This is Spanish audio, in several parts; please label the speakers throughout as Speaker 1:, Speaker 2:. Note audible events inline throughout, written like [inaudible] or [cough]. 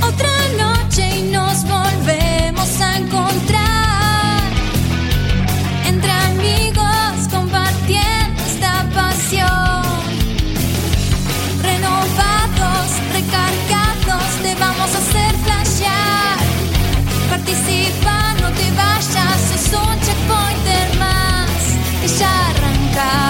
Speaker 1: Otra noche y nos volvemos a encontrar entre amigos compartiendo esta pasión. Renovados, recargados, te vamos a hacer flashear. Participa, no te vayas, es un checkpointer más y ya arrancar.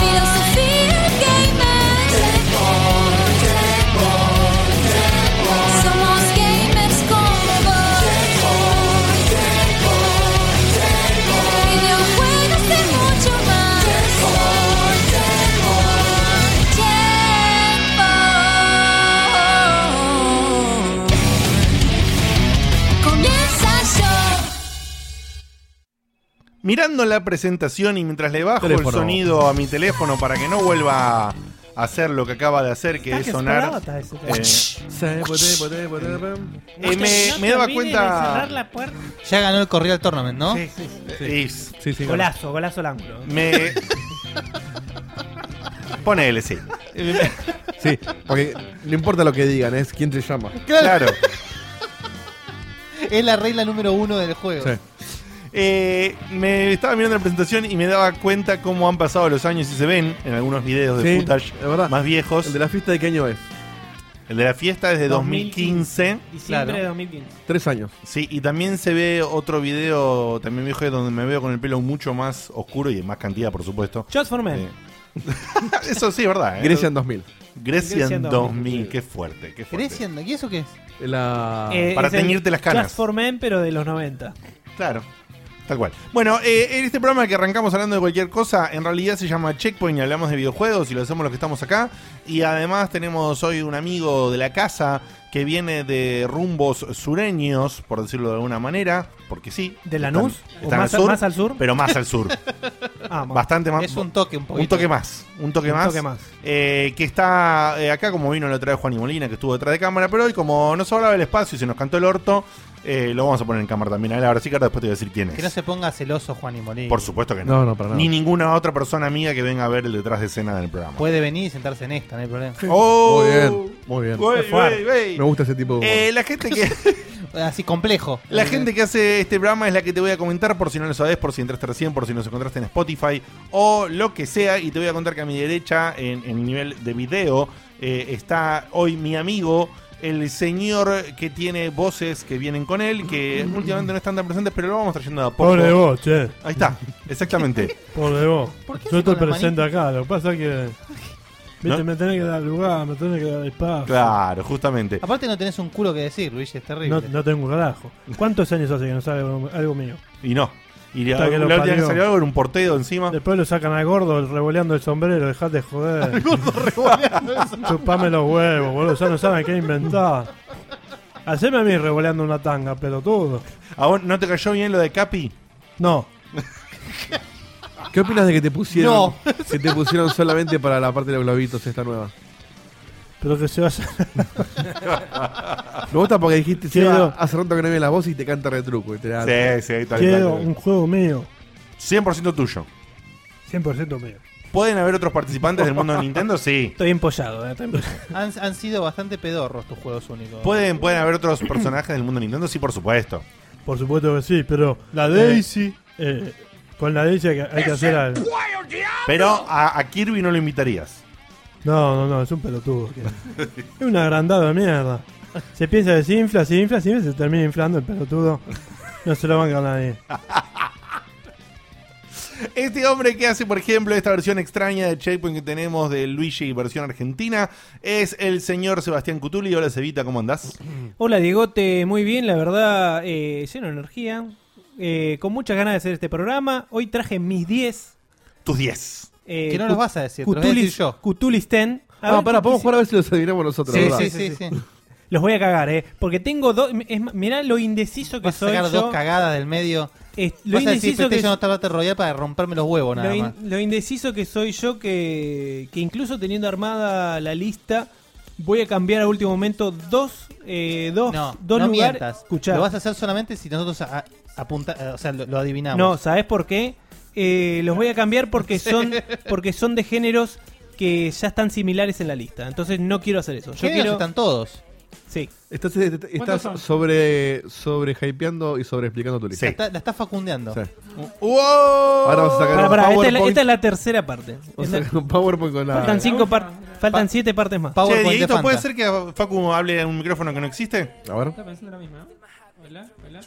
Speaker 1: Filosofía gamer. Somos gamers con vos. Videojuegos y mucho más. Checkpoint. Comienza yo.
Speaker 2: Mirando la presentación y mientras le bajo el
Speaker 3: Teléfono.
Speaker 2: sonido a mi teléfono para que no vuelva a hacer lo que acaba de hacer, que
Speaker 4: Está
Speaker 2: es
Speaker 4: que
Speaker 2: sonar.
Speaker 4: explota ese
Speaker 2: eh, eh,
Speaker 5: Eh,
Speaker 4: No te-
Speaker 2: me,
Speaker 4: no
Speaker 2: me
Speaker 4: te
Speaker 2: daba
Speaker 4: olvides de cerrar
Speaker 2: cuenta.
Speaker 4: la puerta.
Speaker 6: Ya ganó el Correal Tournament, ¿no?
Speaker 4: Sí, sí, sí.
Speaker 2: Is,
Speaker 3: Sí, sí, bueno.
Speaker 4: Golazo, golazo al ángulo.
Speaker 2: me. Ponele, sí.
Speaker 3: [laughs] Sí, porque no importa lo que digan, es quién te llama.
Speaker 2: Claro.
Speaker 6: [laughs] Es la regla número uno del juego.
Speaker 3: Sí.
Speaker 2: Eh, me estaba mirando la presentación y me daba cuenta cómo han pasado los años y se ven en algunos videos de
Speaker 3: Sí,
Speaker 2: footage
Speaker 3: es verdad.
Speaker 2: más viejos.
Speaker 3: ¿El de la fiesta de qué año es?
Speaker 2: la fiesta es de 2015.
Speaker 4: 2015. Diciembre
Speaker 6: Claro.
Speaker 4: de 2015.
Speaker 3: Tres años.
Speaker 2: Sí, y también se ve otro video, también viejo, donde me veo con el pelo mucho más oscuro y en más cantidad, por supuesto.
Speaker 4: Just for Men.
Speaker 2: Eh, [laughs] Eso sí, es verdad. ¿eh?
Speaker 3: Grecia en 2000.
Speaker 2: Grecia
Speaker 4: Grecia
Speaker 2: en
Speaker 4: en
Speaker 2: 2000, qué fuerte, qué fuerte. Ah,
Speaker 6: Grecia, ¿y eso qué es?
Speaker 3: La...
Speaker 4: Eh,
Speaker 2: Para
Speaker 4: es el
Speaker 2: teñirte las canas.
Speaker 4: Just for Men, pero de los 90.
Speaker 2: Claro, tal cual. Bueno, eh, en este programa que arrancamos hablando de cualquier cosa, en realidad se llama Checkpoint y hablamos de videojuegos y lo hacemos los que estamos acá. Y además tenemos hoy un amigo de la casa que viene de rumbos sureños, por decirlo de alguna manera, porque sí.
Speaker 4: ¿De
Speaker 2: están-
Speaker 4: Lanús? ¿O
Speaker 2: están
Speaker 4: más,
Speaker 2: al sur,
Speaker 4: más al sur?
Speaker 2: Pero más al sur,
Speaker 4: [laughs] Ah, más.
Speaker 2: bastante más.
Speaker 6: Es un toque un poquito.
Speaker 2: Un toque más, un toque
Speaker 4: Un
Speaker 2: más.
Speaker 4: toque más.
Speaker 2: Eh, que está eh, acá, como vino la otra vez Juan y Molina, que estuvo detrás de cámara, pero hoy, como no sobraba el espacio y se nos cantó el orto, eh, lo vamos a poner en cámara también. A la hora sí que ahora después te voy a decir quién es.
Speaker 6: Que no se ponga celoso Juan y Molina.
Speaker 2: Por supuesto que no.
Speaker 3: No, no, para nada.
Speaker 2: Ni ninguna otra persona amiga que venga a ver el detrás de escena del programa.
Speaker 6: Puede venir y sentarse en esta, no hay problema.
Speaker 2: ¡Oh!
Speaker 3: Muy bien, muy bien.
Speaker 2: Güey,
Speaker 4: Qué fuerte.
Speaker 2: güey, güey.
Speaker 3: Me gusta ese tipo de humor.
Speaker 2: Eh, la gente que
Speaker 6: Eh, Así complejo.
Speaker 2: la gente que hace este programa es la que te voy a comentar por si no lo sabes, por si entraste recién, por si nos encontraste en Spotify o lo que sea. Y te voy a contar que a mi derecha, en, en nivel de video, eh, está hoy mi amigo, el señor que tiene voces que vienen con
Speaker 6: [laughs]
Speaker 2: él, que últimamente no están tan presentes, pero lo vamos trayendo de a poco.
Speaker 7: Pobre vos, che.
Speaker 2: Ahí está,
Speaker 7: [laughs]
Speaker 2: exactamente.
Speaker 7: Pobre vos.
Speaker 6: ¿Por qué
Speaker 7: Yo
Speaker 6: hace
Speaker 7: te
Speaker 6: con la
Speaker 7: presento acá. Lo que pasa es que. Viste,
Speaker 2: ¿No?
Speaker 7: me tenés que dar lugar, me tenés que dar espacio.
Speaker 2: Claro, justamente.
Speaker 6: [laughs] Aparte no tenés un culo que decir, Luis, es
Speaker 7: No,
Speaker 6: terrible.
Speaker 7: no tengo un carajo. ¿Cuántos años hace que no sale algo, algo mío?
Speaker 2: Y no. Y la,
Speaker 7: Hasta que
Speaker 2: la
Speaker 7: lo
Speaker 2: última vez que
Speaker 7: parió.
Speaker 2: salió algo era un porteo encima.
Speaker 7: Después lo sacan al gordo revoleando el sombrero. Dejate de joder. Chupame los huevos, boludo. Ya no saben qué inventar. Haceme a mí revoleando una tanga, pelotudo.
Speaker 2: ¿A vos no te cayó bien lo de Capi?
Speaker 7: No.
Speaker 3: ¿Qué opinas de que te pusieron?
Speaker 6: No.
Speaker 3: Que te pusieron solamente para la parte de los globitos esta nueva.
Speaker 7: Pero que se vaya.
Speaker 3: Me gusta porque dijiste,
Speaker 7: Sí,
Speaker 3: Seba,
Speaker 7: no.
Speaker 3: hace rato que no ve la voz y te canta retruco. Y Ah, te da-
Speaker 2: Sí, sí, tal
Speaker 7: Quiero un juego mío.
Speaker 2: 100% tuyo.
Speaker 7: 100% mío.
Speaker 2: ¿Pueden haber otros participantes del mundo de Nintendo? Sí.
Speaker 4: Estoy empollado. eh, estoy empollado.
Speaker 6: Han, han sido bastante pedorros tus juegos únicos.
Speaker 2: ¿Pueden, ¿Pueden haber otros personajes del mundo de Nintendo? Sí, por supuesto.
Speaker 7: Por supuesto que sí, pero la Daisy, eh, con la Daisy hay que, hay que hacer al...
Speaker 2: Pero a, a Kirby no lo invitarías.
Speaker 7: No, no, no, es un pelotudo. es un agrandado de mierda. Se piensa que se infla, se infla, se infla, se termina inflando el pelotudo. No se lo van a nadie.
Speaker 2: [laughs] Este hombre que hace, por ejemplo, esta versión extraña de Checkpoint que tenemos de Luigi versión argentina es el señor Sebastián Cutuli. Hola, Cevita, ¿cómo andás?
Speaker 4: Hola, Diegote. Muy bien, la verdad, eh, lleno de energía. Eh, con muchas ganas de hacer este programa. Hoy traje mis 10.
Speaker 2: Tus 10.
Speaker 4: eh,
Speaker 6: Que no los vas a decir, te los voy a
Speaker 4: Cutulis-
Speaker 6: decir yo.
Speaker 4: Cutulis 10. A
Speaker 3: Ah,
Speaker 4: ver,
Speaker 3: pará, podemos
Speaker 4: ¿qué-
Speaker 3: jugar a ver si los adivinamos nosotros.
Speaker 6: Sí,
Speaker 3: ¿verdad?
Speaker 6: sí, sí, sí.
Speaker 4: Los voy a cagar, ¿eh? Porque tengo dos. es más, Mirá lo indeciso que
Speaker 6: Vas a
Speaker 4: soy.
Speaker 6: sacar
Speaker 4: yo.
Speaker 6: dos cagadas del medio.
Speaker 4: Es- lo
Speaker 6: Vas a decir,
Speaker 4: indeciso Eh, que
Speaker 6: PlayStation no te rodear para romperme los huevos nada
Speaker 4: lo, in-
Speaker 6: más.
Speaker 4: lo indeciso que soy yo que, que incluso teniendo armada la lista voy a cambiar a último momento dos eh, dos,
Speaker 6: No,
Speaker 4: dos
Speaker 6: no
Speaker 4: lugares.
Speaker 6: mientas.
Speaker 4: Escuchá.
Speaker 6: Lo vas a hacer solamente si nosotros a- a- apunta, eh, o sea, lo, lo adivinamos.
Speaker 4: no, ¿sabes por qué? Eh, los voy a
Speaker 6: [laughs]
Speaker 4: cambiar porque son porque son de géneros que ya están similares en la lista. Entonces no quiero hacer eso. Yo
Speaker 6: ¿Qué
Speaker 4: quiero
Speaker 6: están todos?
Speaker 4: sí.
Speaker 3: Entonces te- te-
Speaker 8: ¿Cuántos
Speaker 3: estás
Speaker 8: son?
Speaker 3: sobre, sobre hypeando y sobre explicando tu lista.
Speaker 6: La, está, la está facundeando.
Speaker 3: Sí.
Speaker 2: ¡Wow!
Speaker 3: Ahora vamos a sacar
Speaker 4: Pará,
Speaker 3: un
Speaker 4: pará, esta, es la,
Speaker 3: PowerPoint.
Speaker 4: esta es la tercera parte.
Speaker 3: Vamos a
Speaker 4: Esta-
Speaker 3: sacar un PowerPoint con la.
Speaker 4: faltan cinco par- faltan
Speaker 6: Pa-
Speaker 4: siete partes más.
Speaker 2: Che,
Speaker 6: PowerPoint de
Speaker 2: Dieguito,
Speaker 6: Fanta.
Speaker 2: ¿puede ser que Facu hable en un micrófono que no existe?
Speaker 3: A ver.
Speaker 8: Está pensando la misma. ¿no? Hola, hola.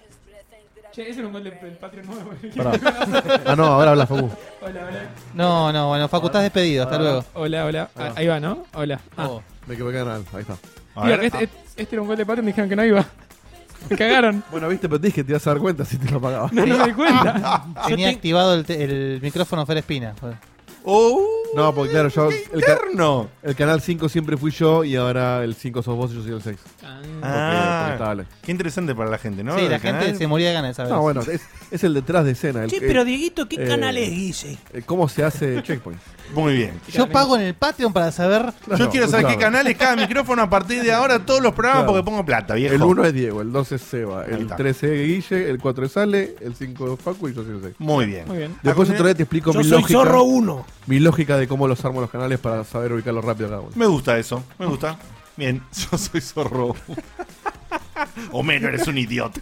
Speaker 8: Che, ese era un gol del del Patreon nuevo. [laughs]
Speaker 3: Pará. Ah, no, ahora habla Facu.
Speaker 8: hola, hola.
Speaker 6: No, no, bueno, Facu, estás despedido. Hasta luego.
Speaker 8: Hola, hola. Ah, ahí va, ¿no? [laughs] Hola. Ah.
Speaker 6: Oh.
Speaker 3: Me equivoqué de canal. Ahí está.
Speaker 2: A
Speaker 8: Digo,
Speaker 2: ver.
Speaker 3: Ah.
Speaker 8: este, este- este era un gol de Patreon, dijeron que no iba. Me cagaron.
Speaker 3: Bueno, viste, pero te dije que te ibas a dar cuenta si te lo pagaba.
Speaker 8: No, no me
Speaker 3: [laughs]
Speaker 8: di
Speaker 6: [laughs]
Speaker 8: cuenta.
Speaker 6: Tenía
Speaker 4: te-
Speaker 6: activado el, te- el micrófono Fer Espina.
Speaker 2: ¡Oh!
Speaker 3: No, porque claro, yo.
Speaker 2: ¡Qué
Speaker 3: El, ca-
Speaker 2: interno!
Speaker 3: el canal 5 siempre fui yo y ahora el 5 sos vos y yo soy el 6.
Speaker 8: Ah.
Speaker 2: Ah.
Speaker 3: porque estaba lejos.
Speaker 2: Qué interesante para la gente, ¿no?
Speaker 6: sí, la
Speaker 2: Del
Speaker 6: gente
Speaker 2: canal.
Speaker 6: se moría de ganas de saber.
Speaker 3: No, bueno, es, es el detrás de escena. El,
Speaker 4: Che,
Speaker 3: el-
Speaker 4: pero Dieguito, ¿qué
Speaker 3: eh,
Speaker 4: canal es, Guille?
Speaker 3: el cómo se hace Checkpoint.
Speaker 2: Muy bien.
Speaker 6: Yo pago en el Patreon para saber.
Speaker 8: [laughs]
Speaker 2: Yo quiero saber qué canal es [laughs] cada micrófono a partir de ahora, todos los programas,
Speaker 3: Claro.
Speaker 2: porque pongo plata, viejo.
Speaker 3: El 1 es Diego, el 2 es Seba,
Speaker 2: Ahí
Speaker 3: el
Speaker 2: está.
Speaker 3: 3 es Guille, el 4 es Ale, el 5 es Facu y yo soy el 6.
Speaker 2: Muy bien.
Speaker 8: Muy bien.
Speaker 3: Después otro día te explico
Speaker 4: Yo
Speaker 3: mi
Speaker 4: soy
Speaker 3: lógica,
Speaker 4: Zorro 1.
Speaker 3: mi lógica de cómo los armo los canales para saber ubicarlos rápido a cada uno.
Speaker 2: Me gusta eso, me gusta. [laughs] Bien, yo soy zorro. Homero, eres un idiota.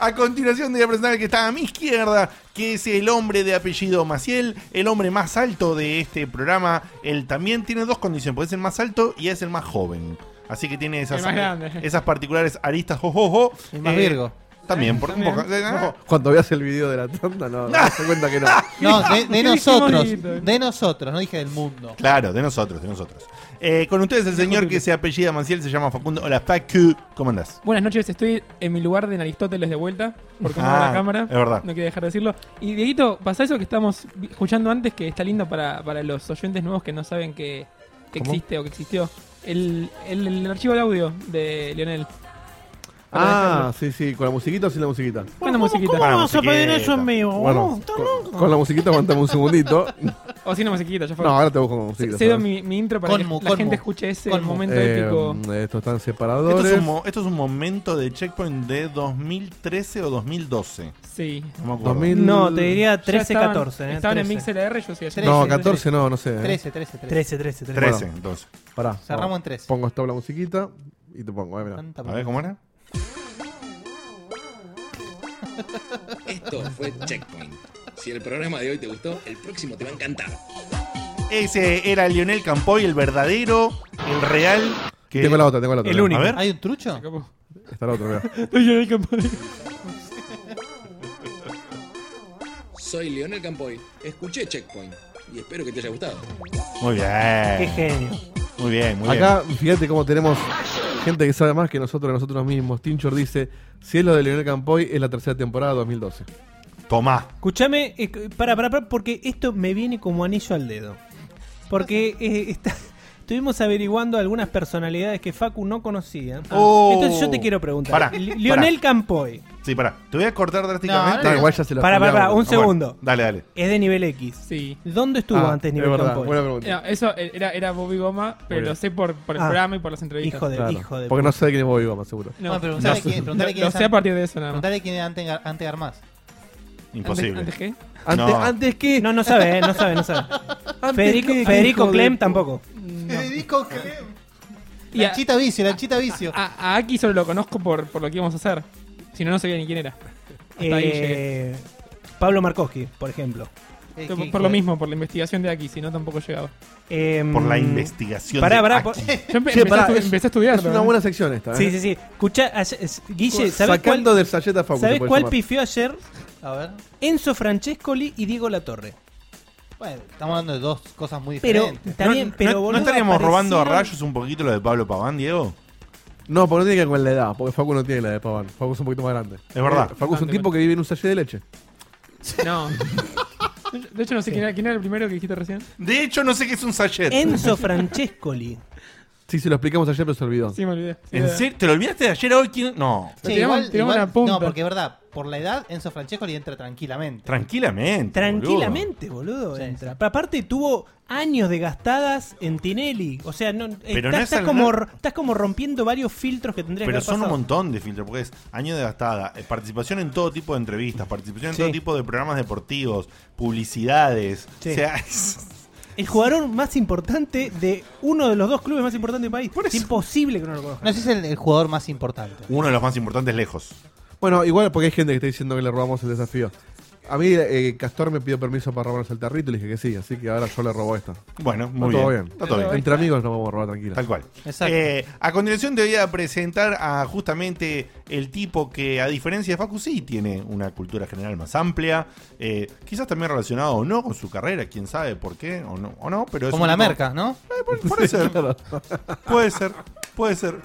Speaker 2: A continuación voy a presentar al que está a mi izquierda, que es el hombre de apellido Maciel, el hombre más alto de este programa. Él también tiene dos condiciones, porque es el más alto y es el más joven. Así que tiene esas,
Speaker 8: El más grande.
Speaker 2: esas particulares aristas. jojojo.
Speaker 6: El más
Speaker 2: Eh,
Speaker 6: Virgo.
Speaker 2: También, por un
Speaker 8: También.
Speaker 2: poco. eh,
Speaker 3: No, cuando veas el video de la tanda,
Speaker 2: [laughs]
Speaker 3: no, no te cuenta que no.
Speaker 6: [laughs] No, de, de
Speaker 8: [laughs] ¿Qué
Speaker 6: nosotros.
Speaker 8: dijimos, Dieguito?
Speaker 6: De nosotros, no dije del mundo.
Speaker 2: Claro, de nosotros, de nosotros. Eh, con ustedes el señor que se apellida Maciel, se llama Facundo. Hola, Facu. ¿Cómo andás?
Speaker 8: Buenas noches, estoy en mi lugar de en Aristóteles de vuelta, porque no
Speaker 2: Ah,
Speaker 8: va la cámara.
Speaker 2: es verdad.
Speaker 8: No quería dejar de decirlo. Y Dieguito, pasa eso que estamos vi- escuchando antes, que está lindo para, para los oyentes nuevos que no saben que, que
Speaker 3: ¿Cómo?
Speaker 8: existe o que existió. El, el, el archivo de audio de Lionel.
Speaker 3: Ah, sí, sí, con la musiquita o sin la musiquita.
Speaker 8: Buena musiquita.
Speaker 2: Para
Speaker 4: vamos a pedir
Speaker 2: musiquita.
Speaker 4: eso en vivo?
Speaker 3: Bueno,
Speaker 4: Está
Speaker 3: con,
Speaker 4: loco.
Speaker 3: con la musiquita aguantame un segundito.
Speaker 8: [laughs] O sin una musiquita, ya fue.
Speaker 3: No, ahora te busco con musiquita.
Speaker 8: Se- Cedo
Speaker 3: ¿sabes?
Speaker 8: mi, mi intro para
Speaker 6: Conmu,
Speaker 8: que la
Speaker 6: conmu,
Speaker 8: gente escuche ese
Speaker 6: conmu.
Speaker 8: momento
Speaker 3: Eh,
Speaker 8: épico.
Speaker 3: estos están
Speaker 2: Esto
Speaker 3: separadores.
Speaker 2: es, un, mo- esto es un momento de checkpoint de 2013 o 2012.
Speaker 8: Sí.
Speaker 2: No me acuerdo.
Speaker 3: 2000.
Speaker 4: No, te diría
Speaker 8: Ya
Speaker 4: 13-14.
Speaker 8: estaban-
Speaker 4: eh,
Speaker 8: Estaban en
Speaker 4: 13.
Speaker 8: MixLR, yo sí. ayer.
Speaker 3: No,
Speaker 6: 13,
Speaker 3: 14 no, no sé. eh.
Speaker 6: 13, 13, 13.
Speaker 4: 13, 13, 13.
Speaker 2: 13,
Speaker 3: Bueno.
Speaker 2: entonces.
Speaker 3: Pará.
Speaker 6: Cerramos en 13.
Speaker 3: Pongo stop la musiquita y te pongo, eh, mirá.
Speaker 6: Tanta
Speaker 2: A ver
Speaker 6: pregunta.
Speaker 2: cómo era.
Speaker 9: Esto fue Checkpoint. Si el programa de hoy te gustó, el próximo te va a encantar.
Speaker 2: Ese era Lionel Campoy, el verdadero, el real. Que...
Speaker 3: Tengo la otra, tengo la otra.
Speaker 4: El
Speaker 3: mirá.
Speaker 4: único.
Speaker 2: A ver.
Speaker 6: ¿Hay un trucho?
Speaker 8: Acabó.
Speaker 3: Está la otra, mirá.
Speaker 8: Estoy en el campo.
Speaker 9: Soy Leonel Campoy. Escuché Checkpoint y espero que te haya gustado.
Speaker 2: Muy
Speaker 4: Qué
Speaker 2: bien.
Speaker 4: genio.
Speaker 2: Muy [laughs] bien, muy
Speaker 3: Acá, fíjate cómo tenemos gente que sabe más que nosotros, nosotros mismos. Tinchor dice: Si es lo de Leonel Campoy, es la tercera temporada 2012.
Speaker 2: bien. Tomá.
Speaker 4: Escúchame, eh, para, para, para, porque esto me viene como anillo al dedo. Porque eh, está- [laughs] estuvimos averiguando algunas personalidades que Facu no conocía.
Speaker 2: Oh.
Speaker 4: Entonces yo te quiero preguntar.
Speaker 2: Pará,
Speaker 4: Li- Lionel Campoy.
Speaker 2: Sí, pará. Te voy a cortar drásticamente.
Speaker 6: No,
Speaker 3: No, igual ya se la
Speaker 4: Pará, pará, pará, un
Speaker 2: Ah, bueno.
Speaker 4: segundo.
Speaker 2: Dale, dale.
Speaker 4: Es de nivel X.
Speaker 8: Sí.
Speaker 4: ¿Dónde estuvo antes nivel Campoy?
Speaker 3: Buena pregunta.
Speaker 8: No, eso era, era Bobby Goma, Ah, pero
Speaker 3: bien.
Speaker 8: lo sé por, por el
Speaker 4: Ah.
Speaker 8: programa y por las entrevistas.
Speaker 4: hijo de,
Speaker 3: Claro,
Speaker 4: hijo de.
Speaker 3: porque no sé de quién es Bobby Goma, seguro.
Speaker 8: No,
Speaker 6: Bueno, preguntale
Speaker 8: no,
Speaker 6: quién- preguntale
Speaker 8: lo-
Speaker 6: quién
Speaker 8: lo
Speaker 6: es
Speaker 8: sé a
Speaker 6: An-
Speaker 8: partir de eso nada más.
Speaker 6: Preguntale quién es Ante, Gar- Ante Armas.
Speaker 2: Imposible.
Speaker 8: ¿Antes, antes
Speaker 3: Antes,
Speaker 2: No.
Speaker 3: antes que.
Speaker 4: no, no sabe, eh, no sabe, no sabe.
Speaker 2: [laughs]
Speaker 4: Federico, Federico Clem tampoco.
Speaker 6: Federico Clem.
Speaker 8: qué? Y a,
Speaker 6: Lanchita Vicio, Lanchita Vicio.
Speaker 8: a- a Aki solo lo conozco por, por lo que íbamos a hacer. Si no, no sabía ni quién era. Hasta ahí
Speaker 4: Eh,
Speaker 8: llegué.
Speaker 4: Pablo Markowski, por ejemplo.
Speaker 6: Eh,
Speaker 8: Por-
Speaker 6: qué
Speaker 8: Por
Speaker 6: hijo de-
Speaker 8: lo mismo, por la investigación de Aki, si no tampoco llegaba.
Speaker 4: Em,
Speaker 2: Por la investigación.
Speaker 4: Pará,
Speaker 2: de
Speaker 4: pará.
Speaker 2: Aki.
Speaker 4: por- Sí,
Speaker 8: Yo empe-
Speaker 3: Che,
Speaker 8: empecé,
Speaker 3: pará,
Speaker 8: a estu-
Speaker 3: es-
Speaker 8: empecé a estudiar.
Speaker 3: Es una buena sección esta. ¿eh?
Speaker 4: sí, sí. Escuchá, ayer- es- Guille, ¿sabés
Speaker 3: Sacando
Speaker 4: cuál,
Speaker 3: del Sayeta Facu. se
Speaker 4: ¿sabés
Speaker 3: puede
Speaker 4: cuál
Speaker 3: llamar.
Speaker 4: pifió ayer?
Speaker 6: A ver.
Speaker 4: Enzo Francescoli y Diego Latorre.
Speaker 6: Bueno, estamos hablando de dos cosas muy
Speaker 4: Pero,
Speaker 6: diferentes.
Speaker 4: está bien,
Speaker 2: ¿No-
Speaker 4: pero
Speaker 2: ¿No,
Speaker 4: boludo,
Speaker 2: estaríamos robando a
Speaker 4: aparecieron-
Speaker 2: rayos un poquito lo de Pablo Paván, Diego?
Speaker 3: No, porque no tiene que ver con la edad, porque Facu no tiene la de Paván. Facu es un poquito más grande.
Speaker 2: Es verdad.
Speaker 3: Eh, Facu es un
Speaker 8: Bastante
Speaker 3: tipo que vive en un sachet de leche.
Speaker 8: No. [laughs] De hecho, no sé quién era, quién era el primero que dijiste recién.
Speaker 2: De hecho, no sé qué es un sachet.
Speaker 4: Enzo Francescoli.
Speaker 3: [laughs] Sí, se lo explicamos ayer, pero se olvidó.
Speaker 8: Sí, me olvidé. Sí,
Speaker 2: ¿En
Speaker 8: era-
Speaker 2: serio? ¿Te lo olvidaste de ayer hoy? ¿Quién? No.
Speaker 8: Sí, tiramos- tiramos una pumpa.
Speaker 6: No, porque es verdad, por la edad, Enzo Francesco le entra tranquilamente.
Speaker 2: Tranquilamente. boludo.
Speaker 4: Tranquilamente, boludo, entra. Pero aparte tuvo años de gastadas en Tinelli. O sea, no, eh, estás,
Speaker 2: no es
Speaker 4: estás
Speaker 2: al-
Speaker 4: como, r- estás como rompiendo varios filtros que tendrías que
Speaker 2: Pero
Speaker 4: haber
Speaker 2: son un
Speaker 4: pasado.
Speaker 2: montón de filtros, porque es año de gastada, eh, participación en todo tipo de entrevistas, participación en
Speaker 4: Sí.
Speaker 2: todo tipo de programas deportivos, publicidades.
Speaker 4: Sí.
Speaker 2: O sea, [laughs] es-
Speaker 4: El jugador más importante de uno de los dos clubes más importantes del país. Es imposible que no lo conozcan.
Speaker 6: No sé si es el, el jugador más importante.
Speaker 2: uno de los más importantes lejos.
Speaker 3: Bueno, igual porque hay gente que está diciendo que le robamos el desafío. A mí eh, Castor me pidió permiso para robarnos el tarrito y le dije que sí, así que ahora yo le robo esto.
Speaker 2: Bueno,
Speaker 3: Está
Speaker 2: muy
Speaker 3: todo
Speaker 2: bien.
Speaker 3: bien.
Speaker 2: Está todo bien.
Speaker 3: Entre amigos nos vamos a robar tranquilo.
Speaker 2: Tal cual.
Speaker 6: Exacto.
Speaker 2: Eh, a continuación te voy a presentar a justamente el tipo que, a diferencia de Facu, sí tiene una cultura general más amplia. eh, quizás también relacionado o no con su carrera, quién sabe por qué o no, o no pero es
Speaker 6: Como
Speaker 2: un
Speaker 6: la
Speaker 2: tipo-
Speaker 6: merca, ¿no?
Speaker 2: Eh, pu-
Speaker 6: [laughs]
Speaker 2: puede ser. Puede ser. Puede ser.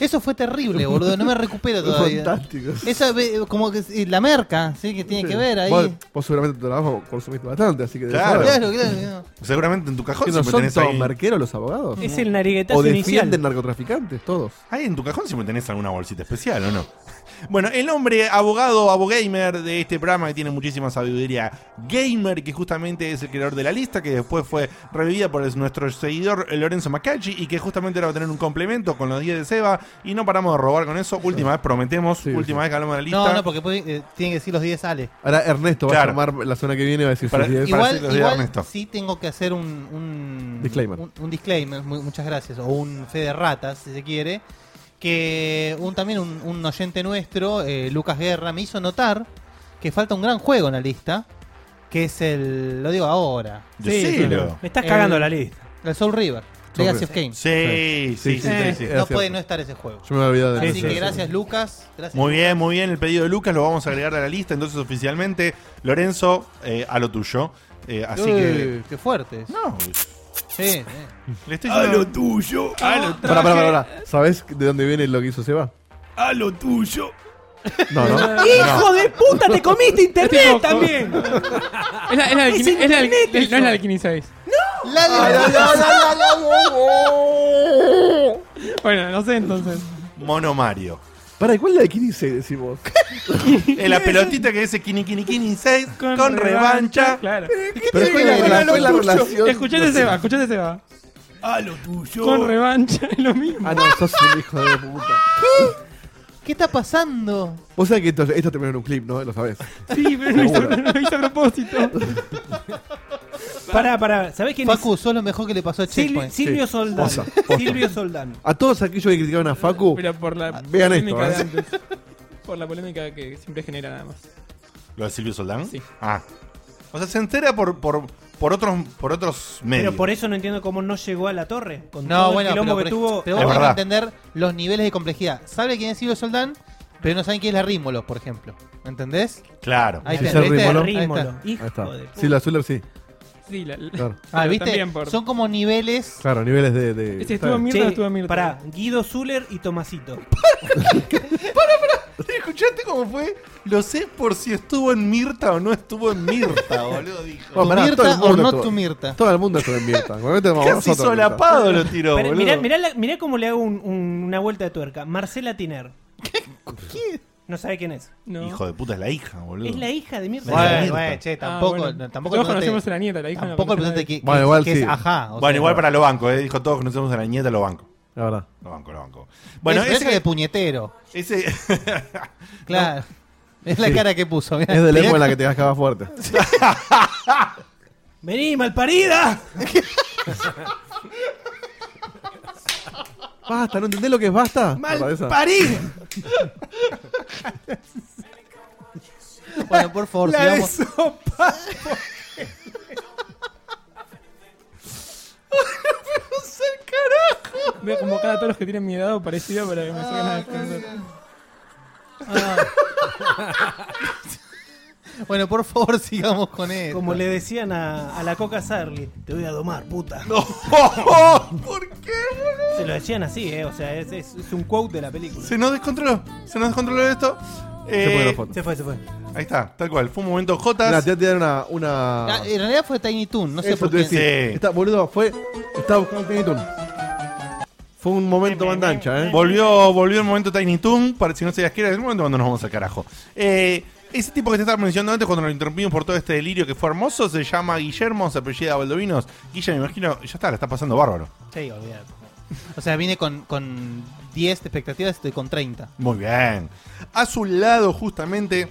Speaker 6: Eso fue terrible, boludo. No
Speaker 3: [laughs]
Speaker 6: me recupero todavía.
Speaker 3: Fantástico.
Speaker 6: Esa, ve- como que eh, la merca, ¿sí? Que tiene que ver ahí.
Speaker 3: Vos, vos seguramente tu trabajo consumiste bastante, así que... debes
Speaker 2: Claro.
Speaker 3: saber.
Speaker 6: Claro, claro.
Speaker 2: Seguramente en tu
Speaker 3: Que
Speaker 2: cajón
Speaker 3: no
Speaker 2: siempre
Speaker 3: son
Speaker 2: tenés
Speaker 3: todos
Speaker 2: ahí.
Speaker 3: merqueros los abogados.
Speaker 4: Es el nariguetazo
Speaker 3: O defienden
Speaker 4: inicial.
Speaker 3: narcotraficantes, todos.
Speaker 2: Ahí en tu cajón siempre tenés alguna bolsita especial, ¿o no? [laughs] Bueno, el hombre abogado, abogamer de este programa que tiene muchísima sabiduría gamer, que justamente es el creador de la lista, que después fue revivida por el- nuestro seguidor eh, Lorenzo Macacci y que justamente ahora va a tener un complemento con los 10 de Seba y no paramos de robar con eso. Última vez prometemos,
Speaker 3: Sí, sí.
Speaker 2: última vez que hablamos de la lista.
Speaker 6: No, no, porque puede- eh, tiene que decir los 10 Ale.
Speaker 3: Ahora Ernesto
Speaker 2: Claro.
Speaker 3: va a llamar la zona que viene y va a decir...
Speaker 2: Para-
Speaker 3: sus diez.
Speaker 2: Para
Speaker 6: Igual,
Speaker 2: decir los 10 de
Speaker 6: igual
Speaker 2: Ernesto.
Speaker 6: sí tengo que hacer un, un
Speaker 3: Disclaimer.
Speaker 6: Un, un disclaimer, mu- muchas gracias. O un fe de ratas, si se quiere. Que un, también un, un oyente nuestro, eh, Lucas Guerra, me hizo notar que falta un gran juego en la lista. Que es el. Lo digo ahora.
Speaker 2: Decilo.
Speaker 4: Me estás cagando
Speaker 6: El-
Speaker 4: la lista.
Speaker 6: El Soul River.
Speaker 3: Soul
Speaker 6: Legacy
Speaker 3: River.
Speaker 6: of Kane.
Speaker 2: Sí,
Speaker 3: Sí,
Speaker 2: sí, sí,
Speaker 3: sí,
Speaker 2: sí,
Speaker 4: sí.
Speaker 2: sí.
Speaker 3: Eh,
Speaker 6: No
Speaker 3: es
Speaker 6: puede
Speaker 3: cierto.
Speaker 6: no estar ese juego.
Speaker 3: Yo me había olvidado de
Speaker 6: Así
Speaker 3: eso.
Speaker 6: que
Speaker 4: sí,
Speaker 6: gracias, Lucas. Gracias.
Speaker 2: Muy bien, muy bien el pedido de Lucas, lo vamos a agregar a la lista, entonces oficialmente, Lorenzo, eh, a lo tuyo. Eh, así que...
Speaker 6: Uy, Qué fuerte.
Speaker 2: No,
Speaker 6: Sí, sí.
Speaker 2: le estoy diciendo...
Speaker 10: tuyo,
Speaker 4: Ah,
Speaker 6: Ah,
Speaker 3: Pará, pará, pará, pará. ¿Sabés de dónde viene lo que hizo Seba?
Speaker 10: a lo tuyo.
Speaker 3: No,
Speaker 6: [laughs]
Speaker 3: no.
Speaker 4: ¡Hijo de puta! ¡Te comiste internet
Speaker 8: Tipo,
Speaker 4: también!
Speaker 8: [laughs] Es la, es la del
Speaker 4: Es
Speaker 8: 15 es la del-
Speaker 4: internet
Speaker 8: del- no es la
Speaker 4: eso.
Speaker 8: del 15.
Speaker 6: La de
Speaker 8: Bueno, no sé entonces.
Speaker 2: Mono Mario.
Speaker 3: Pará, ¿y ¿cuál es la de 15 decimos?
Speaker 2: Es la pelotita que dice Kini Kini Kini 6 con, revancha.
Speaker 8: Claro.
Speaker 3: Pero ¿cuál es la, cuál es la relación?
Speaker 8: Escuchate, Seba, escuchate, Seba.
Speaker 10: A lo tuyo.
Speaker 8: Con revancha, [laughs] es lo mismo.
Speaker 3: Ah, no, sos un hijo de puta.
Speaker 6: ¿Qué está pasando?
Speaker 3: Vos sabés que esto, esto terminó en un clip, ¿no? Lo sabés.
Speaker 8: Sí, pero no hizo, no hizo a propósito.
Speaker 4: Pará, pará. ¿Sabés quién es?
Speaker 6: Facu usó lo mejor que le pasó a
Speaker 4: Silvi-
Speaker 6: Checkpoint.
Speaker 4: Silvio
Speaker 3: Sí.
Speaker 4: Soldán.
Speaker 3: Posta, posta.
Speaker 4: Silvio Soldán.
Speaker 3: A todos aquellos que criticaban a Facu,
Speaker 8: Mira, por la
Speaker 3: Uh. Vean esto,
Speaker 8: polémica
Speaker 3: ¿eh?
Speaker 8: de antes. Por la polémica que siempre genera nada más.
Speaker 2: ¿Lo de Silvio Soldán?
Speaker 8: Sí.
Speaker 2: Ah. O sea, se entera por, por, por otros por otros medios.
Speaker 4: Pero por eso no entiendo cómo no llegó a la torre. Con
Speaker 6: No,
Speaker 4: todo
Speaker 6: bueno,
Speaker 4: el quilombo
Speaker 6: pero,
Speaker 4: que
Speaker 6: por ej-
Speaker 4: tuvo.
Speaker 6: pero
Speaker 2: Es
Speaker 6: vos tenés
Speaker 2: verdad.
Speaker 6: que entender los niveles de complejidad. Sabe quién es Silvio Soldán, pero no saben quién es la Rímolo, por ejemplo. ¿Entendés?
Speaker 2: Claro.
Speaker 6: Ahí
Speaker 3: Sí,
Speaker 6: está,
Speaker 3: sí,
Speaker 6: ¿viste?
Speaker 3: Rímolo.
Speaker 6: Ahí está.
Speaker 4: Rímolo. Hijo
Speaker 3: Ahí está.
Speaker 4: de puta.
Speaker 3: Sí, la Zuller sí.
Speaker 8: Sí, la, la-
Speaker 3: Claro.
Speaker 6: Ah,
Speaker 8: pero
Speaker 6: ¿viste?
Speaker 8: también por-
Speaker 6: Son como niveles.
Speaker 3: Claro, niveles de. de-
Speaker 6: Este
Speaker 3: está
Speaker 8: Ese estuvo
Speaker 3: bien.
Speaker 8: mierda,
Speaker 4: Che,
Speaker 8: estuvo mierda.
Speaker 4: pará, Guido Zuller y Tomasito.
Speaker 2: [laughs] ¿Escuchaste cómo fue? Lo sé por si estuvo en Mirta o no estuvo en Mirta, boludo. Dijo.
Speaker 6: ¿Tu
Speaker 3: Bueno, Oh, pará, todo el
Speaker 6: Mirta o
Speaker 3: mundo
Speaker 6: no
Speaker 3: estuvo-
Speaker 6: tu Mirta?
Speaker 3: Todo el mundo estuvo en
Speaker 6: [laughs]
Speaker 3: Mirta. Obviamente vamos
Speaker 2: Casi
Speaker 3: nosotros en Mirta.
Speaker 2: solapado lo tiró,
Speaker 4: Pará,
Speaker 2: boludo.
Speaker 4: mirá, mirá, la- mirá cómo le hago un- un- una vuelta de tuerca. Marcela Tiner. No sabe quién es.
Speaker 8: No.
Speaker 2: Hijo de puta, es la hija, boludo.
Speaker 4: Es la hija de Mirta.
Speaker 2: Bueno,
Speaker 6: Bueno,
Speaker 2: Mirta.
Speaker 6: bueno, che,
Speaker 8: Ah,
Speaker 6: tampoco.
Speaker 8: bueno.
Speaker 6: no, tampoco
Speaker 8: Todos
Speaker 6: el presente-
Speaker 8: conocemos a la nieta, la hija no la
Speaker 6: Tampoco el
Speaker 8: conoce
Speaker 6: presente
Speaker 8: nadie.
Speaker 6: que, que-
Speaker 3: Bueno, igual
Speaker 6: que es
Speaker 3: sí.
Speaker 6: ajá. o
Speaker 2: bueno,
Speaker 6: sea,
Speaker 2: igual para lo banco, eh. Dijo todos conocemos a la nieta, lo banco.
Speaker 3: La verdad.
Speaker 2: Lo banco, lo banco. Bueno,
Speaker 6: Bueno, es, ese de
Speaker 2: ese.
Speaker 3: [laughs]
Speaker 6: puñetero.
Speaker 2: ese [laughs]
Speaker 6: Claro. Es la
Speaker 3: Sí.
Speaker 6: cara que puso. mirá.
Speaker 3: Es de
Speaker 6: Mirá
Speaker 3: lengua la que te gascaba fuerte.
Speaker 6: [laughs]
Speaker 4: ¡Vení, malparida!
Speaker 3: Basta, ¿no entendés lo que es basta? Para esa.
Speaker 2: ¡Malparida!
Speaker 6: Bueno,
Speaker 8: [laughs]
Speaker 6: por favor,
Speaker 2: La de
Speaker 6: sigamos.
Speaker 2: sopa.
Speaker 8: Voy a convocar a todos los que tienen mi edad o parecido para que me saquen
Speaker 11: Ah,
Speaker 8: a defender.
Speaker 6: [laughs] Bueno, por favor, sigamos con él.
Speaker 4: Como le decían a, a la Coca Sarli. Te voy a domar,
Speaker 6: [laughs]
Speaker 4: puta.
Speaker 2: ¿Por qué,
Speaker 4: Se lo decían así, ¿eh? O sea, es, es- es un quote de la película.
Speaker 2: Se nos descontroló. Se nos descontroló esto. Eh,
Speaker 3: Se pone la foto.
Speaker 4: Se fue, se fue.
Speaker 2: ahí está, tal cual. Fue un momento
Speaker 3: Mirá,
Speaker 2: Jotas.
Speaker 3: te voy a tirar una. una...
Speaker 6: Ah, en realidad Ah, fue Tiny Toon, no sé
Speaker 3: Eso
Speaker 6: por
Speaker 3: te
Speaker 6: qué.
Speaker 3: decía.
Speaker 2: Sí.
Speaker 3: Está, boludo, fue. Estaba buscando el Tiny Toon. Fue un momento banda ancha, ¿eh?
Speaker 2: Volvió, volvió el momento Tiny Toon, para si no se las quiere, es el momento cuando nos vamos al carajo. Eh, ese tipo que te estaba mencionando antes cuando lo interrumpimos por todo este delirio que fue hermoso, se llama Guillermo, se apellida Baldovinos. Guillermo, me imagino, ya está, la está pasando bárbaro.
Speaker 6: Sí, olvídate. O sea, vine con, con 10 de expectativas, estoy con 30.
Speaker 2: Muy bien. A su lado, justamente,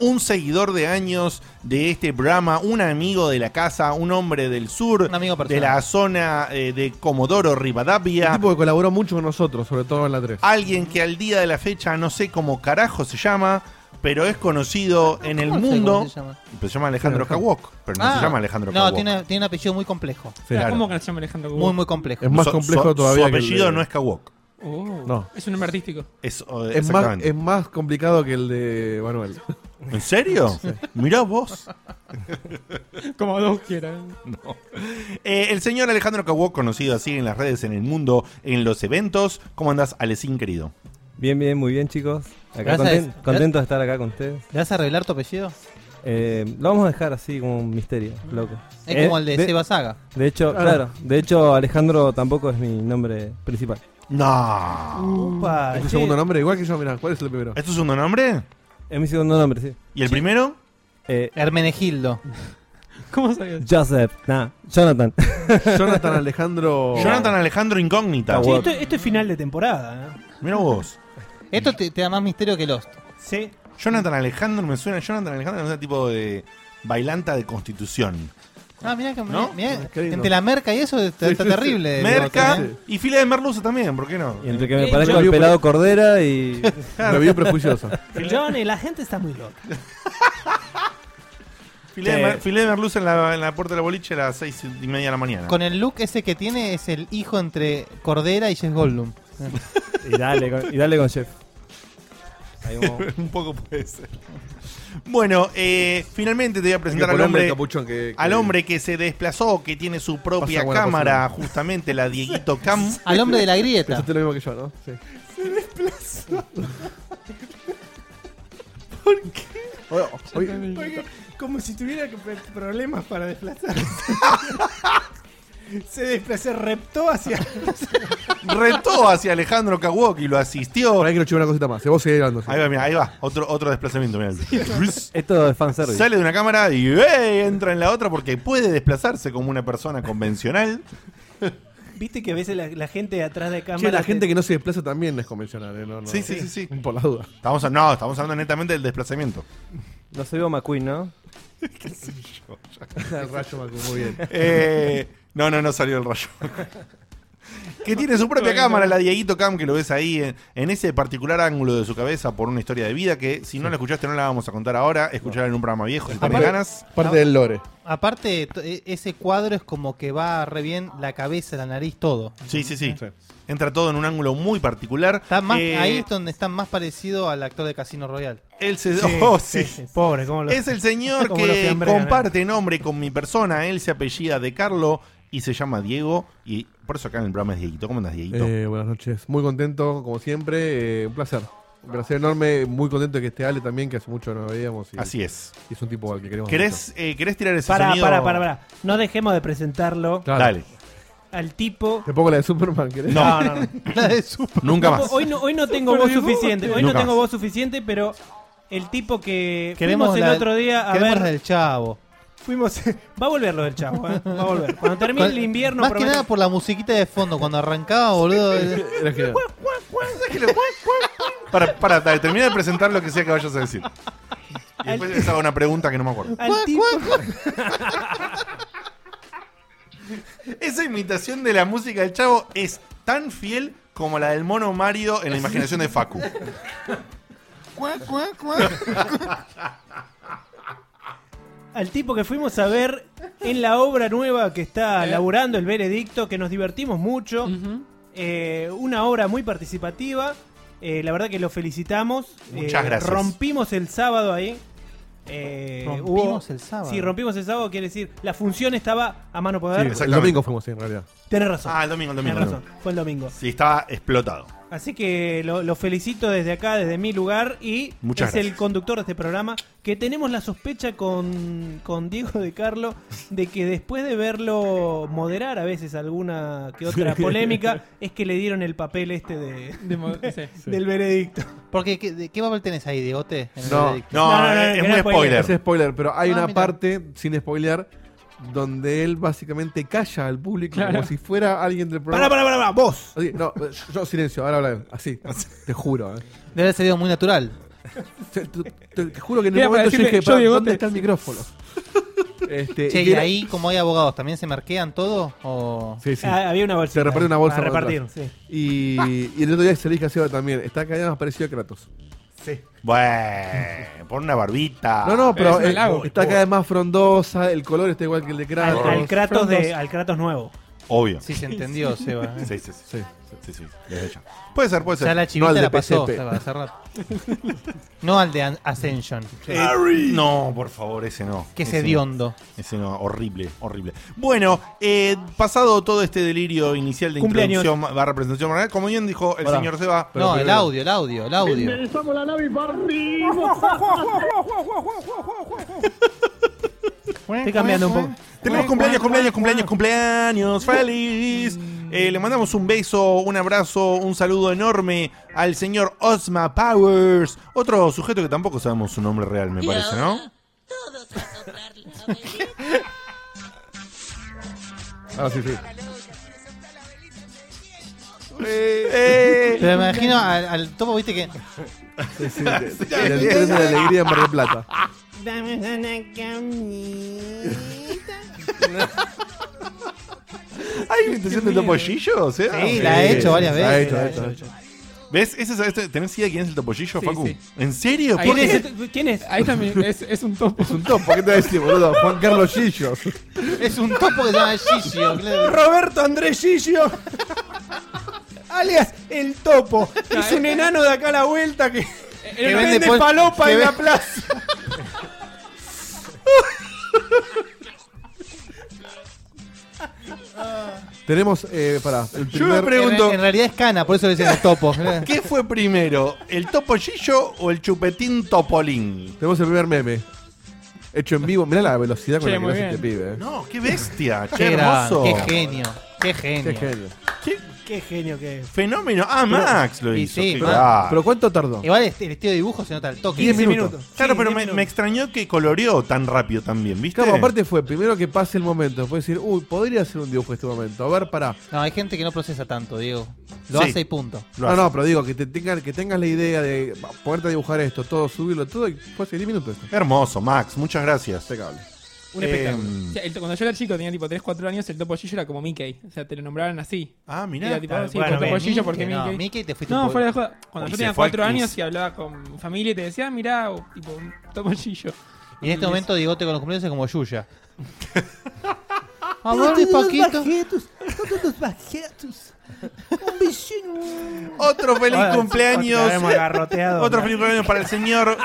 Speaker 2: un seguidor de años de este programa, un amigo de la casa, un hombre del sur,
Speaker 6: Un amigo
Speaker 2: de
Speaker 6: personal.
Speaker 2: la zona eh, de Comodoro
Speaker 3: Un
Speaker 2: Rivadavia.
Speaker 3: tipo que colaboró mucho con nosotros, sobre todo en la 3.
Speaker 2: Alguien que al día de la fecha no sé cómo carajo se llama, pero es conocido en el
Speaker 6: Ah, ¿Cómo sé cómo
Speaker 2: mundo.
Speaker 6: se llama?
Speaker 2: Pero se llama Alejandro Kawok, pero no
Speaker 6: Ah,
Speaker 2: se llama Alejandro Kawok.
Speaker 6: No, tiene, tiene un apellido muy complejo.
Speaker 2: Claro.
Speaker 8: ¿Cómo que se llama Alejandro Gou?
Speaker 6: Muy, muy complejo.
Speaker 3: Es más
Speaker 2: Su-
Speaker 3: complejo
Speaker 2: su-
Speaker 3: todavía.
Speaker 2: Su
Speaker 3: que el
Speaker 2: apellido
Speaker 3: de-
Speaker 2: no es Kawok.
Speaker 8: Oh,
Speaker 3: No.
Speaker 8: Es un nombre artístico.
Speaker 2: Es, oh,
Speaker 3: es más,
Speaker 2: exactamente.
Speaker 3: es más complicado que el de Manuel.
Speaker 2: ¿En serio? Mirá vos.
Speaker 8: [laughs]
Speaker 2: [laughs]
Speaker 8: Como dos quieran.
Speaker 2: Eh, el señor Alejandro Kawok, conocido así en las redes, en el mundo, en los eventos. ¿Cómo andás, Alecín, querido?
Speaker 12: Bien, bien, muy bien, chicos. Acá
Speaker 6: Gracias.
Speaker 12: conten-
Speaker 6: Gracias.
Speaker 12: contento de estar acá con ustedes.
Speaker 6: ¿Le vas a arreglar tu apellido?
Speaker 12: Eh, lo vamos a dejar así como un misterio, loco.
Speaker 6: Es
Speaker 12: Eh,
Speaker 6: como el de, Seba Saga.
Speaker 12: de hecho, claro. De hecho, Alejandro tampoco es mi nombre principal.
Speaker 2: No.
Speaker 4: Upa,
Speaker 3: ¿Es tu
Speaker 4: che,
Speaker 3: segundo nombre? Igual que yo, mirá, ¿cuál es el primero?
Speaker 2: ¿Es tu segundo nombre?
Speaker 12: Es mi segundo nombre, sí.
Speaker 2: ¿Y el primero?
Speaker 12: Eh,
Speaker 6: Hermenegildo.
Speaker 8: [laughs] ¿Cómo sabías?
Speaker 12: Joseph, nah,
Speaker 2: [laughs]
Speaker 12: Jonathan.
Speaker 3: [laughs] Jonathan Alejandro.
Speaker 2: Jonathan Alejandro Incógnita.
Speaker 4: che, esto, esto es final de temporada. ¿eh?
Speaker 2: Mira vos.
Speaker 6: Esto te, te da más misterio que Lost.
Speaker 4: Sí.
Speaker 2: Jonathan Alejandro me suena. Jonathan Alejandro es un tipo de bailanta de constitución.
Speaker 6: Ah, mirá que
Speaker 2: ¿No?
Speaker 6: mirá,
Speaker 3: Qué lindo.
Speaker 6: entre la merca y eso está, está terrible.
Speaker 2: Merca
Speaker 6: Lost, ¿eh?
Speaker 2: y fila de merluza también, ¿por qué no?
Speaker 12: Y entre que
Speaker 8: Eh,
Speaker 12: me parezco al
Speaker 3: Jonathan.
Speaker 12: pelado Cordera y.
Speaker 3: [laughs] Review prejuiciosa.
Speaker 4: Johnny, la gente está muy loca.
Speaker 2: Filé, de,
Speaker 12: Eh.
Speaker 2: mer- filé de merluza en la, en la puerta de la boliche a las seis y media de la mañana.
Speaker 6: Con el look ese que tiene es el hijo entre Cordera y Jess Goldblum.
Speaker 12: Y dale, con, y dale con Jeff. Ahí vamos.
Speaker 2: [laughs] Un poco puede ser. Bueno, eh, finalmente te voy a
Speaker 3: Hay que
Speaker 2: presentar al
Speaker 3: ponerle
Speaker 2: hombre,
Speaker 3: el capuchón que- que-
Speaker 2: al hombre que se desplazó, que tiene su propia
Speaker 3: Pasa buena
Speaker 2: cámara, justamente
Speaker 3: [laughs]
Speaker 2: la Dieguito Cam.
Speaker 6: Al hombre de la grieta.
Speaker 3: Pensaste lo mismo que yo, ¿no? Sí. Se desplazó. ¿Por qué?
Speaker 10: Como si tuviera que- problemas para
Speaker 4: [laughs]
Speaker 10: desplazarse. se, desplazó, se reptó hacia.
Speaker 2: [laughs] Retó hacia Alejandro Kawok y lo asistió.
Speaker 3: por ahí quiero chivar una cosita más. Se vos seguís hablando. sí.
Speaker 2: Ahí va, mira, ahí va. Otro, otro desplazamiento, mirá. [laughs]
Speaker 12: Esto es fanservice.
Speaker 2: Sale de una cámara y ¡eh! entra en la otra porque puede desplazarse como una persona convencional.
Speaker 4: [laughs] Viste que a veces la, la gente atrás de cámara.
Speaker 3: Che, la
Speaker 4: te-
Speaker 3: gente que no se desplaza también es convencional, ¿eh? No, no.
Speaker 2: Sí, sí, sí, sí.
Speaker 3: [laughs] Por la duda.
Speaker 2: Estamos, a- no, estamos hablando netamente del desplazamiento.
Speaker 12: No soy Bob McQueen, ¿no?
Speaker 3: El rayo Macu, muy bien.
Speaker 2: [laughs] Eh, no, no, no salió
Speaker 3: [laughs]
Speaker 2: el rayo. Que tiene su propia cámara, la Dieguito Cam, que lo ves ahí en, en ese particular ángulo de su cabeza por una historia de vida que si no la escuchaste no la vamos a contar ahora, escucharla en un programa viejo si tenés
Speaker 3: Aparte-
Speaker 2: ganas.
Speaker 3: Parte del lore.
Speaker 6: Aparte, to- e- ese cuadro es como que va re bien la cabeza, la nariz, todo.
Speaker 2: Sí, sí, sí.
Speaker 3: Sí.
Speaker 2: Entra todo en un ángulo muy particular.
Speaker 6: Está más,
Speaker 2: Eh,
Speaker 6: ahí es donde está más parecido al actor de Casino Royale.
Speaker 2: él se- [laughs] oh, sí.
Speaker 4: Pobre, ¿cómo lo [laughs]
Speaker 2: Es el señor
Speaker 4: Como los
Speaker 2: que
Speaker 4: fiambrean,
Speaker 2: comparte nombre con mi persona, él se apellida de Carlo y se llama Diego y por eso acá en el programa es Dieguito. ¿Cómo andas, Dieguito?
Speaker 3: Eh, buenas noches. Muy contento, como siempre. eh, un placer. Un placer enorme. Muy contento de que esté Ale también, que hace mucho no lo veíamos. Y,
Speaker 2: Así es.
Speaker 3: y es un tipo al que queremos.
Speaker 2: ¿Querés, eh, ¿Querés tirar ese
Speaker 4: Pará,
Speaker 2: sonido?
Speaker 4: pará, pará, pará. No dejemos de presentarlo
Speaker 3: Claro.
Speaker 2: Dale.
Speaker 4: al tipo.
Speaker 3: Te pongo la de Superman, ¿querés?
Speaker 2: No,
Speaker 4: no, no.
Speaker 6: La de su-
Speaker 2: nunca más.
Speaker 4: Hoy no, hoy no tengo voz suficiente. Hoy no
Speaker 2: Nunca
Speaker 4: tengo
Speaker 2: más.
Speaker 4: voz suficiente, pero el tipo que
Speaker 6: Queremos
Speaker 4: fuimos el
Speaker 6: la-
Speaker 4: otro día a
Speaker 6: queremos la
Speaker 4: ver.
Speaker 6: del chavo.
Speaker 4: Fuimos. [laughs] Va a volver lo del chavo, ¿eh? Va a volver. Cuando termine el invierno.
Speaker 6: Más
Speaker 4: prometo-
Speaker 6: que nada por la musiquita de fondo, cuando arrancaba, boludo.
Speaker 3: Era genial.
Speaker 2: Para, para, dale, termina de presentar lo que sea que vayas a decir.
Speaker 4: [laughs]
Speaker 2: Y después les hago una pregunta que no me acuerdo.
Speaker 4: al tipo.
Speaker 2: Esa imitación de la música del chavo es tan fiel como la del mono Mario en la imaginación de Facu.
Speaker 4: al tipo que fuimos a ver en la obra nueva que está laburando el veredicto, que nos divertimos mucho. Eh, una obra muy participativa. Eh, la verdad que lo felicitamos.
Speaker 2: Muchas
Speaker 4: Eh,
Speaker 2: gracias.
Speaker 4: Rompimos el sábado ahí. Eh,
Speaker 6: Rompimos el sábado.
Speaker 4: Sí, rompimos el sábado, quiere decir, la función estaba a mano poder.
Speaker 3: Sí, el domingo fuimos, sí, en realidad.
Speaker 4: Tenés razón.
Speaker 2: Ah, el domingo, el domingo.
Speaker 4: Tenés razón. Fue el domingo.
Speaker 2: Sí, estaba explotado.
Speaker 4: Así que lo, lo felicito desde acá, desde mi lugar. Y
Speaker 2: Muchas
Speaker 4: es
Speaker 2: gracias.
Speaker 4: el conductor de este programa. Que tenemos la sospecha con, con Diego de Carlo de que después de verlo moderar a veces alguna que otra polémica, es que le dieron el papel este de,
Speaker 8: De
Speaker 4: [laughs]
Speaker 8: mo- sí.
Speaker 4: del veredicto.
Speaker 6: Porque, ¿qué, de, ¿qué papel tenés ahí, Diegote? en el
Speaker 3: No,
Speaker 6: veredicto?
Speaker 2: No,
Speaker 4: No, no, no,
Speaker 2: eh, es
Speaker 4: que
Speaker 2: muy
Speaker 4: no
Speaker 2: spoiler.
Speaker 4: spoiler.
Speaker 3: Es spoiler, pero hay
Speaker 6: Ah,
Speaker 3: una
Speaker 6: mira.
Speaker 3: parte, sin spoilear, donde él básicamente calla al público como si fuera alguien del programa.
Speaker 4: Pará, pará, pará, pará, vos.
Speaker 3: Así, no, eh, yo silencio, ahora habla él. Así, te juro. eh.
Speaker 6: Debe haber salido muy natural.
Speaker 3: Te, te- te- te juro que en
Speaker 8: Era
Speaker 3: el
Speaker 8: para
Speaker 3: momento yo
Speaker 8: decirle,
Speaker 3: dije,
Speaker 8: yo,
Speaker 3: "Pará,
Speaker 8: Diegote".
Speaker 3: ¿dónde está el micrófono? Este,
Speaker 6: Che,
Speaker 3: y
Speaker 6: y
Speaker 3: era-
Speaker 6: ahí, como hay abogados, ¿también se marquean todo? ¿O
Speaker 3: Sí, sí.
Speaker 4: Ah, había una bolsa.
Speaker 3: Se reparte una bolsa
Speaker 4: Para
Speaker 3: para
Speaker 4: repartir, sí.
Speaker 3: Y, y el otro día se le dije a Seba también, está cada día más parecido a Kratos.
Speaker 2: Bueno, pon una barbita.
Speaker 3: No, no, pero
Speaker 8: es un
Speaker 3: eh,
Speaker 8: halago.
Speaker 3: está cada vez más frondosa, el color está igual que el de
Speaker 4: Al,
Speaker 3: Kratos.
Speaker 4: al Kratos de, al Kratos nuevo.
Speaker 2: Obvio.
Speaker 6: Sí, se entendió,
Speaker 2: [laughs]
Speaker 6: Seba. ¿eh?
Speaker 2: Sí, sí, sí. Sí, sí, desde ya. Puede ser, puede ser.
Speaker 6: Ya la chivita
Speaker 3: al de
Speaker 6: la pasó,
Speaker 3: PSP.
Speaker 6: Seba, hace rato. No al de An- Ascension,
Speaker 2: Eh, no, por favor, ese no.
Speaker 6: que
Speaker 2: Ese
Speaker 6: se
Speaker 2: no.
Speaker 6: dio hondo.
Speaker 2: Ese no, horrible, horrible. Bueno, eh, pasado todo este delirio inicial de
Speaker 4: Cumpleaños.
Speaker 2: introducción barra presentación, barra- como bien dijo el
Speaker 6: Hola.
Speaker 2: señor Seba,
Speaker 6: No, el audio, el audio, el audio.
Speaker 4: Estoy cambiando un poco.
Speaker 2: Tenemos cumpleaños, cumpleaños, cumpleaños, cumpleaños. ¡Feliz! Eh, le mandamos un beso, un abrazo, un saludo enorme al señor Osma Powers. Otro sujeto que tampoco sabemos su nombre real, me parece, ¿no?
Speaker 3: Ah, sí, sí.
Speaker 2: Eh,
Speaker 6: Pero me imagino al, al topo, viste que.
Speaker 3: sí, sí, de- del tren de la alegría en Mar del Plata.
Speaker 10: Dame una camita.
Speaker 2: ¿Hay una intención de topollillo? O sea,
Speaker 6: Sí, la he hecho varias
Speaker 3: La ha
Speaker 6: veces.
Speaker 3: hecho, la ha hecho, la ha hecho.
Speaker 2: ¿Ves? Ese, es- este- ¿Tenés idea quién es el topollillo,
Speaker 8: Sí,
Speaker 2: Facu?
Speaker 8: sí.
Speaker 2: ¿En serio?
Speaker 8: Ahí
Speaker 2: ¿Por qué?
Speaker 8: es-
Speaker 4: [laughs] ¿Quién es?
Speaker 8: Ahí también es, es un topo.
Speaker 3: Es un top, ¿por qué te voy a decir, boludo? Juan Carlos Gillo.
Speaker 6: Es un topo que se llama Gigio. claro.
Speaker 10: Roberto Andrés Gillo. Alias El Topo. Es un
Speaker 8: eh,
Speaker 10: enano de acá a la vuelta que, que
Speaker 6: vende
Speaker 10: vende,
Speaker 6: pol-
Speaker 10: palopa
Speaker 6: que
Speaker 10: en
Speaker 6: ve-
Speaker 10: la plaza.
Speaker 3: Tenemos, eh, pará, el
Speaker 2: Yo me
Speaker 3: primer...
Speaker 2: pregunto,
Speaker 6: En, en realidad es cana, por eso le dicen el topo.
Speaker 2: ¿qué fue primero? ¿El topollillo o el chupetín topolín?
Speaker 3: Tenemos el primer meme. Hecho en vivo. Mirá la velocidad con
Speaker 8: Che,
Speaker 3: la que
Speaker 8: muy
Speaker 3: lo hace este
Speaker 8: bien.
Speaker 3: pibe. eh.
Speaker 2: No, qué bestia, qué,
Speaker 6: Qué gran,
Speaker 2: hermoso.
Speaker 6: qué genio. Qué genio.
Speaker 3: Qué genio.
Speaker 2: Qué
Speaker 4: Qué genio que es.
Speaker 2: fenómeno. Ah, Max lo
Speaker 6: y
Speaker 2: hizo.
Speaker 6: sí,
Speaker 2: qué
Speaker 6: Max.
Speaker 2: crack.
Speaker 3: Pero ¿cuánto tardó?
Speaker 6: Igual este- el estilo de dibujo se nota al toque.
Speaker 3: 10
Speaker 6: Diez
Speaker 3: minutos.
Speaker 2: claro,
Speaker 4: Sí,
Speaker 2: pero
Speaker 4: diez
Speaker 2: me,
Speaker 4: minutos.
Speaker 2: me extrañó que coloreó tan rápido también, ¿viste?
Speaker 3: Claro, aparte fue primero que pase el momento. Después decir, uy, podría hacer un dibujo este momento. A ver, pará.
Speaker 6: No, hay gente que no procesa tanto, Diego. Lo
Speaker 2: Sí.
Speaker 6: hace y punto.
Speaker 2: Lo
Speaker 3: no,
Speaker 2: hace.
Speaker 3: no, pero digo, que, te tengan, que tengas la idea de va, ponerte a dibujar esto, todo, subirlo, todo, y fue hace 10 minutos esto.
Speaker 2: Hermoso, Max, muchas gracias.
Speaker 3: Impecable.
Speaker 8: Un
Speaker 2: Eh,
Speaker 8: espectáculo. O sea, el to- cuando yo era chico, tenía tipo 3, 4 años, el topo Gillo era como Mickey. O sea, te lo nombraban así.
Speaker 2: ah, mirá.
Speaker 8: Era tipo,
Speaker 4: claro,
Speaker 8: sí,
Speaker 4: bueno,
Speaker 8: topo
Speaker 4: bien.
Speaker 8: Gillo porque
Speaker 6: Mickey, no,
Speaker 8: Mickey.
Speaker 6: Mickey te fuiste un
Speaker 8: No,
Speaker 6: poco-
Speaker 8: fuera de joda. Cuando
Speaker 2: Y
Speaker 8: yo
Speaker 2: se
Speaker 8: tenía
Speaker 2: fue al
Speaker 8: 4 años
Speaker 2: Kiss.
Speaker 8: y hablaba con familia y te decía, mirá, o, tipo, un topollillo.
Speaker 6: Y en este momento Diegote con los cumpleaños es como Yuya. A ver, Paquito.
Speaker 10: Todos los bajetos. Un vecino.
Speaker 2: Otro feliz
Speaker 4: Ahora,
Speaker 2: cumpleaños.
Speaker 4: otra vez hemos agarroteado.
Speaker 2: [laughs] Otro feliz cumpleaños para
Speaker 4: [laughs]
Speaker 2: el señor.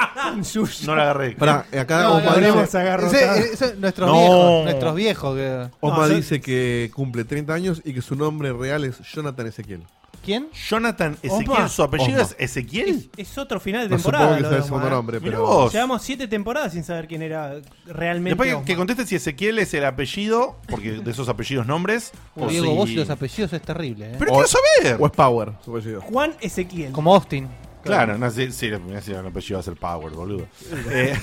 Speaker 2: No la agarré.
Speaker 3: Pará, eh, acá
Speaker 6: No, no,
Speaker 3: Osma
Speaker 6: no,
Speaker 3: dice,
Speaker 6: Ese- ese- ese- nuestros
Speaker 2: No.
Speaker 6: viejos, nuestros viejos. que-
Speaker 3: Osma
Speaker 4: No, yo-
Speaker 3: dice que cumple 30 años y que su nombre real es Jonathan Ezequiel.
Speaker 6: ¿Quién?
Speaker 2: Jonathan Ezequiel,
Speaker 4: Osma.
Speaker 2: su apellido
Speaker 3: Osma.
Speaker 2: es Ezequiel.
Speaker 4: Es otro final de
Speaker 3: No supongo
Speaker 4: temporada.
Speaker 3: que
Speaker 4: lo
Speaker 3: sea el
Speaker 4: de
Speaker 3: segundo
Speaker 4: Omar.
Speaker 3: nombre,
Speaker 2: Mirá
Speaker 3: pero.
Speaker 2: vos.
Speaker 4: Llevamos siete temporadas sin saber quién era realmente.
Speaker 2: Después que,
Speaker 4: Osman.
Speaker 2: que conteste si Ezequiel es el apellido, porque de esos apellidos nombres. o
Speaker 6: Diego,
Speaker 2: si-
Speaker 6: vos y los apellidos es terrible. ¿eh?
Speaker 2: Pero
Speaker 3: O-
Speaker 2: quiero saber.
Speaker 3: O es Power, su apellido.
Speaker 4: Juan Ezequiel.
Speaker 6: Como Austin.
Speaker 2: Claro, no, sí, sí, mirá si era un apellido va a ser Power,
Speaker 8: [laughs]
Speaker 2: boludo. Eh, eh,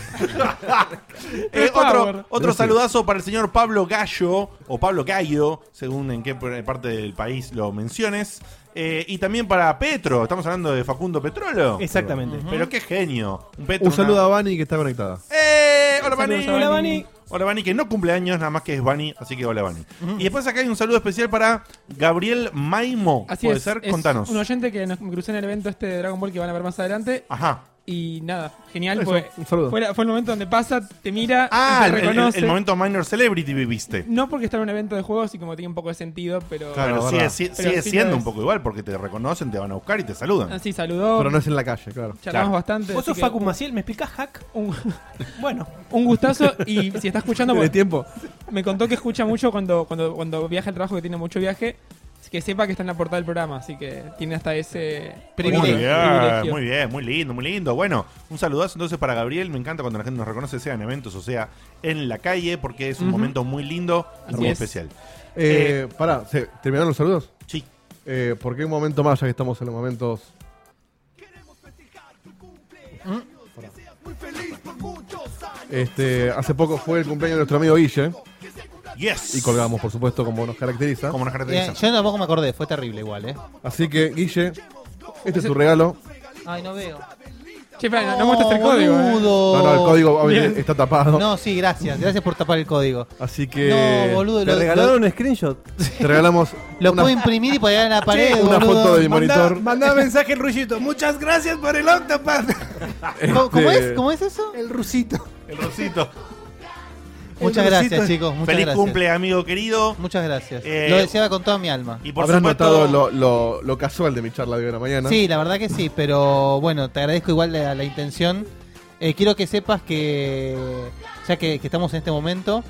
Speaker 8: Es
Speaker 2: otro
Speaker 8: Power.
Speaker 2: otro saludazo para el señor Pablo Gallo, o Pablo Gallo, según en qué parte del país lo menciones. Eh, y también para Petro, estamos hablando de Facundo Petrolo.
Speaker 4: Exactamente.
Speaker 2: Pero qué genio. Un, Petro,
Speaker 3: Un saludo
Speaker 2: una-
Speaker 3: a Vani que está conectada.
Speaker 2: ¡Eh! Hola,
Speaker 8: Saludos
Speaker 2: Bani.
Speaker 8: a Bani.
Speaker 2: Hola, Bani, que no cumple años, nada más que es Bani, así que hola, Bani. Y después acá hay un saludo especial para Gabriel Maimo.
Speaker 8: Así
Speaker 2: ¿Puede
Speaker 8: es.
Speaker 2: ser?
Speaker 8: es
Speaker 2: Contanos.
Speaker 8: Un oyente que nos me crucé en el evento este de Dragon Ball que van a ver más adelante.
Speaker 2: Ajá.
Speaker 8: Y nada, genial.
Speaker 3: Eso,
Speaker 8: fue-
Speaker 3: un saludo.
Speaker 8: Fue, la- fue el momento donde pasa, te mira,
Speaker 2: Ah,
Speaker 8: te
Speaker 2: el, el-
Speaker 8: reconoce.
Speaker 2: el momento minor celebrity viviste.
Speaker 8: No porque estaba en un evento de juegos y como tenía un poco de sentido, pero.
Speaker 2: Claro,
Speaker 3: Bueno,
Speaker 2: sigue,
Speaker 3: verdad.
Speaker 2: sigue-
Speaker 8: Pero
Speaker 2: sigue
Speaker 8: sí lo
Speaker 2: siendo
Speaker 8: es.
Speaker 2: un poco igual, porque te reconocen, te van a buscar y te saludan.
Speaker 8: Así saludó.
Speaker 3: Pero no es en la calle, claro.
Speaker 8: Charlamos
Speaker 2: Claro.
Speaker 8: bastante.
Speaker 4: ¿Vos
Speaker 8: así
Speaker 4: sos
Speaker 8: que
Speaker 4: Facu Maciel? ¿Me explicás hack? [laughs]
Speaker 8: Un,
Speaker 4: Bueno,
Speaker 8: un gustazo. Y si está escuchando,
Speaker 3: ¿Tiene
Speaker 8: porque
Speaker 3: tiempo?
Speaker 8: me contó que escucha mucho cuando, cuando, cuando viaja al trabajo, que tiene mucho viaje. Así que sepa que está en la portada del programa, así que tiene hasta ese
Speaker 2: Muy bien,
Speaker 8: privilegio.
Speaker 2: muy bien, muy lindo, muy lindo. Bueno, un saludazo entonces para Gabriel. Me encanta cuando la gente nos reconoce, sea en eventos o sea en la calle, porque es un
Speaker 8: Ujú.
Speaker 2: momento muy lindo y
Speaker 8: Así
Speaker 2: muy
Speaker 8: es.
Speaker 2: especial.
Speaker 3: Eh, pará, ¿se- ¿terminaron los saludos?
Speaker 2: Sí.
Speaker 3: Eh, ¿Por qué un momento más, ya que estamos en los momentos?
Speaker 6: ¿Mm?
Speaker 3: Este, hace poco fue el cumpleaños de nuestro amigo Guille.
Speaker 2: Yes.
Speaker 3: Y colgamos, por supuesto, como nos caracteriza.
Speaker 2: Como nos
Speaker 6: Eh, yo tampoco me acordé, fue terrible igual, ¿eh?
Speaker 3: Así que, Guille, este es tu regalo.
Speaker 6: Ay, no veo.
Speaker 8: Che, Fran, no, muestras el código. eh.
Speaker 6: Oh, boludo.
Speaker 3: No, no, el código obviamente,
Speaker 8: Bien.
Speaker 3: está tapado.
Speaker 6: No, sí, gracias. Gracias por tapar el código.
Speaker 3: Así que
Speaker 6: No, boludo.
Speaker 12: Le
Speaker 6: Lo,
Speaker 12: regalaron un screenshot.
Speaker 3: te regalamos
Speaker 6: lo
Speaker 3: una,
Speaker 6: puedo imprimir y poner en la pared,
Speaker 3: una
Speaker 6: boludo.
Speaker 3: foto de mi
Speaker 10: Mandá,
Speaker 3: monitor.
Speaker 10: mandá mensaje el rullito. Muchas gracias por el Octopad.
Speaker 6: ¿Cómo, cómo
Speaker 3: Este,
Speaker 6: es? ¿Cómo es eso?
Speaker 10: El rusito.
Speaker 2: El Rosito.
Speaker 6: Muchas
Speaker 10: El
Speaker 6: gracias,
Speaker 10: Rosito.
Speaker 6: chicos. Muchas
Speaker 2: Feliz
Speaker 6: gracias.
Speaker 2: cumple, amigo querido.
Speaker 6: Muchas gracias.
Speaker 2: Eh,
Speaker 6: lo deseaba con toda mi alma.
Speaker 2: Y por
Speaker 3: Habrás
Speaker 2: supuesto,
Speaker 3: notado lo, lo- lo casual de mi charla de hoy en la mañana.
Speaker 6: Sí, la verdad que sí, pero bueno, te agradezco igual la, la intención. Eh, quiero que sepas que, ya que, que estamos en este momento,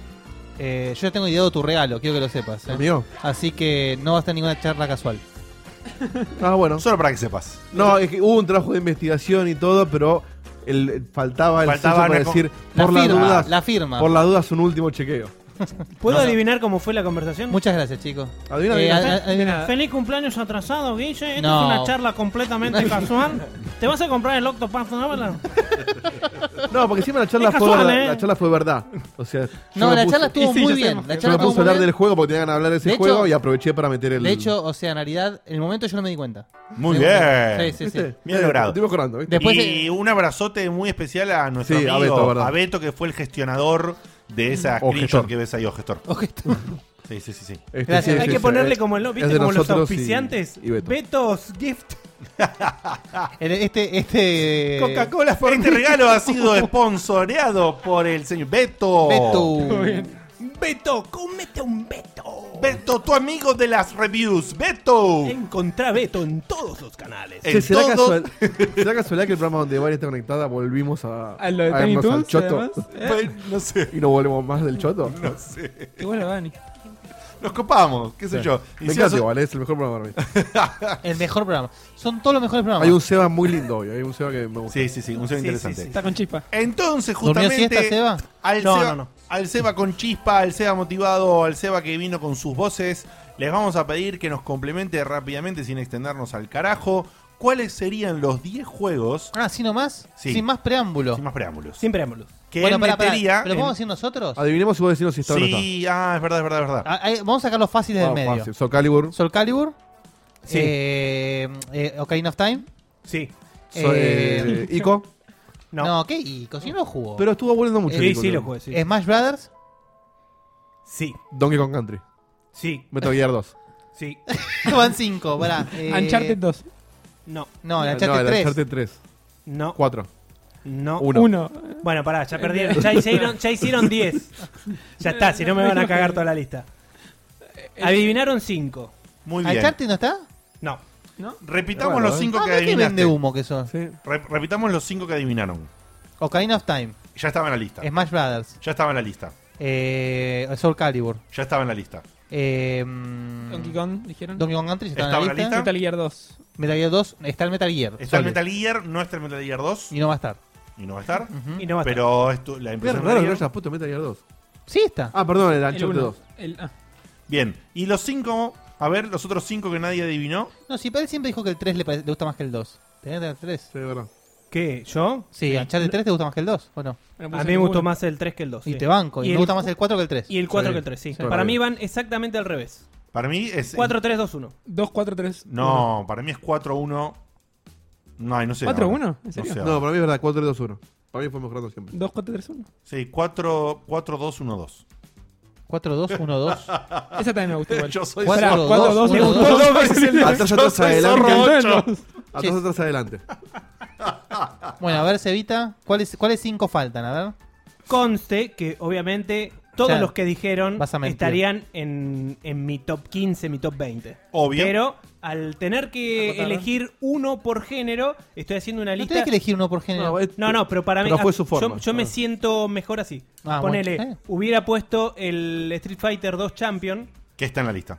Speaker 6: eh, yo ya tengo ideado tu regalo, quiero que lo sepas. ¿eh?
Speaker 3: ¿El mío?
Speaker 6: Así que no va a estar ninguna charla casual.
Speaker 3: Ah, bueno.
Speaker 2: solo para que sepas.
Speaker 3: No, es que hubo un trabajo de investigación y todo, pero el, faltaba el
Speaker 2: Faltaba
Speaker 3: sello para
Speaker 2: una co-
Speaker 3: decir,
Speaker 6: La
Speaker 3: por las
Speaker 6: firma,
Speaker 3: dudas,
Speaker 6: la firma.
Speaker 3: por las dudas un último
Speaker 6: [laughs]
Speaker 3: chequeo.
Speaker 4: ¿Puedo
Speaker 6: No, no.
Speaker 4: adivinar cómo fue la conversación?
Speaker 6: Muchas gracias, chicos.
Speaker 3: Adivina,
Speaker 6: Eh,
Speaker 3: adivina.
Speaker 6: a- a- adivina.
Speaker 4: Feliz cumpleaños atrasado, Guille. Esta
Speaker 6: No.
Speaker 4: es una charla
Speaker 6: [laughs]
Speaker 4: completamente casual. ¿Te vas a comprar el Octopath Traveler?
Speaker 3: No, porque encima la charla,
Speaker 4: Es
Speaker 3: fue,
Speaker 4: casual,
Speaker 3: verdad-
Speaker 4: eh.
Speaker 3: la charla fue verdad. O sea, yo
Speaker 6: No,
Speaker 3: me
Speaker 6: la
Speaker 3: puse-
Speaker 6: charla estuvo
Speaker 8: Y sí,
Speaker 6: muy
Speaker 8: ya
Speaker 6: bien.
Speaker 8: sabemos
Speaker 6: La
Speaker 8: que-
Speaker 3: Yo
Speaker 6: charla
Speaker 3: me
Speaker 6: estuvo
Speaker 3: puse a
Speaker 6: muy
Speaker 3: hablar
Speaker 6: bien.
Speaker 3: del juego porque tenían que hablar de ese
Speaker 6: De
Speaker 3: juego
Speaker 6: hecho-
Speaker 3: y aproveché para meter el.
Speaker 6: De hecho, o sea, en realidad, en el momento yo no me di cuenta.
Speaker 2: Muy
Speaker 6: Me di cuenta.
Speaker 2: bien.
Speaker 6: Sí, sí, sí.
Speaker 3: ¿Viste?
Speaker 2: Bien
Speaker 3: Eh,
Speaker 2: logrado.
Speaker 3: Estuvimos acordando, ¿viste?
Speaker 6: De- Después
Speaker 2: y un abrazote muy especial a nuestro
Speaker 3: Sí, a
Speaker 2: amigo
Speaker 3: Beto, verdad.
Speaker 2: a Beto, que fue el gestionador de esa
Speaker 3: O
Speaker 2: screenshot
Speaker 3: gestor.
Speaker 2: que ves ahí, o gestor.
Speaker 6: Ok,
Speaker 2: [laughs]
Speaker 6: tú-
Speaker 2: Sí, sí, sí, sí.
Speaker 3: Este,
Speaker 6: Gracias.
Speaker 3: sí,
Speaker 4: Hay
Speaker 3: sí, sí,
Speaker 4: que ponerle
Speaker 3: eh,
Speaker 4: como, el, ¿viste?
Speaker 3: es de
Speaker 4: como los
Speaker 3: nosotros y-
Speaker 4: auspiciantes.
Speaker 3: y Beto.
Speaker 4: Betos Gift.
Speaker 6: el- Este, este.
Speaker 10: Coca-Cola por
Speaker 2: Este
Speaker 10: mí.
Speaker 2: regalo ha sido esponsoreado por el señor Beto.
Speaker 6: Beto.
Speaker 10: Beto, comete un Beto.
Speaker 2: Beto, tu amigo de las reviews. Beto.
Speaker 10: Encontrá Beto en todos los canales.
Speaker 3: che, ¿será,
Speaker 2: en todo-
Speaker 3: casual- ¿Será casualidad que el programa donde Vale está conectada volvimos a,
Speaker 8: A lo de
Speaker 3: a
Speaker 8: Tiny
Speaker 3: irnos al
Speaker 8: Toons,
Speaker 3: choto?
Speaker 8: además. Eh,
Speaker 2: Pues, No sé,
Speaker 3: [laughs] ¿Y no volvemos más del choto?
Speaker 2: no sé.
Speaker 8: igual a Dani.
Speaker 2: Nos copamos, qué sé yo.
Speaker 3: Me
Speaker 2: Hicieron
Speaker 3: encanta
Speaker 2: su-
Speaker 3: igual, es el mejor programa para
Speaker 2: [laughs]
Speaker 3: mí.
Speaker 6: El mejor programa. Son todos los mejores programas.
Speaker 3: Hay un Seba muy lindo hoy, hay un Seba que me gusta.
Speaker 2: Sí, sí, sí, un sonido
Speaker 4: Sí,
Speaker 2: interesante.
Speaker 4: sí, sí.
Speaker 8: Está con chispa.
Speaker 2: Entonces,
Speaker 6: ¿Durmió
Speaker 2: justamente.
Speaker 6: siesta, Seba?
Speaker 2: Al,
Speaker 4: No,
Speaker 2: Seba,
Speaker 4: no, no.
Speaker 2: al Seba con chispa, al Seba motivado, al Seba que vino con sus voces, les vamos a pedir que nos complemente rápidamente, sin extendernos al carajo, cuáles serían los 10 juegos,
Speaker 6: Ah, ¿sí nomás?
Speaker 2: Sí.
Speaker 6: Sin más preámbulo.
Speaker 2: sin más preámbulos,
Speaker 4: Sin preámbulos.
Speaker 2: que
Speaker 6: bueno,
Speaker 2: él
Speaker 6: pará, pará.
Speaker 2: metería.
Speaker 6: ¿Pero
Speaker 2: en-
Speaker 6: vamos a decir nosotros?
Speaker 3: Adivinemos y vos decinos si está o no está.
Speaker 2: Sí, ah, es verdad, es verdad, es verdad.
Speaker 6: Ah, ahí- vamos a sacar los fáciles del
Speaker 3: Ah,
Speaker 6: medio.
Speaker 3: fácil. Soul Calibur,
Speaker 6: Soul Calibur.
Speaker 4: Sí.
Speaker 6: Eh, eh, Ocarina of Time.
Speaker 4: Sí.
Speaker 3: so- eh,
Speaker 6: Eh,
Speaker 2: [laughs]
Speaker 3: Ico.
Speaker 4: No.
Speaker 6: No, ¿qué? Y cocinó no jugó. Eh,
Speaker 3: Pero estuvo volando mucho.
Speaker 4: Sí,
Speaker 3: Ico,
Speaker 4: sí,
Speaker 3: creo.
Speaker 4: lo jugué. Sí.
Speaker 6: Smash Brothers.
Speaker 4: Sí.
Speaker 3: Donkey Kong Country.
Speaker 4: Sí.
Speaker 3: Metal Gear 2.
Speaker 4: Sí.
Speaker 6: [laughs] Van 5, pará. Eh,
Speaker 8: Uncharted 2.
Speaker 4: No.
Speaker 6: No, el
Speaker 3: no,
Speaker 6: Uncharted
Speaker 3: el
Speaker 6: 3.
Speaker 3: Uncharted 3.
Speaker 4: No.
Speaker 3: 4.
Speaker 4: No.
Speaker 3: 1.
Speaker 8: Uno.
Speaker 4: Bueno, pará, ya perdieron. Ya hicieron, ya hicieron 10. Ya está, si no me van a cagar toda la lista. Adivinaron 5.
Speaker 2: Muy bien.
Speaker 6: ¿Uncharted no está?
Speaker 4: No.
Speaker 2: Repitamos
Speaker 3: Bueno,
Speaker 2: los
Speaker 3: eh.
Speaker 2: 5
Speaker 6: Ah,
Speaker 2: que
Speaker 6: mirá que vende
Speaker 2: adivinaron.
Speaker 6: humo que son.
Speaker 3: Sí.
Speaker 2: Repitamos los 5 que adivinaron.
Speaker 6: Ocarina of Time.
Speaker 2: Ya estaba en la lista.
Speaker 6: Smash Brothers.
Speaker 2: Ya estaba en la lista.
Speaker 6: Eh, Soul Calibur.
Speaker 2: Ya estaba en la lista.
Speaker 6: Eh,
Speaker 8: Donkey Kong, dijeron.
Speaker 6: Donkey Kong Country. ¿Está,
Speaker 2: ¿Estaba
Speaker 6: en la lista?
Speaker 8: Metal Gear 2.
Speaker 6: Metal Gear 2. Está el Metal Gear.
Speaker 2: Está el
Speaker 6: Solid.
Speaker 2: Metal Gear, no está el Metal Gear 2
Speaker 6: Y no va a estar.
Speaker 2: y no va a estar.
Speaker 4: Y no va a estar.
Speaker 2: Pero esto, la
Speaker 3: Es
Speaker 2: impresión
Speaker 3: raro que
Speaker 2: que
Speaker 3: no hayas puesto Metal Gear 2.
Speaker 6: Sí está.
Speaker 3: Ah, perdón, el
Speaker 8: El
Speaker 3: Uncharted
Speaker 8: 1.
Speaker 3: 2.
Speaker 8: El, ah.
Speaker 2: Bien, y los cinco, a ver, los otros cinco que nadie adivinó.
Speaker 6: No, si él siempre dijo que el 3 le, pare- le gusta más que el 2. ¿Tenés el 3?
Speaker 3: Sí, de verdad.
Speaker 4: ¿Qué? ¿Yo?
Speaker 6: Sí, Uncharted 3 te gusta más que el 2, ¿o no?
Speaker 8: Bueno,
Speaker 4: A
Speaker 8: puse
Speaker 4: mí me gustó
Speaker 8: ninguno.
Speaker 4: más pues el 3 que el 2.
Speaker 6: Y te banco, y,
Speaker 4: Y
Speaker 6: me
Speaker 4: el-
Speaker 6: gusta más el 4 que el 3.
Speaker 4: Y el 4
Speaker 3: Sí.
Speaker 4: que el 3, sí.
Speaker 3: Sí.
Speaker 4: Para mí van exactamente al revés.
Speaker 2: Para mí es.
Speaker 4: 4, 3, 2, 1.
Speaker 8: 2, 4, 3.
Speaker 2: No, para mí es 4-1. No, ay, no sé.
Speaker 8: ¿Cuatro,
Speaker 2: ahora.
Speaker 8: uno? ¿En serio?
Speaker 2: No sé
Speaker 3: No,
Speaker 2: ahora.
Speaker 3: para mí es verdad, 4, 2, 1. Para mí fue mejorando siempre.
Speaker 8: 2, 4, 3, 1.
Speaker 2: Sí, 4-2-1-2.
Speaker 6: 4, 2, 1, 2.
Speaker 8: Esa también me gustó igual.
Speaker 2: Yo soy.
Speaker 6: Cuatro,
Speaker 8: Pará,
Speaker 6: dos,
Speaker 8: cuatro, dos,
Speaker 6: uno,
Speaker 8: me gustó
Speaker 6: dos.
Speaker 8: dos veces el-
Speaker 3: Atrás,
Speaker 2: Yo
Speaker 3: atrás,
Speaker 2: soy
Speaker 3: adelante.
Speaker 2: zorro ocho.
Speaker 3: Atrás, atrás, adelante.
Speaker 6: [laughs] Bueno, a ver, Cevita, ¿cuáles cuáles 5 faltan? A ver.
Speaker 4: Conste que obviamente todos
Speaker 6: O sea,
Speaker 4: los que dijeron
Speaker 6: vas a mentir.
Speaker 4: estarían en, en mi top 15, mi top 20.
Speaker 2: Obvio.
Speaker 4: Pero al tener que
Speaker 8: Anotaron.
Speaker 4: elegir uno por género, estoy haciendo una
Speaker 6: No
Speaker 4: lista.
Speaker 6: tenés que elegir uno por género.
Speaker 3: No, eh,
Speaker 4: No, no, pero para mí.
Speaker 3: Pero fue
Speaker 4: ah,
Speaker 3: su forma.
Speaker 4: Yo, yo me
Speaker 3: Ah.
Speaker 4: siento mejor así.
Speaker 6: Ah, bueno,
Speaker 4: Ponele,
Speaker 6: eh.
Speaker 4: hubiera puesto el Street Fighter 2 Champion,
Speaker 2: [laughs] Que está en la lista.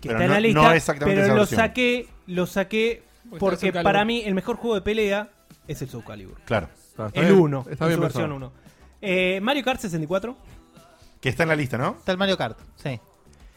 Speaker 4: que
Speaker 2: Pero
Speaker 4: está en
Speaker 2: no-
Speaker 4: la lista,
Speaker 2: no exactamente
Speaker 4: pero
Speaker 2: esa
Speaker 4: lo
Speaker 2: versión.
Speaker 4: saqué, lo saqué
Speaker 8: Porque
Speaker 4: porque
Speaker 8: está el Soul
Speaker 4: para
Speaker 8: Calibur.
Speaker 4: mí el mejor juego de pelea es el Soul Calibur.
Speaker 2: Claro.
Speaker 3: Ah, está
Speaker 4: El
Speaker 3: bien.
Speaker 4: 1,
Speaker 3: Está
Speaker 4: en
Speaker 3: bien
Speaker 4: su versión
Speaker 3: pensado.
Speaker 4: 1. Eh, Mario Kart 64.
Speaker 2: Que está en la lista, ¿no?
Speaker 6: Está el Mario Kart, sí.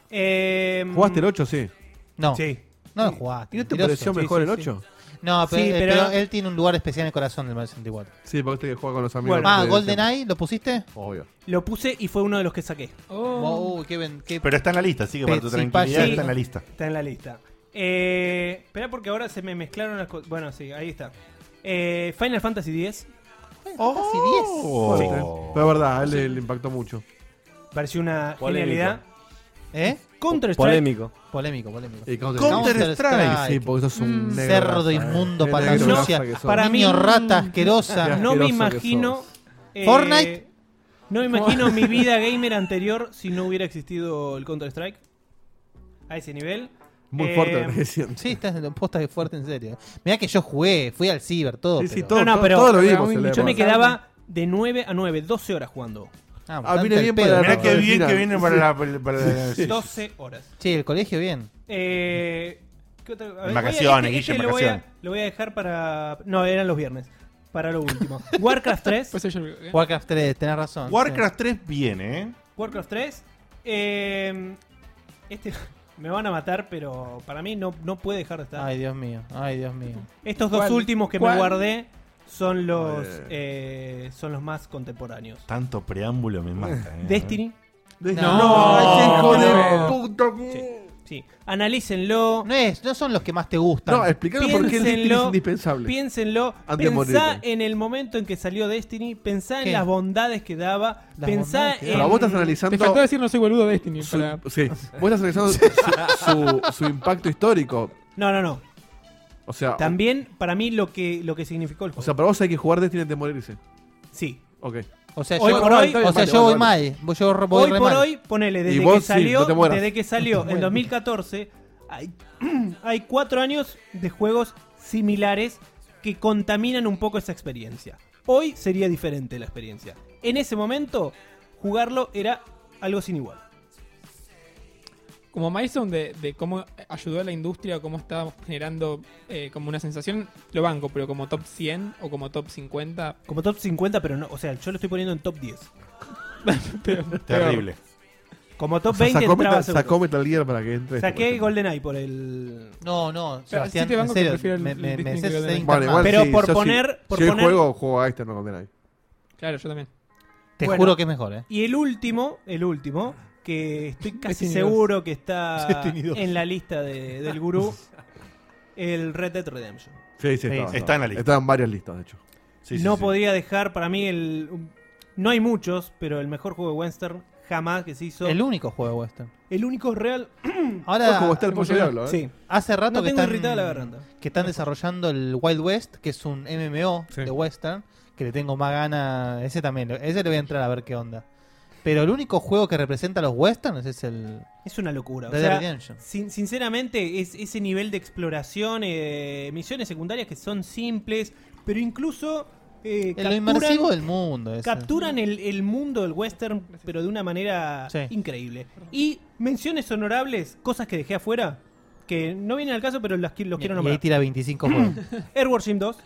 Speaker 4: Eh,
Speaker 3: ¿Jugaste el 8? Sí.
Speaker 6: No,
Speaker 4: Sí.
Speaker 6: no lo jugaste.
Speaker 3: ¿Y no te
Speaker 6: mentiroso.
Speaker 3: pareció
Speaker 4: sí,
Speaker 3: mejor
Speaker 4: sí,
Speaker 3: el
Speaker 4: sí.
Speaker 3: 8?
Speaker 6: No, pero,
Speaker 4: Sí,
Speaker 6: eh,
Speaker 4: pero-
Speaker 6: pero él tiene un lugar especial en el corazón del Mario 64.
Speaker 3: Sí, porque usted que juega con los amigos.
Speaker 4: Bueno.
Speaker 3: no
Speaker 6: Ah,
Speaker 3: puede decir.
Speaker 6: GoldenEye, ¿lo pusiste?
Speaker 3: Obvio.
Speaker 4: Lo puse y fue uno de los que saqué.
Speaker 8: Oh.
Speaker 6: Wow, qué ben- qué-
Speaker 2: Pero está en la lista, así que para tu
Speaker 6: Pepsi,
Speaker 2: tranquilidad
Speaker 4: Pachi.
Speaker 2: está en la lista.
Speaker 4: Está en la lista. Eh, espera porque ahora se me mezclaron las cosas. Bueno, sí, ahí está. Eh, Final Fantasy X
Speaker 6: Oh.
Speaker 3: Sí. Pero es verdad, a él le, le impactó mucho.
Speaker 4: pareció una
Speaker 12: Polémico.
Speaker 4: genialidad.
Speaker 6: ¿Eh?
Speaker 4: Counter Strike.
Speaker 12: Polémico.
Speaker 6: Polémico, polémico.
Speaker 3: Y Counter-
Speaker 6: Counter
Speaker 2: Counter
Speaker 6: Strike.
Speaker 3: Sí, porque sos un
Speaker 8: Mm.
Speaker 3: negro
Speaker 6: Cerdo
Speaker 3: raza,
Speaker 6: inmundo,
Speaker 3: eh.
Speaker 6: pata
Speaker 3: Negro
Speaker 4: No,
Speaker 3: raza
Speaker 6: sucia.
Speaker 3: que sos.
Speaker 4: para mí- mm,
Speaker 6: Niño rata asquerosa.
Speaker 3: Gracias.
Speaker 4: No me
Speaker 3: asqueroso que
Speaker 4: imagino. eh,
Speaker 6: ¿Fortnite?
Speaker 4: No me imagino mi vida gamer anterior si no hubiera existido el Counter Strike. A ese nivel.
Speaker 3: [laughs] Muy
Speaker 4: Eh,
Speaker 3: fuerte lo que siento.
Speaker 6: Sí, estás en la posta de fuerte, en serio. Mirá que yo jugué, fui al ciber, todo.
Speaker 3: Sí, sí,
Speaker 6: pero-
Speaker 3: todo,
Speaker 4: No, no,
Speaker 3: todo-
Speaker 4: pero-
Speaker 3: todo lo
Speaker 4: pero
Speaker 3: vimos.
Speaker 8: a mí-
Speaker 3: el
Speaker 4: Yo me
Speaker 3: Ever.
Speaker 4: quedaba de 9 a 9, 12 horas jugando.
Speaker 6: Ah,
Speaker 3: Ah, viene
Speaker 6: bastante
Speaker 3: bien
Speaker 6: al pedo,
Speaker 3: para-
Speaker 2: Mirá
Speaker 6: ¿no?
Speaker 2: qué bien
Speaker 3: Mira.
Speaker 2: que viene para la. para-
Speaker 3: [laughs]
Speaker 2: para- sí.
Speaker 4: 12 horas.
Speaker 6: Sí, el colegio bien.
Speaker 4: Eh, ¿qué otra- a ver, voy a-
Speaker 2: Vacaciones,
Speaker 4: este- este
Speaker 2: Guille,
Speaker 4: lo voy, a,
Speaker 2: vacaciones.
Speaker 4: lo voy a dejar para. No, eran los viernes. Para lo
Speaker 8: [laughs]
Speaker 4: último. Warcraft 3.
Speaker 8: Pues yo- ¿eh?
Speaker 6: Warcraft 3, tenés razón.
Speaker 2: Warcraft 3 viene, ¿eh?
Speaker 4: Warcraft 3. eh, este. [laughs] Me van a matar, pero para mí no, no puede dejar de
Speaker 6: Sí.
Speaker 4: estar.
Speaker 6: Ay, Dios mío, ay, Dios mío.
Speaker 4: Estos dos
Speaker 8: Ah, ¿Cuál?
Speaker 4: últimos que
Speaker 8: ¿Cuál?
Speaker 4: me guardé son los eh, son los más contemporáneos.
Speaker 2: Tanto preámbulo me mata. ¿eh?
Speaker 4: Destiny,
Speaker 6: No.
Speaker 3: hijo
Speaker 8: No.
Speaker 3: puta.
Speaker 4: sí. Analícenlo,
Speaker 6: No, es, no son los que más te gustan.
Speaker 3: No, explícame por qué el Destiny es
Speaker 4: Piénsenlo.
Speaker 3: indispensable.
Speaker 4: piénsenlo,
Speaker 3: Antes de
Speaker 4: pensá
Speaker 3: morirte.
Speaker 4: en el momento en que salió Destiny, pensá
Speaker 6: ¿Qué?
Speaker 4: en las bondades que daba,
Speaker 6: Las
Speaker 4: pensá
Speaker 6: bondades que
Speaker 4: en...
Speaker 3: Ahora, vos estás
Speaker 8: Eh, Te
Speaker 3: analizando.
Speaker 8: faltó decir no soy boludo Destiny.
Speaker 3: Su,
Speaker 8: para-
Speaker 3: sí, vos estás analizando su, su- Ah. su impacto histórico.
Speaker 4: No, no, no.
Speaker 3: O sea,
Speaker 4: También para mí lo que, lo que significó el
Speaker 3: o
Speaker 4: juego.
Speaker 3: sea, para vos hay que jugar Destiny antes de morirse.
Speaker 4: sí.
Speaker 3: Ok.
Speaker 6: O sea,
Speaker 4: Hoy
Speaker 6: yo,
Speaker 4: por hoy-
Speaker 6: o sea,
Speaker 3: vale,
Speaker 6: yo
Speaker 3: vale,
Speaker 6: voy mal. voy- Yo re- voy
Speaker 4: Hoy
Speaker 6: re
Speaker 4: por
Speaker 6: mal.
Speaker 4: hoy, ponele, desde
Speaker 3: Y vos
Speaker 4: que
Speaker 3: sí,
Speaker 4: salió,
Speaker 3: no te mueras.
Speaker 4: desde
Speaker 3: [laughs]
Speaker 4: que salió en 2014, hay, [clears throat] hay cuatro años de juegos similares que contaminan un poco esa experiencia. Hoy sería diferente la experiencia. En ese momento, jugarlo era algo sin igual.
Speaker 8: como Mason de, de cómo ayudó a la industria, cómo estábamos generando eh, como una sensación, lo banco, pero como top 100 o como top 50,
Speaker 4: Como top 50, pero no, o sea, yo lo estoy poniendo en
Speaker 3: [laughs]
Speaker 4: top 10.
Speaker 8: pero-
Speaker 2: Terrible.
Speaker 4: Como top
Speaker 3: O sea,
Speaker 4: 20
Speaker 3: sacó,
Speaker 4: entraba
Speaker 3: Metal,
Speaker 4: seguro.
Speaker 3: sacó Metal Gear para que entre.
Speaker 4: Saqué
Speaker 3: este, por ejemplo.
Speaker 4: GoldenEye por el...
Speaker 6: No, no,
Speaker 8: sí
Speaker 6: Sebastián,
Speaker 8: te banco
Speaker 6: en
Speaker 8: que
Speaker 6: serio,
Speaker 8: prefiero el-
Speaker 6: me, me,
Speaker 8: el
Speaker 6: me
Speaker 8: Disney
Speaker 6: haces
Speaker 8: que
Speaker 6: ser
Speaker 8: Golden
Speaker 3: Bueno,
Speaker 6: internado.
Speaker 3: igual
Speaker 4: Pero
Speaker 3: sí,
Speaker 4: por
Speaker 3: yo sí-
Speaker 4: poner- por
Speaker 3: si hoy
Speaker 4: poner-
Speaker 3: juego, juego a este, no condenáis.
Speaker 8: claro, yo también.
Speaker 6: Te
Speaker 4: Bueno.
Speaker 6: juro que es mejor, ¿eh?
Speaker 4: Y el último, el último, que estoy casi
Speaker 8: Destiny
Speaker 4: seguro que
Speaker 8: [laughs]
Speaker 4: está
Speaker 6: Destiny dos.
Speaker 4: en la lista de- del gurú, el Red Dead Redemption.
Speaker 3: Sí, sí,
Speaker 6: Sí,
Speaker 3: estaba,
Speaker 6: sí.
Speaker 3: estaba.
Speaker 2: Está en la lista.
Speaker 3: Estaban varias listas, de hecho.
Speaker 2: Sí, sí,
Speaker 4: no
Speaker 2: sí.
Speaker 4: podía dejar, para mí, el no hay muchos, pero el mejor juego de western jamás que se hizo.
Speaker 6: El único juego western.
Speaker 4: El único real... [clears throat]
Speaker 6: Ahora,
Speaker 3: como está el pollo diablo, ¿eh?
Speaker 4: Sí.
Speaker 6: hace rato
Speaker 4: No
Speaker 6: que,
Speaker 4: tengo
Speaker 6: están,
Speaker 4: irritada la garganta.
Speaker 6: que están desarrollando el Wild West, que es un MMO
Speaker 12: Sí.
Speaker 6: de western, que le tengo más gana. Ese también, ese le voy a entrar a ver qué onda. Pero el único juego que representa a los westerns es el
Speaker 4: Es una locura. o
Speaker 6: Red Dead
Speaker 4: sea,
Speaker 6: Redemption.
Speaker 4: sin- sinceramente, es ese nivel de exploración, eh, misiones secundarias que son simples, pero incluso... eh,
Speaker 6: En
Speaker 4: capturan-
Speaker 6: lo inmersivo del mundo. ese.
Speaker 4: Capturan el, el mundo del western, pero de una manera
Speaker 6: Sí.
Speaker 4: increíble. Y menciones honorables, cosas que dejé afuera, que no vienen al caso, pero las, qui- los
Speaker 6: Y-
Speaker 4: quiero
Speaker 6: y ahí
Speaker 4: nombrar.
Speaker 6: tira 25
Speaker 3: [clears throat]
Speaker 4: [clears throat]
Speaker 6: juegos.
Speaker 4: Air Warship 2,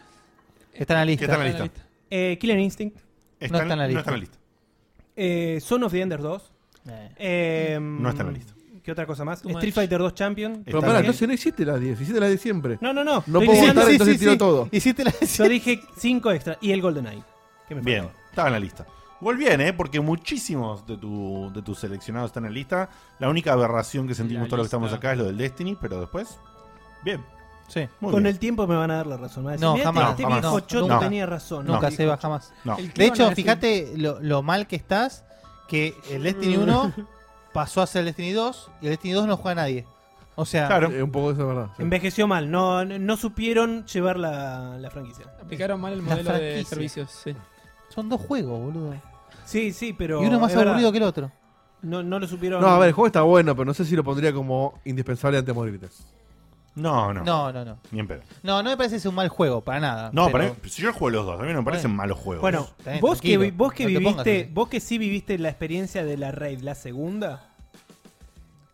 Speaker 6: Está en la lista.
Speaker 2: Que está en la lista.
Speaker 4: eh, Killer Instinct,
Speaker 6: No está en la
Speaker 2: No
Speaker 6: lista.
Speaker 2: está en la lista.
Speaker 4: eh, Son of the Enders 2.
Speaker 6: Eh.
Speaker 4: eh,
Speaker 2: No está en la lista.
Speaker 4: ¿Qué otra cosa más?
Speaker 8: Too
Speaker 4: Street
Speaker 8: much.
Speaker 4: Fighter 2 Champion.
Speaker 3: Pero
Speaker 2: Está
Speaker 3: pará,
Speaker 2: bien.
Speaker 3: entonces no hiciste las 10, hiciste las de siempre.
Speaker 4: No, no, no.
Speaker 3: No
Speaker 4: Estoy
Speaker 3: puedo
Speaker 4: diciendo-
Speaker 3: votar, entonces tiro todo.
Speaker 6: [laughs] Hiciste la
Speaker 4: Yo dije 5 extra y el GoldenEye. Que me
Speaker 2: Bien,
Speaker 4: faltó.
Speaker 2: estaba en la lista. Igual bien, ¿eh? Porque muchísimos de, tu- de tus seleccionados están en la lista. La única aberración que sentimos
Speaker 8: La
Speaker 2: todos los que estamos
Speaker 8: lista.
Speaker 2: acá es lo del Destiny, pero después. Bien,
Speaker 6: Sí.
Speaker 2: muy
Speaker 4: Con
Speaker 2: bien.
Speaker 4: el tiempo me van a dar la razón. Me van a decir,
Speaker 6: No,
Speaker 4: "Mirá,
Speaker 6: jamás.
Speaker 4: Este
Speaker 2: No,
Speaker 4: viejo
Speaker 6: jamás.
Speaker 4: choto
Speaker 2: Nunca.
Speaker 4: tenía razón.
Speaker 6: Nunca
Speaker 4: No.
Speaker 6: se va jamás.
Speaker 2: No,
Speaker 8: El
Speaker 6: De
Speaker 8: que van a
Speaker 6: hecho,
Speaker 8: decir-
Speaker 6: fíjate lo, lo mal que estás que el
Speaker 4: [laughs]
Speaker 6: Destiny 1 pasó a ser el Destiny 2 y el Destiny 2 no juega nadie. O sea,
Speaker 2: claro.
Speaker 3: Eh, un poco de eso es verdad. sí.
Speaker 4: Envejeció mal, no, no supieron llevar la, la franquicia.
Speaker 8: Aplicaron mal el
Speaker 6: La
Speaker 8: modelo de
Speaker 6: franquicia.
Speaker 8: servicios, sí.
Speaker 6: son dos juegos, boludo.
Speaker 4: Sí, sí, pero.
Speaker 6: y uno más
Speaker 4: es verdad,
Speaker 6: aburrido que el otro.
Speaker 4: No, no lo supieron.
Speaker 3: No, a ver, el juego está bueno, pero no sé si lo pondría como indispensable antes de morirte.
Speaker 2: No, no,
Speaker 6: No, no, no.
Speaker 2: Ni en pedo.
Speaker 6: No, no me parece que sea un mal juego, para nada.
Speaker 2: No,
Speaker 6: Ah, pero-
Speaker 2: para mí, si yo juego los dos, a mí no me parecen
Speaker 6: Bueno.
Speaker 2: malos juegos.
Speaker 4: Bueno,
Speaker 6: Está bien,
Speaker 4: vos que,
Speaker 6: tranquilo,
Speaker 4: vi- vos que
Speaker 6: no te
Speaker 4: viviste,
Speaker 6: pongas así.
Speaker 4: vos que sí viviste la experiencia de la raid, la segunda,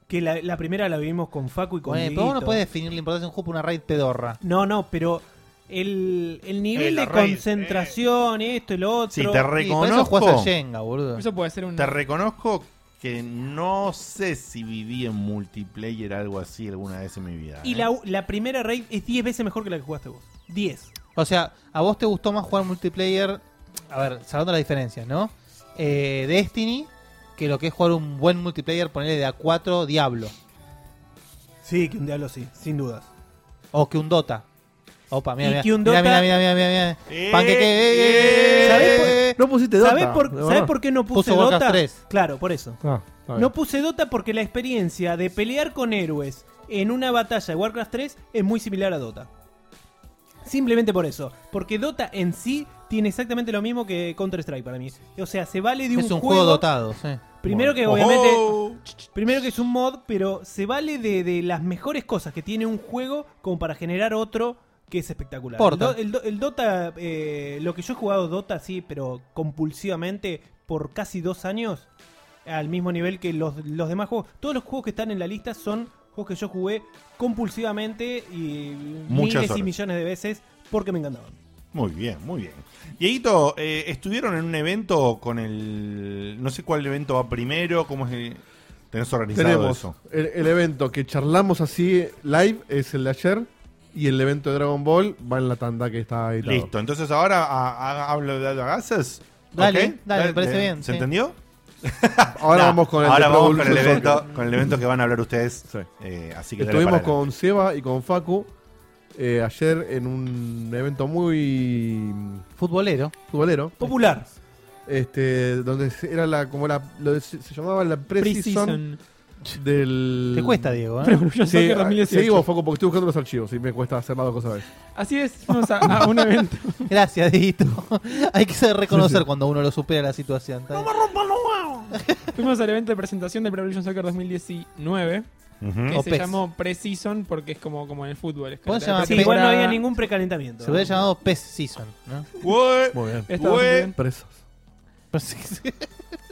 Speaker 4: que la, la primera la vivimos con Facu y con
Speaker 6: Bueno, pero
Speaker 4: Dieguito.
Speaker 6: vos no podés definir la importancia de un juego por una raid pedorra.
Speaker 4: No, no, pero el, el
Speaker 2: Eh,
Speaker 4: nivel
Speaker 2: la
Speaker 4: de
Speaker 2: raid,
Speaker 4: concentración, esto y lo otro.
Speaker 2: Si
Speaker 6: Sí,
Speaker 2: te
Speaker 6: por eso jugás
Speaker 2: reconozco,
Speaker 6: al Jenga, boludo.
Speaker 8: Eso puede ser un.
Speaker 2: te reconozco que no sé si viví en multiplayer algo así alguna vez en mi vida.
Speaker 4: Y
Speaker 2: ¿eh?
Speaker 4: la, la primera raid es 10 veces mejor que la que jugaste vos. 10.
Speaker 6: O sea, ¿a vos te gustó más jugar multiplayer? A ver, salvando las diferencias, ¿no? Eh, Destiny, que lo que es jugar un buen multiplayer, ponerle de A4 Diablo.
Speaker 4: Sí, que un diablo sí, sin dudas.
Speaker 6: O que un Dota. Opa, Ah, mira,
Speaker 4: Y
Speaker 6: mira.
Speaker 4: que un
Speaker 6: Mira,
Speaker 4: Dota-
Speaker 6: mira, mira, mira, mira, mira.
Speaker 2: Eh,
Speaker 6: Panqueque, eh, eh,
Speaker 4: ¿Sabés
Speaker 6: eh,
Speaker 3: No pusiste Dota.
Speaker 4: ¿Sabés por,
Speaker 3: de
Speaker 4: ¿sabés
Speaker 3: verdad.
Speaker 4: por qué no puse
Speaker 6: Puso Warcraft
Speaker 4: Dota?
Speaker 6: 3.
Speaker 4: Claro, por eso.
Speaker 3: Ah, está bien.
Speaker 4: No puse Dota porque la experiencia de pelear con héroes en una batalla de Warcraft 3 es muy similar a Dota. Simplemente por eso. Porque Dota en sí tiene exactamente lo mismo que Counter-Strike para mí. O sea, se vale de un,
Speaker 6: Es un juego dotado, sí.
Speaker 4: Primero que
Speaker 2: Oh.
Speaker 4: obviamente. Primero que es un mod, pero se vale de, de las mejores cosas que tiene un juego como para generar otro que es espectacular. El,
Speaker 6: Porta.
Speaker 4: Do- el Do- el Dota, eh, lo que yo he jugado Dota, sí, pero compulsivamente por casi dos años, al mismo nivel que los, los demás juegos. Todos los juegos que están en la lista son juegos que yo jugué compulsivamente y
Speaker 2: Muchas
Speaker 4: miles y
Speaker 2: horas.
Speaker 4: millones de veces porque me encantaban.
Speaker 2: Muy bien, muy bien. Dieguito, eh, estuvieron en un evento con el. No sé cuál evento va primero, cómo es el. Tenés organizado
Speaker 3: Tenemos
Speaker 2: eso.
Speaker 3: el, el evento que charlamos así live, es el de ayer. Y el evento de Dragon Ball va en la tanda que está editado.
Speaker 2: Listo, entonces ahora a- a- hablo de gases.
Speaker 6: Dale,
Speaker 2: [laughs]
Speaker 6: dale, me parece bien, sí.
Speaker 2: ¿Se entendió?
Speaker 3: Ahora
Speaker 2: [laughs] Nah,
Speaker 3: vamos con el
Speaker 2: ahora
Speaker 3: de Pro
Speaker 2: vamos con el
Speaker 3: Evolution
Speaker 2: evento,
Speaker 3: Soccer.
Speaker 2: con el evento que van a hablar ustedes.
Speaker 3: Sí.
Speaker 2: Eh, así que dale
Speaker 3: Estuvimos
Speaker 2: para adelante.
Speaker 3: con Seba y con Facu eh, ayer en un evento muy
Speaker 6: Futbolero.
Speaker 3: futbolero.
Speaker 4: Popular.
Speaker 3: Este, donde se- era la, como la, lo de- se llamaba la pre-season
Speaker 8: Precision.
Speaker 3: del.
Speaker 6: Te cuesta, Diego, ¿eh?
Speaker 8: Evolution
Speaker 3: Sí,
Speaker 8: Soccer
Speaker 3: ah,
Speaker 8: 2018.
Speaker 3: seguimos, Facu, porque estoy buscando los archivos y me cuesta hacer las dos cosas a la vez.
Speaker 8: Así es, fuimos a, a un evento.
Speaker 6: [laughs] Gracias,
Speaker 8: [laughs]
Speaker 6: Dieguito. Hay que saber reconocer cuando uno lo supera la situación. ¿está bien?
Speaker 8: [laughs] fuimos al evento de presentación del Pro Evolution Soccer 2019.
Speaker 2: Ujú.
Speaker 8: Que
Speaker 6: O
Speaker 4: E
Speaker 8: se
Speaker 6: PES.
Speaker 8: llamó Pre-Season porque es como, como en el fútbol. Es que
Speaker 6: ¿Puedes
Speaker 8: la
Speaker 6: llamar
Speaker 4: Sí,
Speaker 6: Pero-
Speaker 4: igual no
Speaker 8: temporada-
Speaker 4: había ningún precalentamiento.
Speaker 6: Se hubiera llamado PES Season, ¿no?
Speaker 2: Ué,
Speaker 3: Muy bien.
Speaker 8: Estaba
Speaker 2: Ué.
Speaker 8: muy bien.
Speaker 3: Presos.
Speaker 6: Pero sí, sí.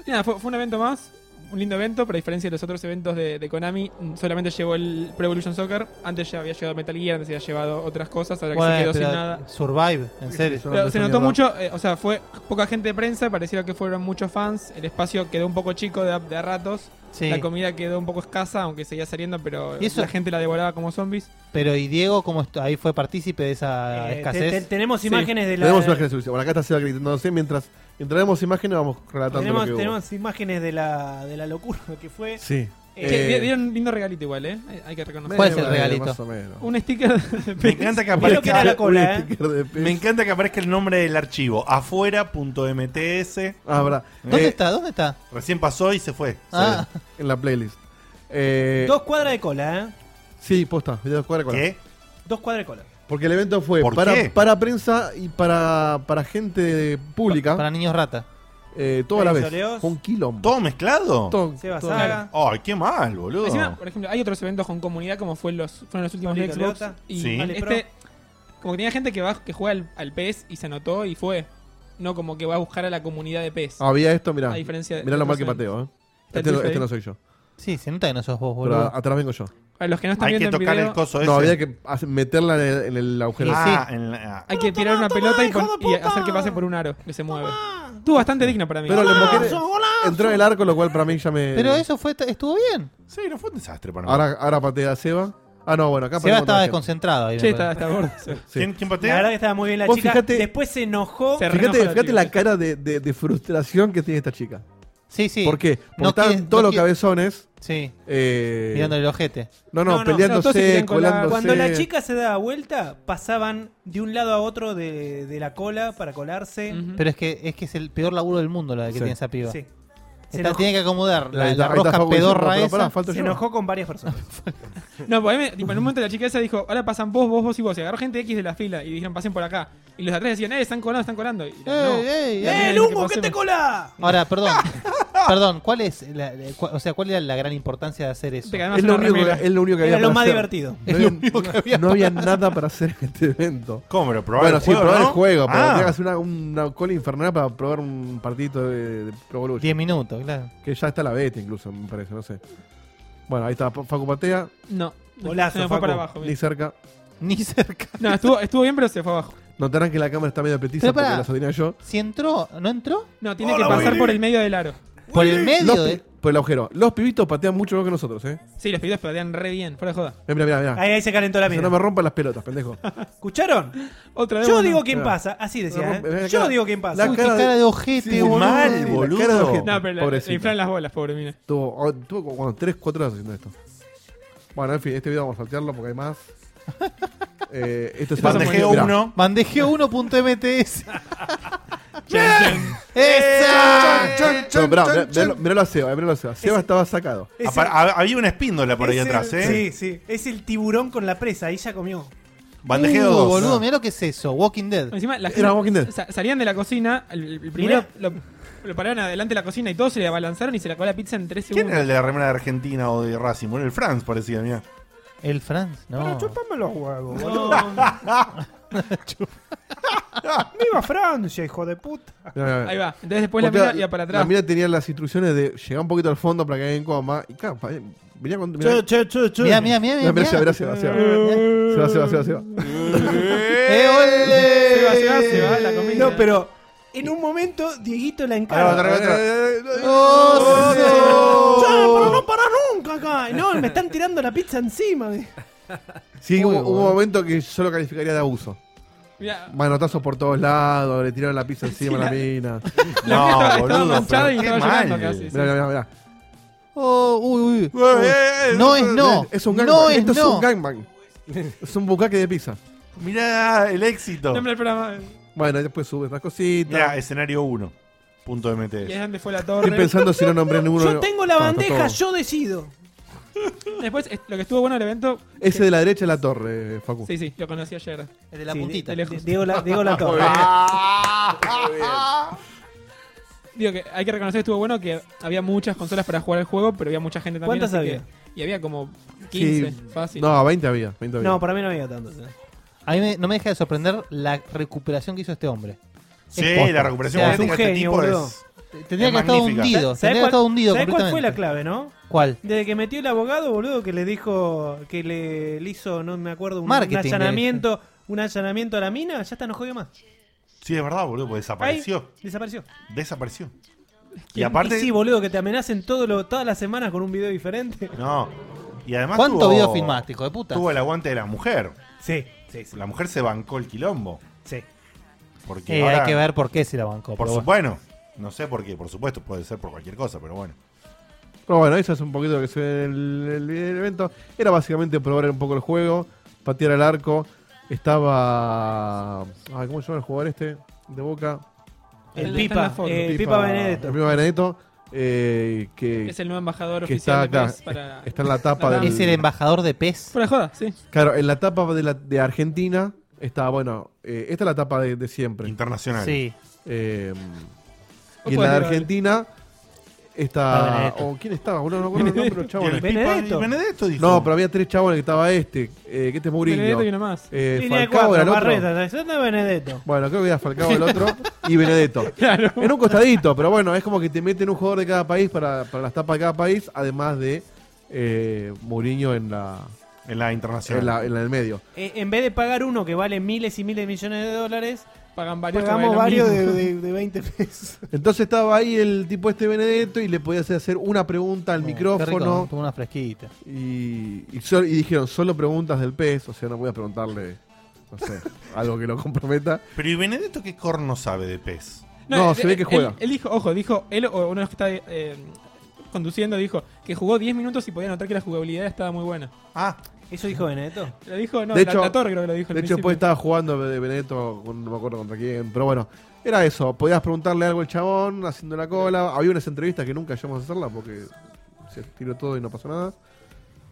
Speaker 8: Y nada, fue, fue un evento más, un lindo evento, pero a diferencia de los otros eventos de, de Konami, mm, solamente llevó el Pro Evolution Soccer. Antes ya había llegado Metal Gear, antes había llevado otras cosas, ahora que se
Speaker 6: Bueno,
Speaker 8: quedó sin
Speaker 6: pero
Speaker 8: nada.
Speaker 6: Survive, en serio.
Speaker 3: Yo no
Speaker 8: Pero
Speaker 3: me
Speaker 8: se
Speaker 3: hizo mierda.
Speaker 8: notó mucho, eh, o sea, fue poca gente de prensa, pareciera que fueron muchos fans, el espacio quedó un poco chico de, a- de a ratos,
Speaker 6: Sí.
Speaker 8: la comida quedó un poco escasa, aunque seguía saliendo, pero
Speaker 6: Y eso-
Speaker 8: la gente la devoraba como zombies.
Speaker 6: Pero y Diego, como ahí fue partícipe [laughs] de
Speaker 4: Eh,
Speaker 6: esa
Speaker 4: te-
Speaker 6: escasez.
Speaker 4: te- tenemos
Speaker 8: Sí.
Speaker 4: imágenes de la.
Speaker 3: Tenemos imágenes de Suiza. Bueno, acá está Seba gritándose mientras entraremos imágenes vamos relatando
Speaker 4: Tenemos,
Speaker 3: lo que hubo.
Speaker 4: tenemos imágenes de la, de la locura [laughs] que fue.
Speaker 3: Sí.
Speaker 8: Che,
Speaker 3: Eh,
Speaker 8: di- dieron un lindo regalito igual, ¿eh? Hay- Hay que reconocer.
Speaker 6: ¿Cuál es el
Speaker 3: medio,
Speaker 6: regalito?
Speaker 3: Más o menos.
Speaker 8: Un sticker de
Speaker 2: Me encanta que
Speaker 4: Mirá lo que
Speaker 2: aparezca.
Speaker 4: era la cola,
Speaker 3: Un
Speaker 4: ¿eh?
Speaker 3: sticker de pez.
Speaker 2: Me encanta que aparezca el nombre del archivo. Afuera.mts.
Speaker 3: Ah, verdad.
Speaker 6: ¿Dónde
Speaker 3: Eh,
Speaker 6: está? ¿Dónde está?
Speaker 2: Recién pasó y se fue.
Speaker 6: Ah,
Speaker 3: En la playlist. Eh,
Speaker 4: Dos cuadras de cola, ¿eh?
Speaker 3: Sí, posta. video de cuadra con-
Speaker 2: ¿Qué?
Speaker 4: Dos cuadras de cola.
Speaker 3: Porque el evento fue
Speaker 2: ¿Por qué?
Speaker 3: para, para prensa y para, para gente pública.
Speaker 6: para niños rata.
Speaker 3: eh, toda la
Speaker 4: Soleos.
Speaker 3: vez. Con quilombo.
Speaker 2: ¿Todo mezclado? Ay,
Speaker 3: Todo-
Speaker 4: Seba
Speaker 3: todo-
Speaker 4: Saga.
Speaker 2: qué mal, boludo.
Speaker 8: Encima, por ejemplo, hay otros eventos con comunidad como fue los, fueron los últimos de
Speaker 4: Pablito
Speaker 8: Xbox.
Speaker 4: Leota.
Speaker 8: Y
Speaker 2: Sí.
Speaker 8: este,
Speaker 4: Ale
Speaker 8: como que tenía gente que va que juega al, al PES y se anotó y fue. No como que va a buscar a la comunidad de PES.
Speaker 3: Ah, Había esto, mirá.
Speaker 8: a diferencia de
Speaker 3: Mirá lo mal que
Speaker 8: otros
Speaker 3: pateo, ¿eh.
Speaker 8: Está
Speaker 3: Este, no-
Speaker 8: el
Speaker 3: este no
Speaker 8: bife
Speaker 3: soy yo.
Speaker 6: Sí, se nota que no sos vos,
Speaker 3: Pero
Speaker 6: boludo.
Speaker 3: a- atrás vengo yo.
Speaker 8: ahí. Para los que no están
Speaker 2: Hay que
Speaker 8: viendo el
Speaker 2: tocar
Speaker 8: video,
Speaker 2: el coso ese.
Speaker 3: No, había que hace- meterla en el, en el agujero.
Speaker 2: Ah, en la-
Speaker 8: hay que tirar una pelota y, pon- y hacer que pase por un aro que se mueve. Estuvo bastante digno para mí.
Speaker 3: Pero le emboqué- entró en el arco, lo cual para mí ya me.
Speaker 6: Pero eso fue, estuvo bien.
Speaker 2: Sí, no fue un desastre para mí.
Speaker 3: Ahora, ahora patea a Seba. Ah, no, bueno, acá
Speaker 6: Seba
Speaker 3: patea
Speaker 6: estaba
Speaker 3: contra
Speaker 6: desconcentrado ahí.
Speaker 8: Che,
Speaker 6: me
Speaker 8: está,
Speaker 6: parece.
Speaker 8: está gordo. Se-
Speaker 3: la gente.
Speaker 2: ¿Quién, quién patea?
Speaker 4: La verdad que estaba muy bien la
Speaker 3: Vos
Speaker 4: chica.
Speaker 3: fíjate-
Speaker 4: Después se enojó.
Speaker 8: se
Speaker 3: Sí.
Speaker 8: renojó
Speaker 3: Fíjate, fíjate
Speaker 8: chica.
Speaker 3: la cara de, de- de frustración que tiene esta chica.
Speaker 6: Sí, sí.
Speaker 3: ¿Por qué? Porque
Speaker 6: No
Speaker 3: estaban
Speaker 6: quiere-
Speaker 3: todos
Speaker 6: no
Speaker 3: los
Speaker 6: quiere-
Speaker 3: cabezones.
Speaker 6: Sí,
Speaker 3: eh,
Speaker 6: mirándole el ojete.
Speaker 3: no, no,
Speaker 4: No, no,
Speaker 8: no, todos se
Speaker 3: peleándose,
Speaker 8: querían colar.
Speaker 3: colándose.
Speaker 4: Cuando la chica se daba vuelta, pasaban de un lado a otro de, de la cola para colarse.
Speaker 8: Ujú.
Speaker 6: Pero es que es que es el peor laburo del mundo la que
Speaker 3: Sí.
Speaker 6: tiene esa piba.
Speaker 4: Sí. Se
Speaker 6: Está,
Speaker 4: enojó,
Speaker 6: tiene que acomodar la,
Speaker 3: Ahí
Speaker 6: la
Speaker 3: está- ahí está
Speaker 6: rosca
Speaker 3: Facu diciendo,
Speaker 6: pedorra
Speaker 3: pero pará,
Speaker 6: esa.
Speaker 3: falto
Speaker 4: se
Speaker 3: yo. [laughs]
Speaker 4: enojó con varias personas.
Speaker 8: No, pues a mí me- tipo, en un momento la chica esa dijo, ahora pasan vos, vos, vos y vos. Y agarró gente X de la fila y dijeron, pasen por acá. Y los de atrás decían, eh, están colando, están colando. Y la- no.
Speaker 6: Ey, ey,
Speaker 8: Y
Speaker 6: ey.
Speaker 8: la mina
Speaker 4: ¡Eh,
Speaker 8: dijo,
Speaker 4: Lungo, qué te
Speaker 8: pasemos.
Speaker 4: cola!
Speaker 6: Ahora, perdón. perdón, ¿cuál es la, la- cua- o sea, cuál era la gran importancia de hacer eso?
Speaker 8: Te ganás
Speaker 3: Es lo,
Speaker 8: una
Speaker 3: único que,
Speaker 8: remera.
Speaker 3: es lo único que había
Speaker 4: Era
Speaker 3: para
Speaker 4: lo más
Speaker 3: hacer.
Speaker 4: divertido.
Speaker 6: [laughs]
Speaker 3: No había, no había nada para hacer en este evento.
Speaker 2: ¿Cómo? Pero probar
Speaker 3: Bueno,
Speaker 2: el
Speaker 3: sí,
Speaker 2: juego,
Speaker 3: probar
Speaker 2: ¿no?
Speaker 3: el juego, pero
Speaker 2: Ah.
Speaker 3: tenía que hacer una, una cola infernal para probar un partidito de, de Pro Evolution.
Speaker 6: 10 minutos, claro.
Speaker 3: Que ya está la beta incluso, me parece, no sé. Bueno, ahí está. Facu patea.
Speaker 8: No.
Speaker 4: Golazo,
Speaker 8: se me fue
Speaker 4: Facu.
Speaker 8: para abajo.
Speaker 3: Ni
Speaker 8: bien.
Speaker 3: cerca.
Speaker 6: Ni cerca.
Speaker 8: No, estuvo, estuvo bien, pero se fue abajo.
Speaker 3: Notarán que la cámara está medio petiza
Speaker 6: Pero
Speaker 3: porque
Speaker 6: pará.
Speaker 3: la sostenía yo.
Speaker 6: Si entró, ¿no entró?
Speaker 8: No,
Speaker 6: [laughs]
Speaker 8: tiene que pasar por el medio del aro.
Speaker 6: Por el medio
Speaker 3: Los
Speaker 6: de-
Speaker 3: pi- Por el agujero. Los pibitos patean mucho mejor que nosotros, ¿eh?
Speaker 8: Sí, los pibitos patean re bien, fuera de joda.
Speaker 3: Mira, mira, mira.
Speaker 4: Ahí, ahí se calentó la
Speaker 3: Que no me
Speaker 4: mierda.
Speaker 3: rompan las pelotas, pendejo.
Speaker 4: ¿Escucharon?
Speaker 8: [laughs] Otra vez.
Speaker 4: Yo
Speaker 8: bueno.
Speaker 4: digo quién
Speaker 3: Claro.
Speaker 4: pasa. Así
Speaker 3: No,
Speaker 4: decía,
Speaker 3: rompe-
Speaker 4: ¿eh?
Speaker 3: la
Speaker 4: Yo
Speaker 3: cara-
Speaker 4: digo quién
Speaker 3: la
Speaker 4: pasa.
Speaker 6: Uy, qué
Speaker 3: cara de-
Speaker 6: cara de ojete,
Speaker 3: Sí,
Speaker 6: boludo.
Speaker 3: mal, boludo.
Speaker 6: La cara de ojete.
Speaker 8: No, pero le-
Speaker 3: Pobrecito.
Speaker 8: le inflan las bolas, pobre, mira.
Speaker 3: Tuvo, oh, tuvo como bueno, 3, 4 horas haciendo esto. Bueno, en fin, este video vamos a saltearlo porque hay
Speaker 8: [laughs]
Speaker 3: más. eh, esto es
Speaker 2: Bandejeo
Speaker 3: Mirá, [laughs]
Speaker 2: uno.
Speaker 8: [laughs]
Speaker 6: Bandejeo1.mts.
Speaker 3: No, Eh,
Speaker 6: ¡Esa!
Speaker 3: pero mirá, mirá- mirá a Seba, mirá a Seba. Seba estaba sacado.
Speaker 4: Es
Speaker 2: Apa-
Speaker 4: el-
Speaker 2: hab- Había una espíndola por ahí
Speaker 4: es el-
Speaker 2: atrás, ¿eh?
Speaker 4: Sí, sí. Es el tiburón con la presa. Ahí ya comió.
Speaker 2: Bandejeo
Speaker 6: Uy,
Speaker 2: 2.
Speaker 6: Uh, boludo, mirá lo que es eso. Walking Dead.
Speaker 8: Encima, la
Speaker 3: Era Walking Dead.
Speaker 8: sa- salían de la cocina, el, el primero lo, lo pararon adelante de la cocina y todos se le abalanzaron y se le acabó la pizza en tres
Speaker 2: ¿Quién era
Speaker 8: segundos.
Speaker 2: el de la remera de Argentina o de Racing? Bueno, el Franz parecía, mira.
Speaker 6: El Franz, no.
Speaker 10: Pero chupame los huevos, boludo.
Speaker 4: No.
Speaker 10: ¡Viva Francia, hijo de puta!
Speaker 3: Mirá, mirá, mirá.
Speaker 8: Ahí va. Entonces después la
Speaker 3: Porque
Speaker 8: mira iba para
Speaker 3: La
Speaker 8: atrás.
Speaker 3: mina tenía las instrucciones de llegar un poquito al fondo para que caiga en coma. Y claro, pa- mirá cuando. Mirá,
Speaker 10: Che, che, che, che.
Speaker 6: Mirá, mirá, mirá,
Speaker 3: mirá,
Speaker 6: mirá.
Speaker 3: mirá, Seba, mirá, Seba,
Speaker 8: [laughs]
Speaker 3: Seba. Seba, Seba, Seba, Seba.
Speaker 6: ¡Eh, ole!
Speaker 8: Se va, se va, se va la comida.
Speaker 4: No, pero en un momento Dieguito la Eh,
Speaker 2: Ahora, otra
Speaker 4: encarga.
Speaker 2: vez, otra vez.
Speaker 6: ¡Oh,
Speaker 4: eh, Che, pero
Speaker 6: Seba!
Speaker 4: no para nunca acá. No, me están tirando la pizza encima.
Speaker 3: Sí,
Speaker 6: Uy,
Speaker 3: hubo, hubo un
Speaker 6: boludo.
Speaker 3: momento que yo lo calificaría de abuso.
Speaker 8: Mirá,
Speaker 3: Manotazos por todos lados, le tiraron la
Speaker 8: [laughs]
Speaker 3: pizza encima a la mina.
Speaker 8: la mina estaba,
Speaker 2: No,
Speaker 8: estaba
Speaker 2: boludo,
Speaker 8: manchada y
Speaker 2: pero
Speaker 8: estaba
Speaker 2: qué
Speaker 8: llorando
Speaker 2: mal.
Speaker 8: casi. sí.
Speaker 3: Mirá, mirá, mirá, mirá.
Speaker 6: Oh, uy, uy.
Speaker 2: Eh, eh, eh,
Speaker 6: No es no.
Speaker 3: Es un gangbang.
Speaker 6: No es
Speaker 3: Esto es
Speaker 6: no.
Speaker 3: un gangbang. Es un bucaque de pizza.
Speaker 2: Mirá el éxito.
Speaker 8: Nombre del programa.
Speaker 3: Bueno, y después sube estas
Speaker 2: Mirá,
Speaker 3: cositas.
Speaker 2: escenario 1. Punto
Speaker 8: Y
Speaker 2: MTS.
Speaker 8: es donde fue la
Speaker 3: Estoy
Speaker 8: torre.
Speaker 3: pensando si no nombré ninguno.
Speaker 4: Yo tengo la
Speaker 3: Ah, está
Speaker 4: bandeja,
Speaker 3: todo.
Speaker 4: yo decido.
Speaker 8: [laughs] Después, es- lo que estuvo bueno del evento.
Speaker 3: Ese de la derecha es la torre, Facu.
Speaker 8: Sí, sí, lo conocí ayer.
Speaker 6: El de la
Speaker 4: Uh. Sí,
Speaker 6: puntita.
Speaker 8: de lejos.
Speaker 4: Diego la, Diego [laughs] la torre. Ah.
Speaker 8: Digo que hay que reconocer que estuvo bueno que había muchas consolas para jugar el juego, pero había mucha gente también.
Speaker 4: ¿Cuántas
Speaker 8: así
Speaker 4: había?
Speaker 8: que- y había como
Speaker 3: Sí.
Speaker 8: 15, fácil.
Speaker 3: No, 20 había. 20 había.
Speaker 4: No, para mí no había tanto.
Speaker 6: A mí me- no me deja de sorprender la recuperación que hizo este hombre. Es
Speaker 2: Sí,
Speaker 6: posta.
Speaker 2: la recuperación
Speaker 6: O sea,
Speaker 4: es un
Speaker 2: genética de este
Speaker 4: genio,
Speaker 2: tipo
Speaker 4: boludo.
Speaker 2: es.
Speaker 6: Tendría
Speaker 2: Es
Speaker 6: que haber estado
Speaker 2: magnífica.
Speaker 6: hundido. Tendría que
Speaker 4: ¿Sabés
Speaker 6: haber estado hundido
Speaker 4: sabés cuál fue la
Speaker 6: completamente.
Speaker 4: clave, no?
Speaker 6: ¿Cuál?
Speaker 4: Desde que metió el abogado, boludo, que le dijo que le, le hizo, no me acuerdo, un, un
Speaker 6: Marketing le hizo.
Speaker 4: allanamiento, un allanamiento a la mina, ya está, no jodió más.
Speaker 2: Sí, es verdad, boludo, porque
Speaker 4: Ahí,
Speaker 2: desapareció.
Speaker 4: desapareció.
Speaker 2: Desapareció. Y aparte.
Speaker 4: Y sí, boludo, que te amenacen todo lo- todas las semanas con un video diferente.
Speaker 2: No. Y además.
Speaker 6: ¿Cuántos
Speaker 2: tuvo-
Speaker 6: videos filmaste, hijo de puta?
Speaker 2: Tuvo el aguante de la mujer.
Speaker 4: Sí, sí, sí.
Speaker 2: La mujer se bancó el quilombo.
Speaker 4: sí.
Speaker 2: Porque
Speaker 6: Eh,
Speaker 2: ahora-
Speaker 6: hay que ver por qué se la bancó.
Speaker 2: Por
Speaker 6: pero bueno.
Speaker 2: supuesto. No sé por qué, por supuesto, puede ser por cualquier cosa, pero bueno.
Speaker 3: Pero bueno, eso es un poquito lo que se ve en el, el video del evento. Era básicamente probar un poco el juego, patear al arco. Estaba. Ay, ¿Cómo se llama el jugador este? De boca.
Speaker 4: El,
Speaker 8: El de
Speaker 4: Pipa,
Speaker 8: Stand Up For-
Speaker 4: eh, el Pipa Benedetto.
Speaker 3: El Pipa Benedetto. eh, que
Speaker 8: Es el nuevo embajador
Speaker 3: que
Speaker 8: oficial
Speaker 3: está
Speaker 8: de
Speaker 3: acá, eh,
Speaker 8: PES para.
Speaker 3: está en la tapa
Speaker 8: la-
Speaker 3: del.
Speaker 6: Es el embajador de pez.
Speaker 8: Fuera de joda, sí.
Speaker 3: Claro, en la tapa de, la- de Argentina está, bueno, eh, esta es la tapa de, de siempre.
Speaker 2: Internacional.
Speaker 6: Sí.
Speaker 3: Eh,
Speaker 8: Vos
Speaker 3: y en
Speaker 8: podés
Speaker 3: la de
Speaker 8: ir a ver.
Speaker 3: Argentina
Speaker 6: Ah,
Speaker 3: está.
Speaker 6: Benedetto.
Speaker 3: o ¿Quién estaba? Uno, no recuerdo el nombre de los
Speaker 2: [laughs] Y el
Speaker 3: chabones.
Speaker 4: Benedetto.
Speaker 2: Pipa- Benedetto dijo.
Speaker 3: No, pero había tres chabones que estaba este, eh, que este es Mourinho.
Speaker 8: Benedetto y uno más.
Speaker 3: eh,
Speaker 4: Línea de
Speaker 3: Falcao
Speaker 4: cuatro,
Speaker 3: era el otro.
Speaker 4: Barreta, Alessandro Benedetto.
Speaker 3: Bueno, creo que era Falcao el
Speaker 2: [laughs]
Speaker 3: otro y Benedetto.
Speaker 8: Claro.
Speaker 3: En un costadito, pero bueno, es como que te meten un jugador de cada país para, para las tapas de cada país, además de eh, Mourinho en la,
Speaker 2: En la internacional.
Speaker 3: en la en la del medio.
Speaker 4: Eh, en vez de pagar uno que vale miles y miles de millones de dólares,
Speaker 8: Pagan varios. que
Speaker 10: Pagamos
Speaker 8: valen lo
Speaker 10: varios de,
Speaker 8: mismo.
Speaker 10: de, de 20 pesos.
Speaker 3: [laughs] Entonces estaba ahí el tipo este Benedetto y le podías hacer una pregunta al
Speaker 6: Oh, qué rico,
Speaker 3: micrófono
Speaker 6: Tuvo una fresquita.
Speaker 3: y, y, sol- y dijeron solo preguntas del pez, o sea, no voy a preguntarle, no
Speaker 8: [laughs]
Speaker 3: sé, algo que lo comprometa.
Speaker 2: Pero ¿y Benedetto qué corno sabe de pez?
Speaker 3: No,
Speaker 8: eh,
Speaker 3: se ve
Speaker 8: eh,
Speaker 3: que juega.
Speaker 8: Él, él dijo, ojo, dijo, él o uno que está eh, conduciendo dijo que jugó 10 minutos y podía notar que la jugabilidad estaba muy buena.
Speaker 2: Ah,
Speaker 4: eso dijo Benedetto.
Speaker 8: Lo dijo, no,
Speaker 3: De
Speaker 8: la,
Speaker 3: hecho-
Speaker 8: la torre creo que lo dijo. al
Speaker 3: De hecho,
Speaker 8: principio.
Speaker 3: después estaba jugando de Benedetto, con- no me acuerdo contra quién, pero bueno, era eso. Podías preguntarle algo al chabón, haciendo la cola. Había unas entrevistas que nunca llegamos a hacerla porque se tiró todo y no pasó nada.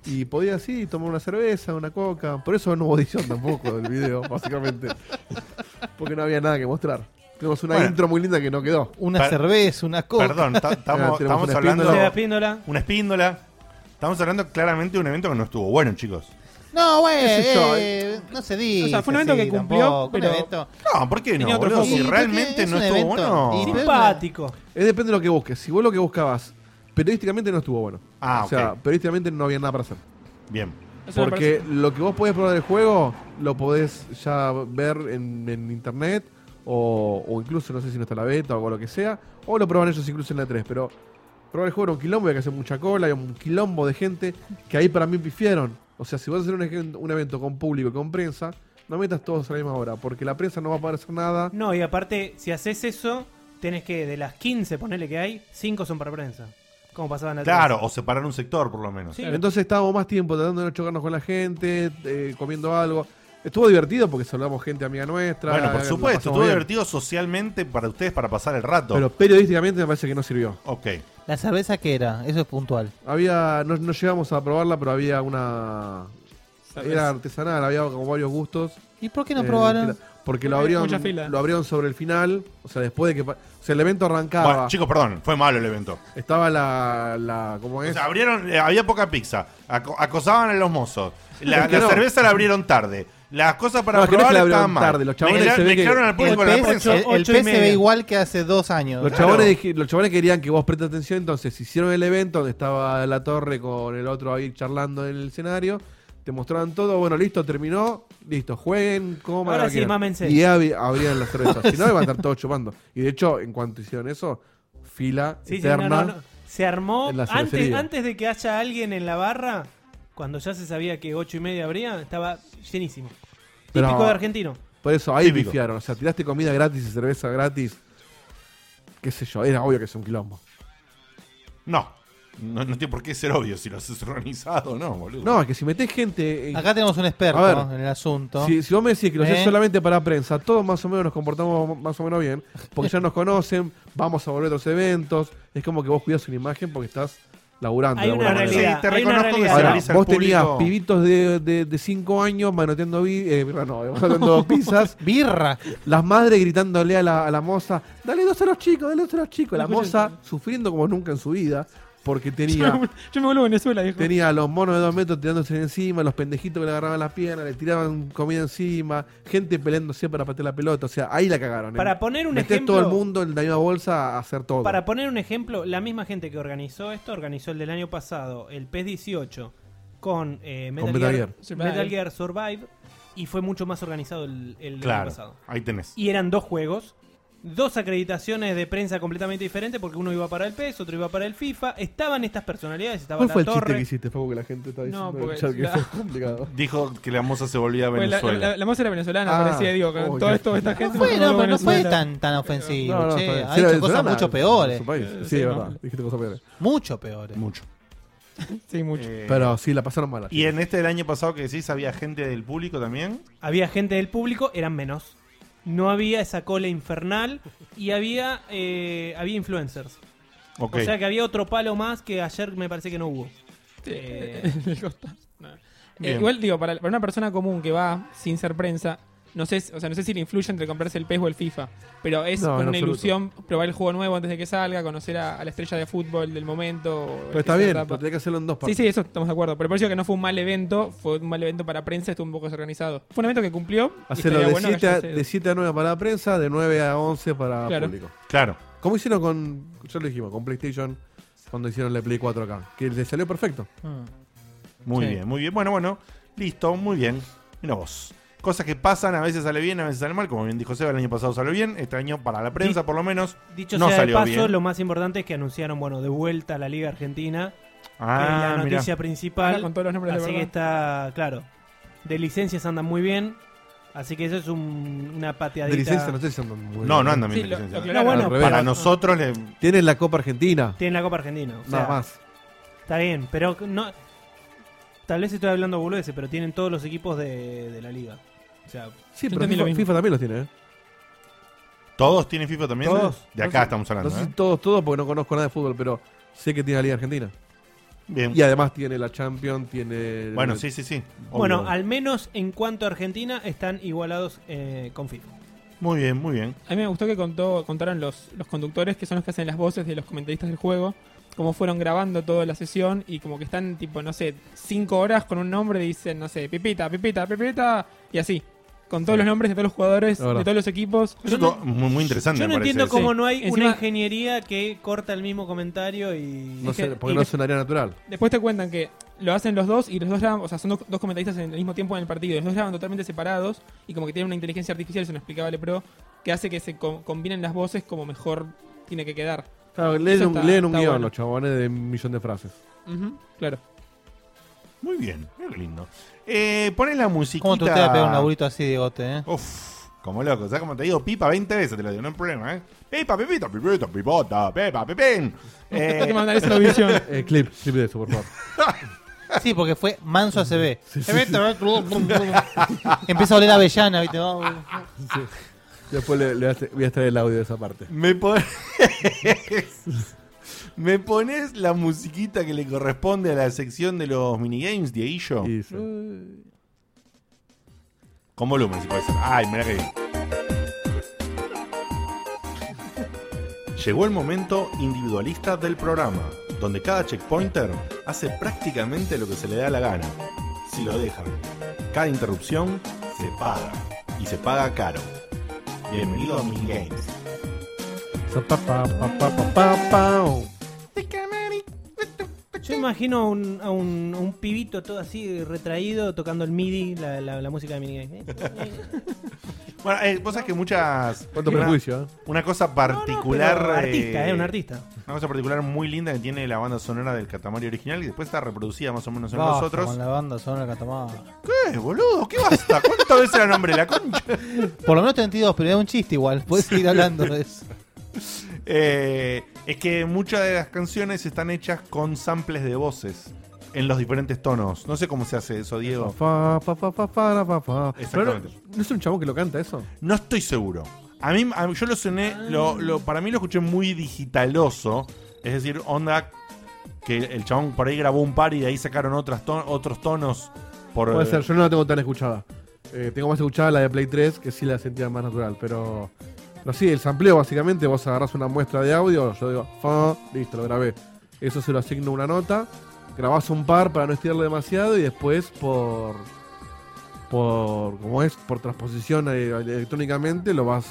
Speaker 3: Y podías sí, tomar una cerveza, una coca. Por eso no hubo edición tampoco del video, [laughs] básicamente. Porque no había nada que mostrar. Tenemos una
Speaker 2: Bueno.
Speaker 3: intro muy linda que no quedó. Ah,
Speaker 6: Una
Speaker 2: Per-
Speaker 6: cerveza, una coca.
Speaker 2: perdón,
Speaker 3: [laughs]
Speaker 6: [laughs]
Speaker 2: ta-
Speaker 3: tenemos
Speaker 2: estamos estamos
Speaker 3: una
Speaker 2: hablando.
Speaker 3: espíndola.
Speaker 4: Se la píndola.
Speaker 2: Una espíndola. Estamos hablando claramente de un evento que no estuvo bueno, chicos.
Speaker 6: No, güey.
Speaker 3: ¿Qué sé yo?
Speaker 6: eh, no se dice.
Speaker 8: O sea, fue un evento
Speaker 6: así
Speaker 8: que cumplió,
Speaker 6: tampoco, eh, un
Speaker 8: pero-
Speaker 6: evento.
Speaker 2: No, ¿por qué
Speaker 8: Tenía
Speaker 2: no?
Speaker 8: otro
Speaker 2: boludo?
Speaker 8: foco.
Speaker 2: Si
Speaker 6: Y eh, porque
Speaker 2: realmente
Speaker 6: es
Speaker 2: no
Speaker 6: un
Speaker 2: estuvo
Speaker 6: evento.
Speaker 2: bueno.
Speaker 6: Y-
Speaker 3: Eh,
Speaker 4: Simpático.
Speaker 3: Es depende de lo que busques. Si vos lo que buscabas Periodísticamente no estuvo bueno.
Speaker 2: Ah,
Speaker 3: O sea,
Speaker 2: ok.
Speaker 3: periodísticamente no había nada para hacer.
Speaker 2: Bien.
Speaker 8: Eso me
Speaker 3: Porque lo que vos podés probar del juego, lo podés ya ver en, en internet, o, o incluso, no sé si no está la beta o lo que sea, o lo proban ellos incluso en la 3, pero probar el juego era un quilombo, había que hacer mucha cola, había un quilombo de gente que ahí para mí pifieron. O sea, si vas a hacer un, ejen- un evento con público y con prensa, no metas todos a la misma hora, porque la prensa no va a poder hacer nada.
Speaker 4: No, y aparte, si haces eso, tenés que de las 15, ponele que hay, 5 son para prensa. Como pasaban atrás.
Speaker 2: Claro, o separar un sector por lo menos.
Speaker 4: Sí.
Speaker 3: Entonces estábamos más tiempo tratando de no chocarnos con la gente, eh, comiendo algo. Estuvo divertido porque saludamos gente amiga nuestra.
Speaker 2: Bueno, por
Speaker 3: la
Speaker 2: supuesto,
Speaker 3: pasamos
Speaker 2: estuvo
Speaker 3: bien.
Speaker 2: divertido socialmente para ustedes para pasar el rato.
Speaker 3: Pero periodísticamente me parece que no sirvió.
Speaker 2: ok.
Speaker 6: ¿La cerveza qué era? Eso es puntual.
Speaker 3: Había, no, no llegamos a probarla, pero había una.
Speaker 8: parece-
Speaker 3: Era artesanal, había como varios gustos.
Speaker 6: ¿Y por qué no
Speaker 3: Eh,
Speaker 6: probaron?
Speaker 3: que la- Porque lo
Speaker 8: Porque hay
Speaker 3: abrieron,
Speaker 8: mucha fila.
Speaker 3: lo abrieron sobre el final, o sea, después de que. pa- O sea, el evento arrancaba.
Speaker 2: Bueno, chicos, perdón, fue malo el evento.
Speaker 3: Estaba la. la ¿Cómo
Speaker 2: O
Speaker 3: es?
Speaker 2: sea, abrieron, eh, había poca pizza. Aco- acosaban a los mozos. La,
Speaker 3: Es que
Speaker 2: la
Speaker 3: no.
Speaker 2: cerveza la abrieron tarde. Las cosas para
Speaker 3: No, es que no es
Speaker 2: probar
Speaker 3: que la abrieron
Speaker 2: estaban mal.
Speaker 3: tarde, los chabones
Speaker 2: Mezcla-
Speaker 3: se ve que-
Speaker 2: mezclaron al
Speaker 6: El
Speaker 2: público con la
Speaker 6: pez,
Speaker 2: prensa.
Speaker 6: el- el
Speaker 4: Ocho y
Speaker 6: pez se ve
Speaker 4: media.
Speaker 6: igual que hace dos años.
Speaker 3: Los chabones, dije- los chabones querían que vos prestes atención, entonces hicieron el evento donde estaba la torre con el otro ahí charlando en el escenario. Te mostraban todo, bueno, listo, terminó, listo, jueguen, coman.
Speaker 4: Ahora
Speaker 3: lo que
Speaker 4: sí,
Speaker 3: quieran.
Speaker 4: mámense.
Speaker 3: Y abri- abrían las cervezas. si no, iban a estar todos chupando. Y de hecho, en cuanto hicieron eso, fila
Speaker 4: Sí, sí, no,
Speaker 3: eterna.
Speaker 4: no, no. Se armó
Speaker 3: en la
Speaker 4: antes,
Speaker 3: cervecería.
Speaker 4: antes de que haya alguien en la barra, cuando ya se sabía que 8 y media habría, estaba llenísimo.
Speaker 3: Pero-
Speaker 4: Típico de argentino.
Speaker 3: Por eso ahí
Speaker 2: Típico.
Speaker 3: pifiaron. O sea, tiraste comida gratis y cerveza gratis. Qué sé yo, era obvio que es un quilombo.
Speaker 2: No. no. No tiene por qué ser obvio si lo haces organizado, no, boludo.
Speaker 3: No, es que si metés gente. en-
Speaker 6: Acá tenemos un experto
Speaker 3: A ver.
Speaker 6: en el asunto.
Speaker 3: Si, si vos me decís que lo haces
Speaker 6: ¿Eh?
Speaker 3: solamente para prensa, todos más o menos nos comportamos más o menos bien, porque ya nos conocen, vamos a volver a otros eventos, es como que vos cuidas una imagen porque estás laburando.
Speaker 4: Hay
Speaker 3: de
Speaker 4: una
Speaker 3: alguna manera.
Speaker 4: realidad.
Speaker 2: Sí, te
Speaker 4: hay una
Speaker 2: reconozco que
Speaker 4: realidad.
Speaker 3: Ahora,
Speaker 2: se realiza
Speaker 3: vos
Speaker 2: el
Speaker 3: tenías
Speaker 2: público.
Speaker 3: pibitos de 5 de, cinco años manoteando, vi- eh, no, [laughs]
Speaker 6: [laughs]
Speaker 3: manoteando pizzas,
Speaker 6: Birra.
Speaker 3: las madres gritándole a la, a la moza, dale dos a los chicos, dale dos a los chicos. La moza sufriendo como nunca en su vida, porque
Speaker 8: [laughs] Yo
Speaker 3: tenía
Speaker 8: me, yo me vuelvo a Venezuela, dijo.
Speaker 3: Tenía a los monos de dos metros tirándose encima, los pendejitos que le agarraban las piernas, le tiraban comida encima, gente peleándose para patear la pelota. O sea, ahí la cagaron. ¿eh?
Speaker 4: Para poner un
Speaker 3: Metés
Speaker 4: ejemplo.
Speaker 3: todo el mundo en la misma bolsa a hacer todo.
Speaker 4: Para poner un ejemplo, la misma gente que organizó esto organizó el del año pasado, el PES 18, con, eh, Metal,
Speaker 3: Con Metal
Speaker 4: Gear,
Speaker 3: Gear.
Speaker 8: Survive.
Speaker 4: Metal Gear Survive, y fue mucho más organizado el, el año
Speaker 2: Claro,
Speaker 4: pasado.
Speaker 2: ahí tenés.
Speaker 4: Y eran dos juegos, dos acreditaciones de prensa completamente diferentes, porque uno iba para el PES, otro iba para el FIFA. Estaban estas personalidades, estaba
Speaker 3: ¿Cuál
Speaker 4: la
Speaker 3: fue el chiste
Speaker 4: torre.
Speaker 3: que hiciste? Fue porque la gente está diciendo en el
Speaker 8: porque
Speaker 3: chat que
Speaker 8: la-
Speaker 3: fue complicado.
Speaker 2: [laughs] Dijo que la moza se volvía a
Speaker 8: Bueno, la,
Speaker 2: Venezuela.
Speaker 8: la, la moza era venezolana,
Speaker 3: Ah.
Speaker 8: parecía, digo, con
Speaker 3: Oh,
Speaker 8: todo
Speaker 3: qué-
Speaker 8: esto, esta gente.
Speaker 6: Bueno,
Speaker 8: me
Speaker 6: pero no
Speaker 8: acuerdo de
Speaker 6: fue
Speaker 8: Venezuela.
Speaker 6: tan, tan ofensivo.
Speaker 3: No, no,
Speaker 6: che.
Speaker 3: está bien.
Speaker 6: Ha
Speaker 3: Sí, era
Speaker 6: hecho cosas
Speaker 3: venezolana,
Speaker 6: mucho
Speaker 3: en
Speaker 6: peores.
Speaker 3: su país. Sí,
Speaker 8: sí,
Speaker 3: es
Speaker 8: no.
Speaker 3: verdad. Dijiste cosas peores.
Speaker 6: Mucho eh. peores.
Speaker 2: Mucho.
Speaker 8: Sí, mucho.
Speaker 2: Eh,
Speaker 3: Pero sí, la pasaron mal.
Speaker 2: y en este del año pasado que decís, había gente del público también.
Speaker 4: Había gente del público, eran menos. No había esa cola infernal y había, eh, había influencers.
Speaker 2: Ok.
Speaker 4: O sea que había otro palo más que ayer me parece que no hubo.
Speaker 8: [laughs]
Speaker 4: Eh,
Speaker 8: Le costó. No. Eh,
Speaker 2: Bien.
Speaker 8: igual digo, para, para una persona común que va sin ser prensa, no sé, si- o sea, no sé si le influye entre comprarse el PES o el FIFA, pero es
Speaker 3: No, en
Speaker 8: como una
Speaker 3: absoluto.
Speaker 8: ilusión probar el juego nuevo antes de que salga, conocer a, a la estrella de fútbol del momento. o
Speaker 3: Pero está
Speaker 8: esa
Speaker 3: bien,
Speaker 8: etapa.
Speaker 3: pero tenés que hacerlo en dos
Speaker 8: Sí,
Speaker 3: partes.
Speaker 8: sí, eso estamos de acuerdo. Pero por eso que no fue un mal evento, fue un mal evento para prensa, estuvo un poco desorganizado. Fue un evento que cumplió. y
Speaker 3: Hacerlo
Speaker 8: estaría
Speaker 3: de
Speaker 8: bueno
Speaker 3: 7
Speaker 8: que haya sido.
Speaker 3: a 9 para la prensa, de 9 a 11 para
Speaker 8: Claro.
Speaker 3: público.
Speaker 2: claro.
Speaker 3: Como hicieron con, ya lo dijimos, con PlayStation cuando hicieron la Play 4 acá. Que les salió perfecto.
Speaker 2: Muy
Speaker 8: Sí.
Speaker 2: bien, muy bien. Bueno, bueno, listo, muy bien. Mira vos. Cosas que pasan, a veces sale bien, a veces sale mal. Como bien dijo Seba, el año pasado salió bien. Este año, para la prensa, por lo menos.
Speaker 4: dicho
Speaker 2: No
Speaker 4: sea de
Speaker 2: salió
Speaker 4: paso,
Speaker 2: bien.
Speaker 4: lo más importante es que anunciaron, bueno, de vuelta a la Liga Argentina.
Speaker 2: Ah,
Speaker 4: en la
Speaker 2: mirá.
Speaker 4: noticia
Speaker 8: Ahora
Speaker 4: principal.
Speaker 8: Con todos los nombres de
Speaker 4: Así que
Speaker 8: verdad.
Speaker 4: está, claro. De licencias andan muy bien. Así que eso es un- una pateadita.
Speaker 3: De licencia no sé si andan muy
Speaker 2: No,
Speaker 3: bien.
Speaker 2: no andan
Speaker 8: Sí,
Speaker 2: bien.
Speaker 8: lo-
Speaker 2: de licencia.
Speaker 8: lo
Speaker 4: No, bueno,
Speaker 3: Al revés.
Speaker 2: para nosotros, le-
Speaker 3: Tienen la Copa Argentina.
Speaker 4: Tienen la Copa Argentina. o
Speaker 3: Nada
Speaker 4: sea,
Speaker 3: más.
Speaker 4: Está bien, pero no. Tal vez estoy hablando boludeces, pero tienen todos los equipos de, de la liga. O sea,
Speaker 3: Sí,
Speaker 8: yo
Speaker 3: pero
Speaker 8: entendí lo
Speaker 3: FIFA,
Speaker 8: mismo.
Speaker 3: FIFA también los tiene, ¿eh?
Speaker 2: todos tienen FIFA también.
Speaker 3: Todos.
Speaker 2: De acá
Speaker 3: No sé-
Speaker 2: estamos
Speaker 3: No
Speaker 2: hablando.
Speaker 3: sé si
Speaker 2: ¿eh?
Speaker 3: todos, todos, porque no conozco nada de fútbol, pero sé que tiene la Liga Argentina.
Speaker 2: Bien.
Speaker 3: Y además tiene la Champions, tiene.
Speaker 2: Bueno, sí, sí, sí. Obvio.
Speaker 4: bueno, al menos en cuanto a Argentina están igualados eh, con FIFA.
Speaker 2: Muy bien, muy bien.
Speaker 8: A mí me gustó que contó, contaron los, los conductores, que son los que hacen las voces de los comentaristas del juego, cómo fueron grabando toda la sesión y como que están, tipo, no sé, cinco horas con un nombre, dicen, no sé, Pepita, Pepita, Pepita, y así. con todos los nombres de todos los jugadores,
Speaker 2: La
Speaker 8: de
Speaker 2: verdad.
Speaker 8: todos los equipos.
Speaker 2: Eso todo muy, muy interesante.
Speaker 4: Yo
Speaker 2: me
Speaker 4: no
Speaker 2: parece,
Speaker 4: entiendo
Speaker 2: sí.
Speaker 4: cómo no hay una
Speaker 8: Encima-
Speaker 4: ingeniería que corta el mismo comentario y.
Speaker 3: No sé, porque
Speaker 8: y
Speaker 3: no
Speaker 8: de-
Speaker 3: es un área natural.
Speaker 8: Después te cuentan que lo hacen los dos y los dos graban, o sea, son dos, dos comentaristas en el mismo tiempo en el partido. Los dos graban totalmente separados y como que tienen una inteligencia artificial, es un explicable pro, que hace que se co- combinen las voces como mejor tiene que quedar.
Speaker 3: Claro, leen
Speaker 8: Eso
Speaker 3: un,
Speaker 8: está-
Speaker 3: leen un
Speaker 8: está
Speaker 3: guión
Speaker 8: bueno.
Speaker 3: los chabones de un millón de frases.
Speaker 8: Ujú, claro.
Speaker 2: Muy bien, mira qué lindo. Eh, poné la musiquita.
Speaker 6: ¿Cómo te gustaría pegar un laburito así de gote, eh?
Speaker 2: Uf, como loco. ¿Sabes cómo te digo? Pipa 20 veces te lo digo, no hay problema, ¿eh? Pipa, pipita, pipita, pipota, pepa,
Speaker 6: [laughs]
Speaker 2: pepín. Eh,
Speaker 8: [laughs] Hay que mandar eso a la
Speaker 2: [laughs]
Speaker 8: audición.
Speaker 3: [laughs] Eh, clip, clip de eso, por favor.
Speaker 6: Sí, porque fue manso ACB.
Speaker 2: [laughs]
Speaker 6: Empieza a oler avellana, ¿viste?
Speaker 3: Después le, le hace- voy a extraer el audio de esa parte.
Speaker 2: Me pones. [laughs] Me pones la musiquita que le corresponde a la sección de los minigames, Dieguillo.
Speaker 3: Y
Speaker 6: Uh.
Speaker 3: dice,
Speaker 2: Con volumen, si puede ser. Ay, mira que bien. Llegó el momento individualista del programa, donde cada checkpointer hace prácticamente lo que se le da la gana, si lo dejan. Cada interrupción se paga, y se paga caro. Bienvenido a Minigames.
Speaker 3: "Sa, pa, pa, pa, pa, pa, pa, oh. pao".
Speaker 4: Yo imagino a un, a un, a un pibito todo así retraído tocando el MIDI, la, la- la música de Minigame.
Speaker 2: [laughs] Bueno, eh, vos sabés que muchas...
Speaker 3: Cuánto
Speaker 2: una-
Speaker 3: prejuicio, ¿eh?
Speaker 2: Una cosa
Speaker 4: Particular.
Speaker 2: particular...
Speaker 4: artista,
Speaker 2: eh,
Speaker 4: ¿eh? Un artista.
Speaker 2: Una cosa particular muy linda que tiene la banda sonora del Catamari original y después está reproducida más o menos en
Speaker 6: Basta
Speaker 2: nosotros.
Speaker 6: Con la banda sonora que tomaba.
Speaker 2: ¿Qué, boludo? ¿Qué basta? ¿Cuántas veces era nombre la concha?
Speaker 6: [laughs] Por lo menos 32, pero era un chiste igual. Puedes seguir hablando de eso.
Speaker 2: Eh, es que muchas de las canciones están hechas con samples de voces en los diferentes tonos. No sé cómo se hace eso, Diego.
Speaker 3: Pa, pa, pa, pa, pa, ra, pa, pa. Pero no,
Speaker 2: Exactamente.
Speaker 3: ¿no es un chabón que lo canta eso?
Speaker 2: No estoy seguro. A mí, a- yo lo soné, lo, lo- para mí lo escuché muy digitaloso. Es decir, onda que el chabón por ahí grabó un par y de ahí sacaron otras ton- otros tonos. Por, eh,
Speaker 3: Puede ser, yo no la tengo tan escuchada. Eh, tengo más escuchada la de Play 3, que sí la sentía más natural, pero. Pero sí, el sampleo básicamente, vos agarrás una muestra de audio, yo digo, fa, listo, lo grabé. Eso se lo asigno una nota, grabás un par para no estirarlo demasiado y después por. por. como es, por transposición eh, electrónicamente lo vas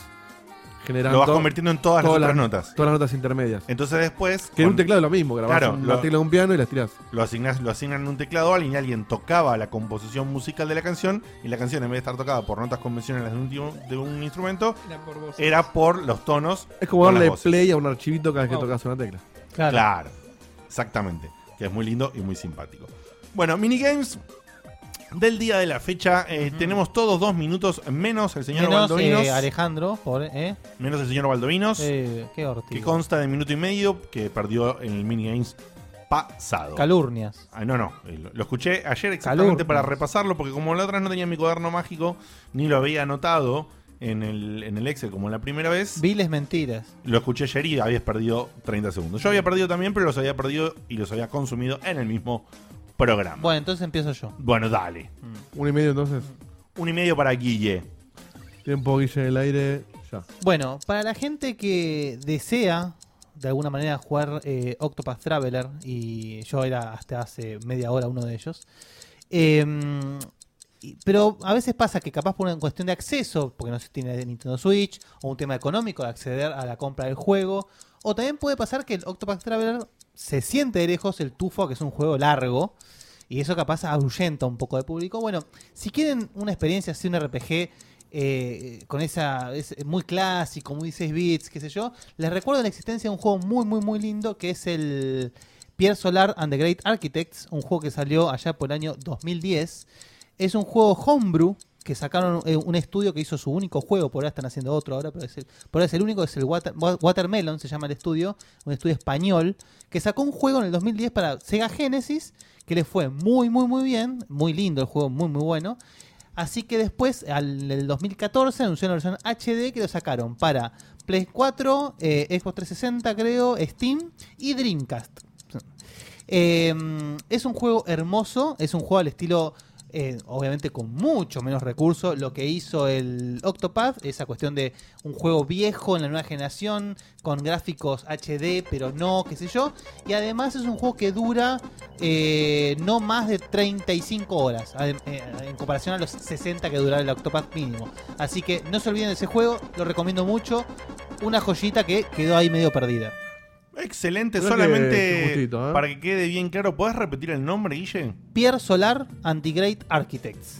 Speaker 3: generando.
Speaker 2: lo vas convirtiendo en todas,
Speaker 3: todas
Speaker 2: las otras
Speaker 3: las-
Speaker 2: notas.
Speaker 3: Todas las notas intermedias.
Speaker 2: Entonces después...
Speaker 3: Que en un
Speaker 2: cuando-
Speaker 3: teclado es lo mismo, grabás
Speaker 2: Claro,
Speaker 3: una
Speaker 2: lo-
Speaker 3: tecla de un piano y las tirás.
Speaker 2: lo, asignás- lo asignan en un teclado a alguien y alguien tocaba la composición musical de la canción y la canción en vez de estar tocada por notas convencionales de un, ti- de un instrumento
Speaker 8: Era por voz.
Speaker 2: era por los tonos
Speaker 3: Es como
Speaker 2: con las
Speaker 3: darle
Speaker 2: voces.
Speaker 3: play a un archivito cada vez que
Speaker 8: Wow.
Speaker 3: tocas una tecla.
Speaker 6: Claro.
Speaker 2: Claro, exactamente. Que es muy lindo y muy simpático. Bueno, minigames del día de la fecha. Eh, Tenemos todos dos minutos menos el [laughs] señor
Speaker 6: Menos eh,
Speaker 2: Baldovinos.
Speaker 6: Alejandro, pobre, ¿eh?
Speaker 2: menos el señor Baldovinos.
Speaker 6: Eh, qué
Speaker 2: que
Speaker 6: hortigo.
Speaker 2: consta de minuto y medio que perdió en el minigames pasado.
Speaker 6: Calurnias.
Speaker 2: Ah, no, no. eh, Lo, lo escuché ayer exactamente
Speaker 6: Calor.
Speaker 2: para repasarlo, porque como la otra vez no tenía mi cuaderno mágico, ni lo había anotado en el, en el Excel como la primera vez,
Speaker 6: Viles mentiras.
Speaker 2: lo escuché ayer y habías perdido 30 segundos. Yo había perdido también, pero los había perdido y los había consumido en el mismo programa. Bueno,
Speaker 6: Bueno, entonces empiezo yo. Mm.
Speaker 2: dale.
Speaker 3: Uno Mm. y medio entonces.
Speaker 2: Un y medio para Guille.
Speaker 3: Tiempo, Guille, en el aire. Ya.
Speaker 6: Bueno, para la gente que desea de alguna manera jugar eh, Octopath Traveler, y yo era hasta hace media hora uno de ellos, eh, y- pero a veces pasa que capaz por una cuestión de acceso, porque no se tiene de Nintendo Switch, o un tema económico de acceder a la compra del juego, o también puede pasar que el Octopath Traveler se siente de lejos el tufo, que es un juego largo, y eso capaz ahuyenta un poco de público. Bueno, si quieren una experiencia así, un RPG eh, con esa. Es muy clásico, muy 6 bits, qué sé yo. Les recuerdo la existencia de un juego muy, muy, muy lindo que es el Pierre Solar and the Great Architects, un juego que salió allá por el año 2010. Es un juego homebrew que sacaron eh, un estudio que hizo su único juego, por ahora están haciendo otro ahora, pero es el, por ahora es el único, es el Water- Wa- Watermelon, se llama el estudio, un estudio español, que sacó un juego en el 2010 para Sega Genesis, que le fue muy, muy, muy bien, muy lindo el juego, muy, muy bueno. Así que después, al en el 2014, anunciaron la versión HD que lo sacaron para Play 4, eh, Xbox 360, creo, Steam y Em, Dreamcast. Eh, es un juego hermoso, es un juego al estilo eh, obviamente con mucho menos recursos, lo que hizo el Octopath, esa cuestión de un juego viejo en la nueva generación, con gráficos HD, pero no, qué sé yo. Y además es un juego que dura eh, no más de 35 horas, adem- eh, en comparación a los 60 que duraba el Octopath mínimo. Así que no se olviden de ese juego, lo recomiendo mucho. Una joyita que quedó ahí medio perdida.
Speaker 2: Excelente,
Speaker 6: Creo que-
Speaker 2: solamente
Speaker 6: que justito, ¿eh?
Speaker 2: para que quede bien claro, ¿puedes repetir el nombre, Guille?
Speaker 6: Pierre Solar Anti-Great Architects.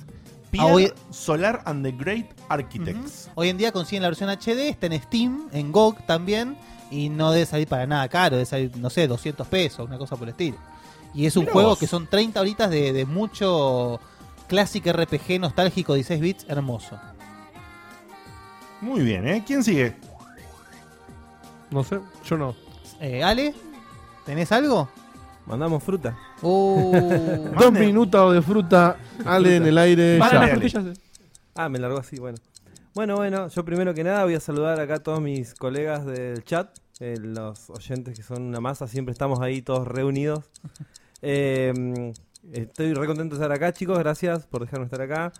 Speaker 2: Pierre
Speaker 6: Ah, Solar and the Great Architects. Hoy en día consiguen la versión HD, está en Steam, en GOG también, y no debe salir para nada caro, debe salir, no sé, 200 pesos, una cosa por el estilo. Y es un
Speaker 13: Mirá
Speaker 6: juego
Speaker 13: vos.
Speaker 6: que son 30 horitas de, de mucho clásico RPG nostálgico 16 bits, hermoso.
Speaker 2: Muy bien, ¿eh? ¿Quién sigue?
Speaker 6: No sé, yo no. Eh, Ale, ¿tenés algo? Uh,
Speaker 12: Mandamos fruta.
Speaker 6: [laughs]
Speaker 3: Dos minutos de fruta, Ale en el aire. ya.
Speaker 12: Ah, me largó así, bueno. Bueno, bueno, yo primero que nada voy a saludar acá a todos mis colegas del chat, eh, los oyentes que son una masa, siempre estamos ahí todos reunidos. Eh, estoy re contento de estar acá, chicos, gracias por dejarme estar acá.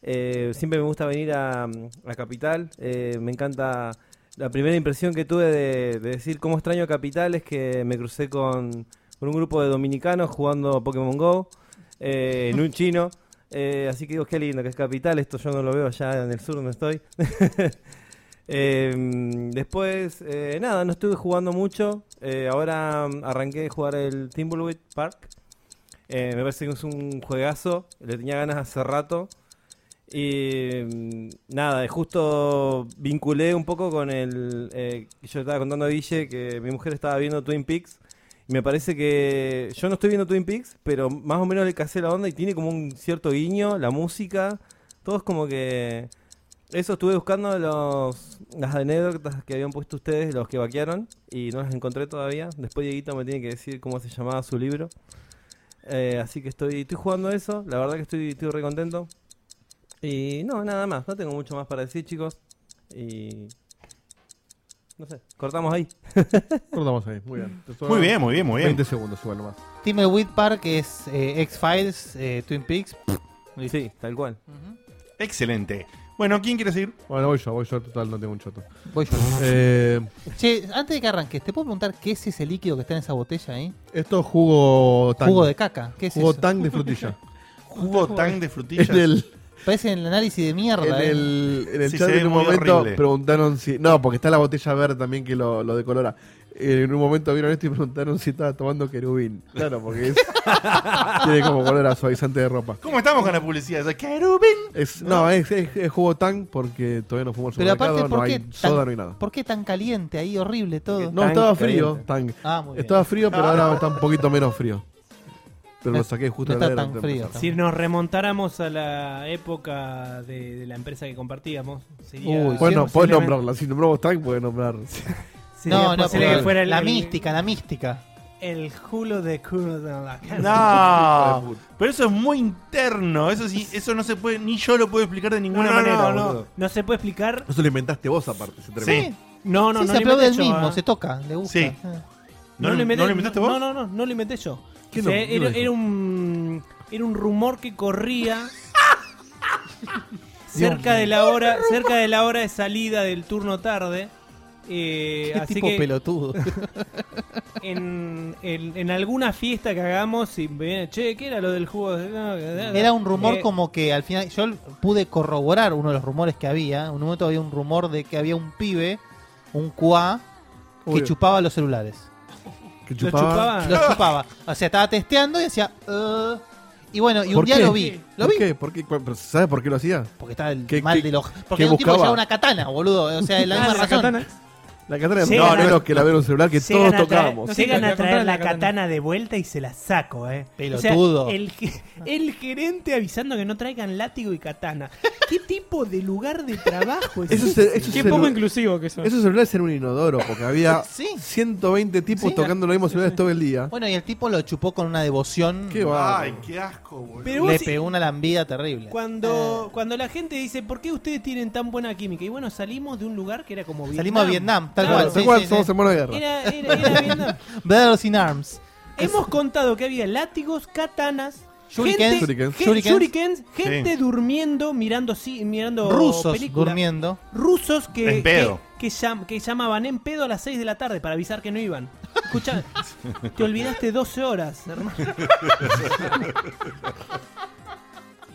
Speaker 12: Eh, siempre me gusta venir a, a Capital, eh, me encanta... La primera impresión que tuve de, de decir cómo extraño a Capital es que me crucé con, con un grupo de dominicanos jugando Pokémon GO eh, en un chino. Eh, así que digo, qué lindo que es capital, esto yo no lo veo allá en el sur donde estoy. [laughs] Eh, después, eh, nada, no estuve jugando mucho. Eh, ahora mm, arranqué a jugar el Timbleweed Park. Eh, me parece que es un juegazo, le tenía ganas hace rato. Y mm, nada, justo vinculé un poco con el... eh, yo estaba contando a Guille que mi mujer estaba viendo Twin Peaks. Y me parece que yo no estoy viendo Twin Peaks, pero más o menos le casé la onda y tiene como un cierto guiño, la música, todo es como que... Eso estuve buscando los, las anécdotas que habían puesto ustedes, los que vaquearon, y no las encontré todavía. Después Dieguito me tiene que decir cómo se llamaba su libro. Eh, así que estoy, estoy jugando eso, la verdad que estoy, estoy re contento. Y no, nada más, no tengo mucho más para decir, chicos. Y... No sé, cortamos ahí.
Speaker 3: Cortamos ahí, muy bien. Te sobra
Speaker 2: Muy bien, muy bien, muy bien.
Speaker 3: 20 segundos, igual nomás.
Speaker 6: Timbleweed Park es eh, X-Files, eh, Twin Peaks.
Speaker 12: Sí, tal cual.
Speaker 2: Excelente. Bueno, ¿quién quiere seguir?
Speaker 3: Bueno, voy yo, voy yo, total, no tengo un choto.
Speaker 6: Voy yo.
Speaker 3: Eh,
Speaker 6: Che, antes de que arranques, ¿te puedo preguntar qué es ese líquido que está en esa botella ahí?
Speaker 3: esto es jugo tang.
Speaker 6: Jugo de caca, ¿qué es
Speaker 3: Jugo
Speaker 6: eso?
Speaker 3: tang de
Speaker 6: [laughs]
Speaker 3: frutilla.
Speaker 2: Jugo tan de frutillas.
Speaker 3: [laughs] En el-
Speaker 6: Parece el análisis de mierda.
Speaker 3: En
Speaker 6: eh.
Speaker 3: el, en el
Speaker 2: Sí,
Speaker 3: chat
Speaker 2: se ve
Speaker 3: en un
Speaker 2: muy
Speaker 3: momento
Speaker 2: horrible.
Speaker 3: preguntaron si. No, porque está la botella verde también que lo, lo decolora. Eh, En un momento vieron esto y preguntaron si estaba tomando querubín. Claro, porque
Speaker 2: [laughs]
Speaker 3: es. tiene como color a suavizante de ropa.
Speaker 2: ¿Cómo estamos con la publicidad? Es Querubín.
Speaker 3: Es, no, es, es- es jugo tan porque todavía no fumo al
Speaker 6: Pero aparte,
Speaker 3: supermercado,
Speaker 6: ¿por,
Speaker 3: no
Speaker 6: qué
Speaker 3: hay
Speaker 6: tan,
Speaker 3: soda, no hay nada.
Speaker 6: ¿por qué tan caliente ahí? Horrible todo.
Speaker 3: No, estaba frío. Tang.
Speaker 6: Ah, muy bien.
Speaker 3: estaba frío, pero ahora está un poquito menos frío. Pero lo saqué justo de la heladera antes de empezar.
Speaker 4: Si nos remontáramos a la época de, de la empresa que compartíamos, sería.
Speaker 3: Uy, bueno, podés
Speaker 6: pues
Speaker 4: posiblemente-
Speaker 3: nombrarla. Si nombramos Tang, podés nombrar.
Speaker 4: sería
Speaker 6: no, no,
Speaker 4: posible
Speaker 6: porque
Speaker 4: que fuera el-
Speaker 6: la
Speaker 4: el-
Speaker 6: mística, la mística.
Speaker 4: El culo de culo de la
Speaker 2: No, pero eso es muy interno. Eso sí, eso no se puede, ni yo lo puedo explicar de
Speaker 4: No,
Speaker 2: ninguna
Speaker 4: no,
Speaker 2: manera.
Speaker 4: no, no,
Speaker 2: boludo.
Speaker 4: no se puede explicar.
Speaker 3: Eso lo inventaste vos, aparte. Ese tremendo.
Speaker 2: Sí.
Speaker 4: No, no, no.
Speaker 6: Sí, se
Speaker 4: lo
Speaker 6: aplaude
Speaker 4: inventé
Speaker 6: el
Speaker 4: yo,
Speaker 6: mismo,
Speaker 4: ¿eh?
Speaker 6: se toca, le gusta.
Speaker 2: Sí.
Speaker 6: Ah.
Speaker 2: ¿No, lo inventé-
Speaker 4: inventé-
Speaker 2: ¿no lo inventaste vos?
Speaker 4: No, no, no, no lo inventé yo.
Speaker 3: ¿Quién
Speaker 4: O sea,
Speaker 3: lo- quién lo
Speaker 4: era,
Speaker 3: dijo?
Speaker 4: era un era un rumor que corría cerca de la hora, cerca de la hora de salida del turno tarde. Eh,
Speaker 6: Qué
Speaker 4: así
Speaker 6: tipo
Speaker 4: que
Speaker 6: pelotudo.
Speaker 4: [laughs] en, en- en alguna fiesta que hagamos y me viene, che, ¿qué era lo del juego?
Speaker 6: Era un rumor
Speaker 4: Eh,
Speaker 6: como que al final yo pude corroborar uno de los rumores que había. En un momento había un rumor de que había un pibe, un cuá, que
Speaker 3: Obvio.
Speaker 6: chupaba los celulares.
Speaker 3: Que
Speaker 4: ¿Lo chupaba?
Speaker 6: Los chupaba. O sea, estaba testeando y decía. "Eh". y bueno, y un
Speaker 3: ¿Por
Speaker 6: día
Speaker 3: qué?
Speaker 6: lo vi. Lo
Speaker 3: ¿Por
Speaker 6: vi.
Speaker 3: qué? ¿Por qué? ¿Cuál- pero ¿Sabes por qué lo hacía?
Speaker 6: Porque estaba el
Speaker 3: ¿Qué-
Speaker 6: mal
Speaker 3: qué-
Speaker 6: de los. Porque
Speaker 3: qué
Speaker 6: era un tipo que
Speaker 3: buscaba?
Speaker 6: llevaba una katana, boludo. O sea,
Speaker 3: [laughs]
Speaker 6: la
Speaker 8: Ah,
Speaker 6: misma
Speaker 8: la
Speaker 6: razón.
Speaker 8: katana.
Speaker 3: La catena de
Speaker 4: Llegan
Speaker 3: no,
Speaker 4: a-
Speaker 3: menos que la vieron en un celular que
Speaker 4: Llegan
Speaker 3: todos
Speaker 4: a traer-
Speaker 3: tocábamos.
Speaker 8: no sé,
Speaker 4: llegan a
Speaker 8: la
Speaker 4: traer la
Speaker 8: katana.
Speaker 4: katana de vuelta y se la saco, eh. O sea,
Speaker 6: Pelotudo.
Speaker 4: el, ge- el gerente avisando que no traigan látigo y katana. ¿Qué tipo de lugar de trabajo es
Speaker 3: Eso es,
Speaker 4: ese?
Speaker 3: eso es
Speaker 8: Qué
Speaker 3: celu-
Speaker 8: poco inclusivo que son.
Speaker 3: esos celulares eran un inodoro porque había
Speaker 6: [laughs] Sí.
Speaker 3: 120 tipos
Speaker 6: Sí.
Speaker 3: tocando los mismos celulares todo el día.
Speaker 6: Bueno, y el tipo lo chupó con una devoción.
Speaker 3: Qué va.
Speaker 2: Ay, qué asco, boludo.
Speaker 4: Pero vos
Speaker 6: Le
Speaker 4: si-
Speaker 6: pegó una lambida terrible.
Speaker 4: cuando,
Speaker 8: Eh.
Speaker 4: cuando la gente dice, ¿por qué ustedes tienen tan buena química? Y bueno, salimos de un lugar que era como Vietnam.
Speaker 6: Salimos a Vietnam, tal
Speaker 4: Claro,
Speaker 6: cual.
Speaker 3: Bueno,
Speaker 6: sí,
Speaker 3: tal cual,
Speaker 6: sí,
Speaker 3: somos
Speaker 6: sí.
Speaker 3: en buena guerra. [laughs]
Speaker 4: Era,
Speaker 6: [laughs]
Speaker 4: era- era Vietnam.
Speaker 6: Brothers in Arms.
Speaker 4: Hemos contado que había látigos, katanas,
Speaker 6: Shurikens.
Speaker 4: Gente,
Speaker 6: Shurikens.
Speaker 4: ge-
Speaker 6: Shurikens.
Speaker 4: shurikens, gente
Speaker 6: Sí.
Speaker 4: durmiendo, mirando, sí, mirando
Speaker 6: Rusos
Speaker 4: películas. [laughs]
Speaker 6: durmiendo.
Speaker 4: Rusos que,
Speaker 6: En pedo.
Speaker 4: que, que llam- que llamaban en pedo a las 6 de la tarde para avisar que no iban.
Speaker 3: [laughs]
Speaker 4: Escucha, te olvidaste 12 horas, hermano.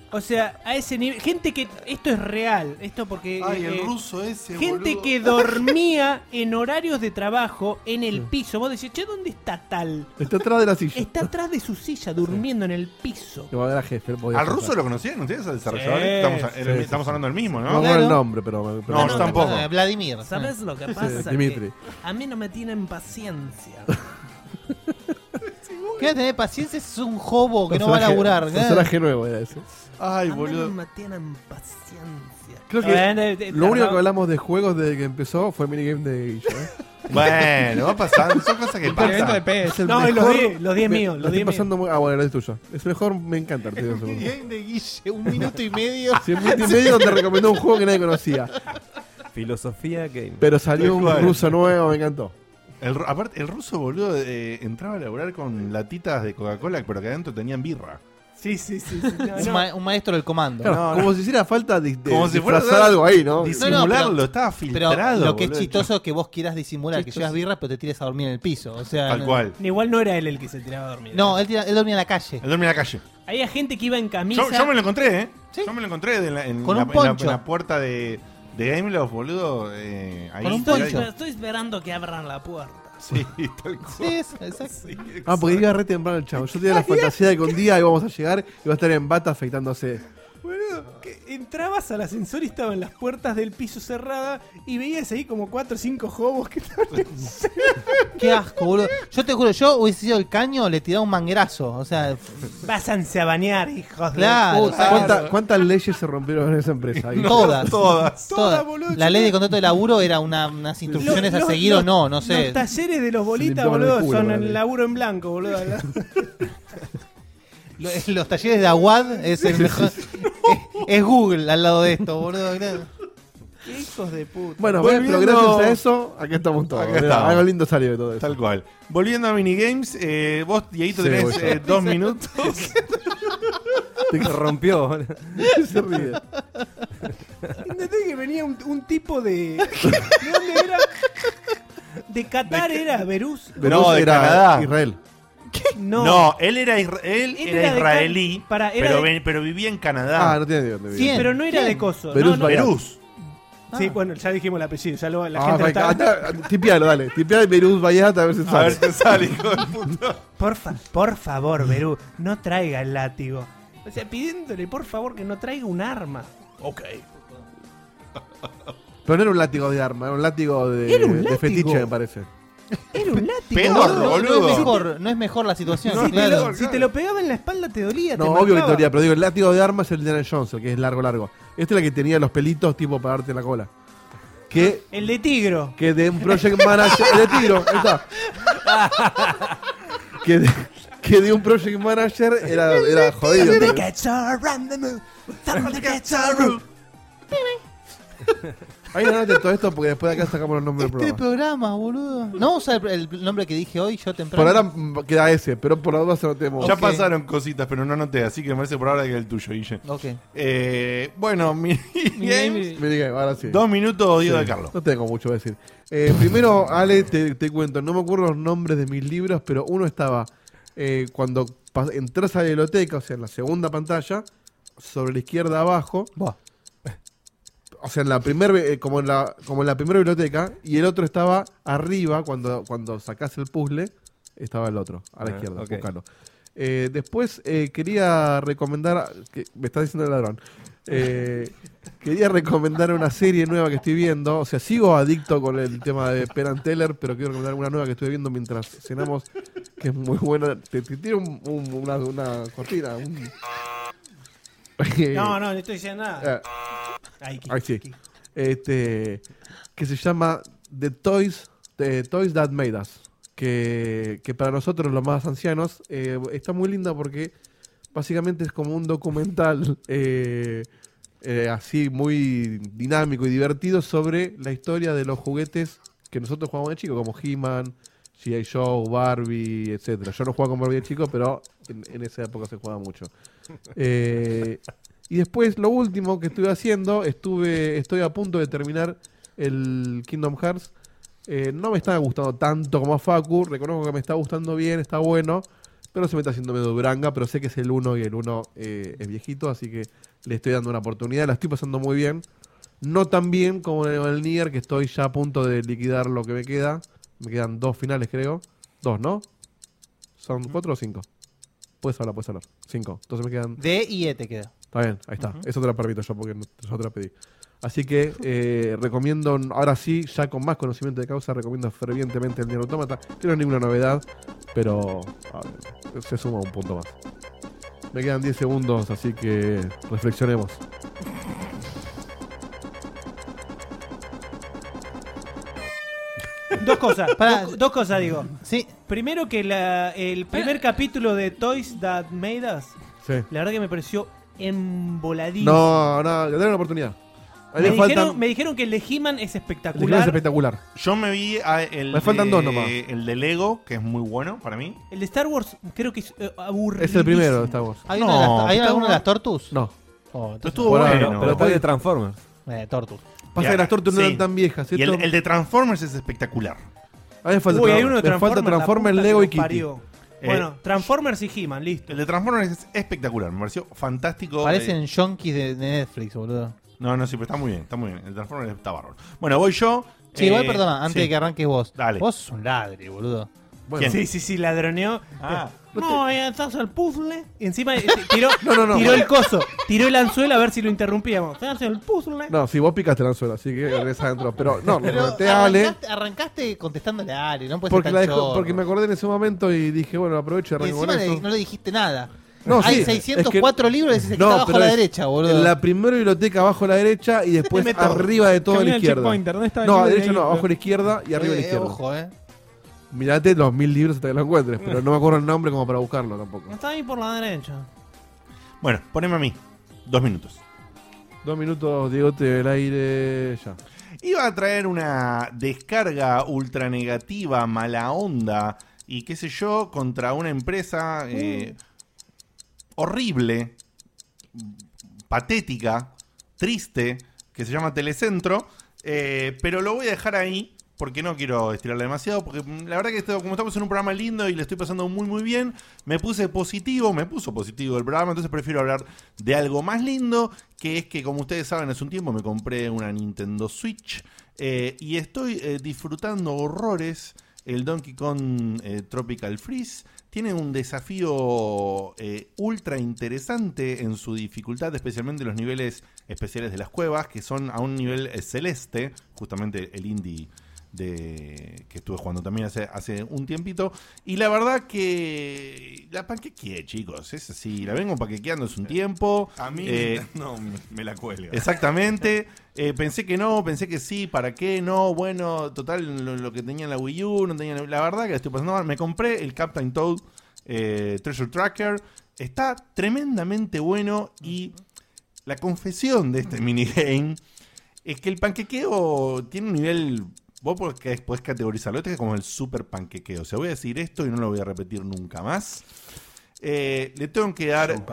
Speaker 4: O sea, a ese nivel. Gente que. Esto es real. Esto porque. eh,
Speaker 2: Ay, el ruso ese,
Speaker 4: Gente
Speaker 2: boludo.
Speaker 4: que
Speaker 2: [laughs]
Speaker 4: dormía en horarios de trabajo en el piso. Vos decís, che, ¿dónde está tal?
Speaker 3: Está atrás de la silla.
Speaker 4: Está atrás de su silla, durmiendo en el piso.
Speaker 3: Lo va a dar a jefe, él podía
Speaker 2: ¿Al
Speaker 3: pasar.
Speaker 2: ruso lo conocían ustedes, al desarrollador? estamos,
Speaker 3: Sí,
Speaker 2: el-
Speaker 3: sí,
Speaker 2: estamos
Speaker 3: sí.
Speaker 2: hablando del mismo, ¿no?
Speaker 3: No me acuerdo el nombre, pero. pero-
Speaker 2: No, yo tampoco.
Speaker 6: Eh,
Speaker 4: ¿Sabes lo que
Speaker 3: Sí,
Speaker 4: pasa? Que
Speaker 3: Dimitri.
Speaker 4: a mí no me tienen paciencia.
Speaker 6: ¿Qué vas a tener paciencia? Es un hobo que no va a
Speaker 3: Personaje-
Speaker 6: laburar. ¿eh?
Speaker 3: Personaje nuevo era
Speaker 4: [laughs]
Speaker 3: ese.
Speaker 2: Ay,
Speaker 4: boludo.
Speaker 3: Creo
Speaker 4: Bueno, eh,
Speaker 3: que
Speaker 4: eh,
Speaker 3: lo único
Speaker 4: tardó.
Speaker 3: que hablamos de juegos desde que empezó fue minigame de Guillo. ¿eh?
Speaker 2: [laughs] Bueno, va pasando, son cosas que
Speaker 3: Un
Speaker 2: pasan.
Speaker 3: evento
Speaker 2: PS.
Speaker 3: Es el
Speaker 2: No, y los
Speaker 3: mejor-
Speaker 2: diez- los diez
Speaker 3: me-
Speaker 2: míos,
Speaker 3: lo
Speaker 2: los
Speaker 3: estoy
Speaker 2: diez míos.
Speaker 3: pasando muy- Ah, bueno, el tuyo. Es el mejor, me encanta. Te digo, seguro.
Speaker 6: Bien de Guille, un minuto y medio.
Speaker 3: Si en multimedia te recomendó un juego que nadie conocía.
Speaker 12: [laughs] Filosofía Game.
Speaker 3: Pero salió un
Speaker 2: Tal cual.
Speaker 3: ruso nuevo, me encantó.
Speaker 2: El, ru- aparte, el ruso, boludo, eh, entraba a laburar con latitas de Coca-Cola, pero que adentro tenían birra.
Speaker 4: Sí, sí, sí. sí. No,
Speaker 6: Un,
Speaker 4: no.
Speaker 6: ma- un maestro del comando.
Speaker 3: Claro, como si hiciera falta de, de
Speaker 2: Como si fuera
Speaker 3: disfrazar
Speaker 2: dar-
Speaker 3: algo [laughs] ahí, ¿no?
Speaker 6: No, no, pero- pero Lo que es
Speaker 3: boludo.
Speaker 6: chistoso es que vos quieras disimular que
Speaker 4: Chistoso.
Speaker 6: llevas birra, pero te tires a dormir en el piso. O sea, no-
Speaker 4: Igual no era él el que se tiraba a dormir.
Speaker 6: No, él, tira- él dormía en la calle.
Speaker 2: Él dormía en la calle.
Speaker 4: Había gente que iba en camisa.
Speaker 2: Yo, yo me lo encontré, ¿eh? Yo me lo encontré de la- en,
Speaker 4: Con
Speaker 2: la,
Speaker 4: un
Speaker 2: en la- en
Speaker 4: poncho.
Speaker 2: la puerta de, de Game Loft, boludo. eh, ahí,
Speaker 4: estoy,
Speaker 2: tiradito.
Speaker 4: estoy esperando que abran la puerta.
Speaker 2: Sí, tal cual.
Speaker 6: Sí, es- exacto.
Speaker 3: Ah, porque iba re temprano el chavo. Yo tenía la fantasía de que un día íbamos a llegar y va a estar en bata afeitándose.
Speaker 4: Boludo, que entrabas al ascensor y estaban las puertas del piso cerradas y veías ahí como 4 o 5 hobos que estaban
Speaker 6: [laughs] [laughs] Qué asco, boludo. Yo te juro, yo hubiese sido el caño, le tiraba un manguerazo. O sea,
Speaker 4: [laughs] Váyanse a bañar, hijos
Speaker 6: Claro,
Speaker 4: de puta.
Speaker 3: ¿Cuánta- ¿Cuántas leyes se rompieron en esa
Speaker 2: [laughs]
Speaker 3: empresa?
Speaker 6: todas. todas.
Speaker 4: todas. Todas,
Speaker 6: La ley de contrato de laburo era una- unas instrucciones
Speaker 4: Los-
Speaker 6: a seguir
Speaker 4: los-
Speaker 6: o no, no sé.
Speaker 4: Los talleres de los bolitas,
Speaker 6: limpiaban el
Speaker 4: boludo,
Speaker 6: culo,
Speaker 4: son
Speaker 6: vale.
Speaker 4: el laburo en blanco,
Speaker 6: [laughs]
Speaker 4: boludo.
Speaker 6: Los, [laughs] los talleres de Aguad es el mejor. [laughs] Es, es Google al lado de esto, boludo. mirá.
Speaker 4: Qué hijos de puta.
Speaker 3: Bueno,
Speaker 2: Volviendo-
Speaker 3: pero gracias a eso, acá estamos todos.
Speaker 2: Acá
Speaker 3: Mirá,
Speaker 2: estamos.
Speaker 3: Algo lindo salió de todo eso.
Speaker 2: Tal cual. Volviendo a minigames, eh, vos, Dieguito,
Speaker 3: Sí,
Speaker 2: tenés
Speaker 3: voy yo.
Speaker 2: eh, dos minutos.
Speaker 12: Te [laughs] rompió.
Speaker 3: Se ríe.
Speaker 4: Entendés que venía un, un tipo
Speaker 3: [laughs]
Speaker 4: de. ¿De dónde era? De Qatar era, Berus.
Speaker 2: No, de Canadá.
Speaker 3: Israel.
Speaker 4: No.
Speaker 2: No, él era, isra- él
Speaker 4: Él
Speaker 2: era
Speaker 4: era de
Speaker 2: israelí,
Speaker 4: Can- para- era
Speaker 2: pero,
Speaker 4: de-
Speaker 2: ven- pero vivía en Canadá.
Speaker 3: Ah, no tiene idea dónde
Speaker 4: Sí,
Speaker 3: vive.
Speaker 4: pero no era de coso.
Speaker 3: Berus
Speaker 4: no, no.
Speaker 3: Bayrak.
Speaker 4: Sí, bueno, ya dijimos el apellido, ya lo, la
Speaker 3: Ah,
Speaker 4: gente lo
Speaker 3: me
Speaker 4: estaba-
Speaker 3: encanta. Tipialo, dale. Tipialo Perú Vallarta a ver si sale.
Speaker 4: [laughs] Por, fa- por favor, Berú, no traiga el látigo. O sea, pidiéndole por favor que no traiga un arma.
Speaker 2: Ok.
Speaker 3: Pero no era un látigo de arma, era un látigo de,
Speaker 4: Era un
Speaker 3: de
Speaker 4: látigo.
Speaker 3: fetiche, me parece.
Speaker 4: Era un látigo.
Speaker 2: Peor,
Speaker 6: No,
Speaker 2: boludo.
Speaker 6: no es mejor, no es mejor la situación.
Speaker 4: Si, te
Speaker 6: claro.
Speaker 4: lo, si te lo pegaba en la espalda te dolía.
Speaker 3: No,
Speaker 4: te
Speaker 3: obvio que
Speaker 4: marcaba.
Speaker 3: teoría, pero digo, el látigo de arma es el de Indiana Jones, el que es largo, largo. Este es el que tenía los pelitos tipo para darte la cola. Que,
Speaker 4: El de tigro.
Speaker 3: que de un project manager. el de tiro, ahí está. Que de, que de un project manager era, era jodido.
Speaker 4: Something
Speaker 3: tío.
Speaker 4: gets around the moon, something gets around.
Speaker 3: Ahí no noten todo esto porque después de acá sacamos los nombres del
Speaker 6: Este
Speaker 3: programa.
Speaker 6: programa, boludo. No vamos a usar el, el nombre que dije hoy, yo temprano.
Speaker 3: Por ahora mm, queda ese, pero por ahora se lo tenemos.
Speaker 2: Ya pasaron cositas, pero no anoté, así que me parece por ahora que es el tuyo, Guille.
Speaker 6: Ok.
Speaker 2: Eh, bueno, minigames.
Speaker 3: Minigame, ahora sí.
Speaker 2: Dos minutos, Diego de Carlos.
Speaker 3: No tengo mucho que decir. Eh, primero, Ale, te, te cuento, no me acuerdo los nombres de mis libros, pero uno estaba eh, cuando pas- entras a la biblioteca, o sea, en la segunda pantalla, sobre la izquierda abajo. O sea, en la primer, eh, como, en la, como en la primera biblioteca, y el otro estaba arriba, cuando, cuando sacás el puzzle, estaba el otro, a la
Speaker 12: Ah,
Speaker 3: izquierda,
Speaker 12: ok.
Speaker 3: buscalo. Eh, después eh, quería recomendar, que, me está diciendo el ladrón, Eh, quería recomendar una serie nueva que estoy viendo, o sea, sigo adicto con el tema de Peran Teller, pero quiero recomendar una nueva que estoy viendo mientras cenamos, que es muy buena, te, te tiro un- un- una, una cortina. un-
Speaker 4: No, no, no estoy diciendo nada.
Speaker 3: Eh,
Speaker 4: Ay, qué-
Speaker 3: Ahí sí. Este, que se llama The Toys, The Toys That Made Us. Que, que para nosotros, los más ancianos, eh, está muy linda porque básicamente es como un documental [laughs] eh, eh, así muy dinámico y divertido sobre la historia de los juguetes que nosotros jugamos de chicos, como He-Man, G.I. Joe, Barbie, etcétera. Yo no jugaba con Barbie de chico, pero en, en esa época se jugaba mucho. Eh, y después, lo último que estuve haciendo, estuve estoy a punto de terminar el Kingdom Hearts. Eh, no me está gustando tanto como a Facu. Reconozco que me está gustando bien, está bueno. Pero se me está haciendo medio branga. Pero sé que es el 1 y el 1 eh, es viejito. Así que le estoy dando una oportunidad. La estoy pasando muy bien. No tan bien como en el Nier, que estoy ya a punto de liquidar lo que me queda. Me quedan dos finales, creo. Dos, ¿no? ¿Son cuatro o cinco? Puedes hablar, puedes hablar. Cinco. Entonces me quedan.
Speaker 6: D y E te queda.
Speaker 3: Está bien, ahí está.
Speaker 6: Ujú.
Speaker 3: Eso te la permito yo porque no- yo te la pedí. Así que eh, recomiendo, ahora sí, ya con más conocimiento de causa, recomiendo fervientemente el Nier Automata, que no es ninguna novedad, pero a ver, se suma un punto más. Me quedan 10 segundos, así que reflexionemos.
Speaker 4: Dos cosas,
Speaker 6: [laughs] Pará.
Speaker 4: dos, dos cosas digo.
Speaker 6: Sí.
Speaker 4: Primero que la-
Speaker 2: Eh.
Speaker 4: el primer capítulo de Toys That Made Us,
Speaker 3: Sí.
Speaker 4: la verdad que me pareció emboladísimo.
Speaker 3: No, no, dale una oportunidad. A mí
Speaker 4: me,
Speaker 3: me faltan.
Speaker 4: dijeron, me dijeron que el de He-Man es
Speaker 3: el de He-Man es
Speaker 4: espectacular.
Speaker 3: espectacular.
Speaker 2: Yo me vi a Ah, el,
Speaker 3: Me faltan
Speaker 2: de,
Speaker 3: dos nomás.
Speaker 2: el de Lego, que es muy bueno para mí.
Speaker 4: El de Star Wars creo que es eh, aburridísimo.
Speaker 3: Es el primero de Star Wars.
Speaker 6: ¿Hay,
Speaker 2: No,
Speaker 6: una de las- ¿hay
Speaker 2: está
Speaker 6: alguno de
Speaker 2: bueno.
Speaker 6: las Tortus?
Speaker 3: No.
Speaker 6: Oh,
Speaker 2: Pero
Speaker 6: entonces-
Speaker 2: estuvo
Speaker 3: Por ahora
Speaker 2: bueno.
Speaker 3: no,
Speaker 12: pero
Speaker 3: pero
Speaker 12: está de Transformers.
Speaker 6: Eh, Tortus.
Speaker 3: Pasa
Speaker 2: Ya,
Speaker 3: que las tortas no
Speaker 2: sí.
Speaker 3: eran tan viejas,
Speaker 2: Y
Speaker 3: ¿cierto?
Speaker 2: el, el de Transformers es espectacular.
Speaker 3: A mí me falta,
Speaker 4: Uy, hay
Speaker 3: Transformers.
Speaker 4: uno de
Speaker 3: Me falta
Speaker 4: Transformers. la
Speaker 3: Transformers,
Speaker 4: puta que
Speaker 3: Lego y
Speaker 4: lo
Speaker 3: Kitty.
Speaker 4: parió.
Speaker 2: Eh,
Speaker 4: Bueno, Transformers y He-Man, listo.
Speaker 2: El de Transformers es espectacular, me pareció fantástico. Eh,
Speaker 6: Parecen yonkis de, de Netflix, boludo.
Speaker 2: No, no, sí, pero está muy bien, está muy bien. El Transformers está bárbaro. Bueno, voy yo.
Speaker 6: Sí,
Speaker 2: Eh,
Speaker 6: igual, perdona, antes
Speaker 2: sí.
Speaker 6: de que arranques vos.
Speaker 2: Dale.
Speaker 6: Vos sos un ladre, boludo.
Speaker 3: Bueno,
Speaker 4: Sí, sí, sí, ladroneó.
Speaker 2: Ah.
Speaker 4: no, eh, estás al puzzle. Y encima eh, tiró,
Speaker 3: No, no, no.
Speaker 4: tiró el coso, tiró el anzuelo a ver si lo interrumpíamos. Estás al puzzle.
Speaker 3: No, si vos picaste el anzuelo, así que regresa adentro. Pero no, le pregunté a Ale.
Speaker 6: arrancaste, arrancaste contestándole a Ale, no puedes
Speaker 3: Porque,
Speaker 6: ser
Speaker 3: la
Speaker 6: tan
Speaker 3: dejó-
Speaker 6: chorro.
Speaker 3: porque me acordé en ese momento y dije, bueno, aprovecho y
Speaker 6: Y
Speaker 3: arranco con
Speaker 6: encima le-
Speaker 3: eso.
Speaker 6: no le dijiste nada.
Speaker 3: No,
Speaker 6: Hay
Speaker 3: sí, es que-
Speaker 6: 604 libros y ese que
Speaker 3: No,
Speaker 6: está abajo
Speaker 3: pero
Speaker 6: a la
Speaker 3: es-
Speaker 6: derecha, boludo.
Speaker 3: En la primera biblioteca abajo a la derecha
Speaker 2: Este
Speaker 3: y después
Speaker 4: meto.
Speaker 3: arriba de todo a
Speaker 8: Camina
Speaker 3: la
Speaker 8: al
Speaker 3: izquierda.
Speaker 8: checkpointer, ¿dónde está el
Speaker 3: No, a la
Speaker 8: libro
Speaker 3: derecha
Speaker 8: de
Speaker 3: no,
Speaker 8: ahí?
Speaker 3: abajo a la izquierda y arriba a
Speaker 6: Eh,
Speaker 3: la izquierda.
Speaker 6: Ojo, eh.
Speaker 3: Mirate los mil libros hasta que lo encuentres, pero no me acuerdo el nombre como para buscarlo tampoco.
Speaker 4: Está ahí por la derecha.
Speaker 2: Bueno, poneme a mí. Dos minutos.
Speaker 3: Dos minutos, Diego, te del aire ya.
Speaker 2: Iba a traer una descarga ultra negativa, mala onda y qué sé yo, contra una empresa eh, horrible, patética, triste, que se llama Telecentro. eh, pero lo voy a dejar ahí porque no quiero estirarla demasiado. Porque mm, la verdad que esto- como estamos en un programa lindo y le estoy pasando muy, muy bien, me puse positivo, me puso positivo el programa. Entonces prefiero hablar de algo más lindo, que es que, como ustedes saben, hace un tiempo me compré una Nintendo Switch eh, y estoy eh, disfrutando horrores el Donkey Kong eh, Tropical Freeze tiene un desafío eh, ultra interesante en su dificultad, especialmente los niveles especiales de las cuevas, que son a un nivel eh, celeste, justamente el indie de, que estuve jugando también hace, hace un tiempito. Y la verdad que la panquequeé, chicos, es así, la vengo paquequeando hace un tiempo.
Speaker 13: A mí
Speaker 2: Eh,
Speaker 13: no, me, me la cuelga.
Speaker 2: Exactamente. Eh, pensé que no, pensé que sí, ¿para qué? No, bueno, total, lo, lo que tenía en la Wii U, no tenía la, la verdad que la estoy pasando mal. Me compré el Captain Toad eh, Treasure Tracker. Está tremendamente bueno y la confesión de este [laughs] minigame es que el panquequeo tiene un nivel... Vos podés, podés categorizarlo, este es como el super panquequeo. O sea, voy a decir esto y no lo voy a repetir nunca más. Eh, le tengo que dar el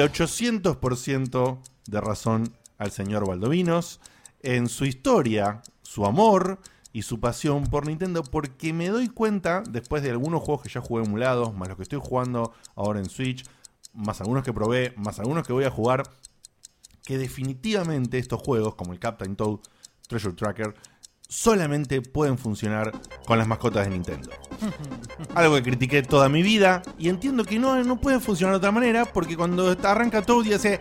Speaker 2: 800% de razón al señor Valdovinos en su historia, su amor y su pasión por Nintendo, porque me doy cuenta, después de algunos juegos que ya jugué emulados, más los que estoy jugando ahora en Switch, más algunos que probé, más algunos que voy a jugar, que definitivamente estos juegos, como el Captain Toad, Treasure Tracker, solamente pueden funcionar con las mascotas de Nintendo. Algo que critiqué toda mi vida y entiendo que no, no puede funcionar de otra manera porque cuando está- arranca Toad
Speaker 3: [laughs]
Speaker 2: y hace...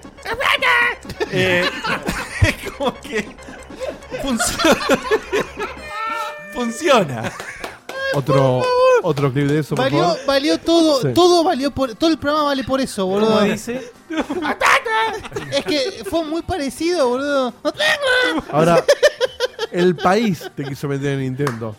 Speaker 2: eh, [laughs] es como que funciona. funciona.
Speaker 3: Otro, otro clip de eso, por
Speaker 6: Valió,
Speaker 3: favor.
Speaker 6: valió todo,
Speaker 3: Sí.
Speaker 6: todo valió por, todo el programa vale por eso,
Speaker 4: Como
Speaker 6: boludo.
Speaker 4: dice.
Speaker 6: [laughs] Es que fue muy parecido, boludo.
Speaker 3: Ahora, el país te quiso meter en Nintendo.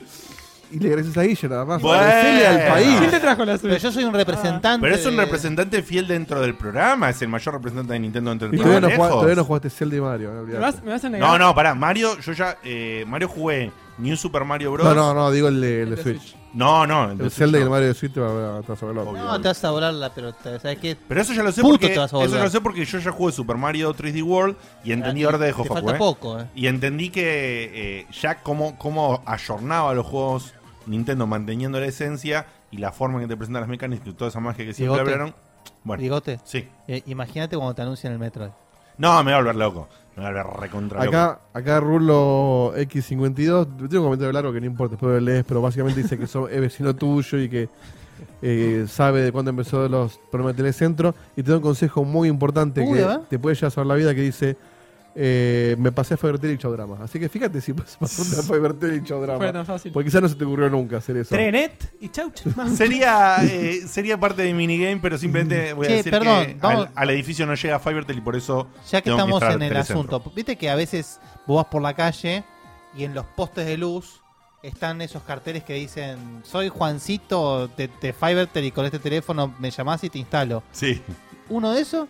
Speaker 3: Y le agradeces a Guille nada más.
Speaker 2: Bueno.
Speaker 3: Agradecele al
Speaker 8: ¿Quién
Speaker 3: país.
Speaker 8: te trajo la
Speaker 6: Pero
Speaker 8: suya?
Speaker 6: yo soy un representante.
Speaker 2: Pero es un
Speaker 6: de-
Speaker 2: representante fiel dentro del programa, es el mayor representante de Nintendo dentro
Speaker 3: Y
Speaker 2: del
Speaker 3: todavía
Speaker 2: programa.
Speaker 3: no, jugaste,
Speaker 2: lejos.
Speaker 3: todavía no jugaste Zelda y Mario. eh,
Speaker 8: ¿Me
Speaker 3: olvidate.
Speaker 8: vas, me vas a negar?
Speaker 2: No, no, pará. Mario, yo ya. eh, Mario jugué New Super Mario Bros.
Speaker 3: No, no, no, digo el de, el de
Speaker 8: El de
Speaker 3: Switch.
Speaker 8: Switch.
Speaker 2: No, no.
Speaker 3: El
Speaker 2: entonces
Speaker 3: Zelda y
Speaker 2: no.
Speaker 3: el Mario de Switch te va a estar sobre el orto.
Speaker 6: No, te vas a volar la pelota. ¿Sabes qué?
Speaker 2: Pero eso ya lo sé
Speaker 6: Puto
Speaker 2: porque
Speaker 6: te vas a
Speaker 2: eso ya
Speaker 6: volver.
Speaker 2: lo sé porque yo ya jugué Super Mario 3D World y entendí
Speaker 6: Ah,
Speaker 2: ahora
Speaker 6: te-
Speaker 2: de Jofaku,
Speaker 6: te falta
Speaker 2: eh.
Speaker 6: poco, eh.
Speaker 2: Y entendí que eh, ya cómo, cómo ayornaba los juegos Nintendo manteniendo la esencia y la forma en que te presentan las mecánicas y toda esa magia que siempre
Speaker 6: Bigote.
Speaker 2: hablaron. Bueno.
Speaker 6: Bigote.
Speaker 2: Sí.
Speaker 6: Eh, Imagínate cuando te anuncian el Metroid.
Speaker 2: No, me va a volver loco. Me va a volver recontra loco.
Speaker 3: Acá, acá Rulo X52, tengo un comentario largo que no importa, después lo lees, pero básicamente dice que so- es vecino tuyo y que eh, sabe de cuándo empezó los problemas de Telecentro. Y te da un consejo muy importante
Speaker 6: Uy,
Speaker 3: que
Speaker 6: a ver.
Speaker 3: te puede llevar a salvar la vida que dice, eh, me pasé a Fabertel y Chaudrama. Así que fíjate si [laughs] pasó
Speaker 8: [laughs]
Speaker 3: a Fabertel y
Speaker 8: Fue
Speaker 3: Chaudrama.
Speaker 8: tan fácil.
Speaker 3: Porque quizás no se te ocurrió nunca hacer eso.
Speaker 4: Trenet y chau, chau.
Speaker 2: [laughs] Sería, eh, sería parte de minigame, pero simplemente voy a
Speaker 6: Che,
Speaker 2: decir
Speaker 6: perdón,
Speaker 2: que
Speaker 6: vamos-
Speaker 2: al, al edificio no llega Fivertel y por eso.
Speaker 6: Ya que
Speaker 2: tengo
Speaker 6: estamos
Speaker 2: entrar
Speaker 6: en el
Speaker 2: Telecentro.
Speaker 6: asunto, viste que a veces vos vas por la calle y en los postes de luz están esos carteles que dicen: Soy Juancito de, de Fivertel y con este teléfono me llamás y te instalo.
Speaker 2: Sí.
Speaker 6: ¿Uno de esos?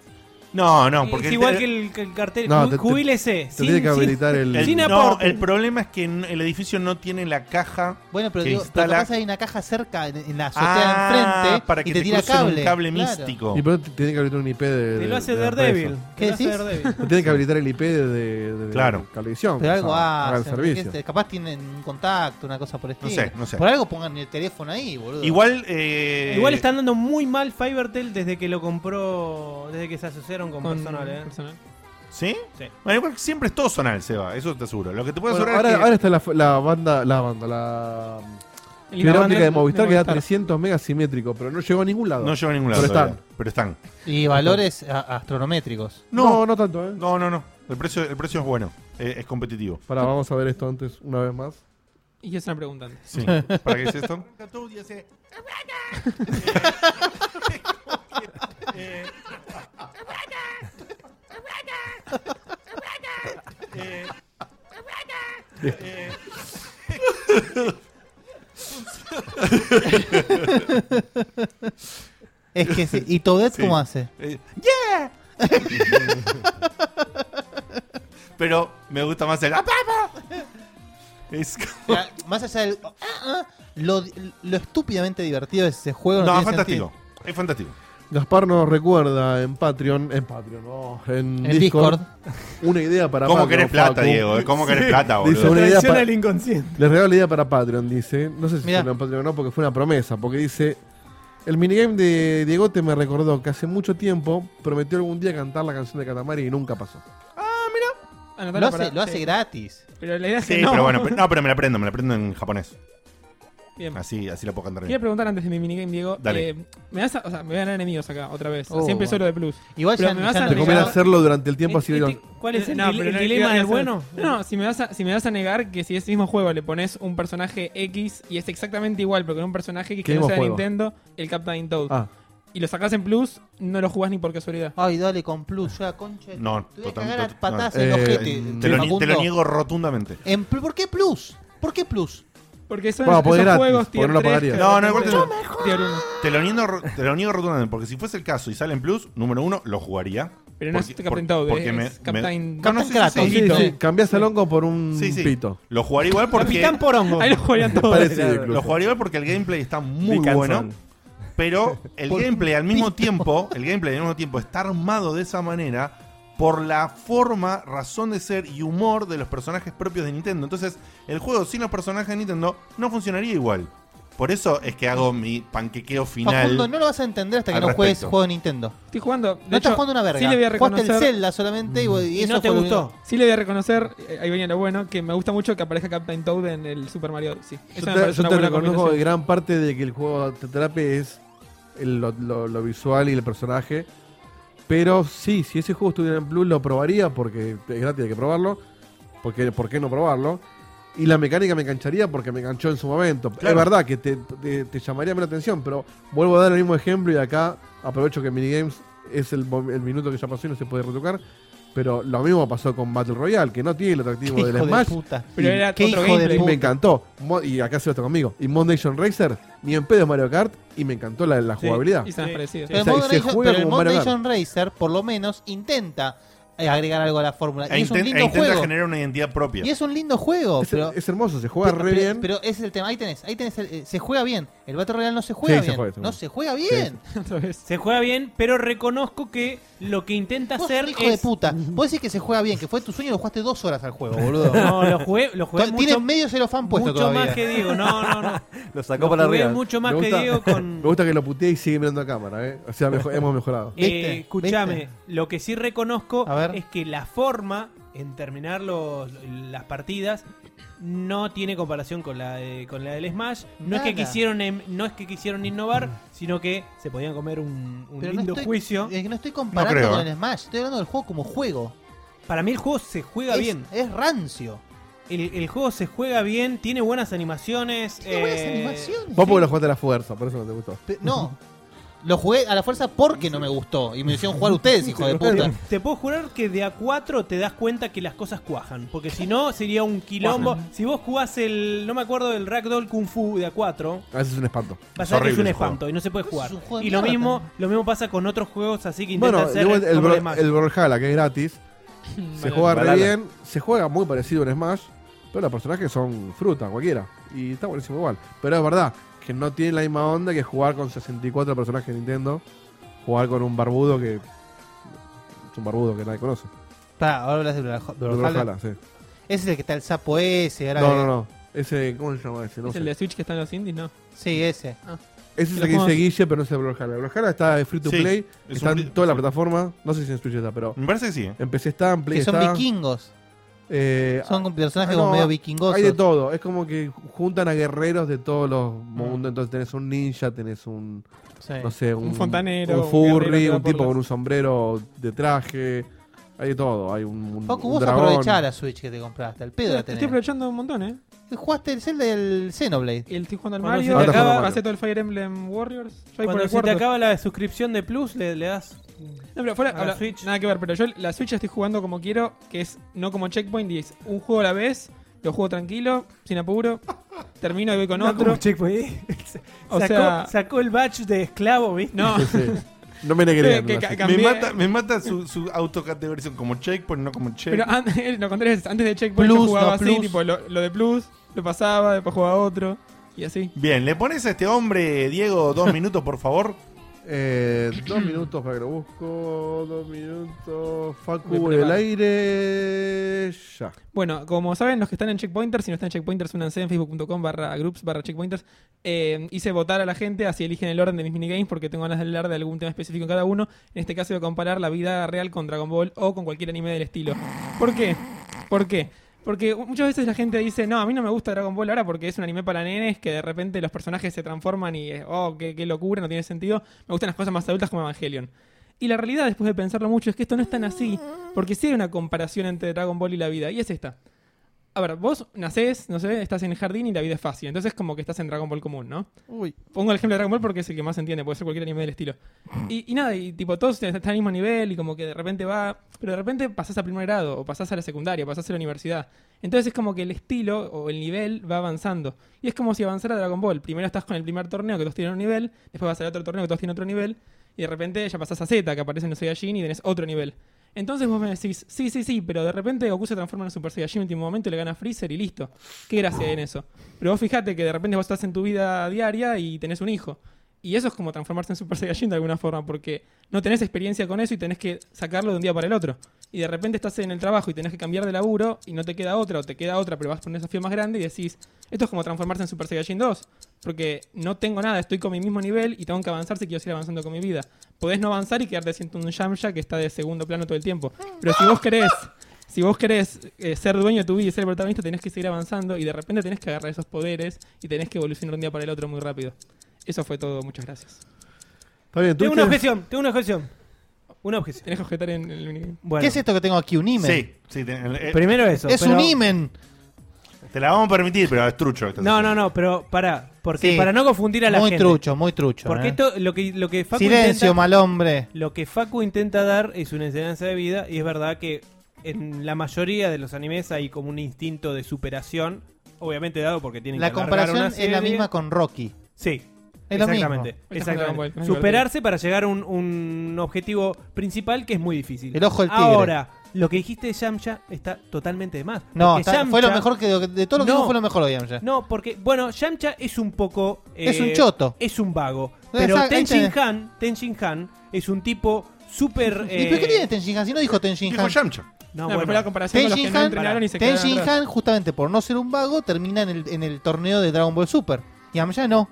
Speaker 2: No, no, porque
Speaker 4: es
Speaker 2: el
Speaker 4: igual
Speaker 2: te-
Speaker 4: que el, que el cartel.
Speaker 3: No,
Speaker 4: Ju-
Speaker 3: Ah, te- te-
Speaker 4: jubílese.
Speaker 3: Te
Speaker 4: sin-
Speaker 3: tiene que
Speaker 4: sin-
Speaker 3: habilitar el...
Speaker 2: el-
Speaker 4: sin
Speaker 2: no,
Speaker 4: aporte.
Speaker 2: el problema es que n- el edificio no tiene la caja
Speaker 6: Bueno, pero
Speaker 2: Que
Speaker 6: digo, lo que
Speaker 2: instala-
Speaker 6: pasa es que hay una caja cerca, en, en la azotea de
Speaker 2: Ah,
Speaker 6: enfrente,
Speaker 2: para que
Speaker 6: y te, tira
Speaker 2: crucen
Speaker 6: cable.
Speaker 2: un cable
Speaker 6: claro.
Speaker 2: místico.
Speaker 3: Y pero tiene que habilitar un IP de...
Speaker 4: Te
Speaker 3: de-
Speaker 4: lo hace
Speaker 3: de la
Speaker 4: Daredevil.
Speaker 3: empresa.
Speaker 4: Te lo hace
Speaker 6: ¿Qué decís?
Speaker 4: Daredevil.
Speaker 3: No Tiene que habilitar el IP de, de, de-
Speaker 2: Claro.
Speaker 3: de Cablevisión.
Speaker 6: Pero
Speaker 3: o
Speaker 6: algo
Speaker 3: sea, haga el
Speaker 6: hacen,
Speaker 3: servicio.
Speaker 6: ¿viste? Este, capaz tienen un contacto, una cosa por el
Speaker 2: No
Speaker 6: estilo.
Speaker 2: sé, no sé.
Speaker 6: Por algo pongan el teléfono ahí, boludo.
Speaker 2: Igual, eh,
Speaker 4: Igual está andando muy mal Fivertel desde que lo compró, desde que se asociaron con, Personal, ¿eh?
Speaker 8: personal.
Speaker 2: ¿Sí?
Speaker 4: Sí.
Speaker 2: Bueno, igual siempre es todo zonal, Seba, eso te aseguro. Lo que te puedo
Speaker 3: Bueno,
Speaker 2: asegurar
Speaker 3: ahora,
Speaker 2: es que.
Speaker 3: ahora está la, la banda, la banda, la
Speaker 8: El
Speaker 3: fibra óptica de
Speaker 8: Internet
Speaker 3: Movistar que da
Speaker 8: Movistar.
Speaker 3: 300 megas simétrico, pero no llegó a ningún lado.
Speaker 2: No llevo a ningún lado.
Speaker 3: Pero
Speaker 2: todavía,
Speaker 3: están.
Speaker 2: Pero están.
Speaker 6: Y valores a- astronométricos.
Speaker 3: no, no, tanto, ¿eh?
Speaker 2: No, no, no. El precio, el precio es bueno. Eh, es competitivo.
Speaker 3: Pará, vamos a ver esto antes una vez más.
Speaker 8: Y es una pregunta antes.
Speaker 2: Sí. ¿Para qué es
Speaker 3: [laughs]
Speaker 2: esto?
Speaker 6: [laughs]
Speaker 2: [laughs]
Speaker 3: Eh.
Speaker 6: Es que sí. ¿Y Todet
Speaker 2: Sí.
Speaker 6: cómo hace?
Speaker 2: Eh, ¡Yeah! [laughs] pero me gusta más el. ¡Ah, papá! Es como-
Speaker 6: O sea, más allá del. ah, ah, lo, lo estúpidamente divertido de ese juego. No,
Speaker 2: No, es
Speaker 6: tiene
Speaker 2: fantástico. Es fantástico.
Speaker 3: Gaspar nos recuerda en Patreon, en Patreon, no, en,
Speaker 6: sentido. En
Speaker 3: Discord,
Speaker 6: Discord. [laughs]
Speaker 3: una idea para
Speaker 2: ¿Cómo
Speaker 3: Patreon,
Speaker 2: querés plata,
Speaker 3: Facu.
Speaker 2: Diego? eh? ¿Cómo querés plata,
Speaker 3: Dice
Speaker 2: boludo?
Speaker 3: una idea
Speaker 10: Traición
Speaker 3: para-
Speaker 10: al inconsciente.
Speaker 3: Les regalo la idea para Patreon, dice. No sé si
Speaker 6: Mirá.
Speaker 3: será en Patreon o no, porque fue una promesa. Porque dice: El minigame de Diegote me recordó que hace mucho tiempo prometió algún día cantar la canción de Catamari y nunca pasó.
Speaker 8: [laughs] Anotala
Speaker 6: Lo
Speaker 8: para-
Speaker 6: hace, lo hace
Speaker 8: sí.
Speaker 6: gratis.
Speaker 8: Pero [laughs] la idea es
Speaker 2: Sí,
Speaker 8: que no.
Speaker 2: pero bueno, pe- no, pero me la aprendo, me la aprendo en japonés.
Speaker 8: Bien.
Speaker 2: Así, así la puedo cantar
Speaker 8: Quería
Speaker 2: bien.
Speaker 8: preguntar antes de mi minigame, Diego.
Speaker 2: Dale.
Speaker 8: eh, me vas a- o sea, me voy a ganar enemigos acá, otra vez.
Speaker 6: Oh.
Speaker 8: Siempre solo de plus.
Speaker 6: Igual
Speaker 8: Pero
Speaker 6: ya,
Speaker 8: me
Speaker 6: ya
Speaker 8: vas a
Speaker 3: Te
Speaker 6: no-
Speaker 3: conviene
Speaker 8: Obligado.
Speaker 3: hacerlo durante el tiempo así.
Speaker 4: Este-
Speaker 3: lo-
Speaker 4: ¿Cuál es el,
Speaker 8: Eh, No,
Speaker 4: dile-
Speaker 8: pero
Speaker 4: el
Speaker 8: no,
Speaker 4: dilema
Speaker 8: iba-
Speaker 4: del
Speaker 8: iba a
Speaker 4: bueno?
Speaker 8: ser- No, si me, vas a, si me vas a negar que si ese mismo juego le pones un personaje X y es exactamente igual, pero con un personaje que,
Speaker 3: ¿Qué
Speaker 8: no
Speaker 3: mismo
Speaker 8: sea de
Speaker 3: juego?
Speaker 8: Nintendo, el Captain Toad,
Speaker 3: Ah,
Speaker 8: y lo sacás en Plus, no lo jugás ni por casualidad.
Speaker 6: Ay, dale con plus, ya, concha. de-
Speaker 2: No,
Speaker 6: te voy a
Speaker 2: total-
Speaker 6: cagar
Speaker 2: tot-
Speaker 6: a patadas
Speaker 3: no.
Speaker 6: en el
Speaker 3: Eh,
Speaker 6: ojete,
Speaker 2: Te lo, ni-
Speaker 6: Facundo.
Speaker 2: te lo niego rotundamente.
Speaker 6: En pl- ¿Por qué plus? ¿Por qué plus?
Speaker 8: Porque son
Speaker 3: Bueno,
Speaker 8: pues, esos
Speaker 3: porque gratis,
Speaker 8: juegos
Speaker 3: porque no lo pagaría.
Speaker 2: No, no, igual te- Yo
Speaker 8: no.
Speaker 2: Te lo, niego, ro- te lo niego rotundamente, porque si fuese el caso y sale en Plus, número uno, lo jugaría.
Speaker 8: Pero no es
Speaker 2: Porque-
Speaker 8: Captain
Speaker 2: por-
Speaker 8: Toad,
Speaker 2: porque
Speaker 8: es
Speaker 2: me-
Speaker 8: Captain...
Speaker 2: No, no,
Speaker 6: Captain
Speaker 2: sí, sí,
Speaker 6: Kratos.
Speaker 2: sí,
Speaker 3: sí,
Speaker 8: Pito.
Speaker 3: sí, cambiás el hongo por un
Speaker 2: Sí, sí.
Speaker 3: pito.
Speaker 2: Lo jugaría igual porque.
Speaker 4: Capitán Porongo.
Speaker 8: Ahí lo jugarían todos.
Speaker 3: Parecido
Speaker 12: Claro.
Speaker 3: incluso.
Speaker 2: Lo jugaría igual porque el gameplay está muy
Speaker 12: Dickinson.
Speaker 2: bueno. Pero el
Speaker 6: Por
Speaker 2: gameplay al mismo
Speaker 6: pito.
Speaker 2: tiempo. El gameplay al mismo tiempo está armado de esa manera. Por la forma, razón de ser y humor de los personajes propios de Nintendo. Entonces, el juego sin los personajes de Nintendo no funcionaría igual. Por eso es que hago mi panquequeo final.
Speaker 6: Facundo, no lo vas a entender hasta que
Speaker 2: al
Speaker 6: no juegues
Speaker 2: respecto.
Speaker 6: juego de Nintendo.
Speaker 8: Estoy jugando. de
Speaker 6: No estás
Speaker 8: hecho,
Speaker 6: jugando una verga.
Speaker 8: Sí le voy a
Speaker 6: Jugaste el
Speaker 8: reconocer... Mm.
Speaker 6: Zelda solamente y, y
Speaker 4: Y
Speaker 6: eso
Speaker 4: no te
Speaker 6: fue lo
Speaker 4: gustó.
Speaker 6: único.
Speaker 8: Sí le voy a reconocer, eh, ahí venía lo bueno, que me gusta mucho que aparezca Captain Toad en el Super Mario Odyssey.
Speaker 3: Yo
Speaker 8: Eso me
Speaker 3: te,
Speaker 8: parece
Speaker 3: yo
Speaker 8: una
Speaker 3: te
Speaker 8: buena
Speaker 3: reconozco que
Speaker 8: combinación.
Speaker 3: gran parte de que el juego te atrape es el- lo, lo- lo visual y el personaje. Pero sí, si ese juego estuviera en Plus lo probaría porque es gratis, hay que probarlo. Porque, ¿Por qué no probarlo? Y la mecánica me engancharía porque me enganchó en su momento.
Speaker 2: Claro.
Speaker 3: Es verdad que te, te- te llamaría menos atención, pero vuelvo a dar el mismo ejemplo y acá aprovecho que Minigames es el, mo- el minuto que ya pasó y no se puede retocar. Pero lo mismo pasó con Battle Royale, que no tiene el atractivo del
Speaker 6: Hijo de
Speaker 3: Smash.
Speaker 6: puta.
Speaker 8: Pero era
Speaker 6: ¿Qué
Speaker 8: otro
Speaker 6: hijo de
Speaker 8: gameplay.
Speaker 3: Y
Speaker 6: puta?
Speaker 3: me encantó. Mo- Y acá se lo está conmigo. Y Mod Nation Racer, ni en pedo es Mario Kart. Y me encantó la, la
Speaker 8: Sí,
Speaker 3: jugabilidad.
Speaker 8: Y son
Speaker 4: Sí.
Speaker 8: parecidos.
Speaker 6: Pero
Speaker 3: O sea,
Speaker 6: el
Speaker 3: y
Speaker 6: Mod
Speaker 3: se
Speaker 6: Nation-
Speaker 3: juega
Speaker 6: pero el
Speaker 3: como
Speaker 6: Mod
Speaker 3: Mario
Speaker 6: Nation Racer por lo menos intenta eh, agregar algo a la fórmula.
Speaker 2: E
Speaker 6: Y es un
Speaker 2: inten- e
Speaker 6: lindo
Speaker 2: intenta
Speaker 6: juego.
Speaker 2: generar una identidad propia.
Speaker 6: Y es un lindo juego.
Speaker 3: Es,
Speaker 6: pero,
Speaker 3: es hermoso, se juega
Speaker 6: pero-
Speaker 3: re
Speaker 6: pero-
Speaker 3: bien.
Speaker 6: Pero ese es el tema. Ahí tenés, ahí tenés el- eh, se juega bien. El Battle Royale no se juega
Speaker 3: Sí, se
Speaker 6: bien.
Speaker 3: juega, se
Speaker 6: no
Speaker 3: juega.
Speaker 6: se
Speaker 3: [laughs]
Speaker 6: juega bien.
Speaker 8: Otra vez.
Speaker 4: Se juega bien, pero reconozco que lo que intenta
Speaker 6: Vos,
Speaker 4: hacer
Speaker 6: hijo de
Speaker 4: es...
Speaker 6: puta. Vos decís que se juega bien, que fue tu sueño y lo jugaste dos horas al juego, boludo.
Speaker 4: No, lo jugué, lo
Speaker 6: [laughs]
Speaker 4: jugué
Speaker 6: To-
Speaker 4: mucho,
Speaker 6: Tienes medio cero fan puesto
Speaker 4: mucho
Speaker 6: todavía.
Speaker 4: más que Diego. No,
Speaker 6: [laughs]
Speaker 3: [laughs]
Speaker 4: no, no.
Speaker 12: Lo sacó
Speaker 4: Lo
Speaker 12: para
Speaker 4: jugué
Speaker 12: arriba.
Speaker 4: mucho más
Speaker 3: Me
Speaker 4: que
Speaker 3: gusta-
Speaker 4: Diego con...
Speaker 3: [laughs] Me gusta que lo puteé y sigue mirando a cámara, ¿eh? O sea, mejo- hemos mejorado.
Speaker 6: [laughs] ¿Viste?
Speaker 4: Eh, Escúchame,
Speaker 6: ¿Viste?
Speaker 4: lo que sí reconozco
Speaker 6: A ver.
Speaker 4: es que la forma en terminar los, las partidas no tiene comparación con la de- con la del Smash. No es que
Speaker 6: Nada.
Speaker 4: quisieron em- no es que quisieron innovar, sino que se podían comer un, un
Speaker 6: Pero no
Speaker 4: lindo
Speaker 6: estoy-
Speaker 4: juicio.
Speaker 6: Es que no estoy comparando
Speaker 2: creo,
Speaker 6: con
Speaker 2: eh.
Speaker 6: el Smash, estoy hablando del juego como juego.
Speaker 4: Para mí el juego se juega
Speaker 6: Es,
Speaker 4: bien.
Speaker 6: es rancio.
Speaker 4: El, el juego se juega bien, tiene buenas animaciones.
Speaker 6: Tiene buenas
Speaker 4: eh,
Speaker 6: animaciones.
Speaker 3: Vos porque lo jugaste a la fuerza, por eso no te gustó.
Speaker 6: Pe- No. Lo jugué a la fuerza porque no me gustó. Y me hicieron jugar ustedes,
Speaker 4: [laughs]
Speaker 6: hijo de puta.
Speaker 4: Te puedo jurar que de a 4 te das cuenta que las cosas cuajan. Porque si no, sería un quilombo. Si vos jugás el. No me acuerdo del Ragdoll Kung Fu de a 4.
Speaker 3: A veces es un espanto.
Speaker 4: Vas a ver que es
Speaker 2: horrible
Speaker 4: un
Speaker 2: ese juego.
Speaker 4: espanto y no se puede
Speaker 6: Pues
Speaker 4: jugar.
Speaker 6: es un juego de
Speaker 4: Y lo
Speaker 6: mierda
Speaker 4: mismo,
Speaker 6: también.
Speaker 4: lo mismo pasa con otros juegos así que intentan
Speaker 3: Bueno,
Speaker 4: hacer
Speaker 3: igual el,
Speaker 4: como
Speaker 3: Bro-
Speaker 4: demás.
Speaker 3: el Brawlhalla, que es
Speaker 8: [laughs]
Speaker 3: gratis, se juega re
Speaker 12: Valhalla.
Speaker 3: bien, se juega muy parecido en Smash, pero los personajes son fruta, cualquiera. Y está buenísimo igual. Pero es verdad que no tiene la misma onda que jugar con 64 personajes de Nintendo, jugar con un barbudo que. Es un barbudo que nadie conoce.
Speaker 6: Pará, ahora hablas de Brawlha- Brawlhalla.
Speaker 3: Brawlhalla, sí.
Speaker 6: Ese es el que está el sapo ese. ahora
Speaker 3: No,
Speaker 6: que-
Speaker 3: no, no. Ese, ¿cómo se llama ese? No
Speaker 8: ¿Es
Speaker 3: sé.
Speaker 8: el de Switch que está en los indies? No. Ah.
Speaker 6: Sí, ese.
Speaker 3: Ese es
Speaker 8: Lo
Speaker 3: el que dice
Speaker 8: jugamos.
Speaker 3: Guille, pero no es el Brawlhalla. Brawlhalla está de free to
Speaker 2: Sí,
Speaker 3: play,
Speaker 2: es
Speaker 3: está
Speaker 2: un
Speaker 3: en
Speaker 2: free-
Speaker 3: toda la plataforma. No sé si en Switch está, pero.
Speaker 2: Me parece que sí. ¿eh?
Speaker 3: En PC está, en Play
Speaker 6: Que son
Speaker 3: está.
Speaker 6: vikingos.
Speaker 3: eh,
Speaker 6: Son con personajes
Speaker 3: no,
Speaker 6: como medio vikingosos.
Speaker 3: Hay de todo, es como que juntan a guerreros de todos los mundos, entonces tenés un ninja, tenés un,
Speaker 6: Mm. Sí.
Speaker 3: no sé, un,
Speaker 8: Un fontanero,
Speaker 3: un
Speaker 8: un guerrero
Speaker 3: furry,
Speaker 8: que va
Speaker 3: un
Speaker 8: por
Speaker 3: tipo
Speaker 8: las-
Speaker 3: con un sombrero de traje, hay de todo, hay un, un,
Speaker 6: Facu,
Speaker 3: un
Speaker 6: vos
Speaker 3: dragón.
Speaker 6: aprovechá la Switch que te compraste. El pedo la
Speaker 8: Estoy
Speaker 6: tenés.
Speaker 8: aprovechando un montón, ¿eh?
Speaker 6: Jugaste el Zelda del Xenoblade.
Speaker 8: El estoy jugando al
Speaker 4: Cuando se
Speaker 8: Mario.
Speaker 3: te acaba-
Speaker 8: pasé todo el Fire Emblem Warriors. Yo voy por
Speaker 4: Cuando
Speaker 8: el
Speaker 4: se te
Speaker 8: cuarto.
Speaker 4: acaba la suscripción de Plus, le, le das.
Speaker 8: No, pero fuera,
Speaker 4: A la
Speaker 8: habla-
Speaker 4: Switch.
Speaker 8: nada que ver, pero yo la Switch la estoy jugando como quiero, que es no como Checkpoint, y es un juego a la vez, lo juego tranquilo, sin apuro, termino y voy con
Speaker 4: No,
Speaker 8: otro.
Speaker 4: como Checkpoint, [laughs] ¿eh?
Speaker 8: O
Speaker 4: sacó,
Speaker 8: sea-
Speaker 4: sacó el batch de esclavo, ¿viste? [laughs]
Speaker 8: No,
Speaker 3: Sí, sí. No me
Speaker 6: [laughs]
Speaker 3: negué.
Speaker 8: que ca-
Speaker 2: Me
Speaker 8: cambié-
Speaker 2: mata, me mata su, su autocategorización como checkpoint, no como check.
Speaker 8: [laughs] Pero antes, [laughs] lo contrario, es, antes de Checkpoint
Speaker 6: Plus,
Speaker 8: yo jugaba
Speaker 6: no
Speaker 8: así,
Speaker 6: plus.
Speaker 8: tipo lo, lo de Plus, lo pasaba, después jugaba otro, y así.
Speaker 2: Bien, ¿le pones a este hombre, Diego,
Speaker 3: [laughs]
Speaker 2: dos minutos, por favor?
Speaker 3: Eh, dos minutos para que lo busco, dos minutos,
Speaker 8: Me
Speaker 3: Facu en
Speaker 8: preparo.
Speaker 3: el aire, ya.
Speaker 8: Bueno, como saben, los que están en Checkpointers, si no están en Checkpointers, únanse en facebook.com barra groups barra checkpointers. Eh, hice votar a la gente, así eligen el orden de mis minigames, porque tengo ganas de hablar de algún tema específico en cada uno. En este caso voy a comparar la vida real con Dragon Ball o con cualquier anime del estilo. ¿Por qué? ¿Por qué? Porque muchas veces la gente dice, no, a mí no me gusta Dragon Ball ahora porque es un anime para nenes que de repente los personajes se transforman y, eh, oh, qué, qué locura, no tiene sentido. Me gustan las cosas más adultas como Evangelion. Y la realidad, después de pensarlo mucho, es que esto no es tan así, porque sí hay una comparación entre Dragon Ball y la vida, y es esta. A ver, vos nacés, no sé, estás en el jardín y la vida es fácil, entonces como que estás en Dragon Ball común, ¿no?
Speaker 6: Uy.
Speaker 8: Pongo el ejemplo de Dragon Ball porque es el que más se entiende, puede ser cualquier anime del estilo. Y, y nada, y tipo, todos están al mismo nivel y como que de repente va. Pero de repente pasás a primer grado, o pasás a la secundaria, o pasás a la universidad. Entonces es como que el estilo o el nivel va avanzando. Y es como si avanzara Dragon Ball. Primero estás con el primer torneo que todos tienen un nivel, después vas al otro torneo que todos tienen otro nivel, y de repente ya pasás a Z, que aparece en el Saiyajin y tenés otro nivel. Entonces vos me decís, sí, sí, sí, pero de repente Goku se transforma en un Super Saiyajin en último momento y le gana a Freezer y listo. Qué gracia hay en eso. Pero vos fijate que de repente vos estás en tu vida diaria y tenés un hijo. Y eso es como transformarse en Super Saiyajin de alguna forma, porque no tenés experiencia con eso y tenés que sacarlo de un día para el otro. Y de repente estás en el trabajo y tenés que cambiar de laburo y no te queda otra, o te queda otra, pero vas por un desafío más grande y decís, esto es como transformarse en Super Saiyajin 2, porque no tengo nada, estoy con mi mismo nivel y tengo que avanzar si quiero seguir avanzando con mi vida. Podés no avanzar y quedarte siendo un Yamcha que está de segundo plano todo el tiempo. Pero si vos querés si vos querés eh, ser dueño de tu vida y ser el protagonista, tenés que seguir avanzando y de repente tenés que agarrar esos poderes y tenés que evolucionar un día para el otro muy rápido. Eso fue todo, muchas gracias.
Speaker 3: Está bien,
Speaker 4: Tengo una
Speaker 3: ¿tuviste?
Speaker 4: objeción, tengo una objeción. Una objeción.
Speaker 8: Tenés que objetar en, el minigame.
Speaker 4: Bueno,
Speaker 6: ¿Qué es esto que tengo aquí? ¿Un imen?
Speaker 2: Sí, sí, te, eh,
Speaker 4: primero eso.
Speaker 6: Es
Speaker 4: pero-
Speaker 6: un imen.
Speaker 2: te la vamos a permitir, pero es trucho.
Speaker 4: No, no, no, pero pará. Porque
Speaker 6: Sí.
Speaker 4: para no confundir a la
Speaker 6: muy
Speaker 4: gente.
Speaker 6: trucho, muy trucho.
Speaker 4: Porque
Speaker 6: eh.
Speaker 4: esto, lo que, lo que Facu
Speaker 6: Silencio,
Speaker 4: intenta-
Speaker 6: mal hombre.
Speaker 4: Lo que Facu intenta dar es una enseñanza de vida y es verdad que en la mayoría de los animes hay como un instinto de superación, obviamente dado porque tienen
Speaker 6: La
Speaker 4: que alargar
Speaker 6: comparación
Speaker 4: una
Speaker 6: es la
Speaker 4: serie.
Speaker 6: misma con Rocky.
Speaker 4: Sí.
Speaker 6: Es lo mismo.
Speaker 4: exactamente,
Speaker 8: Ahí está
Speaker 4: exactamente.
Speaker 8: Dragon Ball, es
Speaker 4: Superarse para llegar a un, un objetivo principal que es muy difícil.
Speaker 6: El ojo del tigre.
Speaker 4: Ahora, lo que dijiste de Yamcha está totalmente de más.
Speaker 6: No,
Speaker 4: Porque
Speaker 6: está- fue lo mejor que- de todo lo que dijo fue lo mejor lo de Yamcha.
Speaker 4: No, porque, bueno, Yamcha es un poco. eh,
Speaker 6: Es un choto.
Speaker 4: Es un vago.
Speaker 6: No,
Speaker 4: Pero
Speaker 6: exacto, ahí
Speaker 4: Tenshin
Speaker 6: tenés.
Speaker 4: Han, Tenshin Han es un tipo súper. eh,
Speaker 6: ¿Y pero qué tiene Tenshin Han? Si no dijo Tenshin Han.
Speaker 4: No, bueno.
Speaker 6: Tenshin Han- Tenshin Han, justamente por no ser un vago, termina en el, en el torneo de Dragon Ball Super. Yamcha no.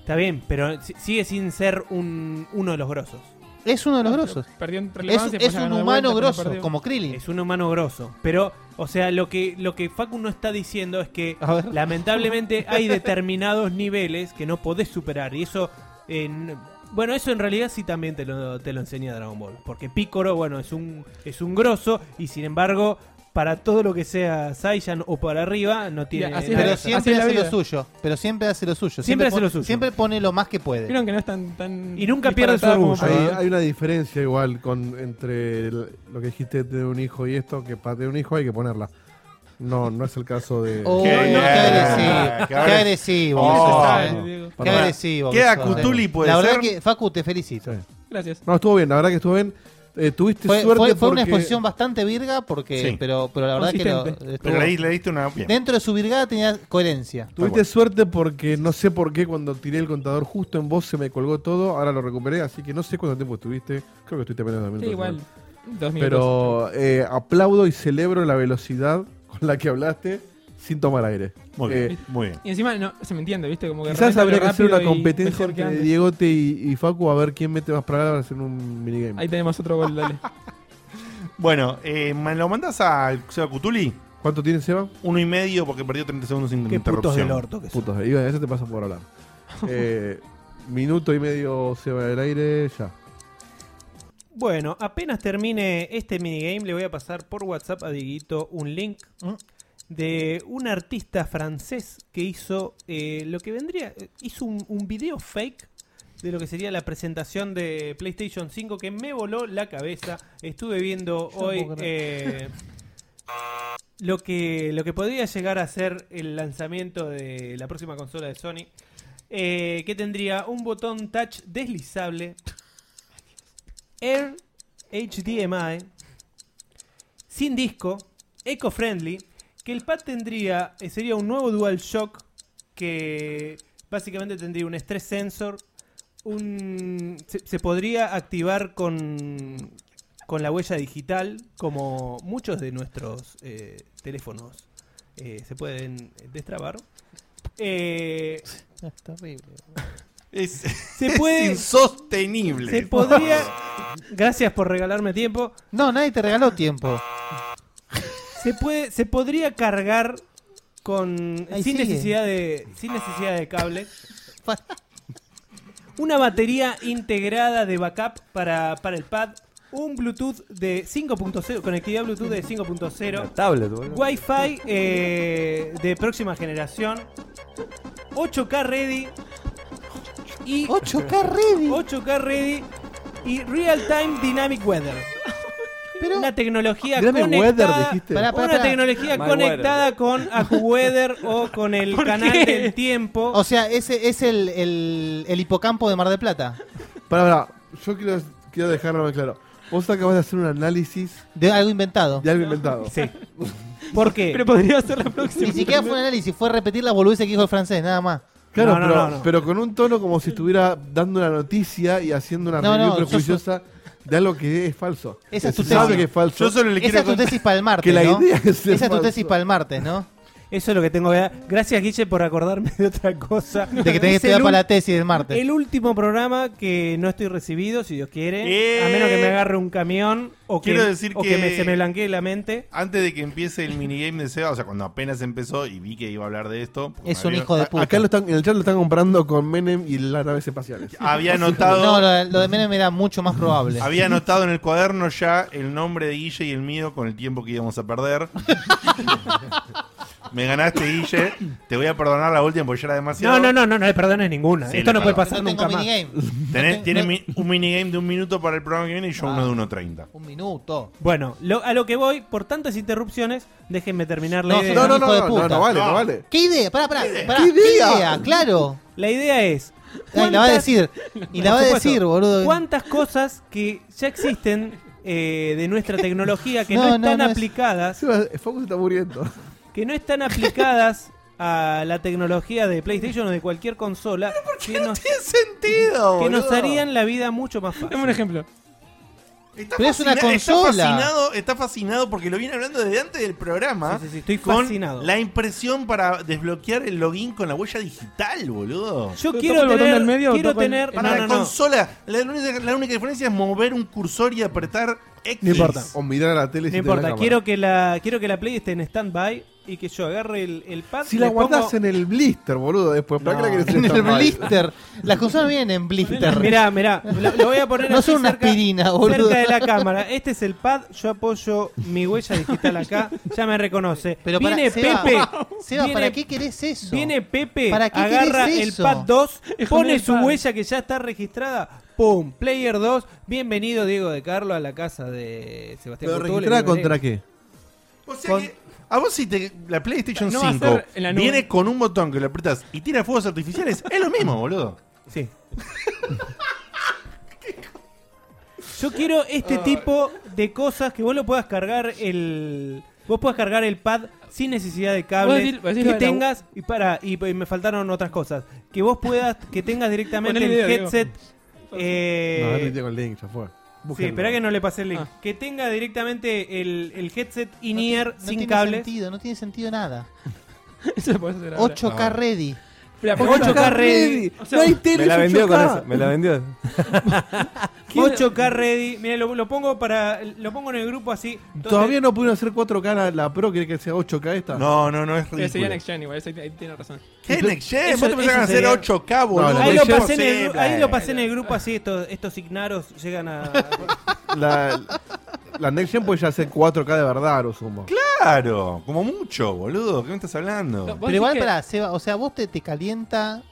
Speaker 4: Está bien, pero si- sigue sin ser un, uno de los grosos.
Speaker 6: Es uno de los grosos.
Speaker 8: Ah, Perdió en
Speaker 6: es
Speaker 8: relevancia,
Speaker 6: es
Speaker 8: pues,
Speaker 6: un
Speaker 8: ganó de
Speaker 6: humano
Speaker 8: vuelta, pero
Speaker 6: grosso,
Speaker 8: perdió.
Speaker 6: como Krillin.
Speaker 4: Es un humano grosso. Pero, o sea, lo que, lo que Facu no está diciendo es que
Speaker 6: [laughs] A ver.
Speaker 4: lamentablemente
Speaker 6: [laughs]
Speaker 4: hay determinados niveles que no podés superar. Y eso, en, bueno, eso en realidad sí también te lo, te lo enseña Dragon Ball. Porque Piccolo, bueno, es un, es un grosso y sin embargo... Para todo lo que sea Saiyan o para arriba, no tiene.
Speaker 8: Mira, así es la-
Speaker 6: Pero
Speaker 8: así
Speaker 6: siempre
Speaker 8: es la
Speaker 6: hace lo
Speaker 8: vida.
Speaker 6: suyo. Pero siempre hace lo suyo.
Speaker 4: Siempre hace
Speaker 6: pon-
Speaker 4: lo suyo.
Speaker 6: Siempre pone lo más que puede.
Speaker 8: Vieron que no es tan. tan
Speaker 4: Y nunca pierde su
Speaker 8: disparatada como
Speaker 4: orgullo, ¿eh?
Speaker 8: para-
Speaker 3: Hay, hay una diferencia igual con entre el- lo que dijiste de tener un hijo y esto, que para tener un hijo hay que ponerla. No, no es el caso de...
Speaker 6: Oh, Qué no, qué bien. agresivo, qué agresivo
Speaker 3: Oh.
Speaker 6: que sos, eh. Qué
Speaker 3: Perdón.
Speaker 6: agresivo que Queda sos, eh. Cutuli, puede La verdad ser. que, Facu, te felicito.
Speaker 8: Gracias.
Speaker 3: No, estuvo bien, la verdad que estuvo bien. Eh, tuviste
Speaker 6: Fue,
Speaker 3: suerte
Speaker 6: fue- fue
Speaker 3: porque-
Speaker 6: una exposición bastante virga, porque,
Speaker 3: Sí.
Speaker 6: pero, pero la verdad que lo,
Speaker 3: Consistente.
Speaker 6: estuvo-
Speaker 3: Pero le- le diste una- bien. Ah,
Speaker 6: Dentro de su virgada tenía coherencia.
Speaker 3: Tuviste suerte porque no sé por qué cuando tiré el contador justo en vos se me colgó todo, ahora lo recuperé, así que no sé cuánto tiempo estuviste, creo que estuviste apenas dos minutos.
Speaker 8: Sí, igual,
Speaker 3: ¿no?
Speaker 8: dos
Speaker 3: Pero
Speaker 8: minutos.
Speaker 3: eh, aplaudo y celebro la velocidad con la que hablaste sin tomar aire.
Speaker 2: Muy
Speaker 3: Eh,
Speaker 2: bien, muy bien.
Speaker 8: Y encima no, se me entiende, ¿viste? Como que
Speaker 3: Quizás
Speaker 8: realmente
Speaker 3: habría que
Speaker 8: hablo
Speaker 3: hacer una
Speaker 8: rápido y
Speaker 3: competencia
Speaker 8: mejor que
Speaker 3: entre
Speaker 8: antes.
Speaker 3: Diegote y, y Facu a ver quién mete más palabras en un minigame.
Speaker 8: Ahí tenemos otro gol, [laughs] dale.
Speaker 2: Bueno, eh, ¿me ¿lo mandás a Seba Cutuli?
Speaker 3: ¿Cuánto tiene Seba?
Speaker 2: Uno y medio porque perdió 30 segundos sin
Speaker 3: Qué
Speaker 2: interrupción.
Speaker 3: putos del orto que son. Putos, eso te pasa por
Speaker 8: [laughs]
Speaker 3: hablar. Eh, minuto y medio se va del aire, ya.
Speaker 4: Bueno, apenas termine este minigame, le voy a pasar por WhatsApp a Dieguito un link de un artista francés que hizo eh, lo que vendría, hizo un, un video fake de lo que sería la presentación de PlayStation 5 que me voló la cabeza. Estuve viendo
Speaker 6: no
Speaker 4: hoy
Speaker 6: puedo
Speaker 4: eh, lo que lo que podría llegar a ser el lanzamiento de la próxima consola de Sony, eh, que tendría un botón touch deslizable, Air HDMI, sin disco, eco-friendly, que el pad tendría eh, sería un nuevo DualShock que básicamente tendría un stress sensor, un se, se podría activar con con la huella digital como muchos de nuestros eh, teléfonos eh, se pueden destrabar. Eh, se
Speaker 2: es
Speaker 4: puede
Speaker 2: [laughs] insostenible.
Speaker 4: Se
Speaker 2: [laughs]
Speaker 4: podría Gracias por regalarme tiempo.
Speaker 6: No, nadie te regaló tiempo.
Speaker 4: se puede se podría cargar con
Speaker 6: Ahí
Speaker 4: Mm, sin
Speaker 6: sigue.
Speaker 4: necesidad de sin necesidad de
Speaker 6: [laughs]
Speaker 4: cable una batería integrada de backup para, para el pad un Bluetooth de 5.0 conectividad Bluetooth de 5.0
Speaker 12: Tablet, boludo.
Speaker 4: Wi-Fi eh, de próxima generación 8K ready y
Speaker 6: 8K ready
Speaker 4: 8K ready y real time dynamic weather una tecnología
Speaker 3: Dynamic
Speaker 4: conectada,
Speaker 3: weather, dijiste. Pará, pará,
Speaker 4: una
Speaker 3: pará.
Speaker 4: tecnología
Speaker 3: My
Speaker 4: conectada con AccuWeather o con el canal
Speaker 6: qué?
Speaker 4: del tiempo.
Speaker 6: O sea, ese es el, el- el hipocampo de Mar del Plata.
Speaker 3: Pará, pará, yo quiero, quiero dejarlo más claro. Vos acabas de hacer un análisis...
Speaker 6: De algo inventado.
Speaker 3: De algo inventado.
Speaker 6: [laughs]
Speaker 4: Sí. ¿Por qué?
Speaker 8: Pero podría ser la próxima.
Speaker 6: Ni siquiera [laughs] fue un análisis, fue repetir la boludez que dijo el francés, nada más.
Speaker 3: Claro,
Speaker 6: No, no,
Speaker 3: pero,
Speaker 6: no, no.
Speaker 3: pero con un tono como si estuviera dando una noticia y haciendo una
Speaker 6: No,
Speaker 3: review
Speaker 6: no,
Speaker 3: prejuiciosa de algo que es falso.
Speaker 6: Esa es
Speaker 3: Se
Speaker 6: tu
Speaker 3: sabe
Speaker 6: tesis.
Speaker 3: que es falso.
Speaker 6: Esa es tu tesis para el martes.
Speaker 3: Que la
Speaker 6: ¿no?
Speaker 3: idea [laughs] es
Speaker 6: Esa
Speaker 3: ser
Speaker 6: es tu
Speaker 3: falso.
Speaker 6: tesis para el martes, ¿no?
Speaker 4: Eso es lo que tengo que dar. Gracias, Guille, por acordarme de otra cosa.
Speaker 6: De que tenés que
Speaker 4: Es el
Speaker 6: estudiar para
Speaker 4: ul-
Speaker 6: la tesis del martes.
Speaker 4: El último programa que no estoy recibido, si Dios quiere. A menos que me agarre un camión o que,
Speaker 2: Quiero decir
Speaker 4: o que...
Speaker 2: que-
Speaker 4: me- se me blanquee la mente.
Speaker 2: Antes de que empiece el minigame de Seba, o sea, cuando apenas empezó y vi que iba a hablar de esto. porque me había-
Speaker 3: A- Acá lo están, en el chat lo están comprando con Menem y las naves espaciales.
Speaker 6: [laughs]
Speaker 2: Había notado-
Speaker 6: No, lo, lo de Menem era mucho más probable.
Speaker 2: Había anotado en el cuaderno ya el nombre de Guille y el mío con el tiempo que íbamos a perder. Me ganaste, Guille. Te voy a perdonar la última porque ya era demasiado.
Speaker 4: No, no, no, no, no le perdones ninguna.
Speaker 2: Sí,
Speaker 4: Esto
Speaker 2: le
Speaker 4: no puede pasar
Speaker 2: perdono.
Speaker 4: nunca más.
Speaker 2: Tenés- tiene mi- un minigame de un minuto para el programa que viene y yo uno de 1.30.
Speaker 6: Ah. Un minuto.
Speaker 4: Bueno, lo- a lo que voy, por tantas interrupciones, déjenme terminar la
Speaker 6: No,
Speaker 4: idea.
Speaker 6: sos un No, no, hijo no, de no, puta. no vale, no
Speaker 3: vale.
Speaker 6: ¿Qué idea? Pará, pará, pará.
Speaker 4: ¿Qué
Speaker 6: ¿Qué
Speaker 4: idea?
Speaker 6: idea? Ah, Claro.
Speaker 4: La idea es.
Speaker 6: Ay, la va a decir. Y la
Speaker 4: Por
Speaker 6: va a
Speaker 4: supuesto,
Speaker 6: decir, boludo.
Speaker 4: ¿Cuántas cosas que ya existen eh, de nuestra tecnología que no,
Speaker 3: No, no,
Speaker 4: están
Speaker 3: no es-
Speaker 4: aplicadas.
Speaker 3: Focus está muriendo.
Speaker 4: [laughs] Que no están aplicadas a la tecnología de PlayStation o de cualquier consola. que nos,
Speaker 2: sentido,
Speaker 4: que nos
Speaker 2: boludo.
Speaker 4: harían la vida mucho más fácil.
Speaker 8: un ejemplo.
Speaker 2: Está
Speaker 4: Pero es una
Speaker 2: fascina- está
Speaker 4: consola.
Speaker 2: fascinado, está fascinado porque lo viene hablando desde antes del programa.
Speaker 4: Sí, sí, sí, estoy
Speaker 2: con
Speaker 4: fascinado.
Speaker 2: La impresión para desbloquear el login con la huella digital, boludo.
Speaker 4: Yo Pero quiero toco el botón tener- del medio o quiero toco el- tener-
Speaker 2: Para
Speaker 4: no,
Speaker 2: la
Speaker 4: no, no.
Speaker 2: consola, La, única, la única diferencia es mover un cursor y apretar X.
Speaker 3: No importa. O mirar a la tele
Speaker 4: No importa, quiero que la quiero que la Play esté en stand-by y que yo agarre el, el pad.
Speaker 3: Si
Speaker 4: y
Speaker 3: la
Speaker 4: le pongo-
Speaker 3: guardás en el blister, boludo, después. ¿Para qué la querés
Speaker 6: en el
Speaker 3: stand-by?
Speaker 6: blister. Las consolas vienen en blister.
Speaker 4: Mirá, mirá, lo, lo voy a poner
Speaker 6: No
Speaker 4: así
Speaker 6: son una
Speaker 4: cerca,
Speaker 6: aspirina, boludo.
Speaker 4: cerca de la
Speaker 6: [laughs]
Speaker 4: cámara. Este es el pad, yo apoyo
Speaker 3: [laughs]
Speaker 4: mi huella digital acá, ya me reconoce.
Speaker 6: Pero para-
Speaker 4: Este, viene
Speaker 6: Seba,
Speaker 4: Pepe.
Speaker 6: Seba,
Speaker 4: viene-
Speaker 6: ¿para qué querés eso?
Speaker 4: Viene Pepe,
Speaker 6: ¿Para qué
Speaker 4: agarra
Speaker 6: querés
Speaker 4: el
Speaker 6: eso?
Speaker 4: pad
Speaker 8: [laughs]
Speaker 4: 2,
Speaker 6: Es como
Speaker 4: pone
Speaker 6: el
Speaker 4: su
Speaker 6: pad.
Speaker 4: huella que ya está registrada. Pum, player 2. Bienvenido Diego de Carlo a la casa de Sebastián
Speaker 3: ¿Pero
Speaker 4: Portugale,
Speaker 3: registrada
Speaker 4: bienvenido.
Speaker 3: contra qué?
Speaker 2: O sea que a vos si te, la PlayStation
Speaker 4: No va a
Speaker 2: 5
Speaker 4: ser en la nube.
Speaker 2: viene con un botón que lo apretas y tira fuegos artificiales, es lo mismo, boludo.
Speaker 4: Sí. Yo quiero
Speaker 6: Ah.
Speaker 4: este tipo de cosas que vos lo puedas cargar el. Vos puedas cargar el pad sin necesidad de
Speaker 8: Vos
Speaker 4: cables.
Speaker 8: decís- vos decís
Speaker 4: que
Speaker 8: lo de la-
Speaker 4: tengas. Y para. Y, y me faltaron otras cosas. Que vos puedas. Que tengas directamente
Speaker 8: Ponele
Speaker 4: el
Speaker 8: video,
Speaker 4: headset. eh,
Speaker 3: No, ahora tengo el link, ya fue.
Speaker 4: sí,
Speaker 3: Búsquenlo.
Speaker 4: esperá que no le pasé el link.
Speaker 8: Ah.
Speaker 4: Que tenga directamente el, el headset in-ear
Speaker 6: No
Speaker 4: sin
Speaker 6: tiene
Speaker 4: cables.
Speaker 6: [laughs] sentido, no tiene
Speaker 4: [laughs]
Speaker 6: sentido nada.
Speaker 8: Eso lo podés hacer ahora.
Speaker 6: 8K ready.
Speaker 8: Pero,
Speaker 4: 8K ready.
Speaker 8: O sea,
Speaker 4: No hay
Speaker 12: Me la vendió con eso. Me la vendió.
Speaker 4: 8K ready. Mira, lo, lo pongo para. Lo pongo en el grupo así. Entonces-
Speaker 3: [laughs] Todavía no pudieron hacer 4K la, la Pro, ¿querés que sea 8K esta?
Speaker 2: No, no, no es
Speaker 8: pero sería
Speaker 2: ridículo.
Speaker 8: Next Gen igual, eso ahí tiene razón.
Speaker 2: ¿Qué Next Gen?
Speaker 4: Eso-
Speaker 2: Vos te pensás que van a
Speaker 4: eso
Speaker 2: hacer
Speaker 4: sería-
Speaker 2: 8K, boludo.
Speaker 3: la
Speaker 4: Ahí lo,
Speaker 3: Yo
Speaker 4: pasé en el, gru- ahí lo pasé en
Speaker 2: el
Speaker 4: el grupo así, estos, estos ignaros llegan a...
Speaker 3: La, la Next Gen puede ya hacer 4K de verdad, a lo sumo.
Speaker 2: Claro, como mucho, boludo. ¿Qué me estás hablando?
Speaker 8: No, vos
Speaker 6: Pero
Speaker 8: decís
Speaker 6: igual,
Speaker 8: que-
Speaker 6: pará, Seba, o sea, vos te,
Speaker 3: [laughs]
Speaker 6: te calienta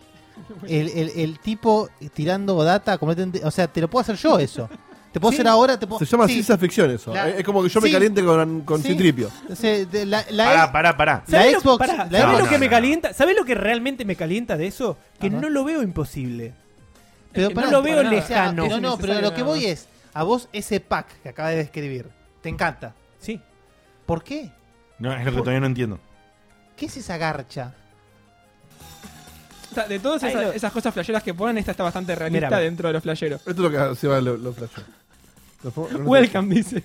Speaker 6: el, el- el tipo tirando data completamente. O sea, te lo puedo hacer yo eso. Te puedo
Speaker 4: Sí.
Speaker 6: hacer ahora, te puedo.
Speaker 3: Se llama
Speaker 6: sí.
Speaker 3: ciencia ficción eso.
Speaker 6: La-
Speaker 3: Es como que yo me
Speaker 6: Sí.
Speaker 3: caliente con, con
Speaker 6: Sí.
Speaker 3: Citripio.
Speaker 6: O sea, de la, la-
Speaker 2: Pará, pará, pará.
Speaker 6: La
Speaker 4: ¿Sabés lo,
Speaker 6: Xbox-
Speaker 4: pará,
Speaker 6: la
Speaker 4: ¿sabés
Speaker 2: Xbox-
Speaker 4: lo que
Speaker 2: No, no,
Speaker 4: me
Speaker 2: no.
Speaker 4: calienta? ¿Sabés lo que realmente me calienta de eso? Que
Speaker 6: Ajá.
Speaker 4: no lo veo imposible.
Speaker 6: pero
Speaker 4: que no
Speaker 6: pará,
Speaker 4: lo veo
Speaker 6: pará, o sea,
Speaker 4: lejano.
Speaker 6: no, no, pero
Speaker 8: Innecesario
Speaker 6: lo que
Speaker 8: nada
Speaker 6: voy
Speaker 8: más.
Speaker 6: es, a vos ese pack que acabas de describir, te encanta.
Speaker 4: Sí.
Speaker 6: ¿Por qué?
Speaker 2: No, es lo que todavía no entiendo.
Speaker 6: ¿Qué es esa garcha?
Speaker 8: o sea, de todas
Speaker 4: Ahí
Speaker 8: esas,
Speaker 4: lo-
Speaker 8: esas cosas flasheras que ponen, esta está bastante realista
Speaker 4: Mirá,
Speaker 8: dentro de los flasheros.
Speaker 3: Esto es lo que se va lo, lo flashó. Lo fue- lo-
Speaker 8: Welcome, dice.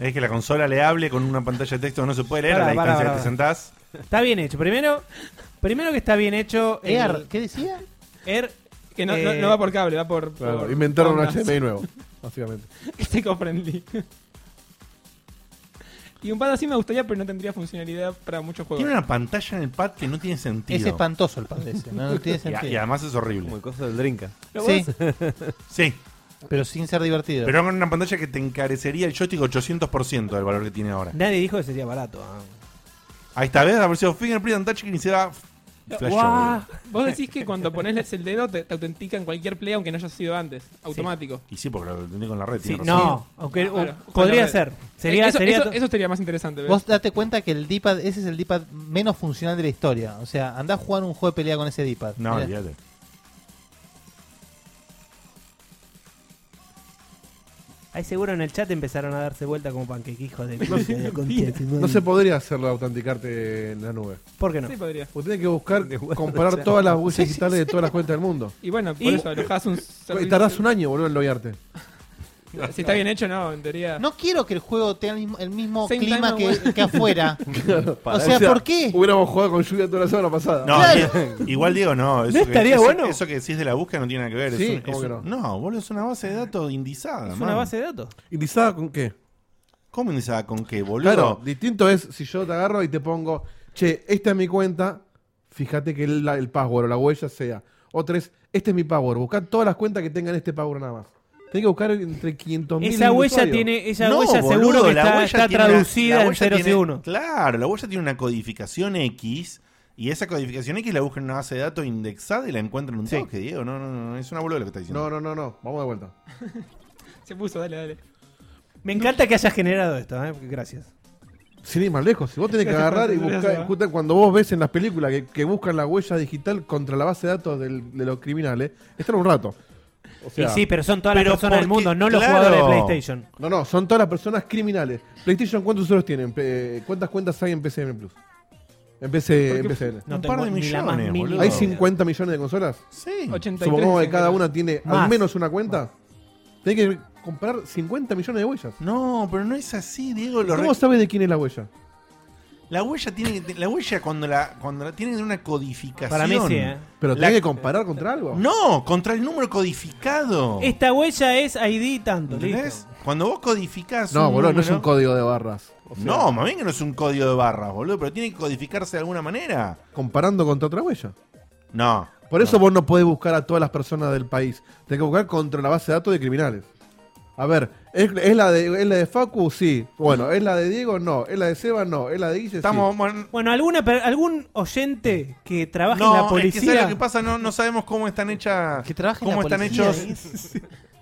Speaker 2: Es que la consola le hable con una pantalla de texto, no se puede leer a
Speaker 4: Pará,
Speaker 2: la
Speaker 4: pará,
Speaker 2: distancia que
Speaker 4: pará.
Speaker 2: te sentás.
Speaker 4: Está bien hecho. Primero, primero que está bien hecho... el-
Speaker 6: Ear, Er, ¿qué decía?
Speaker 4: Air,
Speaker 8: Que no, no-
Speaker 4: Eh,
Speaker 8: no va por cable, va por.
Speaker 3: Claro,
Speaker 8: por
Speaker 3: inventaron un
Speaker 8: ondas.
Speaker 3: HDMI nuevo,
Speaker 8: [laughs]
Speaker 4: [laughs]
Speaker 3: básicamente.
Speaker 8: Eco-friendly. Y un pad así me gustaría, pero no tendría funcionalidad para muchos
Speaker 2: Tiene
Speaker 8: juegos.
Speaker 2: una pantalla en el pad que no tiene sentido.
Speaker 6: Es espantoso el pack ese, no, no tiene
Speaker 2: [laughs] y, a-
Speaker 6: sentido.
Speaker 2: y además es
Speaker 12: Como
Speaker 2: horrible.
Speaker 12: el coso del Drinka.
Speaker 8: ¿Lo
Speaker 6: Sí,
Speaker 8: vos?
Speaker 2: [laughs] Sí,
Speaker 6: pero sin ser divertido.
Speaker 2: pero con una pantalla que te encarecería el joystick 800% del valor que tiene ahora.
Speaker 4: nadie dijo que sería barato. ah.
Speaker 2: Ahí está, ¿ves? La versión Fingerprint and Touch que iniciaba Flash
Speaker 8: Guau. Vos decís que cuando pones el dedo te, te autentica en cualquier play, aunque no haya sido antes.
Speaker 2: [laughs]
Speaker 8: Automático.
Speaker 2: Y sí, porque lo entendí con la red.
Speaker 8: Sí,
Speaker 2: tiene razón.
Speaker 4: No, aunque
Speaker 8: Ah, claro.
Speaker 4: o- podría
Speaker 8: Bueno,
Speaker 4: ser. Sería,
Speaker 8: eso,
Speaker 4: sería
Speaker 8: eso- eso sería más interesante. ¿ves?
Speaker 6: Vos date cuenta que el D-pad, ese es el D-pad menos funcional de la historia. O sea, andá a jugar un juego de pelea con ese D-pad.
Speaker 7: Eh.
Speaker 2: No,
Speaker 6: Mirá.
Speaker 2: olvídate.
Speaker 4: Ahí seguro en el chat empezaron a darse vuelta como panquequijos
Speaker 2: [laughs]
Speaker 4: de... de concha de su
Speaker 3: No se podría hacerlo autenticarte en la nube.
Speaker 4: ¿Por qué no?
Speaker 8: Sí, podría.
Speaker 3: Vos tenés que
Speaker 4: [laughs]
Speaker 3: buscar, comparar todas las huellas digitales de todas las cuentas del mundo.
Speaker 8: Y bueno, por
Speaker 4: Y-
Speaker 8: eso alojás un.
Speaker 3: Y
Speaker 8: servicio-
Speaker 3: tardás un año, boludo, en loguearte.
Speaker 8: Si está bien hecho, no, en teoría.
Speaker 6: No quiero que el juego tenga el mismo, el mismo
Speaker 8: Same
Speaker 6: clima
Speaker 8: time
Speaker 6: que, que
Speaker 8: [laughs]
Speaker 6: afuera.
Speaker 12: Para-
Speaker 6: o sea, ¿por qué?
Speaker 3: Hubiéramos jugado con lluvia toda la semana pasada.
Speaker 2: No,
Speaker 6: Claro.
Speaker 2: bien, igual digo, no. Eso
Speaker 4: ¿No
Speaker 2: que-
Speaker 4: estaría
Speaker 2: eso-
Speaker 4: bueno?
Speaker 2: Eso que decís de la búsqueda no tiene nada que ver.
Speaker 3: Sí,
Speaker 2: es un-
Speaker 3: ¿cómo
Speaker 2: es
Speaker 3: que
Speaker 2: un- no, boludo, es una base de datos indizada.
Speaker 4: Es una
Speaker 2: man.
Speaker 4: base de datos.
Speaker 3: ¿Indizada con qué?
Speaker 2: ¿Cómo indizada? ¿Con qué, boludo?
Speaker 3: Claro, distinto es si yo te agarro y te pongo, che, esta es mi cuenta, fíjate que el, la- el password o la huella sea. Otra es, este es mi password, buscá todas las cuentas que tengan este password nada más. Tenés que buscar entre 500 mil.
Speaker 4: Esa huella tiene, esa
Speaker 2: No,
Speaker 4: huella
Speaker 2: boludo,
Speaker 4: seguro que
Speaker 2: la
Speaker 4: está,
Speaker 2: huella
Speaker 4: está
Speaker 2: tiene una-
Speaker 4: traducida
Speaker 2: la
Speaker 4: en
Speaker 2: huella
Speaker 4: 0 y
Speaker 2: tiene-
Speaker 4: 1.
Speaker 2: Claro, la huella tiene una codificación X y esa codificación X la buscan en una base de datos indexada y la encuentran en un toque, Diego. No, no, no, es una boluda lo que está diciendo.
Speaker 3: No, no, no, no, vamos de vuelta.
Speaker 8: Se puso, dale, dale.
Speaker 4: Me encanta que hayas generado esto, ¿eh? gracias.
Speaker 3: Sin ir más lejos, si vos tenés que agarrar y buscar, justo cuando vos ves en las películas que, que buscan la huella digital contra la base de datos del- de los criminales, están un rato. O sea-
Speaker 4: y sí, pero son todas las personas del mundo, no los jugadores de PlayStation.
Speaker 3: No, no, son todas las personas criminales. PlayStation, ¿cuántos usuarios tienen? Pe- eh, ¿Cuántas cuentas hay en PCM Plus? En,
Speaker 2: Eh,
Speaker 3: PC, en
Speaker 8: Porque
Speaker 3: PCN.
Speaker 4: No tengo ni la más mínima
Speaker 3: ¿Hay
Speaker 4: idea.
Speaker 3: 50 millones de consolas?
Speaker 2: Sí.
Speaker 8: 83
Speaker 3: Supongamos que
Speaker 8: en
Speaker 3: cada
Speaker 8: general.
Speaker 3: una tiene
Speaker 4: Más.
Speaker 3: al menos una cuenta. Tiene que comprar 50 millones de huellas.
Speaker 2: No, pero no es así, Diego. lo
Speaker 3: ¿Cómo
Speaker 2: re-
Speaker 3: sabes de quién es la huella?
Speaker 2: La huella tiene que- la huella cuando la cuando la tienen una codificación.
Speaker 4: Para mí sí, ¿eh?
Speaker 3: ¿Pero
Speaker 2: La-
Speaker 3: tiene que comparar contra algo?
Speaker 2: No, contra el número codificado.
Speaker 4: Esta huella es ID tanto,
Speaker 2: ¿Entendés?
Speaker 4: listo.
Speaker 2: Cuando vos codificás
Speaker 3: No,
Speaker 2: un
Speaker 3: boludo, no es
Speaker 2: número-
Speaker 3: un código de barras. O sea,
Speaker 2: No, más bien que no es un código de barras, boludo, pero tiene que codificarse de alguna manera.
Speaker 3: Comparando contra otra huella.
Speaker 2: No.
Speaker 3: Por eso vos no podés buscar a todas las personas del país. Tenés que buscar contra la base de datos de criminales. A ver, ¿es, es la, de, ¿es la de Facu? Sí. Bueno, ¿es la de Diego? No. ¿Es la de Seba? No. ¿Es la de Guille?
Speaker 2: Estamos
Speaker 3: Sí.
Speaker 2: bueno,
Speaker 4: Bueno, alguna per- algún oyente que trabaja
Speaker 2: no,
Speaker 4: en la
Speaker 2: es que ¿sabes
Speaker 4: policía
Speaker 2: lo que pasa, no, no sabemos cómo están hechas
Speaker 6: Que trabaje en
Speaker 2: cómo
Speaker 6: la
Speaker 2: están
Speaker 6: policía,
Speaker 2: hechos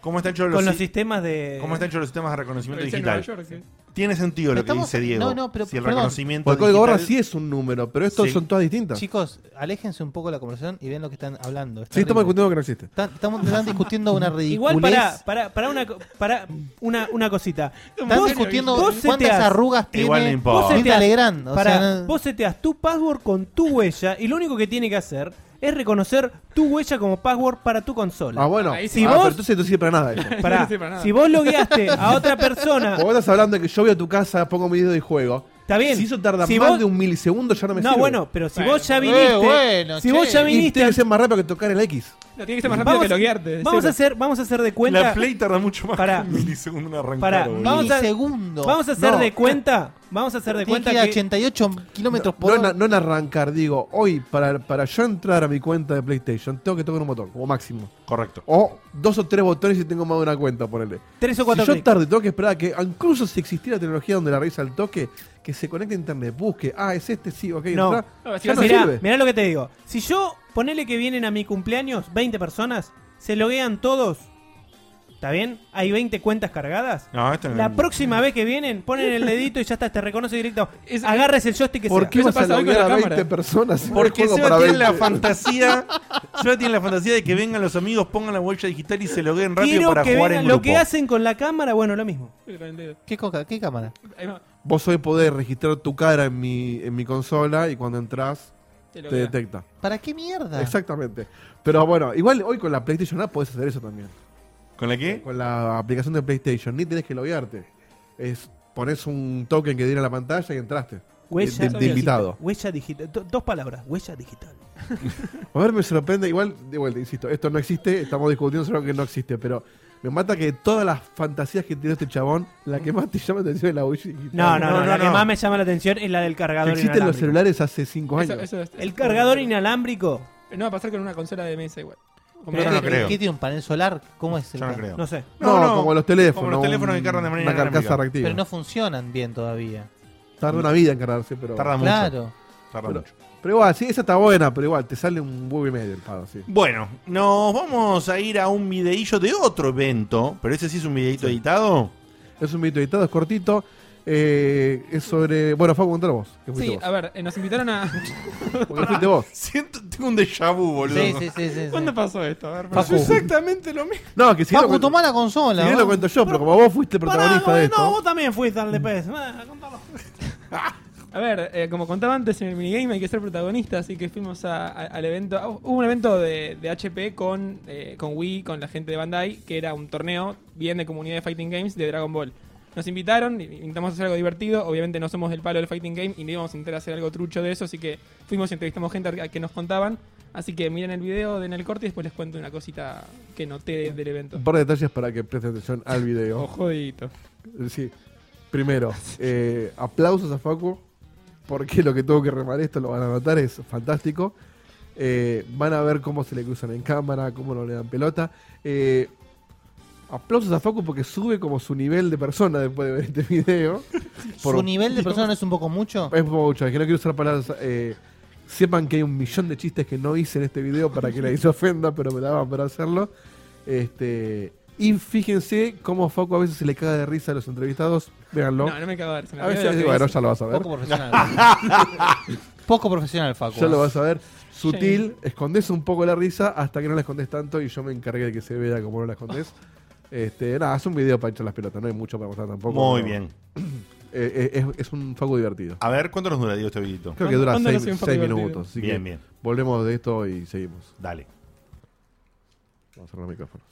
Speaker 2: cómo están hechos
Speaker 4: con
Speaker 2: los,
Speaker 4: los
Speaker 2: si-
Speaker 4: sistemas de
Speaker 2: [laughs] cómo están hechos los sistemas de reconocimiento
Speaker 8: Policía en
Speaker 2: digital.
Speaker 8: Nueva York, sí.
Speaker 2: Tiene sentido lo que
Speaker 6: Estamos-
Speaker 2: dice Diego.
Speaker 6: no, no, pero,
Speaker 2: si el
Speaker 6: perdón.
Speaker 2: reconocimiento
Speaker 3: Porque el código de
Speaker 2: digital-
Speaker 3: barras sí es un número, [laughs] pero estos
Speaker 2: Sí.
Speaker 3: son todas distintas. Sí,
Speaker 6: Chicos, aléjense un poco de la conversación y vean lo que están hablando. Es
Speaker 3: estamos
Speaker 6: terrible.
Speaker 3: discutiendo que no existe.
Speaker 6: Están- estamos están discutiendo una ridiculez.
Speaker 4: Igual para, para, para, una, co- para una, una
Speaker 6: [laughs]
Speaker 4: cosita.
Speaker 6: Están
Speaker 4: Vos-
Speaker 6: discutiendo
Speaker 4: vos seteás-
Speaker 6: cuántas arrugas tiene
Speaker 2: Igual no
Speaker 6: Mirta
Speaker 2: importa.
Speaker 4: Vos seteás-
Speaker 6: Legrand. O
Speaker 4: pará,
Speaker 6: sea, no-
Speaker 4: vos seteás tu password con tu huella y lo único que tiene que hacer es reconocer tu huella como password para tu consola.
Speaker 3: Ah, bueno.
Speaker 8: Ahí
Speaker 4: sí.
Speaker 3: Ah,
Speaker 4: Si vos-
Speaker 3: pero entonces no sirve para nada
Speaker 8: [laughs]
Speaker 3: eso.
Speaker 4: Pará,
Speaker 8: no sirve para nada.
Speaker 4: si vos logueaste a
Speaker 8: [laughs]
Speaker 4: otra persona,
Speaker 3: Porque vos estás hablando de que yo voy a tu casa, pongo mi dedo y juego.
Speaker 4: Está bien.
Speaker 3: Si eso tarda
Speaker 4: Si
Speaker 3: más
Speaker 4: vos-
Speaker 3: de un milisegundo, ya no me
Speaker 4: no,
Speaker 3: sirve.
Speaker 4: bueno, pero si
Speaker 8: Bueno.
Speaker 4: vos ya
Speaker 8: Eh,
Speaker 4: viniste,
Speaker 6: bueno,
Speaker 4: si
Speaker 6: che.
Speaker 4: vos ya
Speaker 6: Y
Speaker 3: Y
Speaker 4: viniste,
Speaker 3: tiene que ser más rápido que tocar el X.
Speaker 8: No, tiene que ser más rápido
Speaker 4: vamos,
Speaker 8: que loguearte.
Speaker 4: vamos a
Speaker 8: seguro.
Speaker 4: hacer, vamos a hacer de
Speaker 2: la
Speaker 4: cuenta,
Speaker 2: Play tarda mucho más
Speaker 4: Pará.
Speaker 2: [laughs] que un milisegundo en arrancar.
Speaker 4: Pará.
Speaker 3: ¿eh?
Speaker 2: boludo.
Speaker 4: vamos a-
Speaker 6: milisegundo.
Speaker 4: vamos a hacer
Speaker 3: No.
Speaker 4: de cuenta, vamos a hacer de
Speaker 6: Tiene
Speaker 4: cuenta
Speaker 6: que ir a
Speaker 4: que
Speaker 6: 88 kilómetros
Speaker 3: No,
Speaker 6: por
Speaker 3: en,
Speaker 6: hora.
Speaker 3: no en arrancar, digo, hoy para, para yo entrar a mi cuenta de PlayStation tengo que tocar un botón, como máximo.
Speaker 2: Correcto.
Speaker 3: O dos o tres botones si tengo más de una cuenta, ponele.
Speaker 4: tres o
Speaker 3: Si
Speaker 4: cuatro
Speaker 3: yo
Speaker 4: clics.
Speaker 3: tarde, tengo que esperar a que, incluso si existiera tecnología donde la raíz al toque, que se conecte a internet, busque, ah, es este, sí, ok,
Speaker 4: No.
Speaker 3: entra.
Speaker 8: No, si
Speaker 3: ya
Speaker 8: vas
Speaker 3: no
Speaker 8: a-
Speaker 4: mirá,
Speaker 3: sirve.
Speaker 4: mirá lo que te digo. Si yo, ponele que vienen a mi cumpleaños 20 personas, se loguean todos, ¿está bien? Hay 20 cuentas cargadas.
Speaker 2: No, esto no-
Speaker 3: Mm.
Speaker 4: La próxima vez que vienen, ponen el dedito y ya está, te reconoce directo.
Speaker 8: Es-
Speaker 4: Agarres el joystick que
Speaker 3: ¿Por
Speaker 4: sea.
Speaker 3: qué
Speaker 8: Eso
Speaker 3: vas a
Speaker 8: pasa hoy con
Speaker 3: lograr a
Speaker 8: la
Speaker 3: 20
Speaker 8: cámara.
Speaker 3: personas si no hay
Speaker 2: Porque
Speaker 3: juego
Speaker 2: Seba
Speaker 3: para
Speaker 2: tiene la
Speaker 3: 20? [laughs]
Speaker 2: fantasía. Seba tiene la fantasía de que vengan los amigos, pongan la huella digital y se logueen rápido
Speaker 4: Quiero
Speaker 2: para
Speaker 4: que
Speaker 2: jugar
Speaker 4: vean
Speaker 2: en
Speaker 4: lo
Speaker 2: grupo.
Speaker 4: que hacen con la cámara, bueno, lo mismo.
Speaker 6: ¿Qué, coca- qué cámara?
Speaker 8: Ahí va,
Speaker 3: Vos hoy podés registrar tu cara en mi, en mi consola y cuando entras
Speaker 8: te
Speaker 3: te
Speaker 8: loguea.
Speaker 3: detecta.
Speaker 6: ¿Para qué mierda?
Speaker 3: Exactamente. Pero bueno, igual hoy con la PlayStation App podés hacer eso también. Eh,
Speaker 2: ¿Con la qué?
Speaker 3: Con la aplicación de PlayStation, ni tenés que loguearte. Es pones un token que diera la pantalla y entraste. Eh,
Speaker 4: Huella
Speaker 3: de, de
Speaker 4: digital.
Speaker 3: invitado.
Speaker 4: Huella digital. Do- dos palabras, huella digital.
Speaker 3: A ver, me sorprende, igual, de vuelta, insisto, esto no existe, estamos discutiendo sobre algo que no existe, pero me mata que todas las fantasías que tiene este chabón, la que más te llama la atención es la Wii.
Speaker 4: No, no, no,
Speaker 3: Ah,
Speaker 4: la que
Speaker 2: no.
Speaker 4: más me llama la atención es la del cargador
Speaker 3: Existen los
Speaker 4: inalámbrico.
Speaker 3: celulares hace 5 años.
Speaker 8: Eso- eso es- Eh,
Speaker 4: El cargador inalámbrico,
Speaker 8: No va a pasar con una consola de mesa igual. Como
Speaker 2: Yo
Speaker 6: ¿Qué-
Speaker 2: no
Speaker 6: qué-
Speaker 2: creo.
Speaker 6: ¿Qué tiene un panel solar? ¿Cómo es? el
Speaker 2: Yo no
Speaker 6: pan-
Speaker 2: creo.
Speaker 4: no sé.
Speaker 3: No,
Speaker 2: No, no,
Speaker 3: como los teléfonos.
Speaker 2: como los teléfonos que cargan de manera
Speaker 3: Una carcasa
Speaker 2: inalámbrica.
Speaker 3: reactiva.
Speaker 6: Pero no funcionan bien todavía.
Speaker 3: Tarda una vida en cargarse, pero.
Speaker 2: Tarda mucho.
Speaker 6: Claro.
Speaker 2: Tarda
Speaker 3: pero,
Speaker 2: mucho.
Speaker 3: pero igual, sí, esa está buena, pero igual, te sale un huevo y medio el pago, sí.
Speaker 2: Bueno, nos vamos a ir a un videillo de otro evento, pero ese sí es un videíto editado.
Speaker 3: Es un video editado, es cortito. eh, es sobre. Bueno, Facu, contalo vos. Que fuiste
Speaker 8: Sí,
Speaker 3: vos.
Speaker 8: a ver, eh, nos invitaron a.
Speaker 3: Porque fuiste vos.
Speaker 2: Siento, tengo un déjà vu, boludo.
Speaker 6: Sí, sí, sí. sí, sí.
Speaker 8: ¿Cuándo pasó esto? A ver,
Speaker 6: Facu.
Speaker 8: pasó exactamente lo mismo.
Speaker 3: No, que si bien
Speaker 6: Facu,
Speaker 3: lo cuento-
Speaker 6: tomá la
Speaker 3: si
Speaker 6: consola.
Speaker 3: bien lo
Speaker 6: vamos.
Speaker 3: cuento yo, pero como vos fuiste el protagonista
Speaker 4: Pará,
Speaker 3: de
Speaker 4: No,
Speaker 3: esto.
Speaker 4: vos también fuiste al DPS. Ah, contalo.
Speaker 8: A ver, eh, como contaba antes en el minigame, hay que ser protagonista, así que fuimos a- a- al evento. ah, Hubo un evento de, de HP con, eh, con Wii, con la gente de Bandai, que era un torneo bien de comunidad de Fighting Games de Dragon Ball. Nos invitaron, y- intentamos hacer algo divertido. Obviamente no somos del palo del Fighting Game y no íbamos a intentar hacer algo trucho de eso, así que fuimos y entrevistamos gente a- que nos contaban. Así que miren el video, den el corte y después les cuento una cosita que noté del evento.
Speaker 3: Un par de detalles para que presten atención al video.
Speaker 8: Ojodito.
Speaker 3: Sí. Primero, eh, aplausos a Facu, porque lo que tuvo que remar esto lo van a notar, es fantástico. Eh, van a ver cómo se le cruzan en cámara, cómo no le dan pelota. Eh, aplausos a Facu porque sube como su nivel de persona después de ver este [laughs] video. Por-
Speaker 6: ¿Su nivel de persona no es un poco mucho?
Speaker 3: Es mucho, es que no quiero usar palabras. eh, sepan que hay un millón de chistes que no hice en este video para que nadie se ofenda, pero me daban para hacerlo. Este, y fíjense cómo a Facu a veces se le caga de risa a los entrevistados. Véanlo.
Speaker 8: No, no me cago de risa, me
Speaker 3: A
Speaker 8: río de lo
Speaker 3: veces,
Speaker 8: que
Speaker 3: bueno, [laughs]
Speaker 8: hice.
Speaker 3: ya lo vas a ver.
Speaker 6: Poco profesional. Poco profesional, Facu.
Speaker 3: Ya lo vas a ver. Sutil, escondes un poco la risa hasta que no la escondes tanto y yo me encargué de que se vea como no la escondes. Este, nada, es un video para hinchar las pelotas, no hay mucho para mostrar tampoco.
Speaker 2: Muy
Speaker 3: pero-
Speaker 2: bien.
Speaker 3: Eh, eh, es, es un Facu divertido.
Speaker 2: A ver, ¿cuánto nos dura, Diego, este videito?
Speaker 3: Creo que dura
Speaker 8: ¿Cuándo no
Speaker 3: seis
Speaker 8: soy un Facu
Speaker 3: seis
Speaker 8: divertido?
Speaker 3: minutos. así que
Speaker 2: Bien, bien. [laughs]
Speaker 3: Volvemos de esto y seguimos.
Speaker 2: Dale.
Speaker 3: Vamos a cerrar el micrófono.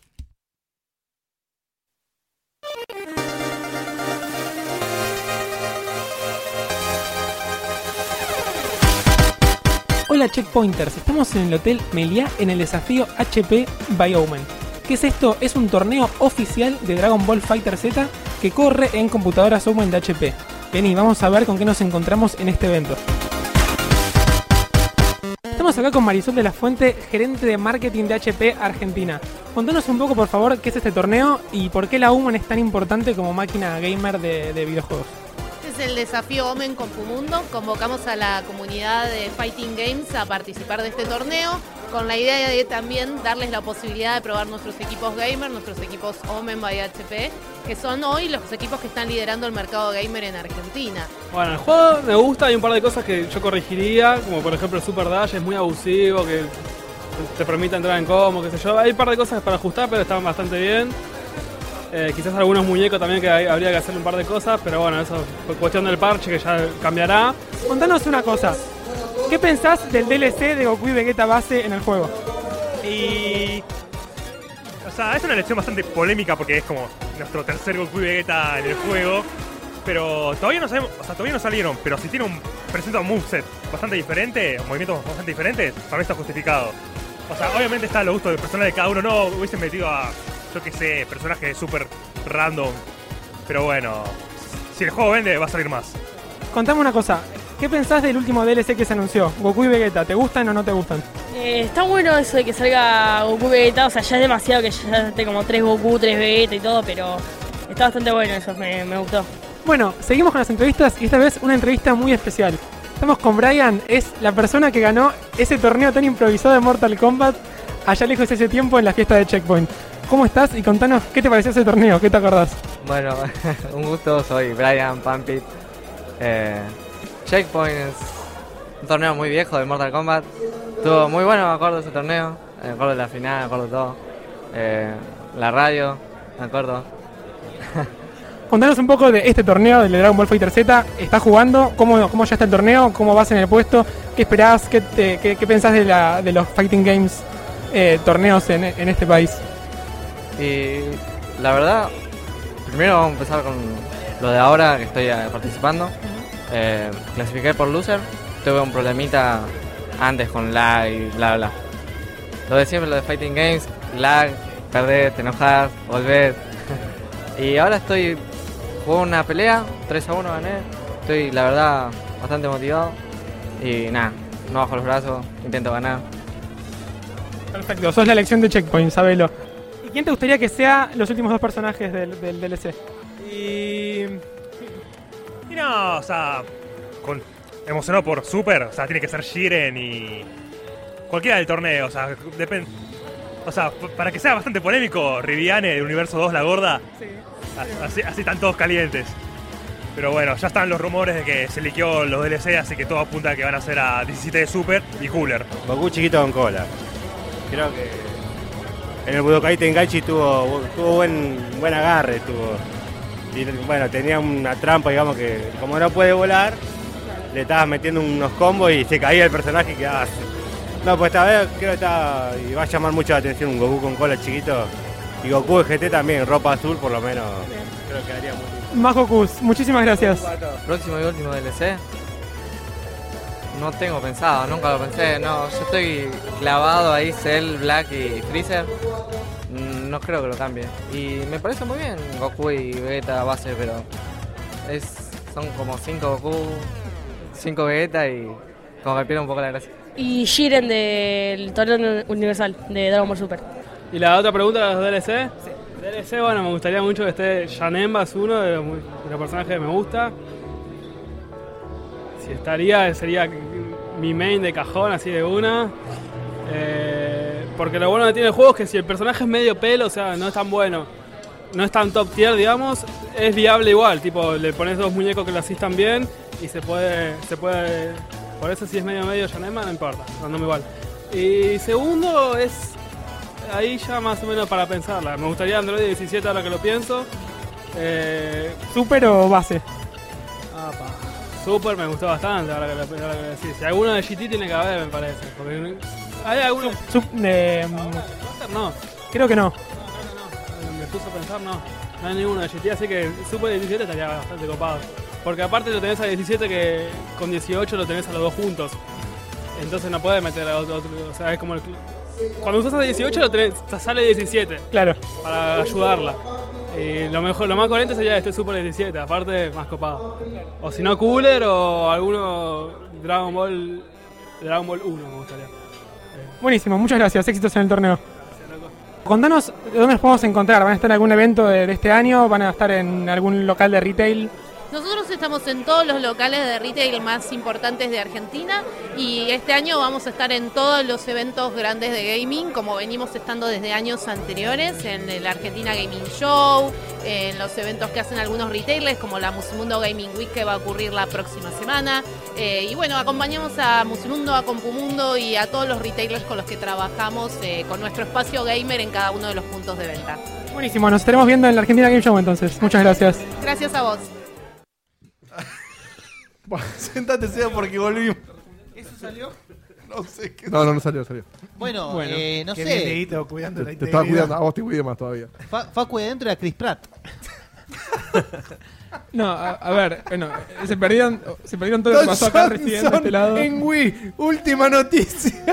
Speaker 8: Hola Checkpointers, estamos en el Hotel Meliá en el desafío HP by Omen. ¿Qué es esto? Es un torneo oficial de Dragon Ball Fighter Z que corre en computadoras Omen de HP. Vení, vamos a ver con qué nos encontramos en este evento. Estamos acá con Marisol de la Fuente, gerente de marketing de HP Argentina. Contanos un poco, por favor, qué es este torneo y por qué la Omen es tan importante como máquina gamer de, de videojuegos.
Speaker 13: Este es el desafío Omen Confumundo. Convocamos a la comunidad de Fighting Games a participar de este torneo con la idea de también darles la posibilidad de probar nuestros equipos gamer, nuestros equipos Omen by HP, que son hoy los equipos que están liderando el mercado gamer en Argentina.
Speaker 5: Bueno, el juego me gusta, hay un par de cosas que yo corregiría, como por ejemplo el Super Dash es muy abusivo, que te permite entrar en combo, qué sé yo. Hay un par de cosas para ajustar, pero están bastante bien. Eh, quizás algunos muñecos también que hay- habría que hacer un par de cosas, pero bueno, eso fue cuestión del parche que ya cambiará.
Speaker 8: Contanos una cosa. ¿Qué pensás del DLC de Goku y Vegeta base en el juego?
Speaker 14: Y. O sea, es una elección bastante polémica porque es como nuestro tercer Goku y Vegeta en el juego. Pero todavía no sabemos, o sea, todavía no salieron, pero si tiene un. presenta un moveset bastante diferente, movimientos bastante diferentes, para mí está justificado. O sea, obviamente está a lo gusto del personaje de cada uno, no hubiesen metido a, yo qué sé, personajes súper random. Pero bueno, si el juego vende, va a salir más.
Speaker 8: Contame una cosa, ¿qué pensás del último DLC que se anunció? Goku y Vegeta, ¿te gustan o no te gustan?
Speaker 15: Eh, está bueno eso de que salga Goku y Vegeta, o sea, ya es demasiado que ya esté como tres Goku, tres Vegeta y todo, pero está bastante bueno eso, me, me gustó.
Speaker 8: Bueno, seguimos con las entrevistas y esta vez una entrevista muy especial. Estamos con Brian, es la persona que ganó ese torneo tan improvisado de Mortal Kombat allá lejos de ese tiempo en la fiesta de Checkpoint. ¿Cómo estás? Y contanos, ¿qué te pareció ese torneo? ¿Qué te acordás?
Speaker 16: Bueno, [laughs] un gusto, soy Brian Pampit. Eh, Checkpoint es un torneo muy viejo de Mortal Kombat. Estuvo muy bueno, me acuerdo de ese torneo. Me acuerdo de la final, me acuerdo de todo. Eh, la radio, me acuerdo.
Speaker 8: Contanos un poco de este torneo del Dragon Ball Fighter Z. ¿Estás jugando? ¿Cómo, cómo ya está el torneo? ¿Cómo vas en el puesto? ¿Qué esperás? ¿Qué, te- qué- qué pensás de, la- de los Fighting Games eh, torneos en, en este país?
Speaker 16: Y la verdad, primero vamos a empezar con lo de ahora que estoy eh, participando. Eh, clasifiqué por loser, tuve un problemita antes con lag y bla bla. Lo de siempre, lo de Fighting Games, lag, perder, te enojas, volver. [laughs] y ahora estoy, jugué una pelea, 3 a 1 gané, estoy la verdad bastante motivado y nada, no bajo los brazos, intento ganar.
Speaker 8: Perfecto, sos la elección de Checkpoint, sabelo. ¿Y quién te gustaría que sea los últimos dos personajes del, del DLC?
Speaker 14: Y. Y no, o sea. Con, emocionado por Super, o sea, tiene que ser Shiren y. Cualquiera del torneo, o sea, depende. O sea, p- para que sea bastante polémico, Riviane de Universo 2, la gorda. a- Así, así están todos calientes. Pero bueno, ya están los rumores de que se liqueó los DLC, así que todo apunta a que van a ser a 17 de Super y Cooler.
Speaker 17: Goku chiquito con cola. Creo que en el Budokai Tengachi tuvo, tuvo buen, buen agarre. Tuvo. Y, bueno, tenía una trampa, digamos, que como no puede volar, le estabas metiendo unos combos y se caía el personaje y quedaba así. No, pues esta vez creo que está, y va a llamar mucho la atención un Goku con cola chiquito. Y Goku de GT también, ropa azul por lo menos. Creo que haría muy
Speaker 8: Más Gokus, muchísimas gracias.
Speaker 16: Próximo y último DLC. No tengo pensado, nunca lo pensé. No, yo estoy clavado ahí, Cell, Black y Freezer. Mm, No creo que lo cambie. Y me parece muy bien Goku y Vegeta base, pero es son como 5 Goku, 5 Vegeta y como que pierde un poco la gracia.
Speaker 15: Y Jiren del Torneo Universal de Dragon Ball Super.
Speaker 5: ¿Y la otra pregunta de los DLC? DLC, bueno, me gustaría mucho que esté Janemba, es uno de los, mu- de los personajes que me gusta. Si estaría, sería mi main de cajón, así de una. Eh, porque lo bueno que tiene el juego es que si el personaje es medio pelo, o sea, no es tan bueno, no es tan top tier, digamos, es viable igual. Tipo, le pones dos muñecos que lo asistan bien y se puede, se puede Por eso si es medio medio Yanema, no importa, andamos igual. Y segundo es. Ahí ya más o menos para pensarla. Me gustaría Android 17 ahora que lo pienso. Eh,
Speaker 8: ¿Super o base?
Speaker 5: Super me gustó bastante ahora que lo, ahora que lo decís. Y alguno de GT tiene que haber, me parece. Porque hay algunos.
Speaker 8: Sup- eh,
Speaker 5: No,
Speaker 8: creo que no.
Speaker 5: me puse a pensar, no. No hay ninguno de GT, así que Super 17 estaría bastante copado. Porque aparte lo tenés a 17 que con 18 lo tenés a los dos juntos. Entonces no puedes meter a otro, otro- O sea, es como el... Cuando usas a 18 lo tenés, te sale 17.
Speaker 8: Claro.
Speaker 5: Para ayudarla. Y lo, mejor, lo más coherente sería este Super 17, aparte más copado. O si no, Cooler o alguno Dragon Ball Dragon Ball 1 me gustaría.
Speaker 8: Buenísimo, muchas gracias. Éxitos en el torneo. Contanos dónde nos podemos encontrar. ¿Van a estar en algún evento de, de este año? ¿Van a estar en algún local de retail?
Speaker 13: Nosotros estamos en todos los locales de retail más importantes de Argentina y este año vamos a estar en todos los eventos grandes de gaming, como venimos estando desde años anteriores, en el Argentina Gaming Show, en los eventos que hacen algunos retailers, como la Musimundo Gaming Week que va a ocurrir la próxima semana. Eh, y bueno, acompañamos a Musimundo, a Compumundo y a todos los retailers con los que trabajamos eh, con nuestro espacio gamer en cada uno de los puntos de venta.
Speaker 8: Buenísimo, nos estaremos viendo en la Argentina Game Show entonces. Muchas gracias.
Speaker 13: Gracias a vos.
Speaker 2: Sentate, sea porque volvimos.
Speaker 6: ¿Eso salió?
Speaker 2: No sé qué.
Speaker 3: No, no, no salió, salió.
Speaker 6: Bueno, eh, no
Speaker 3: Qué
Speaker 6: sé.
Speaker 3: bien, Dieguito, Te, te estaba cuidando, a vos te cuidé más todavía.
Speaker 6: Fa- Facu de
Speaker 8: [laughs]
Speaker 6: dentro era Chris Pratt.
Speaker 8: No, a, a ver, bueno, eh, se perdieron, se perdieron todo lo que pasó acá recién de este lado.
Speaker 10: en Wii, última noticia.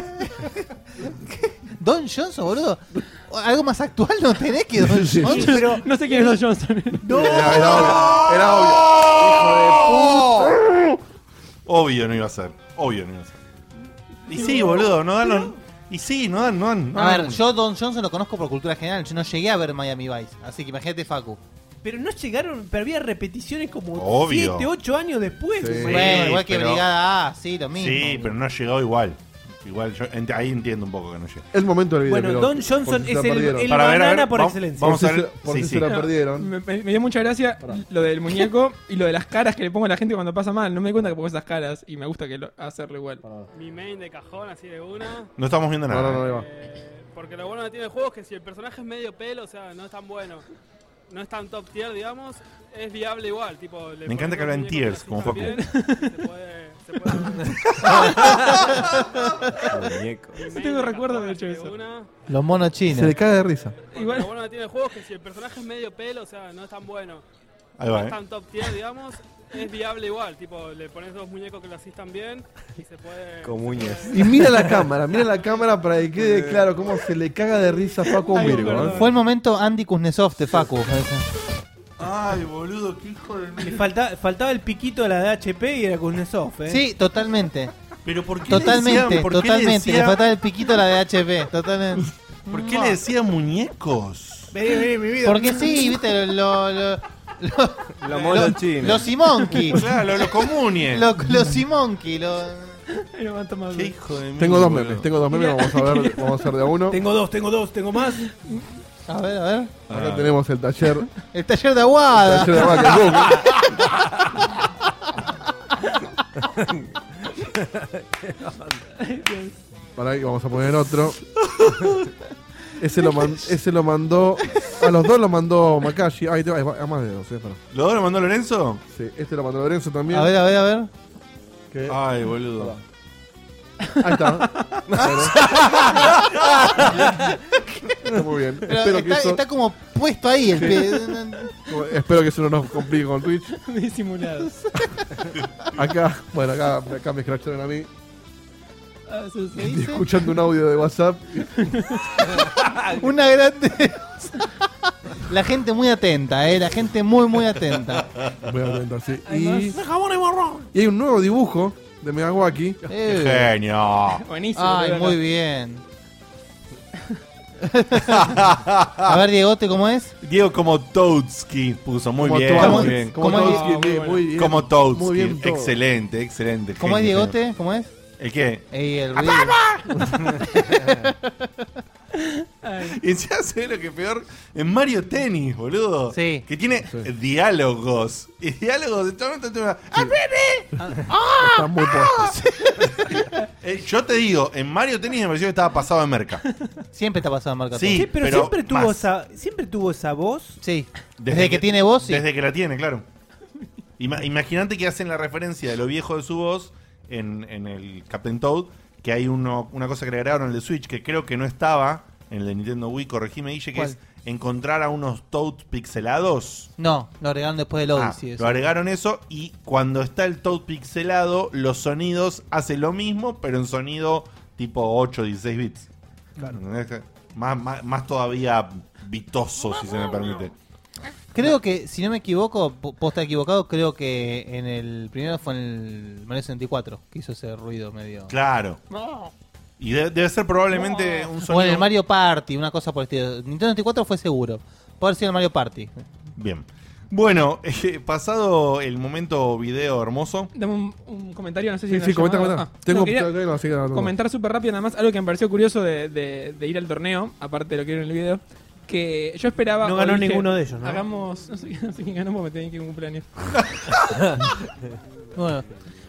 Speaker 6: Don Johnson, boludo. Algo más actual no tenés que Don Johnson.
Speaker 8: no sé quién es Don Johnson.
Speaker 6: No.
Speaker 3: Era obvio. Hijo de puta.
Speaker 2: Obvio no iba a ser. Obvio no iba a ser. Y sí, boludo, no dan los- Y sí, no dan, no dan. no
Speaker 6: A
Speaker 2: dan
Speaker 6: ver,
Speaker 2: un-
Speaker 6: yo Don Johnson lo conozco por cultura general. Yo no llegué a ver Miami Vice. Así que imagínate, Facu.
Speaker 4: Pero no llegaron, pero había repeticiones como
Speaker 2: Obvio.
Speaker 4: 7, 8 años después.
Speaker 2: Sí.
Speaker 6: Bueno, igual que
Speaker 2: pero-
Speaker 6: Brigada A, sí, lo mismo.
Speaker 2: Sí, pero no ha llegado igual. Igual, yo ent- ahí entiendo un poco que no llega.
Speaker 3: El momento del video.
Speaker 4: Bueno,
Speaker 3: pero-
Speaker 4: Don Johnson
Speaker 3: por si se
Speaker 4: es
Speaker 3: la
Speaker 4: el-
Speaker 3: perdieron.
Speaker 4: el
Speaker 3: Para ver, a ver,
Speaker 4: banana por
Speaker 3: vamos-
Speaker 4: excelencia.
Speaker 3: Vamos a
Speaker 4: Por si
Speaker 3: ver.
Speaker 4: se-
Speaker 3: Por
Speaker 4: sí,
Speaker 3: si
Speaker 4: sí.
Speaker 3: se la
Speaker 4: No.
Speaker 3: perdieron.
Speaker 8: Me, me- me dio mucha gracia lo del muñeco y lo de las caras que le pongo a la gente cuando pasa mal. No me di cuenta que pongo esas caras y me gusta que lo- hacerlo igual.
Speaker 5: Mi main de cajón así de una.
Speaker 2: No estamos viendo nada.
Speaker 3: No, no, no,
Speaker 5: Eh, porque lo bueno que tiene el juego es que si el personaje es medio pelo, o sea, no es tan bueno, no es tan top tier, digamos, es viable igual. Tipo, le
Speaker 2: Me encanta
Speaker 5: pones
Speaker 2: que habla en
Speaker 5: un muñeco
Speaker 2: tiers,
Speaker 5: así
Speaker 2: como Facu.
Speaker 5: también, y Se puede. Se
Speaker 2: [laughs]
Speaker 5: puede...
Speaker 12: Muñeco.
Speaker 5: Mi main
Speaker 8: [laughs] No tengo
Speaker 5: de
Speaker 8: recuerdo
Speaker 5: cajón
Speaker 8: de hecho
Speaker 5: así
Speaker 3: [laughs]
Speaker 8: eso.
Speaker 5: una.
Speaker 6: Los monos chinos.
Speaker 3: Se le cae de risa.
Speaker 5: Porque Lo bueno que tiene el juego es que si el personaje es medio pelo, o sea, no es tan bueno,
Speaker 2: Ahí va,
Speaker 5: no
Speaker 2: eh.
Speaker 5: es tan top tier, digamos, es viable igual. Tipo, le pones dos muñecos que lo asistan bien y se puede.
Speaker 12: Comuñas.
Speaker 3: Y mira la cámara, mira la cámara para que quede claro cómo se le caga de risa a Facu a un Virgo. ¿eh?
Speaker 6: Fue el momento Andy Kuznetsov de Facu.
Speaker 2: Ay, boludo, qué hijo de
Speaker 4: Le falta- faltaba el piquito de la de HP y era Kuznetsov, ¿eh?
Speaker 6: Sí, totalmente.
Speaker 2: Pero ¿por qué le
Speaker 6: Totalmente,
Speaker 2: decían- por qué le
Speaker 6: totalmente. Le,
Speaker 2: decían-
Speaker 6: faltaba el piquito a la de HP. Totalmente.
Speaker 2: ¿Por qué le decía muñecos?
Speaker 4: Vení, vení, mi vida.
Speaker 6: Porque sí, viste, lo. lo,
Speaker 12: Los monos chinos.
Speaker 6: Los Simonki.
Speaker 2: Claro, los comunes.
Speaker 6: Lo- [laughs] los Simonki. Lo...
Speaker 2: Qué hijo de mí,
Speaker 3: Tengo dos
Speaker 2: boludo.
Speaker 3: memes, tengo dos memes, vamos a ver, vamos a hacer de a uno.
Speaker 4: Tengo dos, tengo dos, tengo más.
Speaker 6: A ver, a ver.
Speaker 3: Acá tenemos el taller.
Speaker 6: El taller de Aguada.
Speaker 3: El taller de Aguada, que es Google. Para ahí vamos a poner otro. Ese lo, man- ese lo mandó. A los dos lo mandó Makashi. Ay, te- ay, va- a más de dos, eh, pará.
Speaker 2: ¿Los dos lo mandó Lorenzo?
Speaker 3: Sí, este lo mandó Lorenzo también.
Speaker 6: A ver, a ver, a ver.
Speaker 3: Que-
Speaker 2: Ay, boludo.
Speaker 3: Ahí está.
Speaker 6: [laughs]
Speaker 3: Está muy bien.
Speaker 6: Pero
Speaker 3: Espero, que
Speaker 6: está,
Speaker 3: eso,
Speaker 6: está como puesto ahí el
Speaker 3: Sí.
Speaker 6: pie.
Speaker 3: espero que eso no nos complique con Twitch.
Speaker 8: Disimulados.
Speaker 3: Acá, bueno, acá, acá me escracharon a mí.
Speaker 8: Ah, sí, sí.
Speaker 3: Estoy escuchando un audio de WhatsApp.
Speaker 6: Una grande. La gente muy atenta, eh. La gente muy, muy atenta.
Speaker 3: Voy a comentar, sí.
Speaker 6: Además-
Speaker 3: Y, y hay un nuevo dibujo de Megawaki.
Speaker 6: Eh.
Speaker 2: Genio.
Speaker 8: Buenísimo.
Speaker 6: Ay,
Speaker 8: boludo.
Speaker 6: muy
Speaker 2: [laughs]
Speaker 6: bien. A ver, Diegote, ¿cómo es?
Speaker 2: Diego como Toadsky puso muy
Speaker 3: Como
Speaker 2: bien,
Speaker 3: Toad-
Speaker 2: muy bien.
Speaker 6: como
Speaker 2: Como
Speaker 6: Toad-
Speaker 2: Toadsky,
Speaker 6: Ah, muy
Speaker 2: bien,
Speaker 6: bueno.
Speaker 2: muy bien. Como Toadsky, excelente, excelente.
Speaker 6: ¿Cómo es
Speaker 2: genio,
Speaker 6: Diegote? ¿Cómo es?
Speaker 2: genio. ¿El qué?
Speaker 6: Ey, el ruido.
Speaker 2: Y encima se ve lo que peor en Mario Tennis, boludo. Sí. Que tiene diálogos. Y diálogos. Está
Speaker 6: Ah,
Speaker 2: muy Eh, Yo te digo, en Mario Tennis me pareció que estaba pasado de merca.
Speaker 6: Siempre está pasado de marca.
Speaker 2: Sí,
Speaker 6: todo.
Speaker 2: pero pero
Speaker 4: siempre tuvo esa siempre tuvo esa voz.
Speaker 6: Sí. Desde que tiene voz, sí.
Speaker 2: Desde que la tiene, claro. Ima- Imagínate que hacen la referencia de lo viejo de su voz en, en el Captain Toad, que hay uno, una cosa que le agregaron en el de Switch, que creo que no estaba en el de Nintendo Wii, corregime, Guille, que
Speaker 6: ¿Cuál?
Speaker 2: es encontrar a unos Toads pixelados.
Speaker 6: No, lo agregaron después del
Speaker 2: Ah,
Speaker 6: Odyssey. eso.
Speaker 2: lo agregaron eso y cuando está el Toad pixelado, los sonidos hace lo mismo, pero en sonido tipo 8, 16 bits. ¿Entendés? Más, más, más todavía bitoso, si se me permite.
Speaker 6: Creo que, si no me equivoco, po- posta equivocado, creo que en el primero fue en el Mario 64 que hizo ese ruido medio.
Speaker 2: Claro. Y de- debe ser probablemente un sonido.
Speaker 6: O en el Mario Party, una cosa por el estilo. Nintendo 64 fue seguro. Puede haber sido el Mario
Speaker 2: [laughs]
Speaker 6: Party.
Speaker 2: Bien. Bueno, eh, pasado el momento video hermoso.
Speaker 8: Dame un, [laughs] un comentario, no sé si.
Speaker 3: Sí,
Speaker 8: en la
Speaker 3: sí, comenta,
Speaker 8: llamada-
Speaker 3: comenta.
Speaker 8: Ah,
Speaker 3: Tengo-
Speaker 8: no, quería
Speaker 3: tengo- sí, no, no.
Speaker 8: Comentar súper rápido, nada más. Algo que me pareció curioso de, de- de ir al torneo, aparte de lo que vieron en el video. Que yo esperaba.
Speaker 4: No
Speaker 8: o
Speaker 4: ganó ninguno de ellos, ¿no?
Speaker 8: Hagamos. [laughs] No sé, no sé quién ganó porque me tenían que ir a
Speaker 3: [laughs]
Speaker 8: un cumpleaños. [laughs]
Speaker 6: Bueno,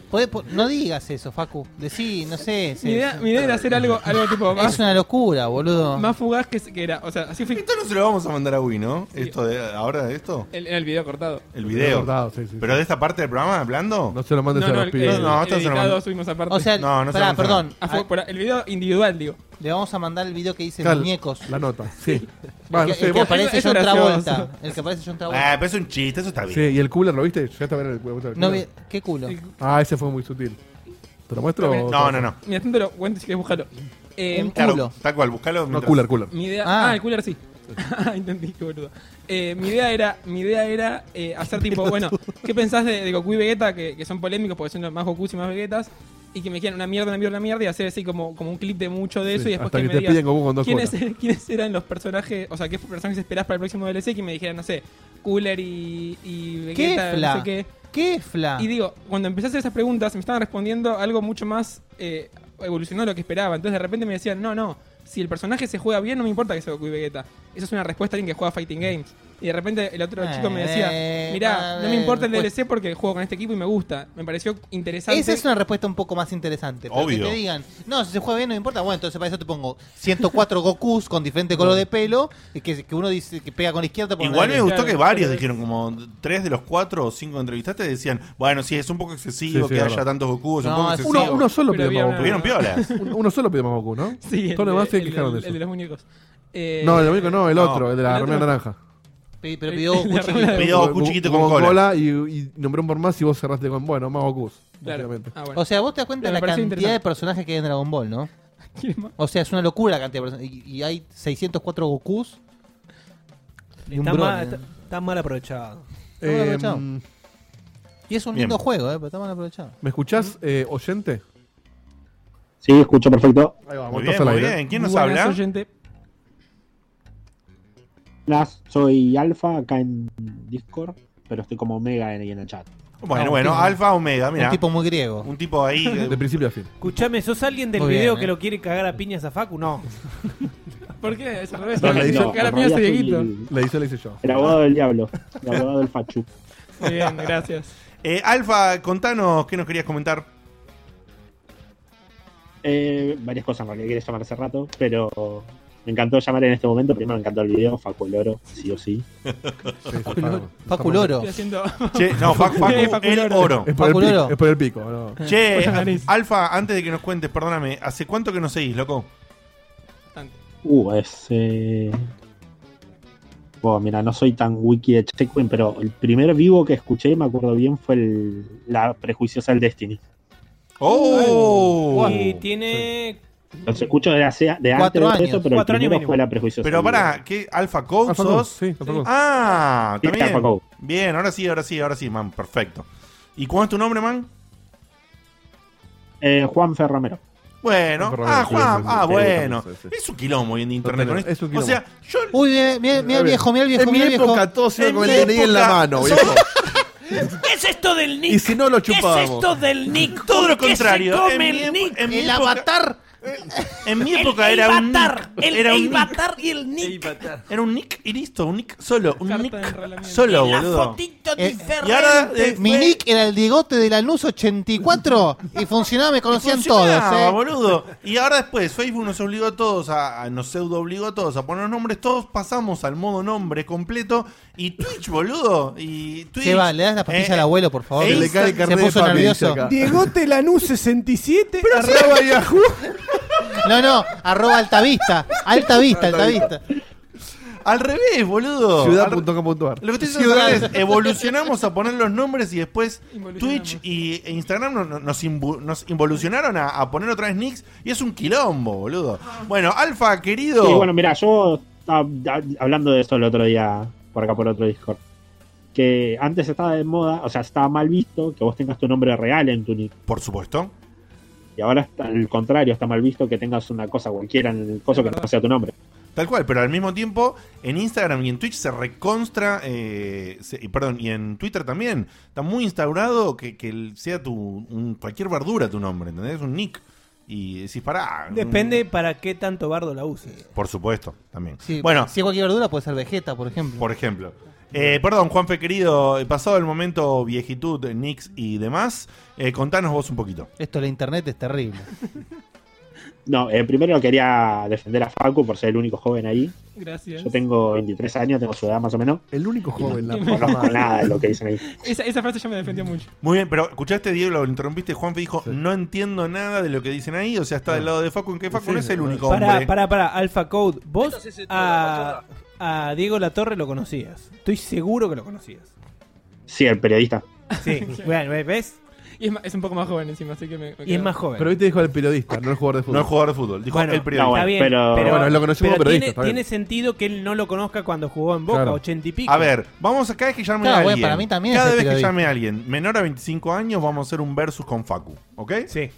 Speaker 6: podés po- no digas eso, Facu. Decí, no sé.
Speaker 8: Mi idea- mi idea era hacer algo- algo tipo más-
Speaker 6: Es una locura, boludo.
Speaker 8: Más fugaz que, que era. O sea, así fue.
Speaker 2: Esto no se lo vamos a mandar a Wii, ¿no? Esto de, ahora de esto.
Speaker 8: el, en el video cortado.
Speaker 2: El video.
Speaker 3: cortado, sí, sí,
Speaker 2: Pero
Speaker 3: sí.
Speaker 2: de esta parte del programa, hablando.
Speaker 3: No se lo mandes No, a no, los el- pibes.
Speaker 2: No,
Speaker 8: el-
Speaker 2: no,
Speaker 8: el
Speaker 2: esto se lo
Speaker 8: editado
Speaker 2: mand-
Speaker 8: subimos aparte.
Speaker 6: O sea,
Speaker 2: No, no se
Speaker 6: pará,
Speaker 2: lo vamos a
Speaker 6: perdón.
Speaker 8: Ah, fue por- el video individual, digo.
Speaker 6: Le vamos a mandar el video que dice
Speaker 3: Claro,
Speaker 6: muñecos.
Speaker 3: La nota, sí.
Speaker 6: El que,
Speaker 3: Bueno, Ah, sí,
Speaker 6: el que
Speaker 3: vos-
Speaker 6: aparece
Speaker 3: Eso
Speaker 6: John
Speaker 3: es gracioso.
Speaker 6: Travolta. El que aparece John Travolta.
Speaker 2: Ah, pero es un chiste, eso está bien.
Speaker 3: Sí, y el cooler, ¿lo viste? Ya está bien el culo.
Speaker 6: No vi- ¿Qué culo?
Speaker 3: Ah, ese fue muy sutil. ¿Te lo muestro? o-
Speaker 8: Mira, tanto lo cuento si quieres buscarlo. Eh,
Speaker 2: Claro, Tal cual, buscalo. mientras-
Speaker 3: cooler, cooler.
Speaker 8: Mi idea,
Speaker 3: Ah.
Speaker 8: ah. el cooler sí. [laughs] Ah, Entendí, qué boludo. Eh, mi idea era, mi idea era eh, hacer tipo, bueno, ¿qué pensás de, de Goku y Vegeta? Que, que son polémicos porque son los más Goku y más Vegetas. Y que me quieran una mierda, una mierda, una mierda. Y hacer así como, como un clip de mucho de
Speaker 3: Sí,
Speaker 8: eso. Y después
Speaker 3: hasta que
Speaker 8: me
Speaker 3: te
Speaker 8: digas
Speaker 3: pillen Goku con dos
Speaker 8: ¿quiénes,
Speaker 3: colas.
Speaker 8: er- [laughs] quiénes eran los personajes, o sea, qué personajes esperás para el próximo DLC. Y que me dijeran, no sé, Cooler y, y Vegeta, no
Speaker 6: fla?
Speaker 8: sé qué.
Speaker 6: ¿Qué fla?
Speaker 8: Y digo, cuando empecé a hacer esas preguntas, me estaban respondiendo algo mucho más eh, evolucionado de lo que esperaba. Entonces de repente me decían, no, no, si el personaje se juega bien, no me importa que sea Goku y Vegeta. Eso es una respuesta a alguien que juega Fighting Games. Y de repente el otro
Speaker 6: Eh,
Speaker 8: chico me decía, mirá,
Speaker 6: eh,
Speaker 8: no me importa el
Speaker 6: pues-
Speaker 8: DLC porque juego con este equipo y me gusta. Me pareció interesante.
Speaker 6: Esa es una respuesta un poco más interesante. Pero
Speaker 8: Obvio.
Speaker 6: Que te digan, no, si se juega bien no me importa. Bueno, entonces para eso te pongo 104 Gokus con diferente color de pelo, y que, que uno dice que pega con la izquierda. por
Speaker 2: Igual
Speaker 6: la
Speaker 2: me
Speaker 6: derecha.
Speaker 2: gustó que varios dijeron, como tres de los cuatro o cinco entrevistaste decían, bueno, sí, es un poco excesivo
Speaker 3: Sí, sí,
Speaker 2: que
Speaker 3: es
Speaker 2: haya
Speaker 3: verdad.
Speaker 2: tantos Goku, es un poco
Speaker 3: Uno,
Speaker 2: excesivo.
Speaker 3: uno, uno solo pide
Speaker 2: Pero
Speaker 3: más
Speaker 2: había
Speaker 3: Goku.
Speaker 2: una- Tuvieron
Speaker 3: [laughs]
Speaker 2: piolas.
Speaker 3: Un- Uno solo pide más Goku, ¿no?
Speaker 8: Sí, el
Speaker 3: Todo lo
Speaker 8: de-
Speaker 3: demás se
Speaker 8: el
Speaker 3: quejaron de
Speaker 8: del-
Speaker 3: eso.
Speaker 8: el de los muñecos. Eh,
Speaker 3: No, el de los muñecos no, el
Speaker 8: no,
Speaker 3: otro, el de la
Speaker 8: el otro
Speaker 3: remera
Speaker 8: no.
Speaker 3: naranja.
Speaker 6: Pi- Pero pidió Goku
Speaker 8: La
Speaker 6: chiquito.
Speaker 8: remera de
Speaker 2: Pidió Goku chiquito con cola.
Speaker 3: y, y nombró un por más y vos cerraste con, bueno, más Goku. básicamente.
Speaker 6: O sea, vos te das cuenta
Speaker 3: Pero
Speaker 6: de la
Speaker 3: Ah, me pareció
Speaker 6: cantidad de
Speaker 3: interesante.
Speaker 6: personajes que hay en Dragon
Speaker 3: [laughs]
Speaker 6: Ball, ¿no? O sea, es una locura la cantidad de personajes. Y, y hay 604 Gokus. Y un Eh, mm,
Speaker 4: Está
Speaker 6: Broly.
Speaker 4: mal, está- está mal aprovechado.
Speaker 6: Está
Speaker 3: Em,
Speaker 6: mal aprovechado. y es un
Speaker 3: bien.
Speaker 6: lindo juego, ¿eh? Pero está mal aprovechado.
Speaker 3: ¿Me escuchás, eh, oyente?
Speaker 18: Sí, escucho perfecto.
Speaker 3: Ahí va,
Speaker 2: Muy
Speaker 3: vos
Speaker 2: bien,
Speaker 3: estás al
Speaker 2: muy
Speaker 3: aire.
Speaker 2: bien. ¿Quién nos
Speaker 8: Buenas,
Speaker 2: habla?
Speaker 8: oyente.
Speaker 18: Buenas, soy Alfa acá en Discord, pero estoy como Omega en, ahí en el chat.
Speaker 2: Bueno, bueno, Alfa Omega, mira. Un tipo ahí. eh,
Speaker 3: [laughs] De principio a fin.
Speaker 4: Escuchame, ¿sos alguien del
Speaker 2: Muy bien,
Speaker 4: video
Speaker 2: eh.
Speaker 4: que lo quiere cagar a piñas a Facu? No.
Speaker 8: ¿Por qué? Es al revés.
Speaker 3: No, le hice-
Speaker 8: No, cara,
Speaker 3: no,
Speaker 8: mira
Speaker 3: no,
Speaker 8: este
Speaker 3: no,
Speaker 8: Dieguito.
Speaker 3: Le hice, le hice yo.
Speaker 18: El abogado del diablo, el abogado del fachu.
Speaker 8: Muy bien, gracias.
Speaker 2: [laughs] Eh, Alfa, contanos qué nos querías comentar.
Speaker 18: Eh, varias cosas en realidad quería llamar hace rato, pero me encantó llamar en este momento. Primero me encantó el video, Facu el Oro, sí o sí.
Speaker 6: Facu Loro.
Speaker 2: [laughs]
Speaker 8: Estoy haciendo-
Speaker 2: Che, no,
Speaker 3: [laughs]
Speaker 2: Facu,
Speaker 8: Eh,
Speaker 2: Facu,
Speaker 8: Facu
Speaker 2: el Eh.
Speaker 8: Loro.
Speaker 2: oro.
Speaker 3: Es por el pico, es por el pico, no. [laughs]
Speaker 2: Che,
Speaker 8: Por la nariz.
Speaker 2: Alfa, antes de que nos cuentes, perdóname, ¿hace cuánto que nos seguís, loco?
Speaker 18: Uh, es. eh, Bueno, mira, no soy tan wiki de Checkpoint, pero el primer vivo que escuché, me acuerdo bien, fue el, la prejuiciosa del Destiny. Uh,
Speaker 2: ¡Oh!
Speaker 4: Y tiene.
Speaker 18: Los escucho de, hace, de antes
Speaker 2: Cuatro
Speaker 18: de
Speaker 2: años.
Speaker 18: eso, pero el
Speaker 2: Cuatro años
Speaker 18: primero
Speaker 2: mínimo.
Speaker 18: fue la prejuiciosa.
Speaker 2: Pero
Speaker 18: del
Speaker 2: pará, ¿qué? ¿Alfa Code
Speaker 18: Alpha
Speaker 2: sos?
Speaker 18: Code, sí, Alpha Code.
Speaker 2: Ah,
Speaker 18: Sí,
Speaker 2: está bien.
Speaker 18: Alpha Code.
Speaker 2: Bien, ahora sí, ahora sí, ahora sí, man, perfecto. ¿Y cuál es tu nombre, man?
Speaker 18: Eh, Juan Ferromero.
Speaker 2: Bueno,
Speaker 18: Ferromero,
Speaker 2: ah,
Speaker 18: sí,
Speaker 2: Juan,
Speaker 18: sí, sí,
Speaker 2: ah,
Speaker 18: sí,
Speaker 2: bueno.
Speaker 18: sí, sí.
Speaker 2: Es un quilombo hoy en internet.
Speaker 18: Total,
Speaker 2: con esto.
Speaker 18: es un
Speaker 2: o sea, yo.
Speaker 6: Uy, mira, mira, mira el viejo, mira el viejo,
Speaker 3: En
Speaker 6: mira
Speaker 3: mi
Speaker 6: el viejo.
Speaker 3: época todos iban con
Speaker 6: En
Speaker 3: el
Speaker 6: mi
Speaker 3: DNI en la
Speaker 6: época-
Speaker 3: mano, viejo.
Speaker 4: ¿Qué es esto del Nick?
Speaker 3: Y si no lo
Speaker 4: ¿Qué es
Speaker 3: chupábamos.
Speaker 4: esto del Nick?
Speaker 2: Todo lo
Speaker 4: ¿Por qué se
Speaker 2: contrario,
Speaker 4: come
Speaker 2: en mi
Speaker 4: el
Speaker 2: epo-
Speaker 4: Nick?
Speaker 2: en mi
Speaker 4: el
Speaker 2: época-
Speaker 4: avatar.
Speaker 2: En mi época
Speaker 11: el
Speaker 2: era un
Speaker 11: Eivatar,
Speaker 2: nick,
Speaker 11: el
Speaker 2: era un nick.
Speaker 11: Eivatar y el Nick.
Speaker 2: Era un nick y listo, un nick solo, un nick solo,
Speaker 6: Y la
Speaker 2: boludo.
Speaker 6: fotito
Speaker 2: Eh,
Speaker 6: diferente.
Speaker 2: y ahora eh,
Speaker 6: Mi nick era el Diegote de Lanús 84 y funcionaba, me conocían
Speaker 2: funcionaba,
Speaker 6: todos. ¿eh?
Speaker 2: boludo. Y ahora después Facebook nos obligó a todos a, a- nos pseudo obligó a todos a poner nombres, todos pasamos al modo nombre completo y Twitch, boludo, y Twitch.
Speaker 6: Seba, ¿le das la pastilla al abuelo, por favor?
Speaker 2: e
Speaker 6: Se le cae el
Speaker 2: Insta-
Speaker 6: carnet Se puso de familia, nervioso. dice acá.
Speaker 4: Diegote Lanús 67
Speaker 6: sí.
Speaker 4: arroba Yahoo.
Speaker 6: No, no, arroba altavista. Altavista, altavista.
Speaker 2: Al revés, boludo. Al-
Speaker 3: Ciudad.com.ar.
Speaker 2: Lo que estoy diciendo
Speaker 3: Ciudad.
Speaker 2: es, evolucionamos a poner los nombres y después Twitch y, e Instagram no- no- nos, invu- nos involucionaron a, a poner otra vez nicks y es un quilombo, boludo. Bueno, Alfa, querido.
Speaker 18: Sí, bueno, mira, yo estaba ah, hablando de eso el otro día, por acá por otro Discord, que antes estaba de moda, o sea, estaba mal visto que vos tengas tu nombre real en tu nick.
Speaker 2: Por supuesto.
Speaker 18: Y ahora está al contrario, está mal visto que tengas una cosa cualquiera en el coso que no sea tu nombre.
Speaker 2: Tal cual, pero al mismo tiempo en Instagram y en Twitch se reconstra, eh, se- y perdón, y en Twitter también. Está muy instaurado que, que el- sea tu un- cualquier verdura tu nombre, ¿entendés? Un nick. Y decís, pará. mm,
Speaker 4: Depende para qué tanto bardo la uses.
Speaker 2: Por supuesto, también.
Speaker 6: Sí,
Speaker 2: bueno,
Speaker 6: si es cualquier verdura puede ser vegeta, por ejemplo.
Speaker 2: Por ejemplo. Eh, perdón, Juanfe querido, eh, pasado el momento viejitud, Nix y demás, eh, contanos vos un poquito.
Speaker 6: Esto de la internet es terrible.
Speaker 18: No, eh, primero quería defender a Facu por ser el único joven ahí.
Speaker 8: Gracias.
Speaker 18: Yo tengo 23 años, tengo su edad más o menos.
Speaker 3: El único joven,
Speaker 18: No conozco nada de lo que dicen ahí.
Speaker 8: Esa, esa frase ya me defendió mucho.
Speaker 2: Muy bien, pero escuchaste, Diego, lo interrumpiste, Juanfe dijo, no entiendo nada de lo que dicen ahí, o sea, está del lado de Facu, en que Facu no es el único
Speaker 4: Para,
Speaker 2: hombre.
Speaker 4: para, para, Alpha Code. Vos a, a Diego Latorre lo conocías. Estoy seguro que lo conocías.
Speaker 18: Sí, el periodista.
Speaker 8: [laughs]
Speaker 4: Sí, [laughs] bueno, ¿ves?
Speaker 8: Y es, ma- es un poco más joven encima, así que me. me
Speaker 4: Y es
Speaker 8: quedo.
Speaker 4: más joven.
Speaker 3: Pero viste dijo el periodista, no el jugador de fútbol.
Speaker 2: No el jugador de fútbol, dijo
Speaker 4: Bueno,
Speaker 2: el periodista.
Speaker 3: No, bueno,
Speaker 4: está bien,
Speaker 3: pero-
Speaker 4: pero,
Speaker 3: Bueno, lo conocimos
Speaker 4: pero
Speaker 3: como periodista,
Speaker 4: tiene,
Speaker 3: está bien.
Speaker 4: tiene sentido que él no lo conozca cuando jugó en Boca,
Speaker 2: Claro.
Speaker 4: 80 y pico.
Speaker 2: A ver, vamos a cada vez que llame
Speaker 4: Claro,
Speaker 2: a
Speaker 4: bueno,
Speaker 2: alguien.
Speaker 4: para mí también
Speaker 2: cada
Speaker 4: es
Speaker 2: vez que
Speaker 4: periodista.
Speaker 2: llame a alguien menor a 25 años, vamos a hacer un versus con Facu, ¿ok?
Speaker 4: Sí.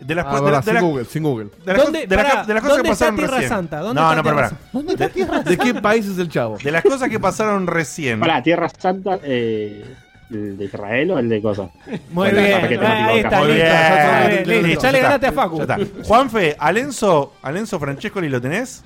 Speaker 2: De las,
Speaker 3: Ah,
Speaker 2: de
Speaker 3: verdad,
Speaker 2: la- de
Speaker 3: sin
Speaker 2: la-
Speaker 3: Google, sin Google.
Speaker 2: De las,
Speaker 3: ¿Dónde-
Speaker 2: cos- de las
Speaker 3: pará,
Speaker 2: co- de las cosas que
Speaker 3: ¿dónde está
Speaker 2: pasaron
Speaker 3: Tierra
Speaker 2: recién.
Speaker 3: Santa? ¿Dónde
Speaker 2: no,
Speaker 3: está
Speaker 2: no,
Speaker 3: Tierra
Speaker 2: pará, pará.
Speaker 3: Santa? ¿Dónde está Tierra ¿De qué país es el chavo?
Speaker 2: De las cosas que pasaron recién.
Speaker 18: Para Tierra Santa, eh, ¿el de Israel o el de Cosa?
Speaker 4: Muy
Speaker 18: Bueno,
Speaker 4: bien,
Speaker 18: capaz que te me
Speaker 4: ahí está,
Speaker 18: equivoco.
Speaker 4: listo, ya está, listo, ya le
Speaker 2: está,
Speaker 4: ganaste a Facu.
Speaker 2: ya está. Juanfe, Alenzo, Alenzo Francescoli, ¿lo tenés?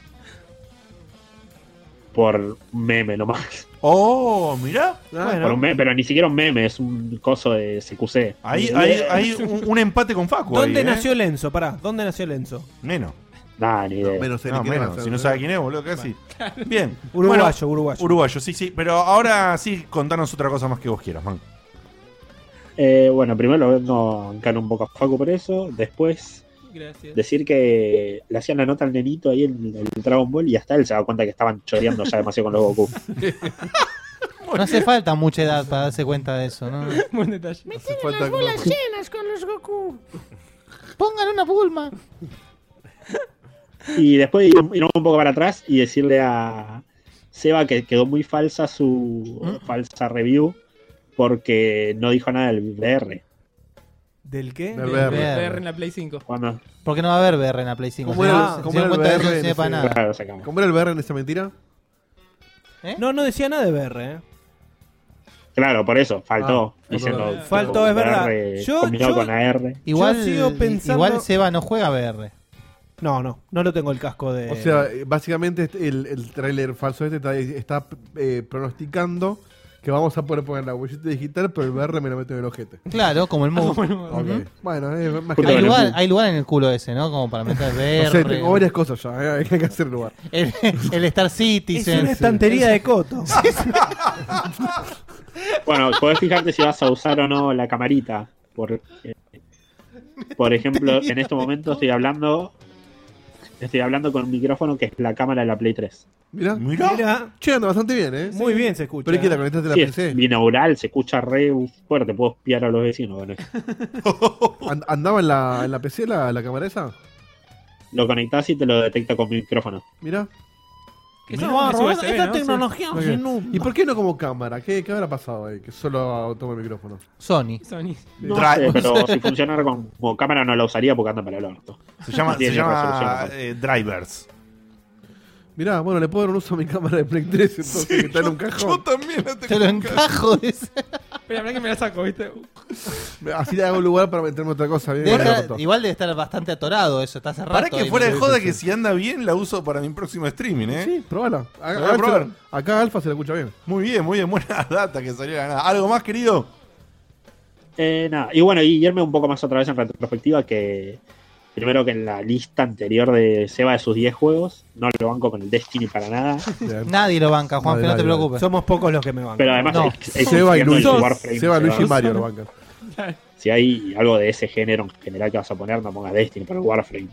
Speaker 18: Por meme nomás. Ah,
Speaker 2: Oh, mirá.
Speaker 18: Por un meme, pero ni siquiera un meme, es un coso de CQC.
Speaker 2: Ahí,
Speaker 18: Eh,
Speaker 2: ahí, ahí un, un empate con Facu.
Speaker 4: ¿Dónde
Speaker 2: ahí, ¿eh?
Speaker 4: nació Lenzo? Pará, ¿dónde nació Lenzo?
Speaker 2: Menos.
Speaker 18: Nah, ni idea.
Speaker 2: menos,
Speaker 4: sé ni quién va a ser.
Speaker 2: si no sabe quién es, boludo, casi. Bien.
Speaker 4: Uruguayo,
Speaker 2: Bueno,
Speaker 4: uruguayo.
Speaker 2: Uruguayo, sí, sí. Pero ahora sí, contanos otra cosa más que vos quieras, man.
Speaker 18: Eh, bueno, primero lo vengo a encarar un poco a Facu por eso. Después,
Speaker 8: Gracias.
Speaker 18: decir que le hacían la nota al nenito ahí en el Dragon Ball y hasta él se da cuenta que estaban choreando ya demasiado con los Goku.
Speaker 6: No hace falta mucha edad para darse cuenta de eso,
Speaker 8: [laughs]
Speaker 6: ¿no?
Speaker 8: [laughs] Buen detalle. Me
Speaker 6: tienen
Speaker 3: falta las bolas que-
Speaker 6: llenas con los Goku. [laughs] Pongan una pulma.
Speaker 18: Y después ir, ir un poco para atrás y decirle a Seba que quedó muy falsa su
Speaker 4: Mm.
Speaker 18: falsa review porque no dijo nada del VR.
Speaker 4: ¿Del qué?
Speaker 8: Del
Speaker 6: VR.
Speaker 8: VR en la Play 5.
Speaker 18: Bueno,
Speaker 6: Porque no va a haber VR en la Play 5.
Speaker 3: ¿Cómo
Speaker 6: Se
Speaker 3: era,
Speaker 6: dan-
Speaker 3: cómo
Speaker 6: se
Speaker 3: era
Speaker 6: dan
Speaker 3: el
Speaker 6: cuenta de que
Speaker 3: BR?
Speaker 6: no sirve para nada.
Speaker 3: ¿Cómo era el BR en esa mentira?
Speaker 4: No, no decía nada de BR, ¿eh?
Speaker 18: claro, por eso, faltó.
Speaker 4: Ah,
Speaker 18: diciendo,
Speaker 4: verdad. Faltó, es verdad.
Speaker 18: VR
Speaker 4: Yo-
Speaker 18: combinado
Speaker 4: yo-
Speaker 18: con AR.
Speaker 4: Yo
Speaker 6: Igual,
Speaker 4: sigo pensando-
Speaker 6: igual Seba no juega VR.
Speaker 4: No, no, no lo tengo el casco de.
Speaker 3: O sea, eh, básicamente este- el, el tráiler falso este está, está, eh, pronosticando que vamos a poder poner la bolsita digital, pero el VR me lo meten en el ojete.
Speaker 6: Claro, como el Move.
Speaker 3: Ok. Bueno, es más
Speaker 6: Hay lugar,
Speaker 3: No
Speaker 6: hay lugar en el culo ese, ¿no? Como
Speaker 3: [laughs]
Speaker 6: para meter VR.
Speaker 3: sé, tengo varias cosas ya, eh, hay que hacer lugar.
Speaker 6: el, el Star Citizen.
Speaker 4: Es una estantería de Coto.
Speaker 18: Bueno, podés fijarte si vas a usar o no la camarita. Por, eh, por
Speaker 4: [laughs]
Speaker 18: ejemplo, en este momento estoy hablando. Estoy hablando con un micrófono que es la cámara de la Play 3.
Speaker 3: Mirá,
Speaker 2: mirá.
Speaker 3: Che, anda bastante bien, ¿eh?
Speaker 4: Muy bien se escucha.
Speaker 3: Pero es que la conectaste a la
Speaker 18: Sí, es
Speaker 3: PC.
Speaker 18: binaural, se escucha re fuerte, puedo espiar a los vecinos con esto.
Speaker 3: And- ¿Andaba en la, en la PC la, la cámara esa?
Speaker 18: Lo conectás y te lo detecta con micrófono.
Speaker 3: Mirá.
Speaker 8: Eso Mirá, va, es Roberto, USB, esta ¿no?
Speaker 4: tecnología
Speaker 3: Muy
Speaker 4: sin
Speaker 3: bien. ¿Y por qué no como cámara? ¿Qué, qué habrá pasado ahí? Que solo toma el micrófono.
Speaker 6: Sony.
Speaker 8: Sony.
Speaker 18: No sé,
Speaker 3: [laughs]
Speaker 6: [laughs]
Speaker 18: pero si funcionara con- como cámara no la usaría porque anda para el orto.
Speaker 2: Se llama,
Speaker 18: No
Speaker 2: se
Speaker 18: tiene resolución.
Speaker 2: llama eh, Drivers.
Speaker 3: Mirá, bueno, le puedo dar un uso a mi cámara de Play 3 entonces, que está en un cajón. Te lo encajo, dice.
Speaker 8: Espera, mirá que me la saco, ¿viste?
Speaker 3: Así le hago lugar para meterme otra cosa. Bien,
Speaker 6: Debe
Speaker 3: bien,
Speaker 6: estar-
Speaker 3: roto.
Speaker 6: igual debe estar bastante atorado eso, está cerrado.
Speaker 2: Para que fuera de joda que si anda bien la uso para mi próximo streaming, ¿eh?
Speaker 3: Sí, probala. Acá,
Speaker 2: La voy a probar.
Speaker 3: acá Alfa se la escucha bien.
Speaker 2: Muy bien, muy bien. Buena [laughs] data que salió de la nada. ¿Algo más, querido?
Speaker 18: Eh, nada, y bueno, y irme un poco más otra vez en retrospectiva que primero que en la lista anterior de Seba de sus 10 juegos, no lo banco con el Destiny para nada.
Speaker 6: Nadie lo banca, Juan, pero no te preocupes.
Speaker 4: Somos pocos los que me
Speaker 18: Pero además
Speaker 6: No.
Speaker 18: ex- ex-
Speaker 6: Seba y
Speaker 18: el
Speaker 6: Luigi.
Speaker 18: Warframe
Speaker 6: Seba,
Speaker 18: que
Speaker 6: Luigi
Speaker 18: va-
Speaker 6: y Mario lo
Speaker 3: bancan.
Speaker 18: Si hay algo de ese género en general que vas a poner, no pongas Destiny para el Warframe.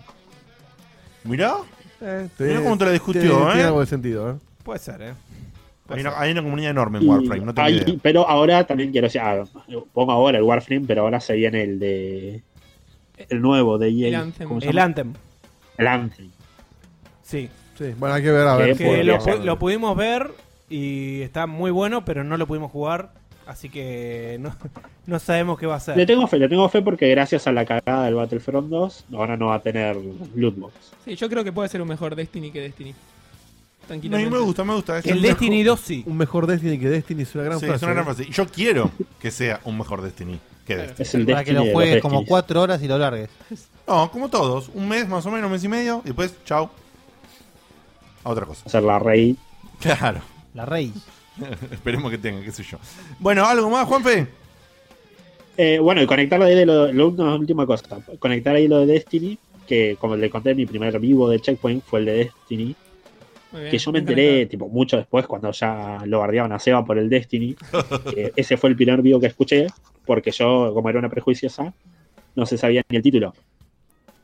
Speaker 2: Mirá.
Speaker 3: Eh,
Speaker 2: Mirá cómo te lo discutió,
Speaker 3: tiene-
Speaker 2: ¿eh?
Speaker 3: Tiene algo de sentido, ¿eh?
Speaker 4: Puede ser, ¿eh?
Speaker 2: Hay una, hay una comunidad enorme en
Speaker 18: Y
Speaker 2: Warframe, no tengo
Speaker 18: hay-
Speaker 2: idea.
Speaker 18: Pero ahora también quiero decir, ah, pongo ahora el Warframe, pero ahora se viene el de. El nuevo de EA.
Speaker 4: El Anthem.
Speaker 18: ¿cómo se
Speaker 4: El
Speaker 18: llama?
Speaker 4: Anthem.
Speaker 18: El Anthem.
Speaker 4: Sí.
Speaker 3: Sí, bueno, hay que ver, a ver.
Speaker 4: Que
Speaker 3: podría
Speaker 4: lo,
Speaker 3: ser.
Speaker 4: pu- lo pudimos ver y está muy bueno, pero no lo pudimos jugar. Así que no, [laughs] no sabemos qué va a ser.
Speaker 18: Le [laughs] tengo fe, le tengo fe porque gracias a la cagada del Battlefront 2, ahora no va a tener lootbox.
Speaker 8: Sí, yo creo que puede ser un mejor Destiny que Destiny. Tranquilo.
Speaker 2: Eh, No, y me gusta, me gusta.
Speaker 3: Un mejor-
Speaker 4: sí.
Speaker 3: Un mejor Destiny que Destiny es una gran
Speaker 2: Sí,
Speaker 3: frase.
Speaker 2: es una gran
Speaker 3: ¿eh?
Speaker 2: frase. Y Yo quiero que sea un mejor Destiny que Destiny.
Speaker 18: Es el
Speaker 6: Para que lo juegues como cuatro horas y lo largues.
Speaker 2: No, como todos. Un mes más o menos, un mes y medio. Y después, chao. A otra cosa.
Speaker 18: Hacer la rey.
Speaker 2: Claro.
Speaker 6: La rey.
Speaker 2: [laughs] Esperemos que tenga, qué sé yo. Bueno, ¿algo más, Juanfe?
Speaker 18: Eh, bueno, y conectar ahí de lo, lo último- última cosa. Conectar ahí lo de Destiny, que como le conté, mi primer vivo de Checkpoint fue el de Destiny.
Speaker 8: Muy bien,
Speaker 18: que yo me
Speaker 8: bien
Speaker 18: enteré tipo mucho después cuando ya lo bardeaban a Seba por el Destiny. que ese fue el primer vivo que escuché, porque yo, como era una prejuiciosa, no se sabía ni el título.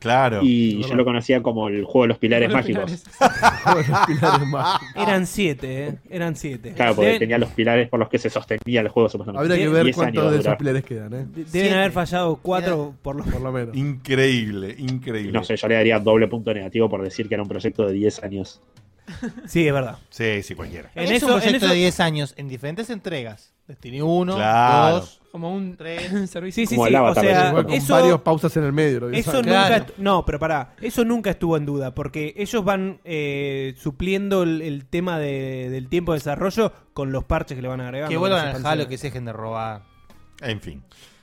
Speaker 2: Claro.
Speaker 18: Y yo lo conocía como el juego de los pilares
Speaker 4: Los
Speaker 18: mágicos.
Speaker 4: Eran siete, ¿eh? Eran siete.
Speaker 18: Claro, porque
Speaker 4: Deben-
Speaker 18: tenía los pilares por los que se sostenía el juego supuestamente.
Speaker 3: Habría que ver
Speaker 18: 10 años va
Speaker 3: cuántos
Speaker 18: a
Speaker 3: de
Speaker 18: durar.
Speaker 3: esos pilares quedan, ¿eh?
Speaker 4: Deben haber fallado cuatro por lo,
Speaker 3: menos.
Speaker 2: Increíble, increíble.
Speaker 18: No sé, yo le daría doble punto negativo por decir que era un proyecto de 10 años.
Speaker 4: Sí, es verdad.
Speaker 2: Sí, sí, cualquiera.
Speaker 6: En
Speaker 4: En
Speaker 6: es
Speaker 4: eso-
Speaker 6: un
Speaker 4: en
Speaker 6: proyecto
Speaker 4: eso-
Speaker 6: de 10 años, en diferentes entregas. Destiny 1,
Speaker 2: Claro.
Speaker 6: 2,
Speaker 8: Como un
Speaker 4: [coughs]
Speaker 8: servicio.
Speaker 4: Sí, sí, sí. O sea,
Speaker 3: Igual con
Speaker 4: eso,
Speaker 3: varios pausas en el medio. lo que
Speaker 4: eso
Speaker 3: saben.
Speaker 4: nunca. est- No, pero pará. Eso nunca estuvo en duda. Porque ellos van eh, supliendo el, el tema de- del tiempo de desarrollo con los parches que le van agregando.
Speaker 6: Que
Speaker 4: con
Speaker 6: vuelvan
Speaker 4: las
Speaker 6: al
Speaker 4: expansiones.
Speaker 6: Halo, que se dejen de robar.
Speaker 2: En fin.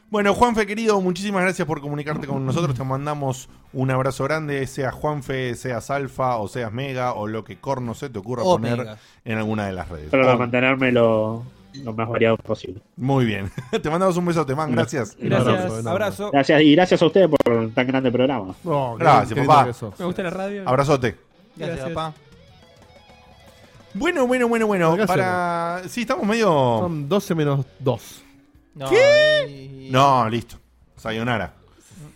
Speaker 2: Bueno, Juanfe, querido, muchísimas gracias por comunicarte con nosotros. Te mandamos un abrazo grande, sea Juanfe, seas Alfa, o seas Mega, o lo que corno se te ocurra
Speaker 6: O
Speaker 2: poner
Speaker 6: Mega.
Speaker 2: en [laughs] alguna de las redes.
Speaker 18: Pero para
Speaker 2: Oh,
Speaker 18: mantenerme lo, lo más variado posible.
Speaker 2: Muy bien. te mandamos un besote, man. Gracias.
Speaker 18: Un abrazo,
Speaker 4: Gracias.
Speaker 18: enorme.
Speaker 4: Abrazo.
Speaker 18: Gracias, y gracias a ustedes por un tan grande programa.
Speaker 3: No, qué-
Speaker 2: Gracias,
Speaker 3: qué lindo
Speaker 2: papá.
Speaker 3: que sos.
Speaker 8: Me gusta la radio.
Speaker 2: Abrazote.
Speaker 6: Gracias, papá.
Speaker 2: Bueno, bueno, bueno, bueno.
Speaker 3: Acá
Speaker 2: Para... Sí, estamos medio...
Speaker 3: Son 12 menos 2.
Speaker 6: No,
Speaker 2: No, listo. Sayonara.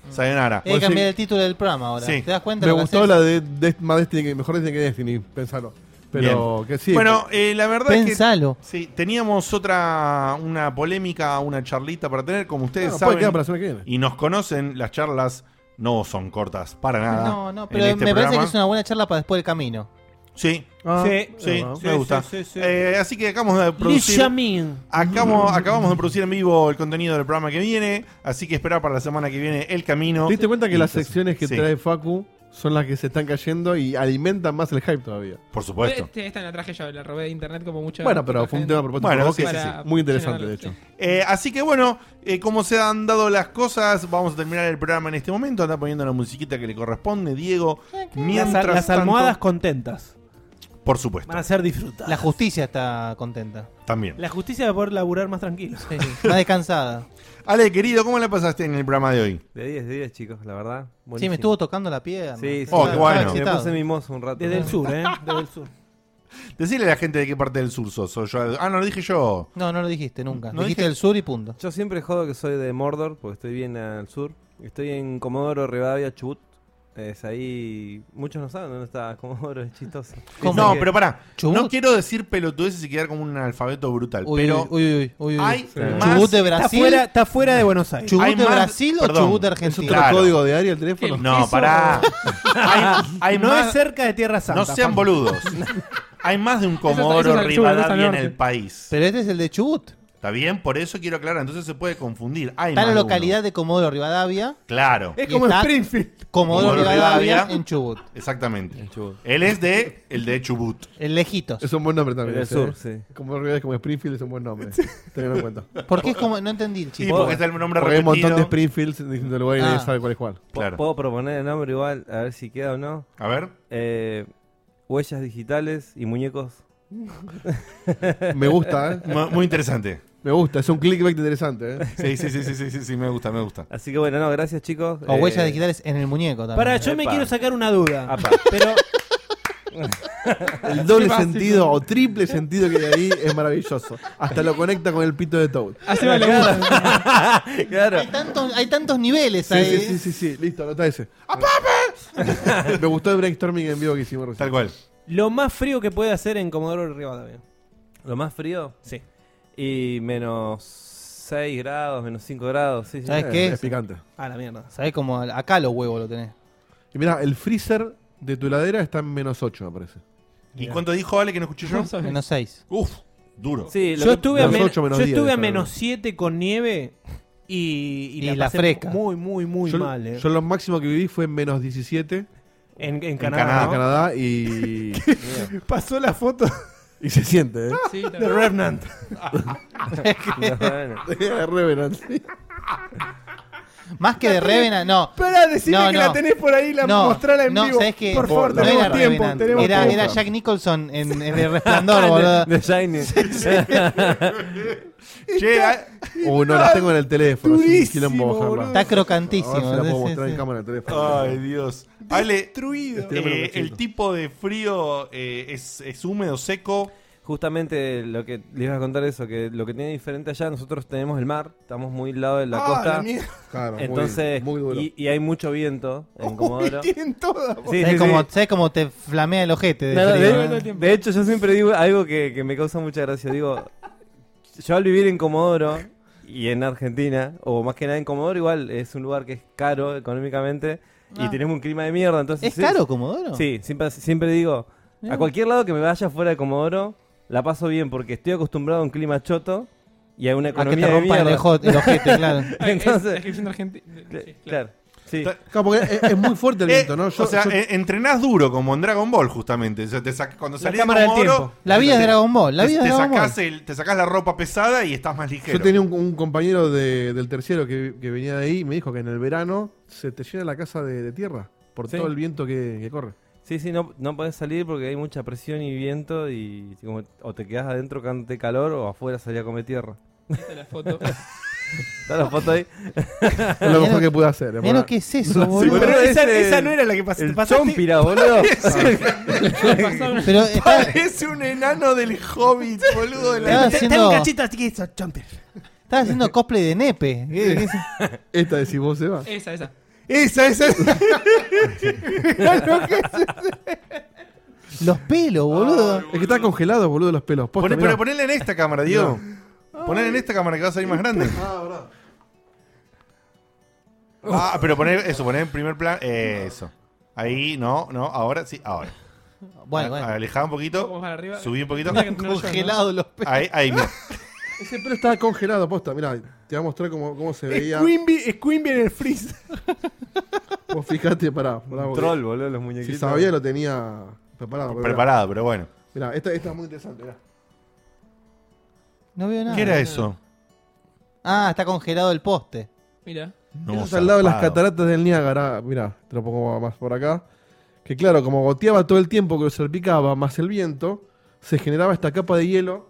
Speaker 2: Sayonara.
Speaker 6: Hay Mm, que cambiar el título del programa ahora.
Speaker 2: Sí.
Speaker 6: ¿Te das cuenta?
Speaker 3: Me
Speaker 6: lo que
Speaker 3: gustó
Speaker 6: haces?
Speaker 3: la de, de- más Destiny que mejor Destiny que Destiny, pensalo. Pero
Speaker 2: Bien.
Speaker 3: que sí.
Speaker 2: Bueno, eh, la verdad
Speaker 6: Pensalo.
Speaker 2: es que sí, teníamos otra una polémica, una charlita para tener, como ustedes
Speaker 3: Bueno, puede
Speaker 2: saben.
Speaker 3: quedar para la semana que viene.
Speaker 2: Y nos conocen, las charlas no son cortas para nada.
Speaker 6: No, no,
Speaker 2: en
Speaker 6: pero
Speaker 2: este
Speaker 6: me parece que
Speaker 2: programa.
Speaker 6: es una buena charla para después del camino.
Speaker 2: Sí.
Speaker 3: Ah,
Speaker 2: sí,
Speaker 3: es
Speaker 2: sí,
Speaker 3: verdad.
Speaker 2: me
Speaker 3: Sí,
Speaker 2: gusta.
Speaker 3: sí, sí, sí.
Speaker 2: Eh, así que acabamos de producir.
Speaker 4: Llamin.
Speaker 2: acabamos- acabamos de producir en vivo el contenido del programa que viene. Así que esperar para la semana que viene el camino.
Speaker 3: ¿Te diste cuenta que
Speaker 2: Y
Speaker 3: las
Speaker 2: entonces-
Speaker 3: secciones que
Speaker 2: sí,
Speaker 3: trae Facu son las que se están cayendo y alimentan más el hype todavía?
Speaker 2: Por supuesto.
Speaker 8: Este- esta la traje yo, la robé de internet como mucha.
Speaker 3: Bueno, pero
Speaker 8: mucha
Speaker 3: fue un
Speaker 8: gente.
Speaker 3: tema propuesto
Speaker 2: Bueno,
Speaker 3: por vos
Speaker 2: sí,
Speaker 3: que
Speaker 2: sí,
Speaker 8: para
Speaker 3: es muy interesante, de
Speaker 8: llenarlo.
Speaker 3: hecho.
Speaker 2: Eh, así que bueno, eh, como se han dado las cosas, vamos a terminar el programa en este momento. Anda poniendo la musiquita que le corresponde, Diego.
Speaker 4: Las,
Speaker 2: Mientras
Speaker 4: las
Speaker 2: tanto-
Speaker 4: almohadas contentas
Speaker 2: por supuesto,
Speaker 4: van a ser disfrutadas.
Speaker 6: La justicia está contenta.
Speaker 2: también.
Speaker 4: La justicia va a poder laburar más tranquilo. [laughs]
Speaker 6: Más descansada.
Speaker 2: [laughs] Ale, querido, ¿cómo la pasaste en el programa de hoy?
Speaker 12: De 10 días, chicos, la verdad.
Speaker 6: Sí, me
Speaker 12: Buenísimo.
Speaker 6: estuvo tocando la piedra.
Speaker 12: Sí, sí.
Speaker 2: Oh, qué bueno.
Speaker 12: Me puse mimoso un rato.
Speaker 4: Desde el sur, ¿eh? Desde el sur.
Speaker 2: Decirle a la gente de qué parte del sur sos. Soy yo- Ah, no lo dije yo.
Speaker 6: No, no lo dijiste nunca.
Speaker 12: No
Speaker 6: dijiste
Speaker 12: dije-
Speaker 6: del sur y punto.
Speaker 12: Yo siempre jodo que soy de Mordor, porque estoy bien al sur. Estoy en Comodoro, Rivadavia, Chubut. Es ahí. Muchos no saben dónde está Comodoro, es chistoso.
Speaker 2: Eh, No,
Speaker 12: Así que-
Speaker 2: pero pará. No quiero decir pelotudeces y quedar como un alfabeto brutal.
Speaker 6: Uy,
Speaker 2: pero
Speaker 6: uy, uy, uy, uy, uy.
Speaker 2: hay
Speaker 6: Sí.
Speaker 2: más-
Speaker 6: Chubut de Brasil.
Speaker 4: Está fuera, está fuera de Buenos Aires.
Speaker 6: ¿Chubut
Speaker 2: Hay
Speaker 6: de
Speaker 2: más-
Speaker 6: Brasil o
Speaker 2: perdón.
Speaker 6: Chubut de
Speaker 3: ¿Es otro
Speaker 6: Argentina?
Speaker 2: Claro.
Speaker 3: código de área el teléfono?
Speaker 2: No, pará. hay, hay
Speaker 4: no
Speaker 2: más-
Speaker 4: es cerca de Tierra Santa.
Speaker 2: No sean
Speaker 4: Juan.
Speaker 2: boludos. hay más de un
Speaker 4: eso es
Speaker 2: Comodoro
Speaker 4: al sur, eso es al
Speaker 2: Rivadavia en
Speaker 4: norte.
Speaker 2: el país.
Speaker 6: Pero este es el de Chubut.
Speaker 2: ¿Está bien? Por eso quiero aclarar. Entonces se puede confundir. Hay
Speaker 6: Está
Speaker 2: más
Speaker 6: la
Speaker 2: de uno.
Speaker 6: localidad de Comodoro Rivadavia.
Speaker 2: Claro.
Speaker 6: Es Y como está Springfield. Comodoro Rivadavia en
Speaker 2: Chubut. Exactamente. Él es de el de Chubut.
Speaker 6: El lejitos.
Speaker 3: Es un buen nombre también.
Speaker 2: El
Speaker 3: ese,
Speaker 2: sur,
Speaker 3: ¿eh?
Speaker 2: sí.
Speaker 3: Como Rivadavia, como Springfield es un buen nombre. Tenlo en cuenta.
Speaker 6: ¿Por qué es como.? No entendí el
Speaker 3: Sí,
Speaker 6: chiste.
Speaker 3: porque está el nombre Porque hay un montón de Springfields en distintos lugares y nadie
Speaker 12: Ah.
Speaker 3: sabe cuál es cuál.
Speaker 12: P- ¿Puedo proponer el nombre igual? A ver si queda o no. Eh,
Speaker 2: A ver.
Speaker 12: huellas digitales y muñecos.
Speaker 3: Me gusta, ¿eh?
Speaker 2: Mu- [laughs] muy interesante.
Speaker 3: Me gusta, es un clickbait interesante, ¿eh?
Speaker 2: Sí, sí, sí, sí, sí, sí, sí, me gusta, me gusta.
Speaker 12: Así que bueno, no, gracias chicos.
Speaker 6: [laughs] O huellas
Speaker 12: Eh,
Speaker 6: digitales en el muñeco también.
Speaker 4: Para, yo me quiero sacar una duda.
Speaker 12: [laughs]
Speaker 4: Pero.
Speaker 3: El
Speaker 4: [laughs]
Speaker 3: doble
Speaker 4: Qué básico.
Speaker 3: sentido o triple sentido que hay ahí es maravilloso. Hasta lo conecta con el pito de Toad.
Speaker 6: Haceme la
Speaker 3: claro.
Speaker 2: [laughs]
Speaker 10: [laughs]
Speaker 3: claro.
Speaker 6: Hay tantos, hay tantos niveles
Speaker 3: Sí,
Speaker 6: ahí. ¿eh?
Speaker 3: sí, sí, sí, sí, listo, anotá ese.
Speaker 2: [laughs]
Speaker 3: Me gustó el brainstorming en vivo que hicimos recién.
Speaker 2: Tal cual.
Speaker 4: Lo más frío que puede hacer en Comodoro Rivadavia.
Speaker 12: ¿Lo más frío?
Speaker 4: Sí.
Speaker 12: Y menos 6 grados, menos 5 grados. Sí, Eh, sí.
Speaker 6: ¿Sabes qué?
Speaker 4: Ah, la mierda.
Speaker 6: ¿Sabes cómo? Acá los huevos lo tenés.
Speaker 3: Y mirá, el freezer de tu heladera está en menos 8, me parece.
Speaker 2: ¿Y cuánto dijo Ale que no escuché yo?
Speaker 6: Menos 6.
Speaker 2: Uf, duro.
Speaker 4: yo estuve a,
Speaker 3: Menos
Speaker 4: men-
Speaker 3: ocho, menos
Speaker 4: yo
Speaker 3: diez,
Speaker 4: estuve a
Speaker 3: está bien.
Speaker 4: menos 7 con nieve y, y la, pasé Muy, muy, muy
Speaker 3: yo,
Speaker 4: mal. eh.
Speaker 3: Yo lo máximo que viví fue en menos 17.
Speaker 4: En- en
Speaker 3: En
Speaker 4: Canadá,
Speaker 3: Canadá,
Speaker 4: ¿no?
Speaker 3: Canadá,
Speaker 4: [laughs]
Speaker 3: y.
Speaker 4: Pasó la foto
Speaker 3: y se siente, ¿eh?
Speaker 4: Sí, la De verdad. [laughs] Revenant.
Speaker 3: [laughs] De Revenant, sí.
Speaker 4: [laughs]
Speaker 6: Más que de Revenant, no.
Speaker 10: Espera, decime
Speaker 6: No,
Speaker 10: que
Speaker 6: no.
Speaker 10: la tenés por ahí, la
Speaker 6: no,
Speaker 10: mostrala en
Speaker 6: no,
Speaker 10: vivo.
Speaker 6: ¿sabes qué?
Speaker 10: Por favor,
Speaker 6: no
Speaker 10: tenemos
Speaker 6: era
Speaker 10: tiempo,
Speaker 6: Revenant,
Speaker 10: tenemos
Speaker 6: era,
Speaker 10: tiempo.
Speaker 6: era Jack Nicholson
Speaker 10: [laughs]
Speaker 6: en, en El Resplandor, boludo.
Speaker 12: De Shining.
Speaker 3: Uy, no, las tengo en el teléfono. Es un quilombo bajarla.
Speaker 6: Está crocantísimo.
Speaker 3: Ahora se la puedo
Speaker 6: sí,
Speaker 3: mostrar
Speaker 6: sí,
Speaker 3: en
Speaker 6: sí.
Speaker 3: cámara de teléfono.
Speaker 2: Ay, Dios. Ale,
Speaker 12: Este
Speaker 3: Estirame lo
Speaker 2: eh,
Speaker 3: que
Speaker 2: el
Speaker 3: siento.
Speaker 2: tipo de frío eh, es, es húmedo, seco.
Speaker 12: Justamente lo que les iba a contar eso, que lo que tiene diferente allá, nosotros tenemos el mar, estamos muy al lado de la
Speaker 10: Ah,
Speaker 12: costa.
Speaker 10: la mierda.
Speaker 3: Claro, muy-
Speaker 12: Entonces,
Speaker 3: muy duro.
Speaker 12: y, y hay mucho viento en
Speaker 10: [laughs]
Speaker 12: Comodoro.
Speaker 10: tienen todas,
Speaker 12: Sí,
Speaker 6: ¿Sabes
Speaker 12: sí,
Speaker 6: cómo,
Speaker 12: sí.
Speaker 6: sabés cómo te flamea el ojete? De
Speaker 12: No, no,
Speaker 6: frío, eh?
Speaker 12: de, de hecho, yo siempre digo algo que, que me causa mucha gracia. Digo, yo al vivir en Comodoro y en Argentina, o más que nada en Comodoro, igual es un lugar que es caro económicamente y
Speaker 6: Ah.
Speaker 12: tenemos un clima de mierda. Entonces,
Speaker 6: ¿Es caro Comodoro?
Speaker 12: Sí, siempre, siempre digo,
Speaker 6: Mirá.
Speaker 12: a cualquier lado que me vaya fuera de Comodoro, la paso bien porque estoy acostumbrado a un clima choto. Y a una
Speaker 6: que te
Speaker 12: economía de
Speaker 6: rompa el
Speaker 12: mierda.
Speaker 6: ojo- el ojete, claro.
Speaker 12: Ay, [laughs] Entonces,
Speaker 8: Es- es que es argentino. Sí,
Speaker 12: claro. Sí.
Speaker 3: Claro, porque es, es muy fuerte el viento, ¿no? Yo-
Speaker 2: o sea,
Speaker 3: yo-
Speaker 2: eh, entrenás duro como en Dragon Ball, justamente. O sea, te sac- cuando
Speaker 3: La
Speaker 2: salís
Speaker 3: cámara del
Speaker 2: Comodoro,
Speaker 3: tiempo. La vida
Speaker 2: te-
Speaker 3: es Dragon Ball, la
Speaker 2: te-
Speaker 3: vida es
Speaker 2: te
Speaker 3: Dragon
Speaker 2: sacás el- te sacás la ropa pesada y estás más ligero.
Speaker 3: Yo tenía un, un compañero de- del terciero que, que venía de ahí y me dijo que en el verano se te llena la casa de, de tierra por
Speaker 12: Sí.
Speaker 3: todo el viento que, que
Speaker 6: [laughs]
Speaker 3: corre.
Speaker 12: Sí, sí, no, no podés salir porque hay mucha presión y viento y como- o te quedás adentro cuando te calor o afuera salí a comer tierra.
Speaker 8: Está la foto.
Speaker 12: [laughs] Está la foto ahí.
Speaker 3: [laughs] Es lo mejor que pude hacer.
Speaker 12: Mira
Speaker 3: hermano. No sé,
Speaker 12: boludo.
Speaker 3: pero
Speaker 12: Es
Speaker 3: esa-
Speaker 12: el-
Speaker 3: esa no era la que pas-
Speaker 12: El
Speaker 3: pasaste.
Speaker 12: chompira,
Speaker 4: [laughs]
Speaker 12: boludo.
Speaker 3: [laughs]
Speaker 6: Pero
Speaker 2: Parece un enano del Hobbit, boludo. De
Speaker 6: Estaba
Speaker 2: la...
Speaker 6: haciendo-
Speaker 2: Tengo
Speaker 10: así que champer.
Speaker 6: Estaba haciendo cosplay de nepe. ¿Qué- qué es-
Speaker 3: [laughs] Esta decís vos, Seba. [laughs]
Speaker 2: [laughs]
Speaker 8: Esa, esa.
Speaker 10: Esa, esa.
Speaker 6: Los pelos, boludo.
Speaker 3: Es que están congelados, boludo, los pelos. Posta,
Speaker 2: Poné-
Speaker 3: mirá.
Speaker 2: pero ponele en esta cámara, Diego. Ponele en esta cámara que va a salir
Speaker 3: [laughs]
Speaker 2: más grande. Ah, pero poner eso, poner en primer plan. eh, eso. Ahí, no, no, ahora sí, ahora.
Speaker 6: Bueno, bueno.
Speaker 2: Alejá un poquito.
Speaker 8: Vamos para arriba.
Speaker 2: Subí un poquito.
Speaker 8: Mira que no Congelado
Speaker 6: los
Speaker 3: pelos.
Speaker 2: Ahí,
Speaker 3: [laughs]
Speaker 2: ahí, mira.
Speaker 3: Ese pelo estaba congelado, posta. Mirá, te voy a mostrar cómo, cómo se veía.
Speaker 10: Quimby en el freeze.
Speaker 3: Vos fijate, pará. pará porque-
Speaker 12: Troll, boludo, los muñequitos.
Speaker 3: Si sabía, lo tenía preparado. pero mirá.
Speaker 2: Preparado, pero bueno.
Speaker 3: Mirá, esta, esta es muy interesante. Mirá.
Speaker 6: No veo nada.
Speaker 2: ¿Qué era eso?
Speaker 6: Ah, está congelado el poste.
Speaker 8: Mira.
Speaker 3: Eso es al lado de las cataratas del Niágara. Mirá, te lo pongo más por acá. Que claro, como goteaba todo el tiempo que lo salpicaba, más el viento, se generaba esta capa de hielo.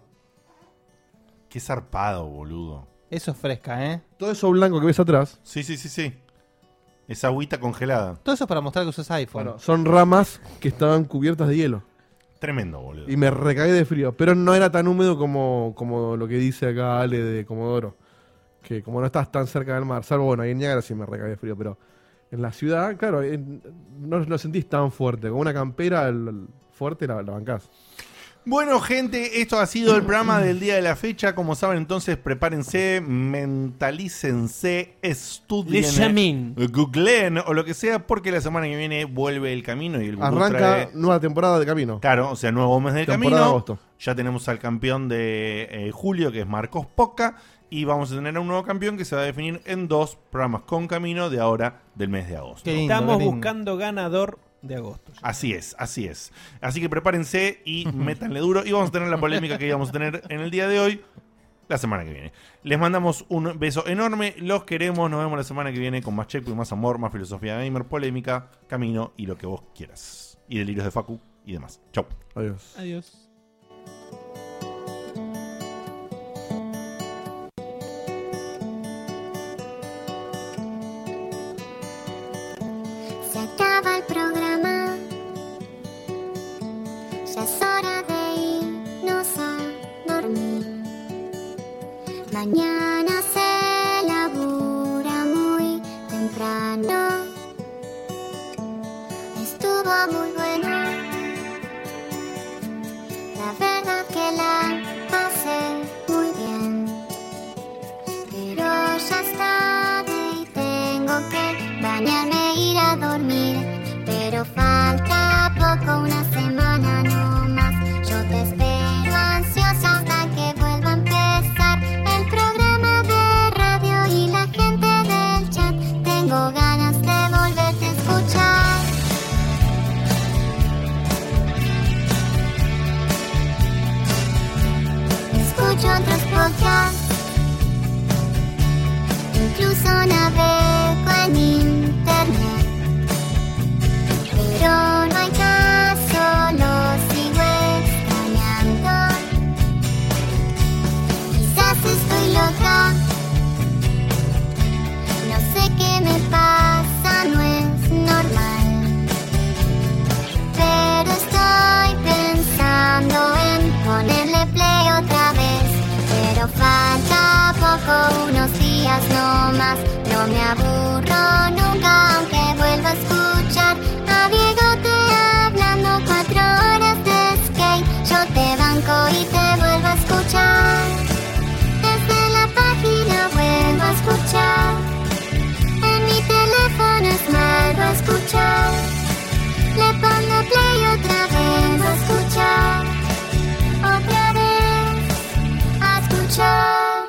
Speaker 2: Qué zarpado, boludo.
Speaker 6: Eso es fresca, ¿eh?
Speaker 3: Todo eso blanco que ves atrás
Speaker 2: Sí, sí, sí, sí. Esa agüita congelada.
Speaker 6: Todo eso para mostrar que usas iPhone.
Speaker 3: son ramas que estaban cubiertas de hielo.
Speaker 2: Tremendo, boludo.
Speaker 3: Y me recagué de frío. Pero no era tan húmedo como, como lo que dice acá Ale de Comodoro. Que como no estás tan cerca del mar, salvo bueno, ahí en Niágara sí me recagué de frío, pero en la ciudad, claro, en- no lo sentís tan fuerte. Con una campera el- el fuerte la, la bancás.
Speaker 2: Bueno, gente, esto ha sido el programa del día de la fecha. Como saben, entonces prepárense, mentalícense, estudien,
Speaker 4: Examen.
Speaker 2: googleen o lo que sea, porque la semana que viene vuelve el camino y el Gurú
Speaker 3: Arranca
Speaker 2: trae-
Speaker 3: nueva temporada de camino.
Speaker 2: Claro, o sea, nuevo mes del
Speaker 3: Temporada
Speaker 2: camino.
Speaker 3: de agosto.
Speaker 2: Ya tenemos al campeón de eh, julio, que es Marcos Poca. Y vamos a tener a un nuevo campeón que se va a definir en dos programas con camino de ahora del mes de agosto.
Speaker 4: Estamos buscando ganador de agosto.
Speaker 2: Así es, así es. Así que prepárense y métanle duro. Y vamos a tener la polémica que íbamos a tener en el día de hoy, la semana que viene. Les mandamos un beso enorme, los queremos, nos vemos la semana que viene con más checkpoint, más amor, más filosofía gamer, polémica, camino y lo que vos quieras. Y delirios de Facu y demás. Chau.
Speaker 3: Adiós.
Speaker 8: Adiós.
Speaker 11: Se acaba el programa. Ya es hora de irnos a dormir. Mañana se labura muy temprano. Estuvo muy bueno. La verdad que la pasé muy bien. Pero ya es tarde y tengo que bañarme e ir a dormir. Pero falta poco, una semana no más. Yo te espero ansiosa hasta que vuelva a empezar el programa de radio y la gente del chat. Tengo ganas de volverte a escuchar. Escucho otros podcasts. Incluso navego en internet. Pero no hay caso, lo sigo extrañando. Quizás estoy loca. No sé qué me pasa, no es normal. Pero estoy pensando en ponerle play otra vez. Pero falta poco, unos días no más. No me aburro nunca, aunque vuelva a escuchar a Diego te hablando cuatro horas de skate. Yo te banco y te vuelvo a escuchar. Desde la página vuelvo a escuchar. En mi teléfono es malo escuchar. Le pongo play otra vez a escuchar. Otra vez a escuchar.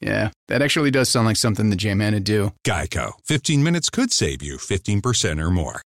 Speaker 19: yeah, that actually does sound like something the J-Man would do.
Speaker 20: Geico. 15 minutes could save you 15% or more.